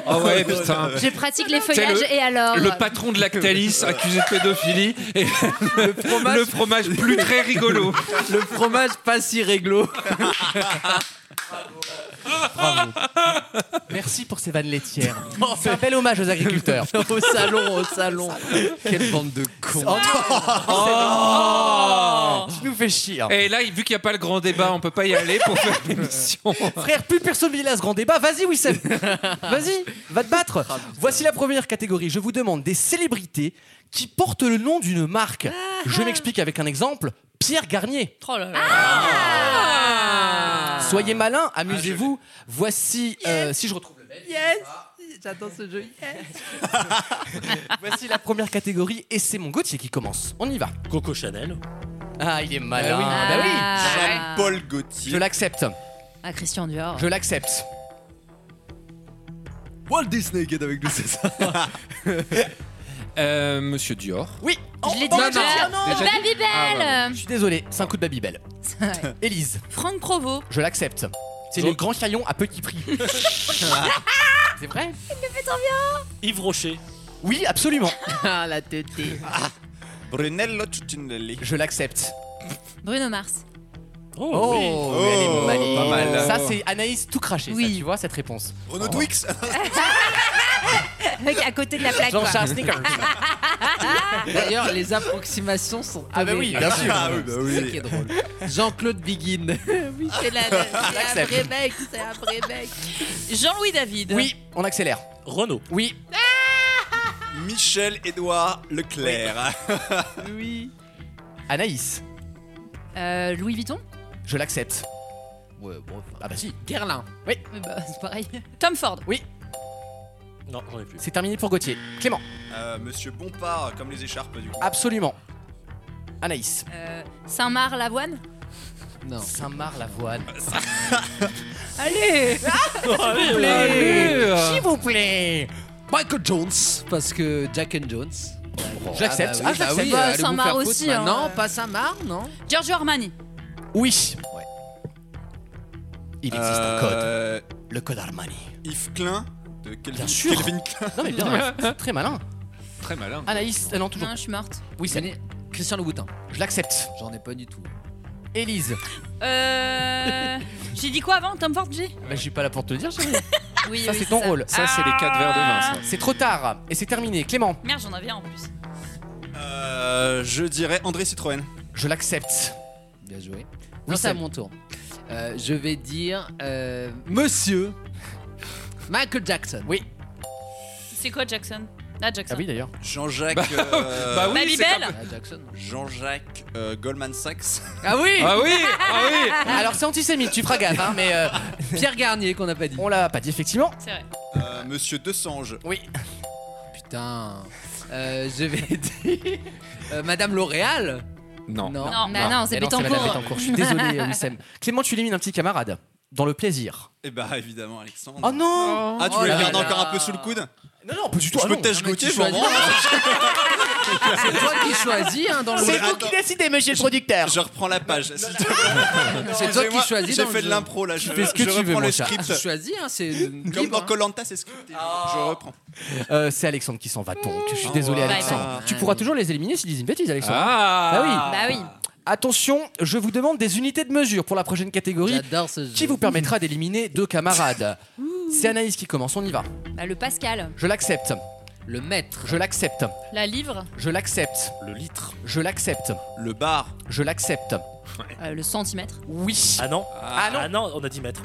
Speaker 5: Oh ouais, putain.
Speaker 3: Je pratique les
Speaker 5: C'est
Speaker 3: feuillages et alors
Speaker 5: Le patron de Lactalis accusé de pédophilie et le fromage, plus très rigolo.
Speaker 10: Le fromage pas si réglo.
Speaker 2: Bravo. Merci pour ces vannes laitières. C'est un bel hommage aux agriculteurs.
Speaker 10: [LAUGHS] au salon, au salon. Quelle bande de cons.
Speaker 2: Oh Tu nous fais chier.
Speaker 5: Et là, vu qu'il n'y a pas le grand débat, on peut pas y aller pour faire l'émission.
Speaker 2: Frère, plus personne ne à ce grand débat. Vas-y, Wissem. Vas-y, va te battre. Voici la première catégorie. Je vous demande des célébrités qui portent le nom d'une marque. Je m'explique avec un exemple. Pierre Garnier.
Speaker 3: Oh
Speaker 2: Ah. Soyez malin, amusez-vous. Voici, euh, si je retrouve le mail.
Speaker 10: Yes J'attends ce jeu. Yes
Speaker 2: [LAUGHS] Voici la première catégorie et c'est mon Gauthier qui commence. On y va.
Speaker 7: Coco Chanel.
Speaker 2: Ah, il est malin.
Speaker 7: Ah oui.
Speaker 2: Bah oui.
Speaker 3: Ah. Jean-Paul
Speaker 2: Gauthier. Je l'accepte.
Speaker 3: à Christian Dior.
Speaker 2: Je l'accepte.
Speaker 4: Walt Disney qui est avec nous, c'est ça.
Speaker 5: Euh, Monsieur Dior.
Speaker 2: Oui.
Speaker 3: Je l'ai
Speaker 2: oh,
Speaker 3: dit
Speaker 2: non, non,
Speaker 3: déjà.
Speaker 2: non.
Speaker 5: Déjà
Speaker 3: Babybel.
Speaker 2: Je suis désolé, c'est un coup de Babybel.
Speaker 3: Ouais.
Speaker 2: [LAUGHS] Élise,
Speaker 18: Franck Provo.
Speaker 2: je l'accepte. C'est
Speaker 7: Jo-
Speaker 2: le grand chaillon à petit
Speaker 10: [LAUGHS]
Speaker 2: prix. c'est vrai
Speaker 18: Il le fait tant bien.
Speaker 7: Yves Rocher.
Speaker 2: Oui, absolument.
Speaker 10: Ah, la teuté.
Speaker 4: Brunello Cucinelli.
Speaker 2: Je l'accepte.
Speaker 3: Bruno Mars.
Speaker 2: Oh, mais elle est maligne.
Speaker 4: pas mal.
Speaker 2: Ça, c'est Anaïs tout craché, ça, tu vois, cette réponse.
Speaker 4: Renaud Twix.
Speaker 3: Mec, à côté de la plaque. quoi.
Speaker 2: Jean-Charles Snickers.
Speaker 10: D'ailleurs, les approximations sont.
Speaker 2: Ah bah oui,
Speaker 10: terribles.
Speaker 2: bien sûr.
Speaker 10: Ah oui, bah oui. C'est ça qui est drôle. Jean-Claude Biguin.
Speaker 18: Oui, c'est la- la- c'est un
Speaker 2: J'accepte.
Speaker 18: vrai mec, c'est un vrai mec. Jean-Louis David.
Speaker 2: Oui, on accélère.
Speaker 7: Renaud.
Speaker 2: Oui.
Speaker 4: Michel Édouard Leclerc.
Speaker 10: Oui.
Speaker 2: Anaïs,
Speaker 3: Euh, Louis Vuitton.
Speaker 2: je l'accepte. Ah bah si.
Speaker 10: Guerlain.
Speaker 2: Oui.
Speaker 3: Mais bah, c'est pareil.
Speaker 18: Tom Ford.
Speaker 2: Oui.
Speaker 7: Non, j'en ai plus.
Speaker 2: C'est terminé pour Gauthier. Clément,
Speaker 4: Euh, Monsieur Bompard, comme les écharpes du coup.
Speaker 2: absolument. Anaïs.
Speaker 18: Euh,
Speaker 3: Saint-Marc Lavoine.
Speaker 10: Non.
Speaker 2: Saint-Marc-Lavoine.
Speaker 3: Allez.
Speaker 10: Allez,
Speaker 2: allez. S'il vous plaît.
Speaker 10: Michael Jones, parce que Euh, Jack and Jones.
Speaker 2: J'accepte.
Speaker 10: Ah,
Speaker 2: Ah,
Speaker 10: bah
Speaker 2: j'accepte.
Speaker 10: oui, bah oui,
Speaker 3: euh,
Speaker 2: Bah,
Speaker 10: allez vous
Speaker 18: Saint-Marc
Speaker 10: faire foutre
Speaker 18: aussi,
Speaker 10: maintenant.
Speaker 18: hein.
Speaker 10: Non, pas Saint-Marc, non.
Speaker 18: Giorgio Armani.
Speaker 2: Oui. Il existe un
Speaker 4: Euh,
Speaker 2: code. Le code Armani.
Speaker 4: Yves Klein de Kelvin,
Speaker 2: Bien sûr.
Speaker 4: Kelvin Klein.
Speaker 2: Non mais bien, Ah, c'est très malin.
Speaker 5: Très malin.
Speaker 2: Anaïs, euh, non toujours.
Speaker 18: Non, je suis morte.
Speaker 2: Oui, c'est
Speaker 10: Christian Louboutin.
Speaker 2: Je l'accepte.
Speaker 10: J'en ai pas du tout.
Speaker 2: Élise.
Speaker 18: Euh. J'ai dit quoi avant Tom Ford, j'ai
Speaker 2: Bah, je suis pas là pour te le dire, [LAUGHS] chérie.
Speaker 18: Oui,
Speaker 2: ça
Speaker 18: oui,
Speaker 2: c'est ton rôle.
Speaker 5: Ça, c'est les quatre verres de vin, ça.
Speaker 2: C'est trop tard et c'est terminé. Clément,
Speaker 18: Euh, Merde, j'en avais un en plus.
Speaker 4: Euh, je dirais André Citroën.
Speaker 2: je l'accepte.
Speaker 10: Bien joué.
Speaker 2: Oui,
Speaker 10: Non, c'est à
Speaker 2: c'est-
Speaker 10: mon tour. Euh, je vais dire euh, Monsieur Michael Jackson.
Speaker 2: Oui.
Speaker 18: C'est quoi Jackson Ah, Jackson.
Speaker 2: d'ailleurs.
Speaker 4: Jean-Jacques.
Speaker 5: Bah,
Speaker 2: [LAUGHS]
Speaker 4: euh,
Speaker 5: bah oui,
Speaker 18: Babybel.
Speaker 5: c'est comme-
Speaker 4: Jean-Jacques euh, Goldman Sachs.
Speaker 10: Ah oui
Speaker 5: Ah oui, ah oui.
Speaker 2: Alors c'est antisémite, tu feras gaffe, hein, mais euh,
Speaker 10: [LAUGHS] Pierre Garnier qu'on n'a pas dit.
Speaker 2: on l'a pas dit effectivement.
Speaker 18: C'est vrai.
Speaker 4: Euh, Monsieur Desange.
Speaker 2: Oui.
Speaker 10: Putain. Euh, je vais [LAUGHS] dire euh, Madame L'Oréal.
Speaker 5: Non.
Speaker 10: Non.
Speaker 3: Bah, Non, mais non, c'est
Speaker 2: Eh
Speaker 3: Bettencourt.
Speaker 2: Madame Bettencourt. Je suis désolé, euh, Wissem. Clément, tu élimines un petit camarade dans le plaisir.
Speaker 4: Eh bah évidemment, Alexandre.
Speaker 2: Oh non
Speaker 4: Ah, tu
Speaker 2: Oh
Speaker 4: voulais
Speaker 2: là
Speaker 4: le garder
Speaker 2: là.
Speaker 4: encore un peu sous le coude
Speaker 2: Non, non, pas du tout.
Speaker 4: Je
Speaker 2: ah
Speaker 4: peux
Speaker 2: non. Ah,
Speaker 4: tâche Gauthier, je m'en
Speaker 10: choisis.
Speaker 4: branle.
Speaker 10: C'est toi qui choisis hein, dans le
Speaker 2: C'est vous qui décidez, monsieur le producteur.
Speaker 4: Je reprends la page. s'il te plaît.
Speaker 10: C'est toi qui
Speaker 4: Excusez-moi,
Speaker 10: choisis.
Speaker 4: J'ai
Speaker 10: dans le
Speaker 4: fait de
Speaker 10: jeu.
Speaker 4: l'impro là. Je,
Speaker 2: fais ce que
Speaker 4: je
Speaker 2: tu Ah. veux,
Speaker 4: reprends
Speaker 2: mon
Speaker 4: le
Speaker 2: chat.
Speaker 4: script.
Speaker 10: Tu choisis, hein, c'est
Speaker 4: Comme
Speaker 10: libre,
Speaker 4: dans
Speaker 10: hein.
Speaker 4: Colanta, c'est scripté. Je reprends.
Speaker 2: Euh, c'est Alexandre qui s'en va donc. Je suis désolé,
Speaker 4: wow.
Speaker 2: Alexandre.
Speaker 4: Bye
Speaker 2: Tu pourras toujours les éliminer s'ils disent une bêtise, Alexandre.
Speaker 5: Ah.
Speaker 2: Bah oui.
Speaker 3: Bah oui.
Speaker 2: Attention, je vous demande des unités de mesure pour la prochaine catégorie qui vous permettra d'éliminer deux camarades. C'est Anaïs qui commence, on y va.
Speaker 3: Bah, le Pascal,
Speaker 2: Je l'accepte. Le maître. Je l'accepte.
Speaker 18: La livre,
Speaker 2: Je l'accepte. Le litre. Je l'accepte. Le bar. Je l'accepte.
Speaker 3: euh, le centimètre.
Speaker 2: Oui.
Speaker 7: Ah non Ah non, on a 10 mètres.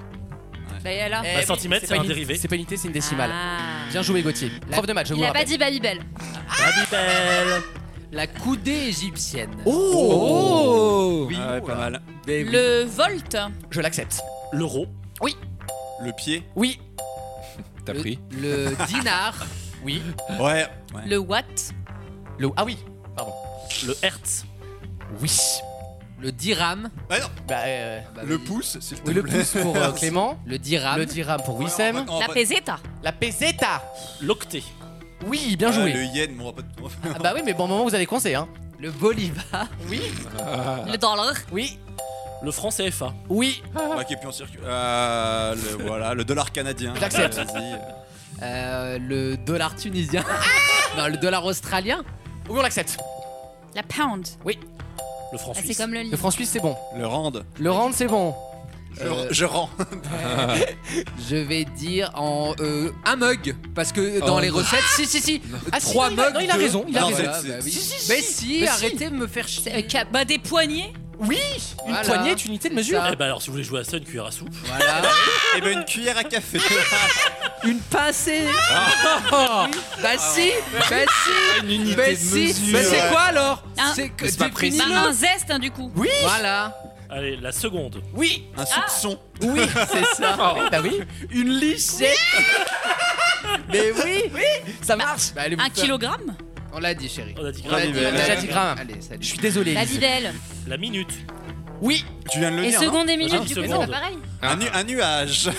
Speaker 3: Bah, et alors
Speaker 7: Bah, centimètre, c'est un
Speaker 2: une-
Speaker 7: dérivé.
Speaker 2: C'est pas une unité, c'est une décimale.
Speaker 3: Ah.
Speaker 2: Bien joué, Gauthier. Prof de match, je vous
Speaker 3: Il
Speaker 2: le
Speaker 3: a pas
Speaker 2: rappelle.
Speaker 3: dit Babybel.
Speaker 10: La coudée égyptienne.
Speaker 2: Oh,
Speaker 4: Oui, Ah pas mal.
Speaker 18: le volt,
Speaker 2: Je l'accepte.
Speaker 7: L'euro.
Speaker 2: Oui.
Speaker 4: Le pied.
Speaker 2: Oui.
Speaker 5: T'as pris
Speaker 10: Le dinar.
Speaker 2: Oui.
Speaker 4: Ouais.
Speaker 18: le watt,
Speaker 2: Le... Ah oui, pardon.
Speaker 7: Le hertz.
Speaker 2: Oui.
Speaker 10: Le dirham.
Speaker 4: Bah non.
Speaker 2: Bah, euh,
Speaker 4: Le pouce, s'il te
Speaker 2: Oui, le
Speaker 4: plaît.
Speaker 2: pouce pour [LAUGHS] euh, Clément.
Speaker 10: Le dirham.
Speaker 2: Le dirham pour Wissem.
Speaker 18: la peseta.
Speaker 2: La peseta.
Speaker 7: L'octet.
Speaker 2: Oui, bien
Speaker 4: Ah,
Speaker 2: joué.
Speaker 4: le yen, mon rapport.
Speaker 2: Ah bah oui, mais bon moment, vous allez coincer, hein.
Speaker 10: Le bolivar.
Speaker 2: Oui.
Speaker 3: Ah.
Speaker 18: le dollar,
Speaker 2: Oui.
Speaker 7: Le franc CFA.
Speaker 2: Oui.
Speaker 4: Bah, qui est plus en circuit. Euh, le, voilà, le dollar canadien.
Speaker 10: J'accepte.
Speaker 4: Vas-y.
Speaker 10: Euh, le dollar tunisien. non, le dollar australien.
Speaker 2: Oui, on l'accepte.
Speaker 18: la pound,
Speaker 3: Bah,
Speaker 2: Oui.
Speaker 7: Le franc
Speaker 18: Ah, c'est comme le livre.
Speaker 2: Le franc suisse, c'est bon.
Speaker 4: Le rand.
Speaker 2: Le rand, c'est bon.
Speaker 10: Euh,
Speaker 4: Je rends.
Speaker 10: Je vais dire en euh, un mug parce que dans
Speaker 2: Oh,
Speaker 10: les
Speaker 2: non.
Speaker 10: recettes, si si si,
Speaker 2: Ah, si,
Speaker 10: trois
Speaker 2: non, il a-
Speaker 10: mugs.
Speaker 2: non, il a
Speaker 10: de-
Speaker 2: raison, il a
Speaker 10: Ah,
Speaker 2: raison.
Speaker 10: voilà,
Speaker 2: C'est-
Speaker 10: bah oui.
Speaker 2: si, si, si.
Speaker 10: Mais si,
Speaker 2: Mais si.
Speaker 10: arrêtez de me faire chier.
Speaker 18: C'est, euh, cap- bah, des poignées.
Speaker 2: Oui, une
Speaker 10: Voilà.
Speaker 2: poignée est une unité de
Speaker 10: C'est
Speaker 2: mesure.
Speaker 10: ça.
Speaker 7: Eh ben alors, si vous voulez jouer à ça, une cuillère à soupe.
Speaker 10: Voilà.
Speaker 4: Et ben une cuillère à café.
Speaker 10: Une pincée.
Speaker 2: Ah.
Speaker 10: Bah si, bah si,
Speaker 5: Une unité
Speaker 10: bah
Speaker 5: de
Speaker 10: si.
Speaker 5: mesure.
Speaker 10: Bah c'est quoi alors
Speaker 2: Ah.
Speaker 18: Un-
Speaker 10: C'est que
Speaker 5: Mais c'est pas précis.
Speaker 18: Bah, un zeste hein, du coup.
Speaker 2: Oui.
Speaker 10: Voilà.
Speaker 7: Allez, la seconde.
Speaker 2: Oui.
Speaker 4: Un soupçon.
Speaker 2: Oui.
Speaker 10: C'est ça.
Speaker 2: Oui, bah oui.
Speaker 10: Une lichette.
Speaker 2: Mais oui. Oui. Ça marche.
Speaker 10: Bah, allez, vous
Speaker 18: Un
Speaker 10: faire-
Speaker 18: kilogramme.
Speaker 10: On l'a dit, chérie.
Speaker 7: On a dit
Speaker 10: On l'a dit,
Speaker 2: On
Speaker 10: on
Speaker 2: a déjà
Speaker 10: l'a
Speaker 2: dit grain.
Speaker 10: Allez, salut.
Speaker 2: Je suis désolé.
Speaker 3: La
Speaker 2: Lise.
Speaker 3: bidelle.
Speaker 7: La minute.
Speaker 2: Oui.
Speaker 4: Tu viens de le
Speaker 3: Et
Speaker 4: dire.
Speaker 3: seconde et
Speaker 4: non
Speaker 3: minute,
Speaker 7: Ah,
Speaker 3: du coup, c'est
Speaker 7: seconde.
Speaker 3: pas pareil.
Speaker 4: un, nu- un nuage.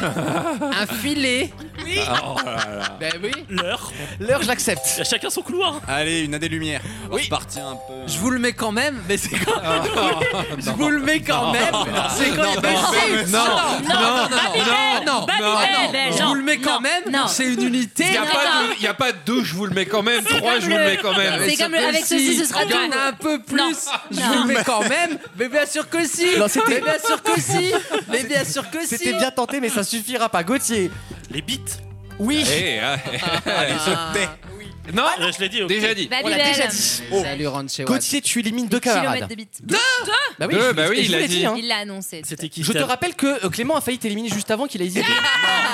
Speaker 10: Un filet.
Speaker 2: Oui.
Speaker 4: Oh là là.
Speaker 10: Bah oui.
Speaker 7: L'heure.
Speaker 2: L'heure, je l'accepte.
Speaker 7: Il y a chacun son couloir.
Speaker 4: Allez, une année lumière. On
Speaker 2: Oui.
Speaker 4: va repartir un peu.
Speaker 10: Je vous le mets quand même, mais c'est quand Je vous le mets quand même, c'est quand
Speaker 4: non,
Speaker 10: même.
Speaker 4: non,
Speaker 10: Mais si,
Speaker 4: non,
Speaker 10: non,
Speaker 18: Babybel,
Speaker 10: non, non,
Speaker 18: Babybel,
Speaker 10: non, je
Speaker 18: non,
Speaker 10: vous le mets quand
Speaker 18: non,
Speaker 10: même,
Speaker 18: non.
Speaker 10: c'est une unité.
Speaker 5: Il n'y a,
Speaker 18: Non,
Speaker 5: pas
Speaker 18: non.
Speaker 5: de- y a pas deux, je vous le mets quand même, trois, je vous le mets quand même.
Speaker 18: C'est comme le- avec ceci, ce sera
Speaker 10: Il y en
Speaker 18: tout.
Speaker 10: a un peu plus,
Speaker 18: Non.
Speaker 10: je
Speaker 18: Non.
Speaker 10: vous le mets quand même, mais bien sûr que si,
Speaker 2: Non, c'était-
Speaker 10: mais bien sûr que si, mais bien sûr que si.
Speaker 2: C'était bien tenté, mais ça suffira pas. Gauthier.
Speaker 7: Les bites.
Speaker 2: Oui.
Speaker 5: Eh, ah,
Speaker 4: Allez, je tais.
Speaker 5: eh. Non,
Speaker 7: Euh, Je l'ai dit. ok.
Speaker 5: déjà
Speaker 3: Bah
Speaker 5: dit.
Speaker 2: On l'a déjà
Speaker 18: Babybel.
Speaker 2: dit.
Speaker 10: Salut Ranché
Speaker 2: Gauthier, tu élimines deux
Speaker 3: Kilomètre
Speaker 2: camarades.
Speaker 3: de bite.
Speaker 2: Bah
Speaker 5: Deux,
Speaker 2: je-
Speaker 5: bah oui,
Speaker 2: je
Speaker 5: il
Speaker 2: vous
Speaker 5: a
Speaker 2: l'ai
Speaker 5: dit.
Speaker 2: dit. hein.
Speaker 3: Il l'a annoncé.
Speaker 7: C'était qui
Speaker 2: Je te
Speaker 7: c'était-
Speaker 2: rappelle que euh, Clément a failli t'éliminer juste avant qu'il a hésité.
Speaker 18: Ah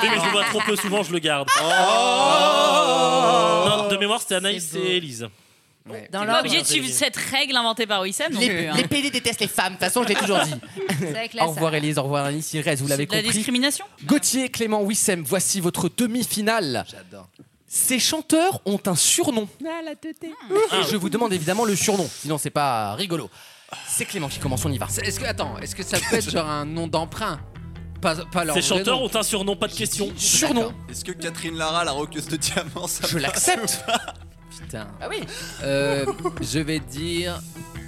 Speaker 7: Mais je le vois trop peu souvent, je le garde. Non, de mémoire, c'était Anaïs
Speaker 10: C'est beau.
Speaker 7: et Elise.
Speaker 18: Dans
Speaker 7: Il
Speaker 18: l'ordre.
Speaker 7: a
Speaker 18: Obligé de
Speaker 7: raison.
Speaker 18: suivre cette règle inventée par Wissem. non plus, hein.
Speaker 2: Les PD détestent les femmes, de toute façon, je l'ai toujours dit.
Speaker 3: C'est avec la
Speaker 2: Au revoir Elise, au revoir Anis, Irez, vous l'avez
Speaker 18: C'est de la
Speaker 2: compris.
Speaker 18: discrimination.
Speaker 2: Gauthier, Clément, Wissem, voici votre demi-finale.
Speaker 10: J'adore.
Speaker 2: Ces chanteurs ont un surnom. Et je vous demande évidemment le surnom, sinon c'est pas rigolo. C'est Clément qui commence, on y va.
Speaker 10: C'est- Est-ce que attends, est-ce que ça peut être genre un nom d'emprunt Pas, pas leur
Speaker 7: Ces
Speaker 10: vrai
Speaker 7: chanteurs
Speaker 10: nom.
Speaker 7: ont un surnom, pas de question.
Speaker 2: Surnom,
Speaker 10: D'accord.
Speaker 4: Est-ce que Catherine Lara, la roqueuse de diamant, ça
Speaker 2: je l'accepte.
Speaker 10: Putain.
Speaker 2: Ah oui,
Speaker 10: Euh, je vais dire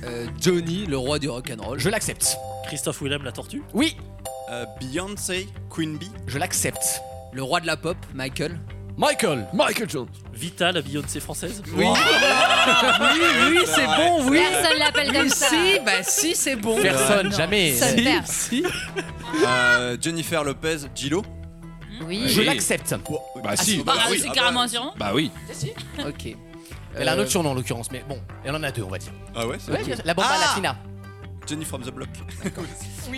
Speaker 10: euh, Johnny, le roi du rock'n'roll.
Speaker 2: je l'accepte.
Speaker 7: Christophe Willem, la tortue.
Speaker 2: Oui,
Speaker 4: Euh, Beyoncé, Queen Bee.
Speaker 2: je l'accepte.
Speaker 10: Le roi de la pop, Michael.
Speaker 2: Michael, Michael Jones.
Speaker 7: Vita, la Beyoncé française.
Speaker 10: Oui. oui, oui, c'est bon, oui.
Speaker 3: Personne l'appelle comme
Speaker 10: Oui,
Speaker 3: ça.
Speaker 10: si, bah si, c'est bon. Euh,
Speaker 2: Personne, jamais.
Speaker 3: Seul père.
Speaker 10: Si, si.
Speaker 4: Euh, Jennifer Lopez, Gillo.
Speaker 18: Oui.
Speaker 2: Je
Speaker 5: Oui.
Speaker 2: l'accepte.
Speaker 5: Bah si.
Speaker 18: Bah,
Speaker 4: Ah oui,
Speaker 18: c'est
Speaker 4: ah bah.
Speaker 18: carrément un surnom.
Speaker 5: Bah oui.
Speaker 10: Ok.
Speaker 2: Elle a un
Speaker 10: Euh,
Speaker 2: autre surnom en l'occurrence, mais bon, elle en a deux, on va dire.
Speaker 4: Ah ouais, c'est
Speaker 2: Ouais,
Speaker 4: vrai.
Speaker 2: La bomba
Speaker 4: Ah
Speaker 2: latina.
Speaker 4: Jenny from the Block.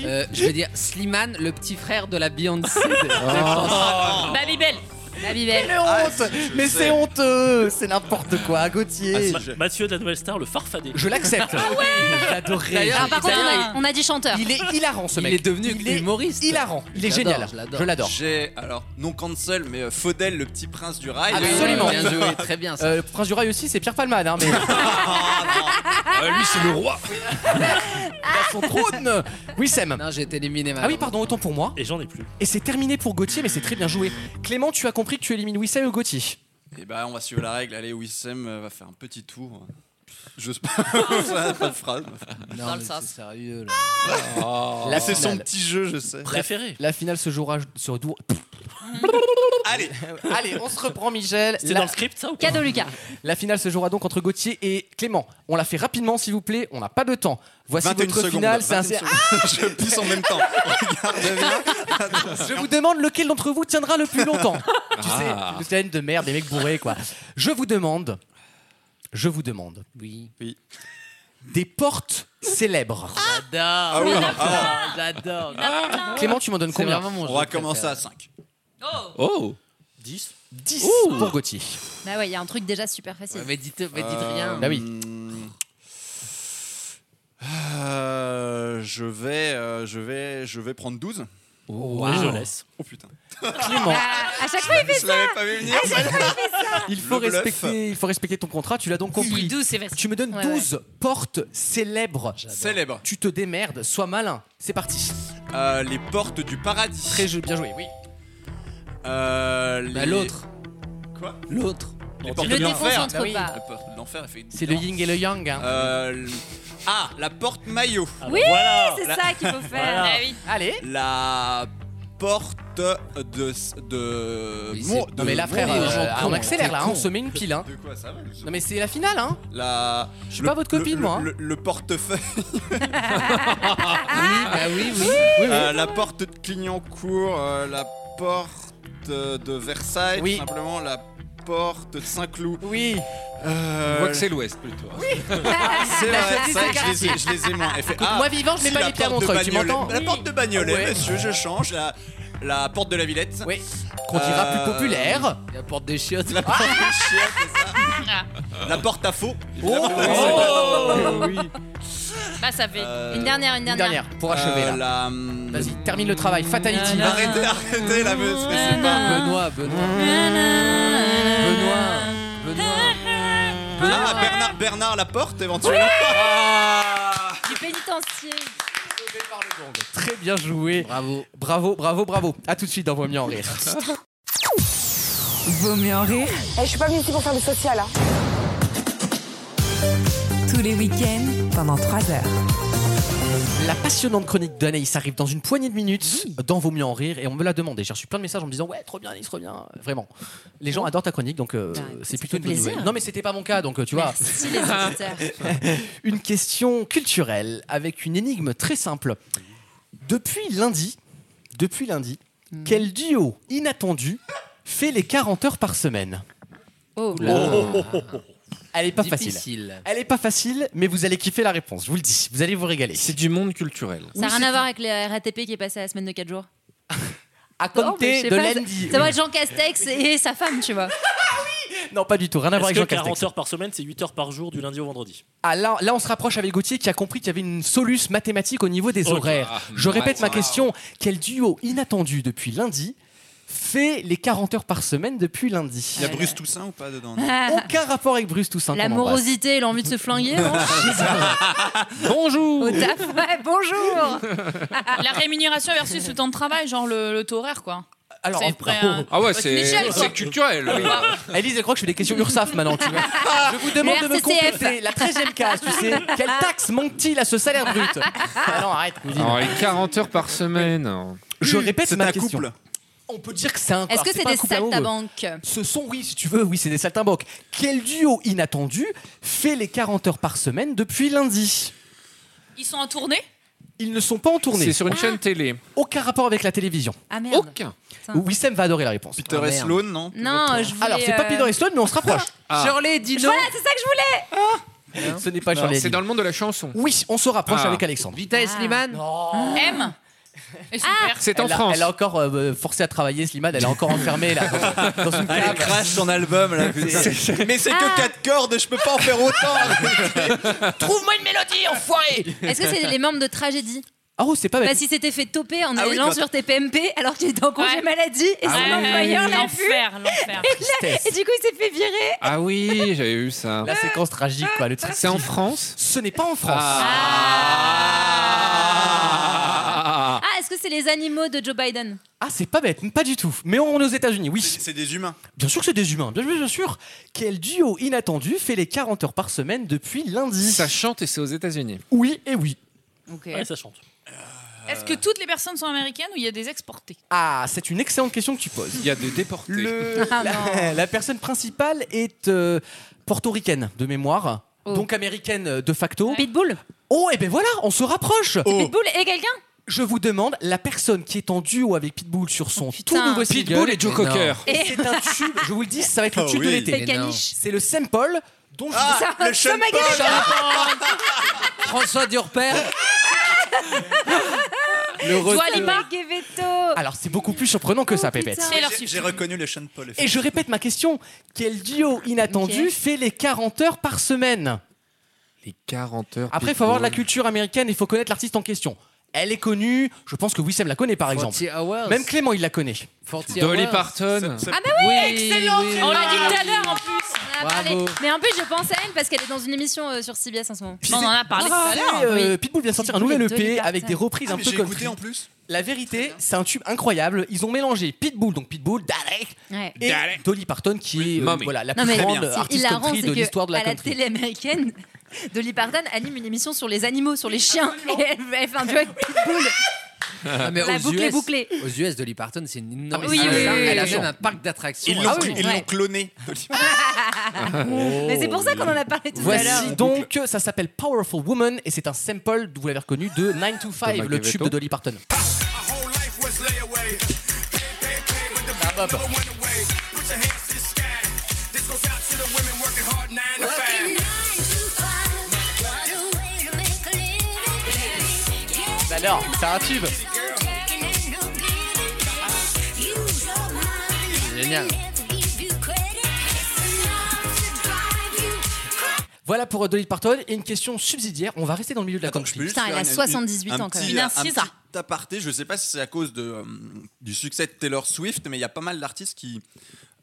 Speaker 10: euh, je vais dire Slimane, le petit frère de la Beyoncé. Ah,
Speaker 18: Babybel.
Speaker 3: Babybel.
Speaker 2: Mais honte
Speaker 4: je
Speaker 2: Mais
Speaker 4: sais.
Speaker 2: c'est honteux C'est n'importe quoi,
Speaker 10: Ah,
Speaker 2: Gauthier
Speaker 7: Ah, Ma- Mathieu de la Nouvelle Star, le farfadet.
Speaker 2: Je l'accepte Ah ouais J'adorerais
Speaker 10: D'ailleurs,
Speaker 3: Alors par contre, on a, on a dit chanteur.
Speaker 2: Il est hilarant ce
Speaker 10: Il
Speaker 2: mec
Speaker 10: est devenu humoriste.
Speaker 2: hilarant Il est
Speaker 10: Je
Speaker 2: génial
Speaker 10: l'adore, je l'adore.
Speaker 2: Je l'adore
Speaker 4: [LAUGHS] J'ai, alors, non cancel, mais euh, Faudel, le petit prince du rail.
Speaker 2: Absolument.
Speaker 10: Bien joué, très bien ça.
Speaker 2: Euh, Prince du Rail aussi, c'est Pierre Palman, hein, mais
Speaker 5: [LAUGHS] Ah, lui, c'est le roi.
Speaker 2: à son trône Oui, Sam
Speaker 10: Non, j'ai été éliminé
Speaker 2: Ah oui, pardon, autant pour moi.
Speaker 7: Et j'en ai plus.
Speaker 2: Et c'est terminé pour Gauthier, mais c'est très bien joué. Clément, tu as compris que tu élimines Wissem ou Gauthier
Speaker 4: Et bah, on va suivre la règle. Allez, Wissem euh, va faire un petit tour. Je
Speaker 2: [LAUGHS]
Speaker 4: sais pas, ça n'a pas de phrase.
Speaker 10: Non,
Speaker 18: Dans le
Speaker 10: mais
Speaker 18: sens.
Speaker 10: c'est sérieux là.
Speaker 2: La
Speaker 4: C'est son
Speaker 5: Ah.
Speaker 2: finale.
Speaker 4: petit jeu, je sais.
Speaker 7: Préféré.
Speaker 2: La finale se jouera sur Allez, [LAUGHS] allez, on se reprend, Michel.
Speaker 7: C'était
Speaker 2: La-
Speaker 7: dans le script, ça ou pas
Speaker 3: Cadeau Lucas.
Speaker 2: La finale se jouera donc entre Gauthier et Clément. On la fait rapidement, s'il vous plaît. On n'a pas de temps. Voici
Speaker 4: 21
Speaker 2: votre
Speaker 4: secondes,
Speaker 2: finale. C'est un-
Speaker 4: 21
Speaker 2: Ah
Speaker 4: [LAUGHS] Je pisse en même temps.
Speaker 2: Je vous demande lequel d'entre vous tiendra le plus
Speaker 4: [LAUGHS]
Speaker 2: longtemps. tu sais,
Speaker 4: Ah.
Speaker 2: une scène de merde, des mecs bourrés, quoi. Je vous demande, je vous demande, oui, oui, des portes célèbres.
Speaker 4: Ah.
Speaker 12: J'adore.
Speaker 2: Ah oui.
Speaker 10: Ah,
Speaker 12: J'adore.
Speaker 2: Clément, tu m'en donnes Ah, combien
Speaker 4: On va commencer à 5.
Speaker 2: Oh.
Speaker 7: 10
Speaker 2: 10 pour Gauthier.
Speaker 3: Bah ouais, il y a un truc déjà super facile.
Speaker 12: mais dites, mais dites
Speaker 4: Euh,
Speaker 12: rien.
Speaker 2: Bah oui.
Speaker 4: Euh, je vais, euh, je vais, je vais prendre 12.
Speaker 2: Oh.
Speaker 7: Ah.
Speaker 4: Et
Speaker 2: Wow.
Speaker 4: je laisse. Oh putain. Bah,
Speaker 2: Clément.
Speaker 3: Bah, à chaque fois, il fait
Speaker 4: Je
Speaker 3: ça.
Speaker 4: l'avais pas vu venir.
Speaker 3: À chaque fois, il fait ça.
Speaker 2: Il faut,
Speaker 4: Le bluff.
Speaker 2: respecter, il faut respecter ton contrat, tu l'as donc compris. tu me donnes 12 portes célèbres.
Speaker 4: Célèbres.
Speaker 2: Tu te démerdes, sois malin. C'est parti.
Speaker 4: Euh, les portes du paradis.
Speaker 2: Très jeu, bien joué, oui.
Speaker 4: Euh, les-
Speaker 2: Bah, l'autre.
Speaker 4: Quoi
Speaker 2: L'autre.
Speaker 4: Les
Speaker 2: On
Speaker 4: portes
Speaker 2: dirait
Speaker 4: de
Speaker 2: le
Speaker 4: l'enfer.
Speaker 2: défonce entre
Speaker 4: Bah oui,
Speaker 2: pas.
Speaker 4: La porte de l'enfer, elle fait une
Speaker 2: C'est le yin et le yang. hein.
Speaker 4: Euh, l- ah, la porte maillot.
Speaker 2: Oui,
Speaker 4: Voilà.
Speaker 2: c'est
Speaker 4: La-
Speaker 2: ça qu'il faut faire.
Speaker 4: Voilà.
Speaker 2: Ah oui. Allez.
Speaker 4: La porte de s- de. Mon- de
Speaker 2: Non mais là frère,
Speaker 4: mon-
Speaker 2: euh,
Speaker 4: gens
Speaker 2: ah,
Speaker 4: cons,
Speaker 2: on accélère
Speaker 4: gens
Speaker 2: là,
Speaker 4: cons.
Speaker 2: on se met une pile. Hein.
Speaker 4: De quoi ça va
Speaker 2: Non mais c'est la finale hein.
Speaker 4: La. Je
Speaker 2: suis pas votre copine, moi, hein.
Speaker 4: Le, le
Speaker 2: [LAUGHS]
Speaker 4: portefeuille. bah
Speaker 2: oui,
Speaker 4: oui. Euh, la porte de Clignancourt, euh, la porte euh, de Versailles,
Speaker 2: Oui.
Speaker 4: tout simplement la porte de Saint-Cloud.
Speaker 2: Oui.
Speaker 5: On voit que c'est l'Ouest plutôt. hein.
Speaker 4: C'est vrai,
Speaker 2: [LAUGHS]
Speaker 4: c'est vrai que je les ai- je les ai moins. Elle fait, ah,
Speaker 2: moi vivant, je mets
Speaker 4: si,
Speaker 2: pas
Speaker 4: la
Speaker 2: les pieds à
Speaker 4: porte de
Speaker 2: Montreuil, tu
Speaker 4: Bagnolet.
Speaker 2: m'entends
Speaker 4: La porte de Bagnolet,
Speaker 2: Ouais.
Speaker 4: monsieur, je change. La, la porte de la Villette. [LAUGHS]
Speaker 2: Oui. Qu'on dira plus populaire.
Speaker 4: La porte des chiottes.
Speaker 2: Ah,
Speaker 4: La porte des chiottes, c'est ça. La porte à faux.
Speaker 2: oh,
Speaker 4: évidemment.
Speaker 18: Bah, ça fait.
Speaker 4: Euh,
Speaker 3: Ah, Une dernière, une
Speaker 2: Une
Speaker 3: dernière.
Speaker 2: dernière pour achever
Speaker 4: Euh,
Speaker 2: là.
Speaker 4: la-
Speaker 2: Vas-y, termine le travail. Fatality.
Speaker 4: Arrêtez, arrêtez, la meuf, mais c'est pas.
Speaker 12: Benoît, Benoît.
Speaker 4: Ah, Bernard, Bernard Laporte, éventuellement. Ah.
Speaker 3: Du pénitencier.
Speaker 2: Très bien joué. Bravo. Bravo, bravo, bravo. À tout de suite dans Vaut mieux en rire.
Speaker 1: Vaut mieux en rire.
Speaker 13: Eh, je suis pas venue ici pour faire du social, hein.
Speaker 1: Tous les week-ends pendant 3 heures.
Speaker 2: La passionnante chronique d'Anaïs arrive dans une poignée de minutes dans Vaut mieux en rire et on me l'a demandé. J'ai reçu plein de messages en me disant Ouais, trop bien, Anaïs, trop bien. Vraiment. Les gens adorent ta chronique donc euh, c'est plutôt une bonne
Speaker 12: plaisir.
Speaker 2: nouvelle. Non, mais c'était pas mon cas donc euh, tu
Speaker 12: Merci,
Speaker 2: vois.
Speaker 12: les auditeurs.
Speaker 2: une question culturelle avec une énigme très simple. Depuis lundi, depuis lundi, quel duo inattendu fait les 40 heures par semaine
Speaker 3: [LAUGHS] Oh.
Speaker 2: Elle est pas facile.
Speaker 12: Difficile.
Speaker 2: Elle est pas facile, mais vous allez kiffer la réponse. Je vous le dis, vous allez vous régaler. C'est
Speaker 5: du monde culturel.
Speaker 3: Ça n'a rien à voir avec le RATP qui est passé la semaine de 4 jours.
Speaker 2: À
Speaker 3: Non, Oh, mais
Speaker 2: compter
Speaker 3: je sais
Speaker 2: de
Speaker 3: pas,
Speaker 2: lundi.
Speaker 3: Ça, ça doit être Jean Castex et sa femme, tu vois.
Speaker 2: Non, pas du tout. Rien à voir
Speaker 7: Est-ce
Speaker 2: avec
Speaker 7: que
Speaker 2: Jean
Speaker 7: 40
Speaker 2: Castex.
Speaker 7: heures par semaine, c'est 8 heures par jour du lundi au vendredi
Speaker 2: Ah, là, là, on se rapproche avec Gauthier qui a compris qu'il y avait une soluce mathématique au niveau des
Speaker 7: Ok.
Speaker 2: horaires.
Speaker 7: Ah,
Speaker 2: Je répète ma
Speaker 7: wow.
Speaker 2: question. Quel duo inattendu depuis lundi fait les 40 heures par semaine depuis lundi
Speaker 4: Il y a Bruce Toussaint ou pas dedans
Speaker 2: Aucun rapport avec Bruce Toussaint. qu'on
Speaker 3: La
Speaker 2: embrasse.
Speaker 3: morosité et l'envie de
Speaker 2: [LAUGHS]
Speaker 3: se flinguer. non
Speaker 2: Bonjour
Speaker 3: Au taf. Ouais, bonjour.
Speaker 18: La rémunération versus le temps de travail, genre le, le taux horaire, quoi.
Speaker 2: Alors,
Speaker 18: C'est
Speaker 2: en-
Speaker 18: prêt, hein.
Speaker 5: Ah ouais,
Speaker 18: Bah,
Speaker 5: c'est
Speaker 18: Michel, quoi.
Speaker 5: c'est culturel. Ah
Speaker 2: Oui. Elise, elle croit que je fais des questions URSAF maintenant. Tu vois. Je vous demande
Speaker 18: Le
Speaker 2: de me
Speaker 18: RCCF.
Speaker 2: compléter la 13 e case. Tu sais, quelle taxe manque-t-il à ce salaire brut Ah non, arrête, cousine.
Speaker 5: Alors, les 40 heures par semaine.
Speaker 2: Je répète ma question. On peut dire que c'est un.
Speaker 3: Est-ce
Speaker 2: alors,
Speaker 3: que c'est
Speaker 2: pas un
Speaker 3: des
Speaker 2: couple amoureux.
Speaker 3: saltabanques
Speaker 2: Ce sont, oui, si tu veux, oui, c'est des saltimbanques. Quel duo inattendu fait les 40 heures par semaine depuis lundi
Speaker 18: Ils sont en tournée
Speaker 2: Ils ne sont pas en tournée.
Speaker 5: C'est sur une chaîne télé.
Speaker 2: Aucun rapport avec la télévision.
Speaker 3: Ah merde.
Speaker 2: Aucun.
Speaker 3: Putain.
Speaker 2: Wissem va adorer la réponse. Ah,
Speaker 4: Peter et Sloan, non
Speaker 3: Non, je voulais.
Speaker 2: Alors, c'est pas
Speaker 3: euh,
Speaker 2: Peter et Sloan, mais on se rapproche.
Speaker 5: Ah.
Speaker 2: Shirley, Dino.
Speaker 3: Voilà, c'est ça que je
Speaker 2: [LAUGHS]
Speaker 3: voulais.
Speaker 2: Ce n'est pas
Speaker 5: Non,
Speaker 2: Shirley
Speaker 5: C'est
Speaker 2: Dino.
Speaker 5: dans le monde de la chanson.
Speaker 2: Oui, on se rapproche
Speaker 5: Ah.
Speaker 2: avec Alexandre.
Speaker 12: Vita et Slimane
Speaker 18: M Et super.
Speaker 5: C'est en
Speaker 2: elle a-
Speaker 5: France.
Speaker 2: elle a encore euh, forcé à travailler Slimane, elle est encore enfermée là. Dans, dans une
Speaker 4: Elle
Speaker 2: cave.
Speaker 4: crache son album là. putain. Ah. Mais c'est que 4 cordes, je peux pas en faire autant.
Speaker 2: Trouve-moi une mélodie, enfoiré
Speaker 3: Est-ce que c'est les membres de tragédie
Speaker 2: Oh, c'est pas
Speaker 3: Bah,
Speaker 2: bête.
Speaker 3: si s'était fait toper en
Speaker 2: Ah oui,
Speaker 3: allant
Speaker 2: quand- Ah
Speaker 3: sur TPMP alors qu'il était en congé
Speaker 18: Ouais.
Speaker 3: maladie et son
Speaker 18: Ah Ouais,
Speaker 3: employeur l'a vu.
Speaker 18: l'enfer, l'enfer.
Speaker 3: Et il a- Et du coup, il s'est fait virer.
Speaker 5: Ah oui, j'avais vu ça.
Speaker 2: La séquence tragique, quoi. Le truc.
Speaker 5: C'est en France Ah.
Speaker 2: Ce n'est pas en France.
Speaker 3: Ah, est-ce que c'est les animaux de Joe Biden
Speaker 2: Ah, c'est pas bête, pas du tout. Mais on est aux États-Unis, oui.
Speaker 4: C'est des humains.
Speaker 2: Bien sûr que c'est des humains, bien, bien sûr. Quel duo inattendu fait les 40 heures par semaine depuis lundi
Speaker 5: Ça chante et c'est aux États-Unis.
Speaker 2: Oui et oui.
Speaker 3: Ok.
Speaker 7: Ouais, ça chante.
Speaker 18: [LAUGHS] Est-ce que toutes les personnes sont américaines ou il y a des exportés
Speaker 2: Ah, c'est une excellente question que tu poses. Il
Speaker 5: y a des déportés.
Speaker 18: Ah,
Speaker 2: la,
Speaker 18: non.
Speaker 2: la personne principale est euh, portoricaine de mémoire, donc américaine euh, de facto.
Speaker 18: Oh. Pitbull
Speaker 2: Oh, et ben voilà, on se rapproche
Speaker 4: Oh.
Speaker 18: C'est Pitbull et quelqu'un
Speaker 2: Je vous demande la personne qui est en duo avec Pitbull sur son
Speaker 3: Oh,
Speaker 2: tout nouveau single.
Speaker 5: Pitbull et Joe
Speaker 2: Mais
Speaker 5: Cocker.
Speaker 2: non. Et c'est un tube, je vous le dis, ça va être le
Speaker 4: Ah
Speaker 5: Oh
Speaker 2: tube de
Speaker 5: oui.
Speaker 2: l'été.
Speaker 5: Quel caniche.
Speaker 2: C'est le sample dont je
Speaker 10: Ah,
Speaker 2: vous-
Speaker 10: le Sean Paul.
Speaker 4: hein.
Speaker 10: Sean François Durper.
Speaker 2: Le retour.
Speaker 3: et Veto.
Speaker 2: Alors c'est beaucoup plus surprenant que ça, Ah, Pépette.
Speaker 3: Oh, putain. Et alors,
Speaker 4: J'ai j'ai reconnu le Sean Paul.
Speaker 2: Et je répète ma question. Quel duo inattendu
Speaker 4: Ok.
Speaker 2: fait les 40 heures par semaine
Speaker 5: Les 40 heures.
Speaker 2: Après, il faut avoir de la culture américaine, il faut connaître l'artiste en question. Elle est connue, je pense que Wissem la connaît par exemple.
Speaker 10: 40 hours.
Speaker 2: Même Clément, il la connaît.
Speaker 5: Dolly Parton.
Speaker 2: Ça-
Speaker 3: Ah bah oui, excellent
Speaker 10: oui,
Speaker 3: On l'a
Speaker 10: oui,
Speaker 3: dit tout à
Speaker 10: oui.
Speaker 18: hein.
Speaker 3: l'heure en plus On en a
Speaker 2: Bravo.
Speaker 3: parlé. Mais en plus je pense à elle parce qu'elle est dans une émission euh, sur CBS en ce moment.
Speaker 2: Puis c'est- Euh, Pitbull vient sortir un
Speaker 3: Pitbull
Speaker 2: nouvel
Speaker 3: et Dolly
Speaker 2: EP
Speaker 3: Parton.
Speaker 2: avec des reprises
Speaker 4: Ah,
Speaker 2: un
Speaker 4: mais
Speaker 2: peu
Speaker 4: j'ai
Speaker 2: country.
Speaker 4: écouté en plus.
Speaker 2: La vérité, c'est un tube incroyable. Ils ont mélangé Pitbull, donc Pitbull, Dalek,
Speaker 3: Ouais.
Speaker 2: et Dolly Parton, qui est euh,
Speaker 5: Mommy.
Speaker 2: voilà, la
Speaker 3: Non
Speaker 2: plus
Speaker 3: mais
Speaker 2: grande
Speaker 3: c'est
Speaker 2: artiste
Speaker 3: hilarant,
Speaker 2: country
Speaker 3: c'est
Speaker 2: de l'histoire
Speaker 3: que
Speaker 2: de la
Speaker 3: à la
Speaker 2: country.
Speaker 3: télé américaine, [LAUGHS] Dolly Parton anime une émission sur les animaux, sur les chiens, et elle, elle fait un duo avec Pitbull.
Speaker 10: Ah, mais
Speaker 3: La
Speaker 10: aux
Speaker 3: boucle
Speaker 10: US,
Speaker 3: est bouclée.
Speaker 10: Aux US, Dolly Parton, c'est une énorme.
Speaker 3: Ah, mais
Speaker 10: star.
Speaker 3: oui, oui, oui,
Speaker 10: Elle a
Speaker 3: oui.
Speaker 10: même un parc d'attractions.
Speaker 4: Ils l'ont
Speaker 10: Ah oui.
Speaker 4: ils l'ont cloné. Ah,
Speaker 3: Mais c'est pour ça qu'on en a parlé tout à l'heure.
Speaker 2: Oh. Voici donc, euh, ça s'appelle Powerful Woman et c'est un sample, vous l'avez reconnu, de 9 to 5, le
Speaker 5: Gavetto.
Speaker 2: tube de Dolly Parton. Ah, bah, Alors, c'est un tube.
Speaker 10: Génial.
Speaker 2: Voilà pour euh, Dolly Parton. Et une question subsidiaire, on va rester dans le milieu de la country.
Speaker 4: Putain,
Speaker 3: elle a 78 ans, quand même. Une incisa.
Speaker 4: Un petit aparté, je sais pas si c'est à cause de, euh, du succès de Taylor Swift, mais il y a pas mal d'artistes qui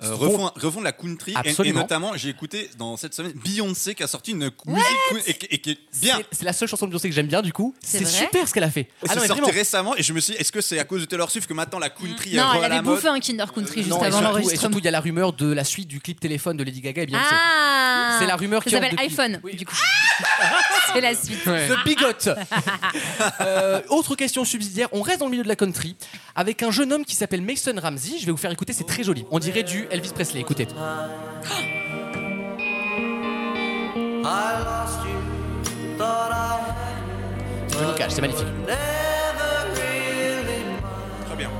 Speaker 4: euh, refont,
Speaker 2: Refont-
Speaker 4: refont de la country. Et- Et,
Speaker 2: Absolument.
Speaker 4: notamment, j'ai écouté dans cette semaine Beyoncé qui a sorti une cou- musique cou- et, qui- et qui est bien.
Speaker 2: C'est- C'est la seule chanson de Beyoncé que j'aime bien du coup.
Speaker 4: C'est
Speaker 2: C'est
Speaker 4: vrai
Speaker 2: super ce qu'elle a fait. Ah non,
Speaker 4: Elle s'est
Speaker 2: mais
Speaker 4: sortie
Speaker 2: vraiment.
Speaker 4: récemment et je me suis dit, est-ce que c'est à cause de Taylor Swift que maintenant la country est
Speaker 3: Mm. Non,
Speaker 4: re-
Speaker 3: elle
Speaker 4: à la
Speaker 3: avait
Speaker 4: mode
Speaker 3: bouffé un Kinder Country juste
Speaker 2: Non, et surtout-
Speaker 3: avant
Speaker 2: et
Speaker 3: l'enregistrement.
Speaker 2: surtout, il y a la rumeur de la suite du clip téléphone de Lady Gaga et Beyoncé.
Speaker 3: Ah
Speaker 2: C'est la rumeur
Speaker 3: Ça
Speaker 2: qui
Speaker 3: s'appelle
Speaker 2: hante depuis-
Speaker 3: iPhone, du coup. C'est la suite.
Speaker 2: [LAUGHS] The
Speaker 3: [LAUGHS]
Speaker 2: Bigot. Euh, autre question subsidiaire, on reste dans le milieu de la country avec un jeune homme qui s'appelle Mason Ramsey. Je vais vous faire écouter, c'est très joli. On dirait du Elvis Presley, écoutez. Je vous cache, c'est magnifique.
Speaker 4: Très bien.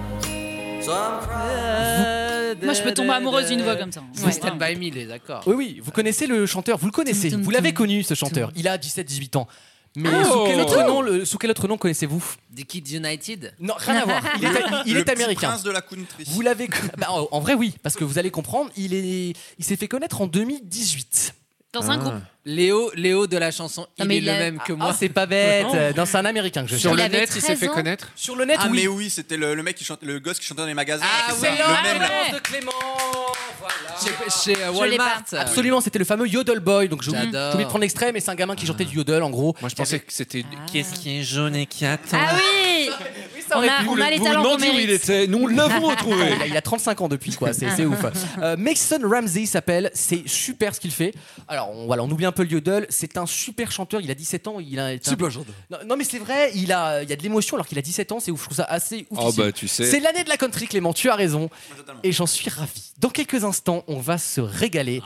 Speaker 18: Moi, je peux tomber amoureuse d'une voix comme ça.
Speaker 10: C'est
Speaker 18: Ouais.
Speaker 10: Stand by Me, les accords.
Speaker 2: Oui, oui, vous connaissez le chanteur, vous le connaissez, vous l'avez connu ce chanteur. Il a 17-18 ans. Mais
Speaker 10: Oh.
Speaker 2: sous, quel autre
Speaker 10: Tout.
Speaker 2: nom, le- sous quel autre nom connaissez-vous
Speaker 10: The Kids United
Speaker 2: Non, rien à voir. Il est, il
Speaker 4: Le
Speaker 2: est
Speaker 4: petit
Speaker 2: américain.
Speaker 4: prince de la country.
Speaker 2: Vous l'avez. con- Bah, en en vrai, oui, parce que vous allez comprendre, il est, il s'est fait connaître en 2018.
Speaker 18: Dans un groupe.
Speaker 10: Léo, Léo de la chanson,
Speaker 2: Non,
Speaker 10: il
Speaker 2: mais
Speaker 10: est
Speaker 2: il
Speaker 10: le
Speaker 2: a-
Speaker 10: même que
Speaker 2: Ah,
Speaker 10: moi.
Speaker 2: c'est pas bête. Euh, Non, c'est un américain que je
Speaker 5: Sur
Speaker 2: cherche.
Speaker 5: le net, il s'est fait connaître.
Speaker 2: Sur le net,
Speaker 4: ah,
Speaker 2: oui.
Speaker 4: mais oui, c'était le, le mec qui chantait, le gosse qui chantait dans les magasins.
Speaker 2: Ah,
Speaker 4: c'est
Speaker 2: c'est
Speaker 4: ça,
Speaker 2: la
Speaker 4: le même.
Speaker 2: réponse de
Speaker 10: [LAUGHS]
Speaker 2: Clément.
Speaker 10: Chez, chez, euh, Walmart.
Speaker 2: Absolument, c'était le fameux Yodel Boy. Donc j'ai oublié j'ai
Speaker 10: J'adore.
Speaker 2: oublié de prendre l'extrait, mais c'est un gamin qui chantait du yodel en gros.
Speaker 5: Moi, je pensais que c'était.
Speaker 10: Ah.
Speaker 5: Qu'est-ce qui est jaune et qui attend
Speaker 3: Ah oui
Speaker 2: ça
Speaker 3: On
Speaker 2: aurait
Speaker 3: a,
Speaker 2: pu.
Speaker 3: Ah, on a les
Speaker 5: Vous
Speaker 3: talents qu'on
Speaker 5: demandiez où il
Speaker 3: mérite.
Speaker 5: était. Nous l'avons
Speaker 3: [LAUGHS]
Speaker 5: retrouvé.
Speaker 2: Il a, il a 35 ans depuis, quoi. C'est c'est ouf. Euh, Mason Ramsey s'appelle. C'est super ce qu'il fait. Alors, on, voilà, on oublie un peu le yodel. C'est un super chanteur. Il a 17 ans. Il a.
Speaker 10: C'est pas
Speaker 2: un- Non, non, mais c'est vrai. Il a, il y a de l'émotion alors qu'il a 17 ans. C'est ouf. Je trouve ça assez ouf.
Speaker 5: Oh, bah, tu sais.
Speaker 2: C'est l'année de la country, Clément. Tu as raison. Et j'en suis ravi. Dans quelques instants, on va se régaler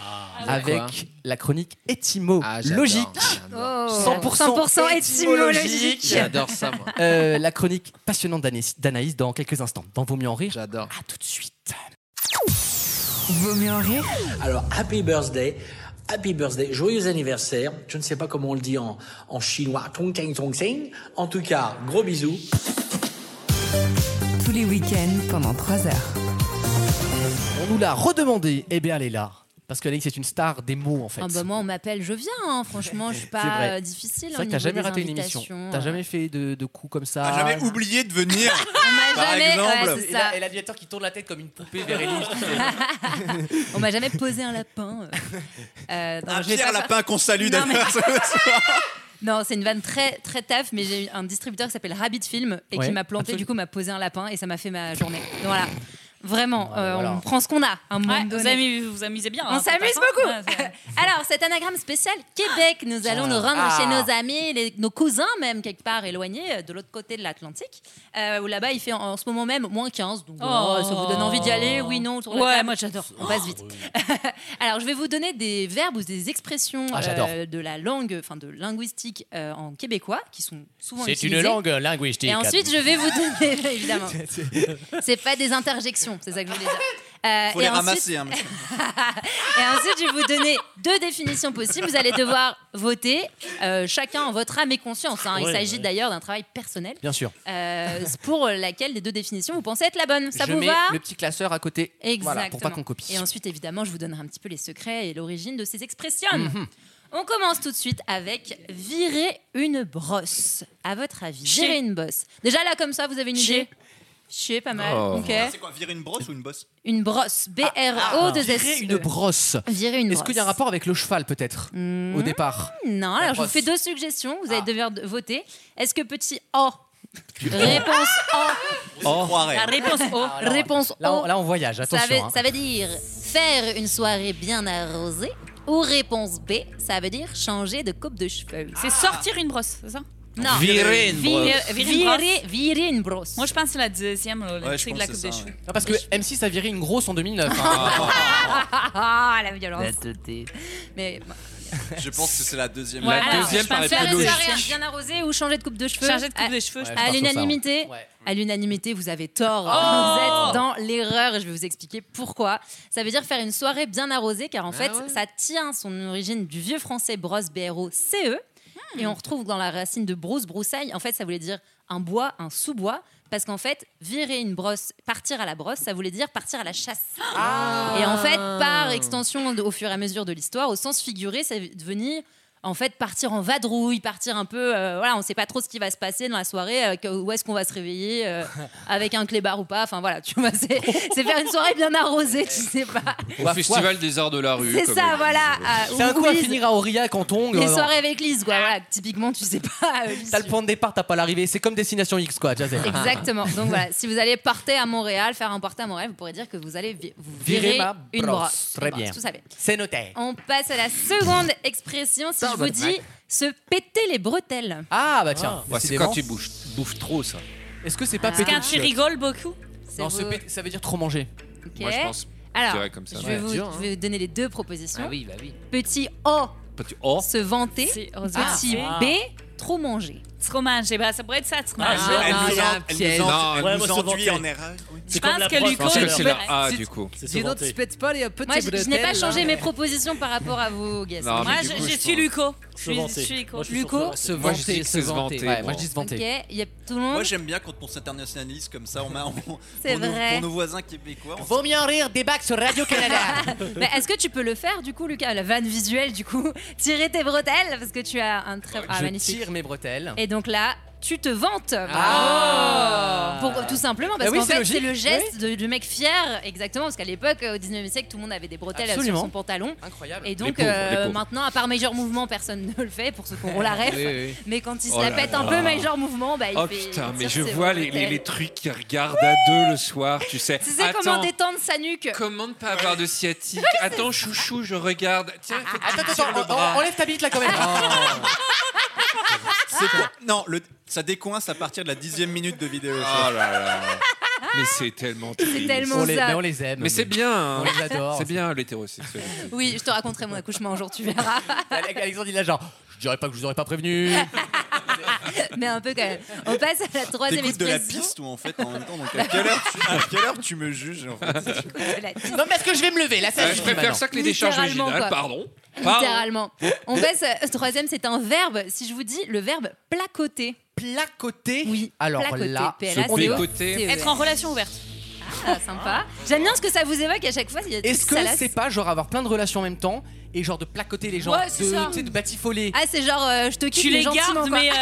Speaker 2: avec
Speaker 10: Quoi
Speaker 2: la chronique étymologique.
Speaker 3: Oh.
Speaker 2: 100%
Speaker 3: 100% étymologique.
Speaker 10: J'adore ça, moi.
Speaker 2: Euh, la chronique passionnante d'Anaïs- d'Anaïs dans quelques instants. Dans Vaut mieux en rire.
Speaker 10: J'adore.
Speaker 2: À tout de suite.
Speaker 20: Vaut mieux en rire. Alors, happy birthday. Happy birthday, joyeux anniversaire. Je ne sais pas comment on le dit en, en chinois. Tong tang tong sing. En tout cas, gros bisous.
Speaker 1: Tous les week-ends pendant 3 heures.
Speaker 2: On nous l'a redemandé. Eh bien, elle est là. Parce qu'Anaïs est une star des mots, en fait.
Speaker 3: Ah bah moi on m'appelle, je viens, hein. franchement je suis
Speaker 2: C'est
Speaker 3: pas
Speaker 2: vrai.
Speaker 3: euh, difficile.
Speaker 2: C'est
Speaker 3: hein,
Speaker 2: vrai que
Speaker 3: au
Speaker 2: t'as
Speaker 3: niveau
Speaker 2: jamais
Speaker 3: des
Speaker 2: raté une émission.
Speaker 3: invitations,
Speaker 2: T'as
Speaker 3: euh.
Speaker 2: jamais fait de, de coups comme ça.
Speaker 4: T'as jamais oublié de venir.
Speaker 3: On m'a
Speaker 4: Par
Speaker 3: jamais,
Speaker 4: exemple.
Speaker 3: ouais, c'est
Speaker 2: Et
Speaker 3: ça.
Speaker 2: la- et l'aviateur qui tourne la tête comme une poupée vers Élise.
Speaker 3: on m'a jamais posé un lapin.
Speaker 2: [LAUGHS]
Speaker 3: euh. Euh, non,
Speaker 4: Un
Speaker 3: je vais
Speaker 4: Pierre
Speaker 3: pas faire-
Speaker 4: Lapin qu'on salue
Speaker 3: Non, mais-
Speaker 4: d'ailleurs. [LAUGHS] ce soir.
Speaker 3: Non, c'est une vanne très très taf, mais j'ai eu un distributeur qui s'appelle Rabbit Film et
Speaker 2: Ouais,
Speaker 3: qui m'a planté,
Speaker 2: absolument.
Speaker 3: du coup m'a posé un lapin et ça m'a fait ma journée. Donc voilà. Vraiment,
Speaker 2: Ah, bah
Speaker 3: euh,
Speaker 18: voilà.
Speaker 3: on prend ce qu'on a. à Un moment
Speaker 18: Ouais, vous
Speaker 3: donné.
Speaker 18: amusez- vous vous amusez bien,
Speaker 3: On
Speaker 18: hein, pour
Speaker 3: s'amuse
Speaker 18: ta fin.
Speaker 3: beaucoup.
Speaker 18: Ouais,
Speaker 3: [LAUGHS] Alors, cet anagramme spécial Québec, nous allons nous rendre
Speaker 18: Ah.
Speaker 3: chez nos amis, les- nos cousins même, quelque part éloignés, euh, de l'autre côté de l'Atlantique, euh, où là-bas il fait en, en ce moment même moins 15. Donc, voilà,
Speaker 18: Oh.
Speaker 3: ça vous donne envie d'y aller Oui, non autour de la
Speaker 18: Ouais,
Speaker 3: table.
Speaker 18: moi, j'adore.
Speaker 3: On passe vite. [LAUGHS] Alors, je vais vous donner des verbes ou des expressions euh,
Speaker 21: Ah, j'adore.
Speaker 3: de la langue, enfin de linguistique euh, en québécois, qui sont souvent
Speaker 21: C'est une
Speaker 3: utilisés.
Speaker 21: langue linguistique.
Speaker 3: Et ensuite, je vais vous donner, [LAUGHS] évidemment.
Speaker 21: [LAUGHS]
Speaker 3: C'est pas des interjections, c'est ça que je voulais dire. Euh,
Speaker 4: Faut
Speaker 3: et
Speaker 4: les
Speaker 3: ensuite-
Speaker 4: ramasser. hein, monsieur.
Speaker 3: et ensuite, je vais vous donner deux définitions possibles. Vous allez devoir voter, euh, chacun en votre âme et conscience. hein. Il
Speaker 21: Ouais,
Speaker 3: s'agit
Speaker 21: ouais.
Speaker 3: d'ailleurs d'un travail personnel.
Speaker 21: Bien sûr.
Speaker 3: Euh, c'est pour laquelle les deux définitions vous pensez être la bonne. Ça
Speaker 10: je
Speaker 3: vous
Speaker 10: mets
Speaker 3: va
Speaker 10: le petit classeur à côté.
Speaker 3: Exactement.
Speaker 10: Voilà, pour pas qu'on copie.
Speaker 3: Et ensuite, évidemment, je vous donnerai un petit peu les secrets et l'origine de ces expressions.
Speaker 10: Mhm.
Speaker 3: On commence tout de suite avec virer une brosse. À votre avis, virer une bosse. Déjà là, comme ça, vous avez une idée Chier, pas mal. Ok.
Speaker 4: C'est quoi, virer une brosse ou une bosse
Speaker 3: Une brosse. B-R-O-2-S.
Speaker 2: Virer une brosse.
Speaker 3: Virer une
Speaker 2: Est-ce qu'il y a un
Speaker 3: Euh, brosse. Hmm.
Speaker 2: rapport avec le cheval, peut-être, au départ
Speaker 3: Non,
Speaker 2: La
Speaker 3: alors je vous
Speaker 2: brosse.
Speaker 3: fais deux suggestions. Vous allez
Speaker 21: Ah.
Speaker 3: devoir de- voter. Est-ce que petit O Réponse O.
Speaker 2: Oh.
Speaker 4: hein.
Speaker 3: La réponse O. réponse O.
Speaker 21: Ah, Là, on, là, on voyage,
Speaker 3: ça, veut,
Speaker 21: attention. hein.
Speaker 3: ça veut dire faire une soirée bien arrosée. Ou réponse B, ça veut dire changer de coupe de cheveux.
Speaker 18: C'est sortir une brosse, c'est ça
Speaker 3: Non.
Speaker 21: Virer une brosse.
Speaker 18: Virer- virer une
Speaker 3: Virer, virer une brosse.
Speaker 18: Moi, je pense que c'est la deuxième, le
Speaker 2: Ouais, je
Speaker 18: truc de
Speaker 2: pense
Speaker 18: la
Speaker 2: que
Speaker 18: coupe
Speaker 2: c'est
Speaker 18: des
Speaker 2: ça,
Speaker 18: cheveux.
Speaker 2: Non, parce que M6 a viré une grosse en 2009.
Speaker 3: Ah, ah, ah, la violence. Mais
Speaker 4: Je pense que c'est la deuxième.
Speaker 2: La Ouais, deuxième alors, je paraît pense plus que- logique.
Speaker 3: Faire bien arrosé ou changer de coupe de cheveux
Speaker 18: Changer de coupe
Speaker 3: À-
Speaker 18: de cheveux, je
Speaker 3: À
Speaker 18: pense.
Speaker 3: l'unanimité, hein. à l'unanimité, vous avez
Speaker 18: Oh
Speaker 3: tort. vous êtes dans l'erreur. et Je vais vous expliquer pourquoi. Ça veut dire faire une soirée bien arrosée, car en fait,
Speaker 18: Ah ouais.
Speaker 3: ça tient son origine du vieux français brosse BRO CE, E.
Speaker 18: Hmm.
Speaker 3: et on retrouve dans la racine de brousse broussaille. En fait, ça voulait dire un bois, un sous-bois. Parce qu'en fait, virer une brosse, partir à la brosse, ça voulait dire partir à la chasse.
Speaker 18: Ah.
Speaker 3: Et en fait, par extension, de- au fur et à mesure de l'histoire, au sens figuré, c'est devenir en fait partir en vadrouille, partir un peu, euh, voilà, on sait pas trop ce qui va se passer dans la soirée, euh, que- où est-ce qu'on va se réveiller, euh, avec un clébard ou pas, enfin voilà, tu vois, c'est c'est faire une soirée bien arrosée, tu sais
Speaker 5: [LAUGHS]
Speaker 3: pas.
Speaker 5: Au Festival des Arts de la Rue.
Speaker 3: C'est
Speaker 5: comme
Speaker 3: ça,
Speaker 5: on
Speaker 3: voilà. euh,
Speaker 2: C'est un coup à finir à Aurillac en tongs.
Speaker 3: Les
Speaker 2: euh,
Speaker 3: soirées avec Lise, quoi,
Speaker 2: [LAUGHS]
Speaker 3: voilà, typiquement, tu sais pas. euh,
Speaker 2: T'as le point [LAUGHS] de départ, t'as pas l'arrivée. C'est comme Destination X, quoi. tu vois, c'est-
Speaker 3: Exactement. Donc voilà, si vous allez porter à Montréal, faire un porté à Montréal, vous pourrez dire que vous allez vi- vous
Speaker 2: Virer
Speaker 3: virer
Speaker 2: ma
Speaker 3: une
Speaker 2: brosse.
Speaker 3: brosse.
Speaker 2: Très
Speaker 3: Une brosse,
Speaker 2: bien.
Speaker 3: Tout ça bien.
Speaker 2: C'est noté.
Speaker 3: On passe à la seconde expression. Si je vous dis se péter les bretelles.
Speaker 2: Ah bah tiens.
Speaker 5: Ouais, c'est
Speaker 2: décidément.
Speaker 5: quand tu bouffes, bouffes trop ça.
Speaker 2: Est-ce que c'est pas
Speaker 3: Ah.
Speaker 2: pété
Speaker 3: Quand
Speaker 2: de
Speaker 3: tu
Speaker 2: chiottes
Speaker 18: rigoles beaucoup.
Speaker 2: Non,
Speaker 3: C'est
Speaker 2: se
Speaker 3: beau.
Speaker 2: péter, ça veut dire trop manger.
Speaker 3: Ok.
Speaker 5: Moi, je pense, je
Speaker 3: Alors,
Speaker 5: dirais comme ça.
Speaker 3: je vais
Speaker 5: Ouais,
Speaker 3: vous,
Speaker 5: dur, hein.
Speaker 3: je vais vous donner les deux propositions.
Speaker 5: Ah oui, bah oui.
Speaker 3: Petit O,
Speaker 5: Petit O.
Speaker 3: se vanter. Petit
Speaker 18: Ah.
Speaker 3: B, trop manger.
Speaker 18: Trop manger, bah, ça pourrait être ça, trop
Speaker 3: Ah,
Speaker 18: manger.
Speaker 3: je- elle nous en-
Speaker 4: elle nous en-
Speaker 5: Non,
Speaker 4: elle
Speaker 5: ouais,
Speaker 4: nous
Speaker 5: moi,
Speaker 4: enduit
Speaker 5: c'est
Speaker 4: en
Speaker 5: vanté.
Speaker 4: erreur. oui.
Speaker 3: Mmh.
Speaker 18: Je pense que
Speaker 5: Je pense que
Speaker 18: Luco.
Speaker 5: c'est la Ah, A du coup.
Speaker 10: Dis-donc, tu pètes pas les petits
Speaker 3: Moi, je, je n'ai pas
Speaker 10: bretelles,
Speaker 3: changé
Speaker 10: hein.
Speaker 3: mes propositions par rapport à
Speaker 2: [LAUGHS]
Speaker 3: vos guests.
Speaker 10: Non, mais
Speaker 18: Moi,
Speaker 10: du
Speaker 18: je-
Speaker 10: coup,
Speaker 18: je
Speaker 10: je
Speaker 18: suis
Speaker 10: pense-
Speaker 18: Luco. Je
Speaker 10: Se
Speaker 18: suis- je
Speaker 10: vanter.
Speaker 18: suis Luco.
Speaker 10: Moi, je suis
Speaker 18: Luco.
Speaker 10: sur se Moi, je vanter, dis que se se vanter, vanter. Ouais, moi, je dis se vanter.
Speaker 3: Ok, il y a tout le monde.
Speaker 4: Moi j'aime bien quand on s'internationalise comme ça, on met on,
Speaker 3: C'est
Speaker 4: pour, nos,
Speaker 3: vrai.
Speaker 4: pour nos voisins québécois. on
Speaker 2: Vaut mieux en rire, débat sur
Speaker 3: [LAUGHS]
Speaker 2: Radio-Canada.
Speaker 3: Mais Bah, est-ce que tu peux le faire du coup, Lucas La vanne visuelle du coup. [LAUGHS] Tirer tes bretelles parce que tu as un très ah,
Speaker 2: je
Speaker 3: magnifique.
Speaker 2: tire mes bretelles.
Speaker 3: Et donc là, tu te vantes.
Speaker 2: Ah.
Speaker 3: Bravo. Pour, tout simplement parce
Speaker 2: Bah oui,
Speaker 3: qu'en
Speaker 2: c'est
Speaker 3: fait, c'est
Speaker 2: logique.
Speaker 3: le geste de- du mec fier. Exactement, parce qu'à l'époque, au 19e siècle, tout le monde avait des bretelles
Speaker 2: Absolument.
Speaker 3: sur son pantalon.
Speaker 2: Incroyable.
Speaker 3: Et
Speaker 2: Les
Speaker 3: donc euh,
Speaker 2: pauvres, les pauvres.
Speaker 3: maintenant, à part Major Mouvement, personne ne le fait pour ceux
Speaker 2: [LAUGHS]
Speaker 3: qu'on la rêve.
Speaker 5: Oui, oui.
Speaker 3: Mais quand il se
Speaker 5: Oh
Speaker 3: la
Speaker 5: là
Speaker 3: pète
Speaker 5: là.
Speaker 3: un peu Major Mouvement, bah, il
Speaker 5: Oh
Speaker 3: fait.
Speaker 5: putain,
Speaker 3: il
Speaker 5: mais je
Speaker 3: tire ses
Speaker 5: vois les, les,
Speaker 3: bretelles.
Speaker 5: les trucs qui regardent à deux le soir, tu sais.
Speaker 3: Tu sais
Speaker 5: Attends,
Speaker 3: comment détendre sa nuque
Speaker 5: Comment ne pas avoir de sciatique Attends, chouchou, je regarde. Tiens,
Speaker 3: Ah,
Speaker 5: faut que tu
Speaker 2: Attends,
Speaker 5: me tires
Speaker 2: attends,
Speaker 5: le
Speaker 3: oh,
Speaker 2: attends,
Speaker 5: bras.
Speaker 2: en- enlève ta bite là quand
Speaker 3: [LAUGHS]
Speaker 2: même.
Speaker 4: C'est quoi Non, le- ça décoince à partir de la dixième minute de vidéo.
Speaker 5: Oh là là. Mais c'est tellement triste.
Speaker 3: oh, ah. tellement On les- ça. mais on les
Speaker 2: aime.
Speaker 5: Mais c'est bien. hein.
Speaker 2: On les adore.
Speaker 5: C'est bien l'hétérosexualité.
Speaker 3: Oui, je te raconterai mon accouchement un jour, tu verras. [LAUGHS]
Speaker 2: Alexandre il a genre, je dirais pas que je vous aurais pas prévenu.
Speaker 3: mais un peu quand même. On passe à la troisième
Speaker 4: T'écoutes de la
Speaker 3: expression.
Speaker 4: piste ou en fait en même temps. Donc à quelle heure tu, à quelle heure tu me juges en fait
Speaker 2: non parce que je vais me lever là.
Speaker 5: Euh, je préfère ça que les décharges
Speaker 3: Littéralement,
Speaker 5: originales,
Speaker 3: quoi.
Speaker 5: pardon. Pardon.
Speaker 3: Littéralement. On passe. euh, Troisième, c'est un verbe. Si je vous dis le verbe placoter.
Speaker 2: Placoter
Speaker 3: Oui.
Speaker 2: Alors
Speaker 3: placoter,
Speaker 2: là,
Speaker 3: P-L-A-C-O-T-E.
Speaker 2: se placoter.
Speaker 18: Être en relation ouverte.
Speaker 3: Ah, euh, sympa. J'aime bien ce que ça vous évoque à chaque fois. il y a des
Speaker 2: Est-ce
Speaker 3: trucs
Speaker 2: que
Speaker 3: salaces.
Speaker 2: c'est pas genre avoir plein de relations en même temps et genre de placoter les gens,
Speaker 3: Ouais, c'est ça.
Speaker 2: de, tu sais, de batifoler
Speaker 3: Ah, c'est genre, euh, je te quitte,
Speaker 18: Tu
Speaker 3: mais
Speaker 18: les
Speaker 3: gentiment,
Speaker 18: gardes,
Speaker 3: quoi. [LAUGHS]
Speaker 18: mais. euh,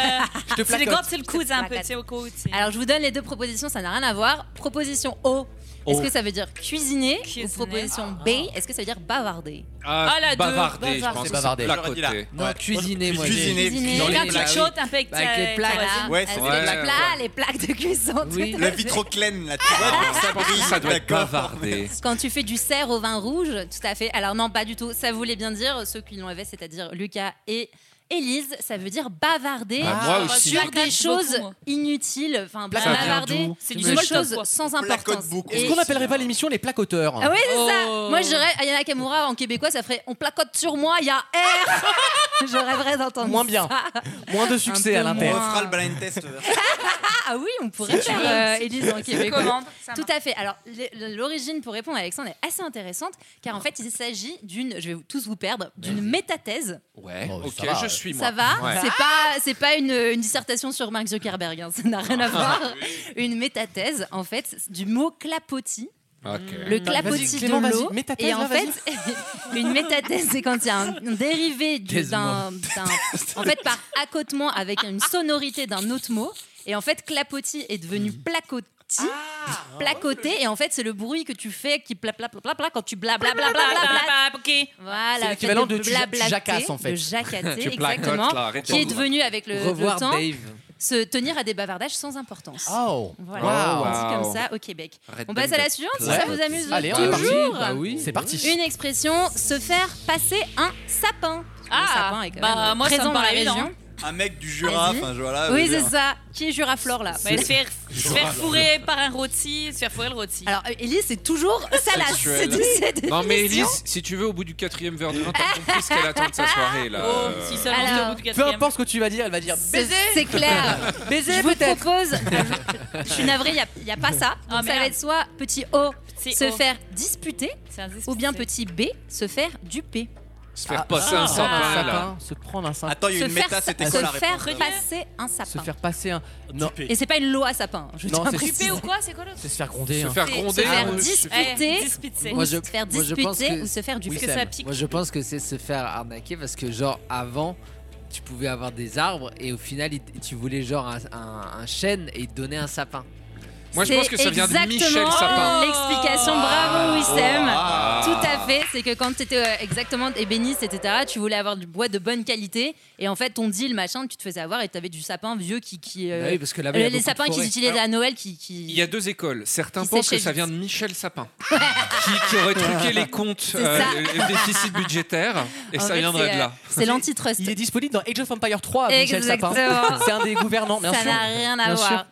Speaker 2: Je te
Speaker 18: Tu les
Speaker 2: placote.
Speaker 18: gardes, c'est le coude,
Speaker 3: Je te
Speaker 18: un peu,
Speaker 3: placote.
Speaker 18: tu sais, au coude.
Speaker 3: Alors, je vous donne les deux propositions, ça n'a rien à voir. Proposition O, Est-ce
Speaker 5: Oh.
Speaker 3: que ça veut dire cuisiner, ou proposition B Est-ce que ça veut dire bavarder
Speaker 5: Ah,
Speaker 18: Ah, la deux,
Speaker 5: bavarder, je
Speaker 18: bavarder.
Speaker 5: pense.
Speaker 18: C'est bavarder.
Speaker 5: Plat
Speaker 18: J'aurais dit là.
Speaker 5: côté.
Speaker 3: Ah.
Speaker 18: Non,
Speaker 2: euh,
Speaker 5: Ouais.
Speaker 18: cuisiner, moi, j'ai-
Speaker 5: Cuisiner.
Speaker 18: Cuisiner,
Speaker 5: Dans les
Speaker 18: la
Speaker 5: plats,
Speaker 18: petute
Speaker 5: oui.
Speaker 18: chaude avec, euh, Avec les plaques.
Speaker 3: Ah,
Speaker 5: Ouais,
Speaker 3: ah,
Speaker 5: c'est
Speaker 3: c'est
Speaker 5: vrai.
Speaker 3: les
Speaker 5: Ouais.
Speaker 3: plats, les plaques de cuisson. tout à
Speaker 4: La
Speaker 3: fait.
Speaker 4: vitroclène, là, tu vois, donc ça brille.
Speaker 5: Ah, Ça doit être
Speaker 4: D'accord.
Speaker 5: bavardé.
Speaker 3: Quand tu fais du cerf au vin rouge, tout à fait. Alors non, pas du tout. Ça voulait bien dire ceux qui l'ont avait, c'est-à-dire Lucas et Élise. Ça veut dire bavarder
Speaker 5: Ah, moi aussi.
Speaker 3: sur
Speaker 5: Je
Speaker 3: des
Speaker 18: placote
Speaker 3: choses
Speaker 18: beaucoup, moi.
Speaker 3: inutiles. Enfin,
Speaker 2: Ça vient
Speaker 3: bavarder
Speaker 2: d'où
Speaker 3: c'est
Speaker 2: Tu
Speaker 3: des
Speaker 2: me choques,
Speaker 3: choses
Speaker 2: quoi.
Speaker 3: sans
Speaker 2: On
Speaker 3: importance.
Speaker 2: Est-ce
Speaker 3: Et-
Speaker 2: qu'on n'appellerait pas l'émission les placoteurs
Speaker 3: Ah oui, c'est ça. Moi, je dirais Ayana Kamura en québécois, ça ferait on placote sur moi, il y a R. je rêverais d'entendre
Speaker 2: Moins bien.
Speaker 3: ça.
Speaker 2: Moins de succès
Speaker 3: peu
Speaker 2: à l'intérieur.
Speaker 3: moins. On fera le
Speaker 4: blind test. euh,
Speaker 3: Ah oui, on pourrait
Speaker 2: Si tu
Speaker 3: faire
Speaker 2: veux.
Speaker 3: euh, Élise en
Speaker 2: Si tu
Speaker 3: québécois.
Speaker 18: commandes, ça
Speaker 3: Tout à fait. Alors, le- l'origine, pour répondre à Alexandre, est assez intéressante, car en fait, il s'agit d'une, je vais vous- tous vous perdre, d'une métathèse.
Speaker 5: Ouais, ok,
Speaker 2: ça va,
Speaker 5: je
Speaker 2: ouais.
Speaker 5: suis moi.
Speaker 3: Oh, Ça va
Speaker 5: Ouais.
Speaker 3: C'est pas, c'est pas une, une dissertation sur Mark Zuckerberg, hein, ça n'a
Speaker 2: [LAUGHS]
Speaker 3: rien à voir. Une métathèse, en fait, c'est du mot clapotis.
Speaker 5: Ok.
Speaker 3: Le
Speaker 18: Bah,
Speaker 3: clapotis de l'eau. Et en fait, [LAUGHS] une métathèse, c'est quand il y a un dérivé du- d'un.
Speaker 18: Taise-moi.
Speaker 3: d'un- En fait, par accotement avec une sonorité d'un autre mot. Et en fait, clapotis est devenu
Speaker 18: Mm.
Speaker 3: placotis.
Speaker 18: Ah,
Speaker 3: placoté et en fait c'est le bruit que tu fais qui pla pla pla pla pla quand tu bla bla bla bla bla bla voilà
Speaker 18: C'est l'équivalent
Speaker 3: fait
Speaker 18: de tu- tu
Speaker 3: blablater,
Speaker 18: jacasses, en fait.
Speaker 3: de jacater
Speaker 18: [LAUGHS] Tu placotes,
Speaker 3: exactement
Speaker 5: Ah,
Speaker 18: là, arrête
Speaker 3: qui est
Speaker 18: ton-
Speaker 3: devenu avec le, le
Speaker 18: Revoir
Speaker 3: temps
Speaker 18: Dave.
Speaker 3: se tenir à des bavardages sans importance
Speaker 2: Oh.
Speaker 3: voilà
Speaker 2: Wow.
Speaker 3: on dit comme
Speaker 2: Wow.
Speaker 3: ça au Québec
Speaker 2: Arrête
Speaker 3: on
Speaker 2: donc
Speaker 3: passe à
Speaker 2: de
Speaker 3: la suivante si
Speaker 2: placoter.
Speaker 3: ça vous amuse
Speaker 2: Allez, on est parti.
Speaker 3: toujours
Speaker 2: Bah oui. C'est parti.
Speaker 3: une expression se faire passer un sapin Parce que le
Speaker 18: Ah,
Speaker 3: sapin est quand
Speaker 18: bah,
Speaker 3: même
Speaker 18: moi, ça me
Speaker 3: présent dans la
Speaker 18: paraît évident.
Speaker 3: région
Speaker 4: Un mec du Jura,
Speaker 3: Vas-y.
Speaker 4: enfin,
Speaker 2: Ah
Speaker 4: voilà.
Speaker 3: oui
Speaker 4: je veux
Speaker 3: c'est
Speaker 4: dire.
Speaker 3: ça qui est Juraflore là
Speaker 18: Bah, se faire, se faire fourrer par un rôti, se faire fourrer le rôti.
Speaker 3: Alors, Elise, c'est toujours
Speaker 2: [LAUGHS]
Speaker 3: salace. C'est
Speaker 5: Sexuel.
Speaker 3: cette
Speaker 5: Non mais
Speaker 3: définition.
Speaker 5: Elise, si tu veux, au bout du quatrième verre de vin, t'as compris ce qu'elle attend de
Speaker 3: [LAUGHS]
Speaker 5: sa soirée là.
Speaker 18: Oh,
Speaker 5: Euh,
Speaker 18: si seulement
Speaker 3: Alors,
Speaker 18: au bout du
Speaker 2: Peu
Speaker 18: quatrième.
Speaker 2: importe ce que tu vas dire, elle va dire
Speaker 3: C'est-
Speaker 2: baiser.
Speaker 3: C'est clair.
Speaker 2: [LAUGHS] Baiser,
Speaker 3: je vous propose.
Speaker 2: [LAUGHS]
Speaker 3: Je suis navrée, il n'y a, pas ça.
Speaker 18: Ah,
Speaker 3: Donc, ça va
Speaker 18: merde.
Speaker 3: être soit petit O,
Speaker 18: Petit
Speaker 3: se
Speaker 18: O.
Speaker 3: faire disputer, ou bien petit B, se faire duper.
Speaker 5: Se faire passer
Speaker 3: Ah,
Speaker 5: un sapin, là.
Speaker 2: Se prendre un sapin.
Speaker 4: Attends, il y a
Speaker 3: se
Speaker 4: une
Speaker 3: faire
Speaker 4: méta,
Speaker 3: sa-
Speaker 4: c'était
Speaker 3: se
Speaker 4: quoi la hein.
Speaker 3: faire
Speaker 4: réponse
Speaker 3: passer un sapin.
Speaker 2: Se faire passer un. Non.
Speaker 3: Et c'est pas une loi sapin. Je
Speaker 2: Non,
Speaker 3: tiens à
Speaker 2: c'est-
Speaker 3: préciser.
Speaker 18: Duper ou quoi C'est quoi l'autre Ah,
Speaker 2: C'est se faire gronder.
Speaker 10: Se
Speaker 2: hein.
Speaker 10: faire
Speaker 3: C'est
Speaker 10: gronder,
Speaker 3: se
Speaker 10: hein,
Speaker 3: faire
Speaker 10: ouais,
Speaker 3: disputer,
Speaker 18: Eh, disputer.
Speaker 3: ou
Speaker 10: Moi,
Speaker 3: se
Speaker 10: je-
Speaker 3: faire
Speaker 10: moi, je pense
Speaker 3: disputer
Speaker 10: que-
Speaker 3: ou se faire duper.
Speaker 10: Oui, Sam. Moi, je pense que c'est se faire arnaquer parce que, genre, avant, tu pouvais avoir des arbres et au final, il- tu voulais, genre, un, un- un chêne et il te donnait un sapin.
Speaker 5: Moi, je pense que ça vient de Michel
Speaker 3: Exactement
Speaker 5: Sapin.
Speaker 3: l'explication, bravo Wissem.
Speaker 5: Ah.
Speaker 3: Tout à fait, c'est que quand tu étais exactement ébéniste, etc., tu voulais avoir du bois de bonne qualité, et en fait ton deal, machin, tu te faisais avoir, et tu avais du sapin vieux qui... qui euh,
Speaker 5: Bah oui, parce que là-bas, il y a
Speaker 3: les
Speaker 5: beaucoup de
Speaker 3: sapins qui
Speaker 5: forêts.
Speaker 3: s'utilisaient à Noël qui... qui-
Speaker 5: Il y a deux écoles. Certains
Speaker 3: Qui
Speaker 5: pensent que
Speaker 3: s'échelle
Speaker 5: ça
Speaker 3: vite.
Speaker 5: vient de Michel
Speaker 3: [LAUGHS]
Speaker 5: Sapin, qui, qui aurait truqué les comptes,
Speaker 3: C'est ça.
Speaker 5: euh, le déficit budgétaire, et
Speaker 3: En
Speaker 5: ça
Speaker 3: fait,
Speaker 5: viendrait
Speaker 3: c'est,
Speaker 5: de
Speaker 3: euh,
Speaker 5: là.
Speaker 3: C'est l'antitrust.
Speaker 2: Il est disponible dans Age of Empire 3, Michel Sapin.
Speaker 3: Exactement.
Speaker 2: C'est un des gouvernants, bien
Speaker 3: Ça
Speaker 2: sûr.
Speaker 3: n'a rien à
Speaker 2: Bien
Speaker 3: voir.
Speaker 2: sûr.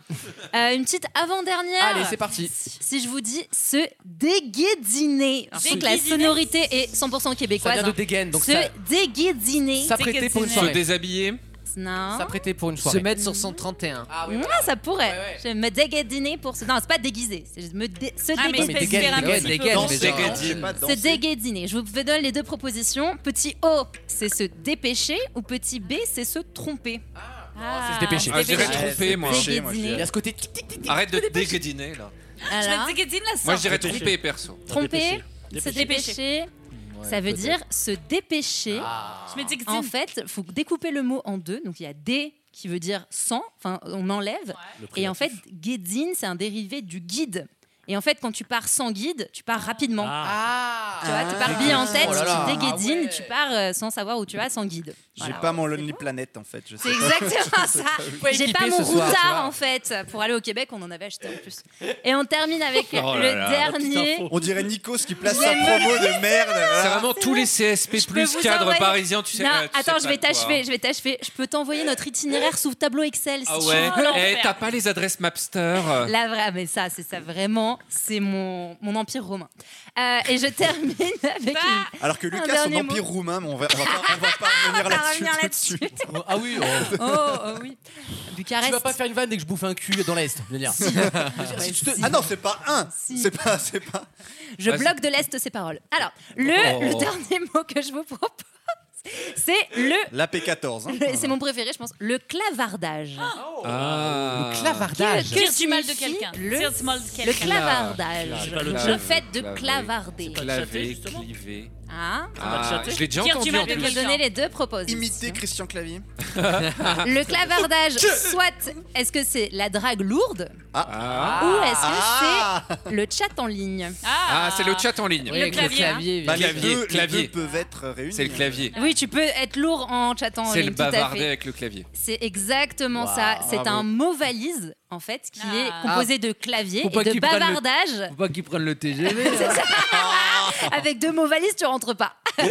Speaker 3: Euh, une petite avant-dernière.
Speaker 2: Allez, c'est parti.
Speaker 3: Si je vous dis se déguédiner, Alors, je sais que la
Speaker 18: Déguédiner.
Speaker 3: sonorité est 100% québécoise.
Speaker 2: Ça vient de
Speaker 3: hein.
Speaker 2: dégaine, donc
Speaker 3: se
Speaker 2: ça-
Speaker 3: déguédiner.
Speaker 2: S'apprêter pour une
Speaker 5: Se
Speaker 2: soirée.
Speaker 3: [LAUGHS]
Speaker 5: déshabiller.
Speaker 3: Non.
Speaker 2: S'apprêter pour une
Speaker 10: Se
Speaker 2: soirée.
Speaker 10: mettre sur 131.
Speaker 3: Ouais, ça pourrait. Je vais me déguédiner pour se. Non, c'est pas déguiser. C'est juste me dé- se
Speaker 18: Ah, mais
Speaker 3: déguédiner.
Speaker 18: espèce Dégaine, de dégaine, dégaine,
Speaker 10: Danser, mais genre- dégaine.
Speaker 3: Se déguédiner. Je vous donne les deux propositions. Petit O, c'est se dépêcher, ou petit B, c'est se tromper.
Speaker 2: C'est se dépêcher.
Speaker 5: Ah, je dirais tromper, moi.
Speaker 2: Il y a ce côté tic, tic, tic, tic.
Speaker 5: Arrête de te déguédiner, là.
Speaker 3: Alors,
Speaker 18: Je me déguédine la
Speaker 5: Moi, je dirais
Speaker 18: sorte.
Speaker 5: tromper, perso.
Speaker 3: tromper, se
Speaker 18: Dépêcher.
Speaker 3: dépêcher.
Speaker 5: Ouais,
Speaker 3: Ça veut
Speaker 5: peut-être.
Speaker 3: dire se dépêcher.
Speaker 18: Je me déguédine.
Speaker 3: En fait, faut découper le mot en deux. Donc il y a dé qui veut dire sans, enfin on enlève.
Speaker 18: Le
Speaker 3: Et en fait, guédine, c'est un dérivé du guide. Et en fait, quand tu pars sans guide, tu pars rapidement.
Speaker 5: Ah.
Speaker 7: Ah.
Speaker 3: Tu vois, tu pars bien en tête,
Speaker 4: Oh là là.
Speaker 3: tu déguédines, tu pars euh, sans savoir où tu vas, sans guide.
Speaker 4: J'ai
Speaker 3: Voilà.
Speaker 4: pas mon Lonely Planet en fait. je sais
Speaker 3: C'est
Speaker 5: [LAUGHS]
Speaker 4: pas.
Speaker 3: exactement ça.
Speaker 4: Pas
Speaker 3: J'ai
Speaker 4: équipé
Speaker 3: pas mon
Speaker 4: ce soir, tu vois.
Speaker 3: routard en fait. Pour aller au Québec, on en avait acheté en plus. Et on termine avec
Speaker 5: Oh là
Speaker 3: le
Speaker 5: là.
Speaker 3: dernier.
Speaker 4: On dirait Nikos qui place
Speaker 3: Je
Speaker 4: sa
Speaker 3: me-
Speaker 4: promo de merde.
Speaker 5: C'est
Speaker 3: Ah,
Speaker 4: voilà.
Speaker 5: vraiment tous les CSP
Speaker 3: peux
Speaker 5: plus
Speaker 3: vous
Speaker 5: cadres
Speaker 3: envoyer-
Speaker 5: parisiens, tu sais.
Speaker 3: Non,
Speaker 5: euh, tu sais
Speaker 3: attends,
Speaker 5: pas
Speaker 3: je vais
Speaker 5: de quoi.
Speaker 3: t'achever, je vais t'achever. Je peux t'envoyer notre itinéraire sous tableau Excel. si
Speaker 5: Ah
Speaker 3: tu
Speaker 5: ouais.
Speaker 3: veux.
Speaker 5: Eh, t'as pas les adresses Mapster.
Speaker 3: La vraie, mais ça, c'est ça vraiment, c'est mon, mon empire romain. Euh, et je termine [LAUGHS] avec.
Speaker 18: Bah
Speaker 3: une-
Speaker 4: Alors que
Speaker 3: un
Speaker 4: Lucas, son
Speaker 3: dernier
Speaker 4: empire
Speaker 3: mot.
Speaker 4: roumain, mais on va, on va pas, on va
Speaker 3: [LAUGHS]
Speaker 4: pas revenir là-dessus
Speaker 3: revenir
Speaker 4: tout de suite.
Speaker 2: Ah oui,
Speaker 3: Oh, oh oui.
Speaker 2: Tu vas pas faire une vanne dès que je bouffe un cul dans l'Est. je veux dire. Si tu te-
Speaker 4: Ah non, c'est pas un. C'est pas, c'est pas.
Speaker 3: Je
Speaker 2: Vas-y.
Speaker 3: bloque de l'Est ces paroles. Alors, le,
Speaker 4: Oh.
Speaker 3: le dernier mot que je vous propose, c'est le.
Speaker 4: La P14. hein.
Speaker 3: le- c'est mon préféré, je pense. Le clavardage.
Speaker 4: Ah.
Speaker 2: Le clavardage.
Speaker 3: Que- que
Speaker 18: Dire Oh, du mal de
Speaker 3: signifie
Speaker 18: quelqu'un.
Speaker 3: Le,
Speaker 18: Dire du mal de
Speaker 3: le
Speaker 18: quelqu'un.
Speaker 3: clavardage.
Speaker 5: Clave-
Speaker 3: Le fait de
Speaker 5: claver,
Speaker 3: clavarder.
Speaker 5: Claver, cliver.
Speaker 3: Hein
Speaker 5: Ah, je l'ai déjà
Speaker 3: Pierre,
Speaker 5: entendu
Speaker 3: tu
Speaker 5: en
Speaker 3: vas me
Speaker 5: plus.
Speaker 3: donner les deux propositions.
Speaker 4: Imiter Christian Clavier.
Speaker 3: Le
Speaker 2: [LAUGHS]
Speaker 3: clavardage, soit est-ce que c'est la drague lourde
Speaker 5: Ah.
Speaker 3: ou est-ce que c'est [LAUGHS] le chat en ligne
Speaker 5: Ah, c'est le chat en ligne.
Speaker 3: Oui, Le avec le clavier, clavier,
Speaker 5: Le
Speaker 4: Bah, les
Speaker 5: clavier,
Speaker 4: deux- les
Speaker 5: clavier.
Speaker 4: deux peuvent être réunis.
Speaker 5: C'est le clavier.
Speaker 3: Ah. Oui, tu peux être lourd en chat en ligne.
Speaker 5: C'est le
Speaker 3: tout à fait.
Speaker 5: bavarder avec le clavier.
Speaker 3: C'est exactement
Speaker 5: Waouh,
Speaker 3: ça. C'est
Speaker 5: bravo.
Speaker 3: un mot valise, en fait, qui est composé de clavier
Speaker 10: Faut pas
Speaker 3: et de
Speaker 10: qu'ils prennent le-
Speaker 5: [LAUGHS]
Speaker 3: bavardage.
Speaker 10: Faut pas qu'ils prennent le TGV. hein.
Speaker 3: Avec deux mots valises, tu rentres pas.
Speaker 18: hein.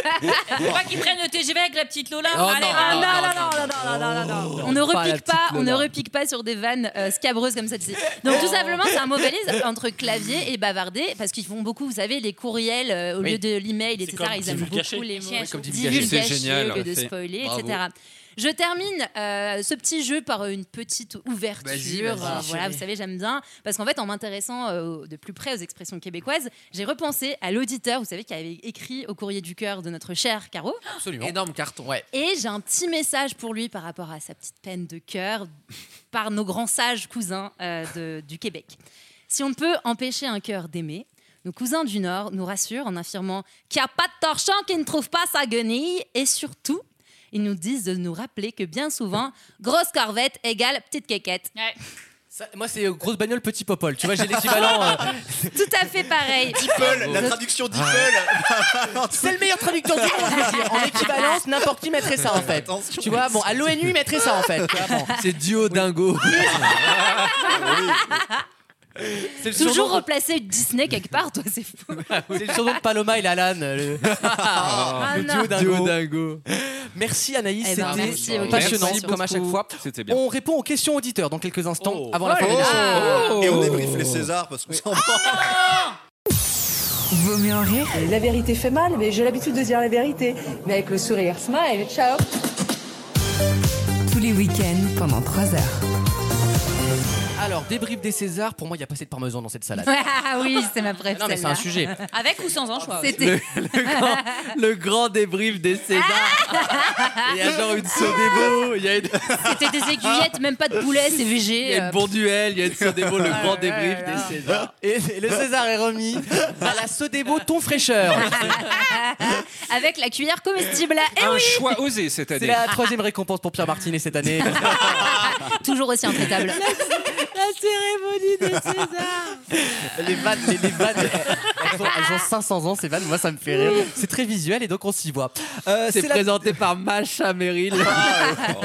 Speaker 6: Faut pas qu'ils prennent le TGV avec la petite Lola.
Speaker 3: Oh,
Speaker 6: Allez,
Speaker 3: non,
Speaker 6: ah,
Speaker 3: non,
Speaker 6: non,
Speaker 3: non,
Speaker 6: non, non.
Speaker 3: on ne
Speaker 6: Pas la
Speaker 3: repique
Speaker 6: petite
Speaker 3: pas, on ne
Speaker 6: Lola.
Speaker 3: repique pas sur des vannes euh, scabreuses comme celle-ci. Donc tout simplement, c'est un mot valise entre clavier et bavarder, parce qu'ils font beaucoup, vous savez, les courriels euh, au
Speaker 10: Oui.
Speaker 3: lieu de l'email, etc.
Speaker 10: comme
Speaker 3: Ils aiment
Speaker 10: divulgacher.
Speaker 3: beaucoup les
Speaker 10: Oui,
Speaker 3: mots.
Speaker 10: comme divulgacher.
Speaker 3: divulgacher,
Speaker 10: C'est génial.
Speaker 3: au lieu de
Speaker 10: C'est-
Speaker 3: spoiler,
Speaker 10: bravo.
Speaker 3: etc. Je termine euh, ce petit jeu par une petite ouverture.
Speaker 10: Vas-y, vas-y,
Speaker 3: Euh,
Speaker 10: chérie.
Speaker 3: voilà, vous savez, j'aime bien parce qu'en fait, en m'intéressant euh, de plus près aux expressions québécoises, j'ai repensé à l'auditeur, vous savez, qui avait écrit au courrier du cœur de notre cher Caro.
Speaker 10: Énorme carton, ouais.
Speaker 3: Et j'ai un petit message pour lui par rapport à sa petite peine de cœur par nos grands sages cousins euh, de- du Québec. Si on ne peut empêcher un cœur d'aimer, nos cousins du Nord nous rassurent en affirmant qu'il n'y a pas de torchon qui ne trouve pas sa guenille et surtout, ils nous disent de nous rappeler que bien souvent, grosse corvette égale petite quéquette.
Speaker 2: Ça, moi, c'est euh, grosse bagnole, petit popole. Tu vois, j'ai l'équivalent. euh,
Speaker 3: [LAUGHS] Tout à fait pareil.
Speaker 2: People,
Speaker 5: Ah.
Speaker 2: la
Speaker 4: traduction d'Ipple.
Speaker 2: C'est le meilleur traducteur du monde, je veux dire. En équivalence, n'importe qui mettrait ça, en fait. tu vois, bon, à l'ONU, ils mettraient ça, en fait. Tu vois, bon.
Speaker 10: C'est duo dingo.
Speaker 2: C'est le surnom
Speaker 3: Toujours
Speaker 2: de-
Speaker 3: replacer Disney quelque part, toi, c'est fou.
Speaker 2: C'est le surnom de Paloma et Lalan. Le,
Speaker 3: Ah,
Speaker 2: le
Speaker 3: non. [LAUGHS]
Speaker 2: duo dingo.
Speaker 3: Duo
Speaker 2: Merci Anaïs,
Speaker 3: Eh
Speaker 2: c'était
Speaker 3: ben, merci, ok.
Speaker 2: passionnant
Speaker 3: Merci
Speaker 2: comme à chaque
Speaker 3: beaucoup.
Speaker 2: fois.
Speaker 5: C'était bien.
Speaker 2: On répond aux questions auditeurs dans quelques instants avant
Speaker 5: Ah.
Speaker 2: la fin de
Speaker 4: Oh.
Speaker 2: l'émission.
Speaker 4: Et on débriefe les Césars parce qu'on
Speaker 5: Oh.
Speaker 4: s'en
Speaker 1: Vaut mieux en rire. La vérité fait mal, mais j'ai l'habitude de dire la vérité. Mais avec le sourire, smile, ciao.
Speaker 22: Tous les week-ends pendant 3 heures.
Speaker 2: Alors, débrief des Césars, pour moi, il n'y a pas assez de parmesan dans cette
Speaker 10: [LAUGHS]
Speaker 2: salade.
Speaker 3: Ah oui, c'est ma préf.
Speaker 2: Non, mais c'est un
Speaker 3: celle-là.
Speaker 2: sujet.
Speaker 6: Avec ou sans anchois
Speaker 3: C'était.
Speaker 10: Le grand débrief des Césars. [LAUGHS] Il y a genre une Sodebo, il y a une.
Speaker 3: C'était des aiguillettes, même pas de poulet, c'est
Speaker 10: Il y
Speaker 3: VG.
Speaker 10: a une
Speaker 3: euh,
Speaker 10: bon duel, il y a une Sodebo, le
Speaker 2: Ah
Speaker 10: grand
Speaker 2: là
Speaker 10: débrief
Speaker 2: là.
Speaker 10: des Césars.
Speaker 2: Et le César est remis à la Sodebo ton fraîcheur.
Speaker 3: Avec la cuillère comestible. Et
Speaker 5: Ah, Un
Speaker 3: Eh oui
Speaker 5: choix osé cette
Speaker 2: C'est
Speaker 5: année.
Speaker 2: la troisième récompense pour Pierre Martinet cette année.
Speaker 3: Toujours aussi intraitable.
Speaker 10: La cérémonie des Césars.
Speaker 2: [LAUGHS] les vannes, les, les vannes, elles ont, elles ont 500 ans ces vannes, moi ça me fait rire. C'est très visuel et donc on s'y voit. Euh,
Speaker 10: C'est
Speaker 2: la-
Speaker 10: présenté par Macha Merrill.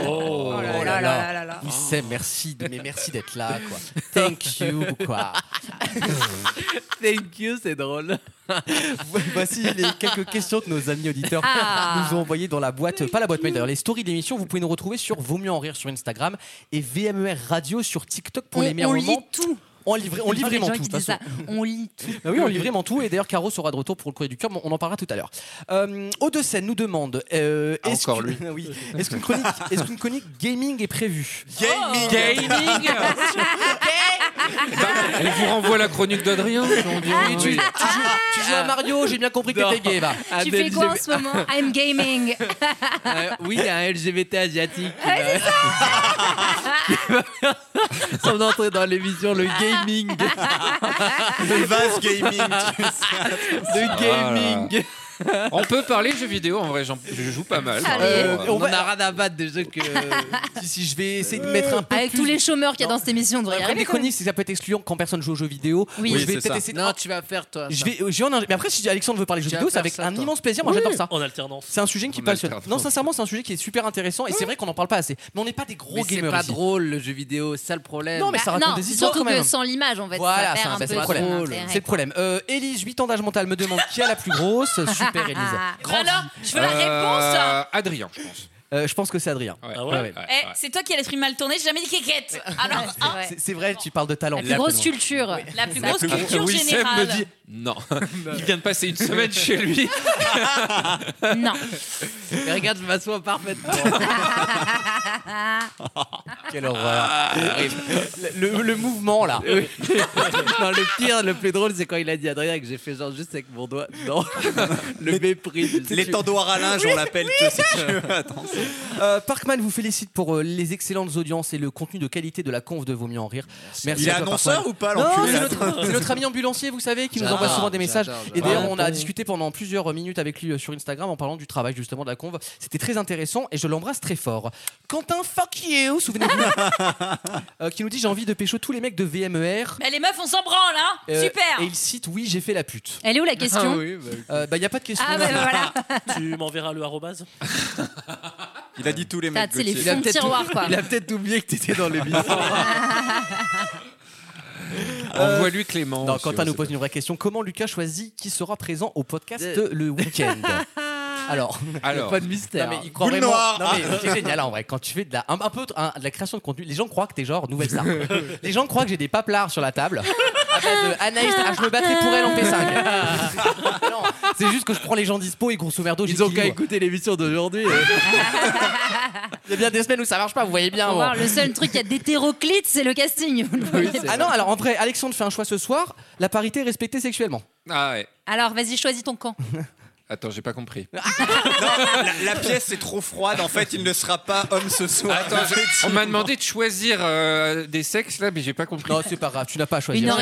Speaker 2: Oh,
Speaker 10: là là là là là.
Speaker 2: Vous savez, merci, de- mais merci d'être là, [LAUGHS] quoi. Thank you, quoi.
Speaker 10: Thank you, c'est drôle.
Speaker 2: Voici les quelques questions que nos amis auditeurs
Speaker 10: Ah.
Speaker 2: nous ont envoyées dans la boîte, pas la boîte mail d'ailleurs, les stories de l'émission. Vous pouvez nous retrouver sur Vaut mieux en rire sur Instagram et VMER Radio sur TikTok pour
Speaker 3: On-
Speaker 2: les meilleurs
Speaker 3: on lit
Speaker 2: moments.
Speaker 3: tout.
Speaker 2: On lit, vra- on lit
Speaker 3: Oh, les
Speaker 2: vraiment
Speaker 3: gens
Speaker 2: tout.
Speaker 3: qui
Speaker 2: de toute
Speaker 3: disent ça.
Speaker 2: façon.
Speaker 3: On lit tout.
Speaker 2: Bah oui, on lit vraiment tout. Et d'ailleurs, Caro sera de retour pour le courrier du cœur. mais On en parlera tout à l'heure. Euh, Seine nous demande euh, est-ce
Speaker 5: encore
Speaker 2: que- [LAUGHS] oui. Est-ce qu'une chronique, est-ce qu'une chronique gaming est prévue
Speaker 5: Gaming. Gaming. Bah, Elle vous renvoie la chronique d'Adrien. mon Dieu.
Speaker 3: Ah,
Speaker 2: Oui, tu, tu joues,
Speaker 5: Ah,
Speaker 2: tu joues à Mario, j'ai bien compris que
Speaker 10: Non.
Speaker 2: t'étais gay. Bah.
Speaker 3: Tu fais quoi en ce moment I'm gaming.
Speaker 10: Euh, oui, il y a un LGBT asiatique. qui va- [LAUGHS] Son entrée dans l'émission, le gaming.
Speaker 4: Le vase gaming.
Speaker 5: Ah,
Speaker 10: Le gaming.
Speaker 5: On peut parler jeux vidéo en vrai, j'en- je joue pas mal.
Speaker 10: Euh,
Speaker 5: Bon,
Speaker 10: on,
Speaker 5: euh,
Speaker 10: en a rien à battre des jeux que.
Speaker 2: si, si, je vais essayer de mettre un peu
Speaker 3: Avec tous les chômeurs qu'il y a dans cette émission, on devrait y
Speaker 2: Après,
Speaker 3: arriver.
Speaker 2: les chroniques, c'est- ça peut être excluant quand personne joue aux jeux vidéo.
Speaker 3: Oui.
Speaker 2: Donc,
Speaker 3: Oui,
Speaker 2: je vais
Speaker 3: c'est
Speaker 2: peut-être
Speaker 3: ça.
Speaker 2: essayer de-
Speaker 10: Non, tu vas faire toi.
Speaker 2: Je vais, euh, j'y en- mais après, si Alexandre veut parler jeux
Speaker 10: Tu vas
Speaker 2: vidéo, c'est
Speaker 10: faire
Speaker 2: avec
Speaker 10: ça,
Speaker 2: un
Speaker 10: toi.
Speaker 2: immense plaisir. Moi,
Speaker 10: Oui.
Speaker 2: j'adore ça.
Speaker 10: En alternance.
Speaker 2: [LAUGHS] C'est un sujet qui
Speaker 10: En
Speaker 2: passionne.
Speaker 10: alternance.
Speaker 2: Non, sincèrement, c'est un sujet qui est super intéressant et c'est vrai qu'on n'en parle pas assez. Mais on n'est pas des gros
Speaker 10: Mais c'est
Speaker 2: gamers.
Speaker 10: pas
Speaker 2: ici.
Speaker 10: drôle le jeu vidéo, c'est ça le problème.
Speaker 2: Non, mais ça raconte
Speaker 3: non,
Speaker 2: des histoires
Speaker 3: surtout
Speaker 2: quand même.
Speaker 3: que sans l'image, en fait, ça
Speaker 2: Voilà, c'est
Speaker 3: perd
Speaker 2: un-
Speaker 3: un
Speaker 2: bah,
Speaker 3: peu
Speaker 2: c'est le problème.
Speaker 3: son
Speaker 2: C'est
Speaker 3: intérêt.
Speaker 2: le problème. Euh, Élise, 8 ans d'âge mental, me demande qui a la plus grosse. Super, Élise.
Speaker 3: [LAUGHS]
Speaker 2: Grandis.
Speaker 6: Alors, je veux la
Speaker 5: Euh,
Speaker 6: réponse.
Speaker 3: hein.
Speaker 5: Adrien, je pense.
Speaker 2: Euh, je pense que c'est Adrien. Ouais, ouais.
Speaker 6: Eh, c'est toi qui as l'esprit mal tourné, j'ai jamais dit kékette. Alors, hein,
Speaker 2: C'est- C'est vrai, tu parles de talent.
Speaker 6: La plus grosse culture. La plus grosse culture
Speaker 5: Oui, Sam
Speaker 6: générale.
Speaker 5: me dit non. Il vient de passer une semaine chez lui.
Speaker 3: Non.
Speaker 6: [LAUGHS]
Speaker 2: [LAUGHS] Oh,
Speaker 10: Mais regarde, je m'assois parfaitement.
Speaker 21: Quelle horreur.
Speaker 6: Ah,
Speaker 10: le, mouvement là. non, le pire, le plus drôle, c'est quand il a dit à Adrien que j'ai fait genre juste avec mon doigt. Non, le mépris.
Speaker 4: Les tendoirs à linge, on l'appelle, tu vois, si tu veux. Attends, c'est-
Speaker 2: Euh, Parkman vous félicite pour euh, les excellentes audiences et le contenu de qualité de la conf de Vaut mieux en rire. Merci
Speaker 4: Il
Speaker 2: à
Speaker 4: est
Speaker 2: toi,
Speaker 4: annonceur
Speaker 2: Parkman.
Speaker 4: ou pas,
Speaker 2: Non,
Speaker 4: Ah, l'enculé,
Speaker 2: c'est
Speaker 4: là
Speaker 2: notre, c'est notre ami ambulancier, vous savez, qui nous
Speaker 4: J'adore,
Speaker 2: envoie souvent des messages.
Speaker 4: j'adore,
Speaker 2: Et
Speaker 4: j'adore.
Speaker 2: d'ailleurs, on a
Speaker 4: Ouais.
Speaker 2: discuté pendant plusieurs minutes avec lui euh, sur Instagram en parlant du travail justement de la conf. C'était très intéressant et je l'embrasse très fort. Quentin Fuck you, souvenez-vous,
Speaker 4: [LAUGHS]
Speaker 2: euh, qui nous dit j'ai envie de pécho tous les mecs de VMER.
Speaker 18: Mais les meufs, on s'en branle, hein
Speaker 2: Euh,
Speaker 18: Super
Speaker 2: Et il cite oui, j'ai fait la pute.
Speaker 18: Elle est où, la question Ah oui,
Speaker 2: Euh, bah, y a pas de question. [LAUGHS]
Speaker 18: Ah, bah, voilà.
Speaker 7: Tu m'enverras le arrobase
Speaker 4: Il a dit tous les
Speaker 7: Putain,
Speaker 4: mecs.
Speaker 7: tu sais, les
Speaker 4: Gauthier.
Speaker 7: fonds de tiroir, quoi.
Speaker 4: il a peut-être oublié que t'étais dans le bis.
Speaker 5: Envoie-lui Clément.
Speaker 2: Non,
Speaker 5: aussi,
Speaker 2: Quentin
Speaker 5: on
Speaker 2: nous
Speaker 5: sait
Speaker 2: pose une vraie question. Comment Lucas choisit qui sera présent au podcast le
Speaker 18: [LAUGHS]
Speaker 2: week-end Alors,
Speaker 5: Alors.
Speaker 2: pas de mystère.
Speaker 5: Non, mais
Speaker 2: il
Speaker 5: il
Speaker 2: croit
Speaker 5: croit
Speaker 2: vraiment...
Speaker 5: noire.
Speaker 10: Ah.
Speaker 2: Non, mais c'est génial en vrai. Quand tu fais de la, un, un peu de- un- de la création de contenu, les gens croient que t'es genre nouvelle
Speaker 10: [LAUGHS]
Speaker 2: star. les gens croient que j'ai des paplards sur la table. À base de Anaïs, ah, je me battrai pour elle en
Speaker 10: [LAUGHS]
Speaker 2: P5. Non, c'est juste que je prends les gens dispo et grosso merdo,
Speaker 10: Ils ont qu'à
Speaker 2: j'équilibre.
Speaker 10: écouter l'émission d'aujourd'hui.
Speaker 2: [LAUGHS] Il y a bien des semaines où ça marche pas, vous voyez bien.
Speaker 3: Faut
Speaker 2: bon.
Speaker 3: voir, le seul truc qui a d'hétéroclite, c'est le casting. [LAUGHS] vous le voyez.
Speaker 2: ah non, alors en vrai, Alexandre fait un choix ce soir. La parité est respectée sexuellement.
Speaker 5: Ah ouais.
Speaker 3: Alors, vas-y, choisis ton camp.
Speaker 5: Attends, j'ai pas compris.
Speaker 4: La pièce est trop froide, en fait, il ne sera pas homme ce soir.
Speaker 5: Attends, je- on m'a demandé de choisir euh, des sexes là, mais j'ai pas compris.
Speaker 2: Non, c'est pas grave, tu n'as pas à
Speaker 5: choisir.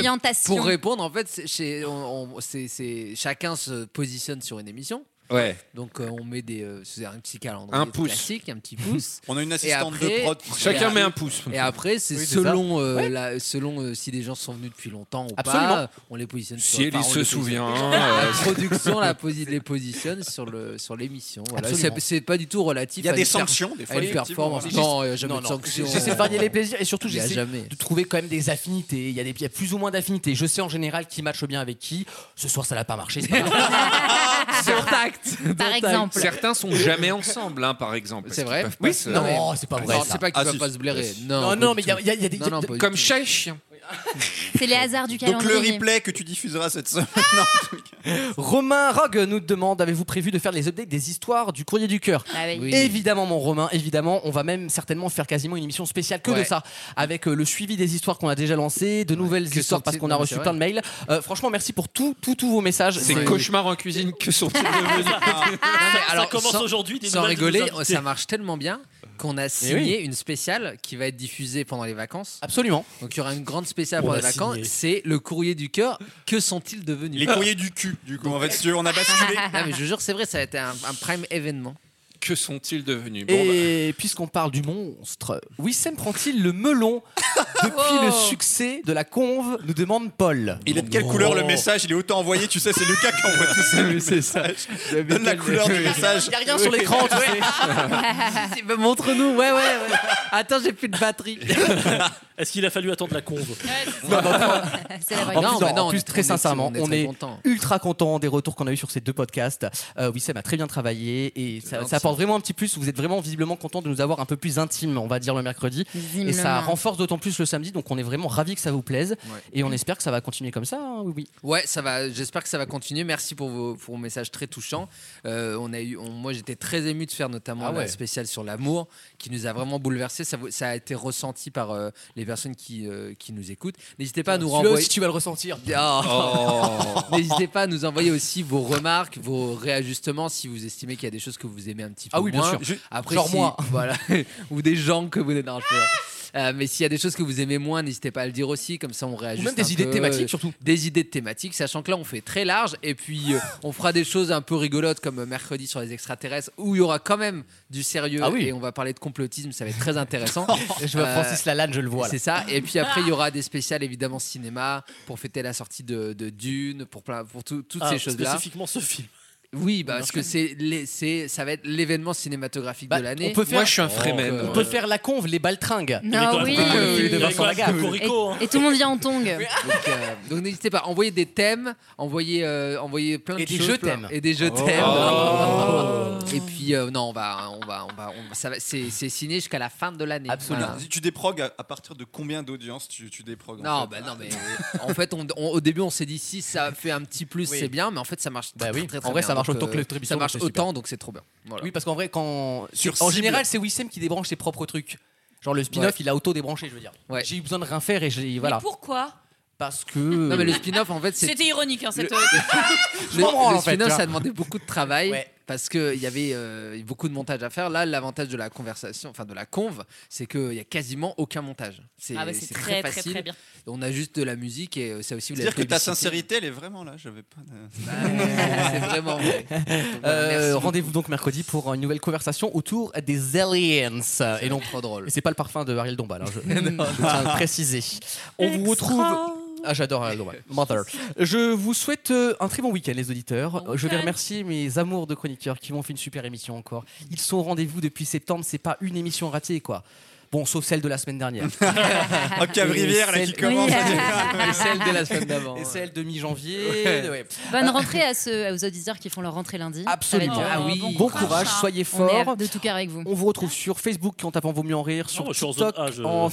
Speaker 10: Pour répondre, en fait, c'est- chez- on- on- c'est- c'est- chacun se positionne sur une émission.
Speaker 5: Ouais.
Speaker 10: Donc euh, on met des, euh, c'est un petit calendrier
Speaker 5: Un pouce.
Speaker 10: classique, un petit pouce.
Speaker 4: On a une assistante
Speaker 10: Et
Speaker 4: de prod.
Speaker 10: et
Speaker 5: Chacun
Speaker 10: a-
Speaker 5: met un pouce.
Speaker 10: Et après, c'est
Speaker 5: Oui, c'est
Speaker 10: selon,
Speaker 5: ça.
Speaker 10: euh,
Speaker 5: Ouais.
Speaker 10: la- selon euh, si des gens sont venus depuis longtemps ou
Speaker 5: Absolument.
Speaker 10: pas. euh, On les positionne.
Speaker 5: Si
Speaker 10: sur-
Speaker 5: Ellie
Speaker 10: enfin, on
Speaker 5: se
Speaker 10: les positionne-
Speaker 5: souvient,
Speaker 10: La
Speaker 5: euh,
Speaker 10: production la posi- les positionne sur le sur l'émission. Voilà.
Speaker 2: Absolument.
Speaker 10: C'est- C'est pas du tout relatif.
Speaker 2: Il y a
Speaker 10: à
Speaker 2: des
Speaker 10: une per-
Speaker 2: sanctions, des fois,
Speaker 10: à une
Speaker 2: effectivement.
Speaker 10: performance.
Speaker 2: Juste-
Speaker 10: Non, il n'y a jamais
Speaker 2: non,
Speaker 10: de
Speaker 2: non.
Speaker 10: sanctions.
Speaker 2: J'essaie de varier les plaisirs et surtout
Speaker 10: euh, Il y a
Speaker 2: j'essaie
Speaker 10: jamais.
Speaker 2: de trouver quand même des affinités. Il y a, des, il y a plus ou moins d'affinités. Je sais en général qui matche bien avec qui. Ce soir, ça n'a pas marché. c'est
Speaker 10: [LAUGHS]
Speaker 2: pas grave.
Speaker 5: Sur tact.
Speaker 3: Par exemple.
Speaker 5: [LAUGHS] Certains sont jamais ensemble, hein, par exemple.
Speaker 10: C'est vrai
Speaker 5: Ils peuvent pas
Speaker 10: Oui,
Speaker 5: se-
Speaker 10: non, mais-
Speaker 2: Non, c'est pas vrai,
Speaker 10: Non,
Speaker 2: ça.
Speaker 10: c'est pas qu'ils
Speaker 2: Ah,
Speaker 10: peuvent
Speaker 2: si.
Speaker 10: pas se blairer.
Speaker 2: Si.
Speaker 10: Non,
Speaker 2: Non,
Speaker 10: pas
Speaker 2: non,
Speaker 10: du
Speaker 2: mais il y a-
Speaker 10: tout.
Speaker 2: il y a- il y a des-
Speaker 10: Non, non, pas du
Speaker 5: Comme
Speaker 10: tout.
Speaker 5: chat et chien.
Speaker 3: C'est les hasards du
Speaker 4: Donc le
Speaker 3: calendrier.
Speaker 4: replay que tu diffuseras cette semaine.
Speaker 5: [LAUGHS]
Speaker 2: Romain Rogue nous demande avez-vous prévu de faire les updates des histoires du courrier du cœur
Speaker 3: Ah oui. Oui.
Speaker 2: Évidemment, mon Romain, évidemment, on va même certainement faire quasiment une émission spéciale que de
Speaker 10: Ouais.
Speaker 2: ça, avec euh, le suivi des histoires qu'on a déjà lancées, de nouvelles histoires parce
Speaker 10: sont-ils
Speaker 2: qu'on a
Speaker 10: Non, mais
Speaker 2: reçu
Speaker 10: c'est
Speaker 2: plein de mails. Euh, franchement, merci pour tout, tout, tous vos messages.
Speaker 5: Ces cauchemars en cuisine que sont-ils
Speaker 10: devenus
Speaker 2: Ah,
Speaker 7: Ça commence
Speaker 10: sans-
Speaker 7: aujourd'hui, des
Speaker 10: Sans
Speaker 7: nouvelles de nos
Speaker 10: rigoler,
Speaker 7: invités.
Speaker 10: ça marche tellement bien qu'on a signé une spéciale qui va être diffusée pendant les vacances.
Speaker 2: Absolument.
Speaker 10: Donc il y aura une grande spéciale
Speaker 2: On
Speaker 10: pendant
Speaker 2: a
Speaker 10: les vacances.
Speaker 2: signé.
Speaker 10: C'est le courrier du cœur. Que sont-ils devenus
Speaker 4: Les courriers du cul, du coup. En fait, si tu veux, on a basculé.
Speaker 10: Non, mais je jure, c'est vrai, ça a été un, un prime événement.
Speaker 5: Que sont-ils devenus Bon, bah.
Speaker 2: Et puisqu'on parle du monstre, Wissem prend-il le melon depuis le succès de la conve Nous demande Paul.
Speaker 4: Il est de quelle couleur le message Il est autant envoyé, tu sais, c'est Lucas qui envoie
Speaker 10: [LAUGHS]
Speaker 2: [LAUGHS]
Speaker 4: tout ça. C'est ça. Donne la couleur du message.
Speaker 10: Il y a rien sur l'écran, tu sais. Montre-nous, ouais, ouais, ouais. Attends, j'ai plus de batterie.
Speaker 7: Est-ce qu'il a fallu attendre la conve
Speaker 3: [LAUGHS]
Speaker 10: C'est la vraie
Speaker 2: En plus, [LAUGHS]
Speaker 10: question. Non,
Speaker 2: non,
Speaker 10: mais non,
Speaker 2: en plus,
Speaker 10: on est-
Speaker 2: très
Speaker 10: on est-
Speaker 2: sincèrement,
Speaker 10: on est
Speaker 2: on
Speaker 10: très
Speaker 2: est,
Speaker 10: content.
Speaker 2: ultra content des retours qu'on a eu sur ces deux podcasts. Euh, Wissem a très bien travaillé et ça,
Speaker 10: gentil.
Speaker 2: ça apporte vraiment un petit plus. Vous êtes vraiment visiblement content de nous avoir un peu plus intime, on va dire le mercredi, et ça
Speaker 10: Visiblement.
Speaker 2: renforce d'autant plus le samedi. Donc on est vraiment ravi que ça vous plaise
Speaker 10: Ouais.
Speaker 2: et on espère que ça va continuer comme ça. hein, oui, oui.
Speaker 10: Ouais, ça va. J'espère que ça va continuer. Merci pour vos, pour vos messages très touchants. Euh, on a eu, on- moi, j'étais très ému de faire notamment
Speaker 2: Ah
Speaker 10: la
Speaker 2: ouais.
Speaker 10: spéciale sur l'amour, qui nous a vraiment bouleversé. Ça, vous- ça a été ressenti par euh, les personnes qui, euh, qui nous écoutent. N'hésitez pas à nous
Speaker 2: Celui-là
Speaker 10: renvoyer.
Speaker 2: aussi, tu vas le ressentir.
Speaker 10: [LAUGHS] Oh. N'hésitez pas à nous envoyer aussi vos remarques, vos réajustements si vous estimez qu'il y a des choses que vous aimez un petit peu
Speaker 2: Ah oui, bien
Speaker 10: moins.
Speaker 2: sûr. Je-
Speaker 10: Après,
Speaker 2: genre
Speaker 10: si-
Speaker 2: moi.
Speaker 10: [LAUGHS] voilà, ou des gens que vous non, je peux pas. Euh, mais s'il y a des choses que vous aimez moins, n'hésitez pas à le dire aussi, comme ça on réajuste.
Speaker 2: même des
Speaker 10: un
Speaker 2: idées
Speaker 10: peu.
Speaker 2: thématiques, surtout.
Speaker 10: Des idées de thématiques, sachant que là on fait très large et puis euh, on fera des choses un peu rigolotes comme euh, mercredi sur les extraterrestres où il y aura quand même du sérieux
Speaker 2: Ah oui.
Speaker 10: et on va parler de complotisme, ça va être
Speaker 2: [LAUGHS]
Speaker 10: très intéressant.
Speaker 2: [LAUGHS] Je vois
Speaker 10: Euh,
Speaker 2: Francis Lalanne, je le vois. là.
Speaker 10: c'est ça. Et puis après, il y aura des spéciales évidemment cinéma pour fêter la sortie de, de Dune, pour plein, pour tout- toutes
Speaker 7: Ah,
Speaker 10: ces choses-là.
Speaker 7: Spécifiquement ce film.
Speaker 10: Oui, bah, parce que c'est les- c'est ça va être l'événement cinématographique
Speaker 2: Bah,
Speaker 10: de l'année.
Speaker 2: on peut faire- euh, On peut faire la conve, les baltringues.
Speaker 3: Ah
Speaker 10: Non, oui.
Speaker 2: Le film de
Speaker 10: Il y a
Speaker 2: Vincent
Speaker 10: quoi,
Speaker 2: Lagaffe.
Speaker 10: Cocorico, hein.
Speaker 3: Et tout le monde vient en tongue.
Speaker 10: Donc, euh, donc n'hésitez pas, envoyez des thèmes, envoyez, euh, envoyez plein
Speaker 2: Et
Speaker 10: de
Speaker 2: des
Speaker 10: choses,
Speaker 2: je
Speaker 10: plein-
Speaker 2: t'aime.
Speaker 10: et des je
Speaker 2: Oh.
Speaker 10: t'aime.
Speaker 2: [LAUGHS] Oh.
Speaker 10: Et puis euh, non, on va, on va, on va, on va- ça va- c'est c'est signé jusqu'à la fin de l'année. Voilà.
Speaker 4: Tu déprogues à, à partir de combien d'audience tu, tu déprogues en
Speaker 10: Non,
Speaker 4: fait
Speaker 10: bah non, mais en fait, on- on- au début, on s'est dit si ça fait un petit plus,
Speaker 2: Oui.
Speaker 10: c'est bien, mais en fait, ça marche très,
Speaker 2: Bah oui.
Speaker 10: très, très, très
Speaker 2: En vrai,
Speaker 10: bien.
Speaker 2: ça marche
Speaker 10: Donc,
Speaker 2: autant que le
Speaker 10: euh,
Speaker 2: Tribisonde,
Speaker 10: Ça marche
Speaker 2: c'est super.
Speaker 10: autant, donc c'est trop bien. Voilà.
Speaker 2: Oui, parce qu'en vrai, quand.
Speaker 10: Sur
Speaker 2: en
Speaker 10: cible.
Speaker 2: général, c'est Wissem qui débranche ses propres trucs. Genre le spin-off,
Speaker 10: Ouais.
Speaker 2: il a auto-débranché, je veux dire. J'ai eu besoin de rien faire et j'ai. Voilà.
Speaker 18: Pourquoi
Speaker 2: Parce que.
Speaker 10: Non, mais le spin-off, en fait, c'est-
Speaker 18: C'était ironique, hein, cette.
Speaker 10: le,
Speaker 2: m'en branle,
Speaker 10: le
Speaker 2: en
Speaker 18: hein.
Speaker 2: fait, hein.
Speaker 10: spin-off,
Speaker 2: tu vois.
Speaker 10: ça a demandé beaucoup de travail parce qu'il y avait euh, beaucoup de montage à faire. Là, l'avantage de la conversation, enfin de la conve, c'est qu'il n'y a quasiment aucun montage. C'est
Speaker 18: Ah ouais, c'est
Speaker 10: c'est
Speaker 18: très,
Speaker 10: très,
Speaker 18: très,
Speaker 10: facile.
Speaker 18: très bien.
Speaker 10: On a juste de la musique et euh, ça aussi, vous
Speaker 23: C'est-à-dire
Speaker 10: l'avez
Speaker 23: que ta
Speaker 10: plébiscité.
Speaker 23: sincérité, elle est vraiment là. J'avais pas.
Speaker 10: [LAUGHS] Bah,
Speaker 2: [LAUGHS]
Speaker 10: c'est vraiment vrai. Donc, voilà, merci
Speaker 2: Euh,
Speaker 10: beaucoup.
Speaker 2: Rendez-vous donc mercredi pour une nouvelle conversation autour des aliens. Et non, trop drôle. C'est pas le parfum de Ariel Dombal. hein, [LAUGHS] je, je tiens à le préciser. On vous retrouve. Ah, j'adore Ariel Dombal. Mother. Je vous souhaite euh, un très bon week-end, les auditeurs. Euh, je vais remercier mes amours de chroniqueurs qui m'ont fait une super émission encore. Ils sont au rendez-vous depuis septembre. C'est pas une émission ratée, quoi. Bon, sauf celle de la semaine [LAUGHS] dernière.
Speaker 23: Octave
Speaker 2: Et
Speaker 23: Rivière, là, qui
Speaker 2: celle-
Speaker 23: commence.
Speaker 2: [LAUGHS] Et celle de la semaine d'avant. Et
Speaker 23: ouais.
Speaker 2: celle de mi-janvier.
Speaker 23: Ouais.
Speaker 2: ouais.
Speaker 3: Bonne rentrée à ceux, aux auditeurs qui font leur rentrée lundi.
Speaker 2: Absolument.
Speaker 3: Ça va être,
Speaker 2: Ah
Speaker 3: euh,
Speaker 2: oui.
Speaker 3: bon
Speaker 2: Bon
Speaker 3: courage.
Speaker 2: courage, hein. soyez
Speaker 3: On est
Speaker 2: forts.
Speaker 3: de tout cœur avec vous.
Speaker 2: On vous retrouve sur Facebook en tapant Vaut mieux en rire, sur
Speaker 3: Oh, je suis en zone
Speaker 2: TikTok
Speaker 3: A, je-
Speaker 2: en...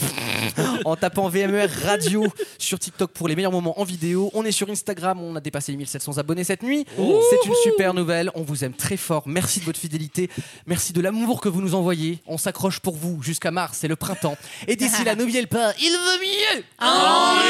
Speaker 2: [LAUGHS] en tapant VMER Radio, sur TikTok pour les meilleurs moments en vidéo. On est sur Instagram, on a dépassé les 1700 abonnés cette nuit. C'est une super nouvelle, on vous aime très fort. Merci de votre fidélité, merci de l'amour que vous nous envoyez. On s'accroche pour vous jusqu'à mars, c'est le printemps. Et d'ici là, n'oubliez pas, il veut mieux.
Speaker 19: En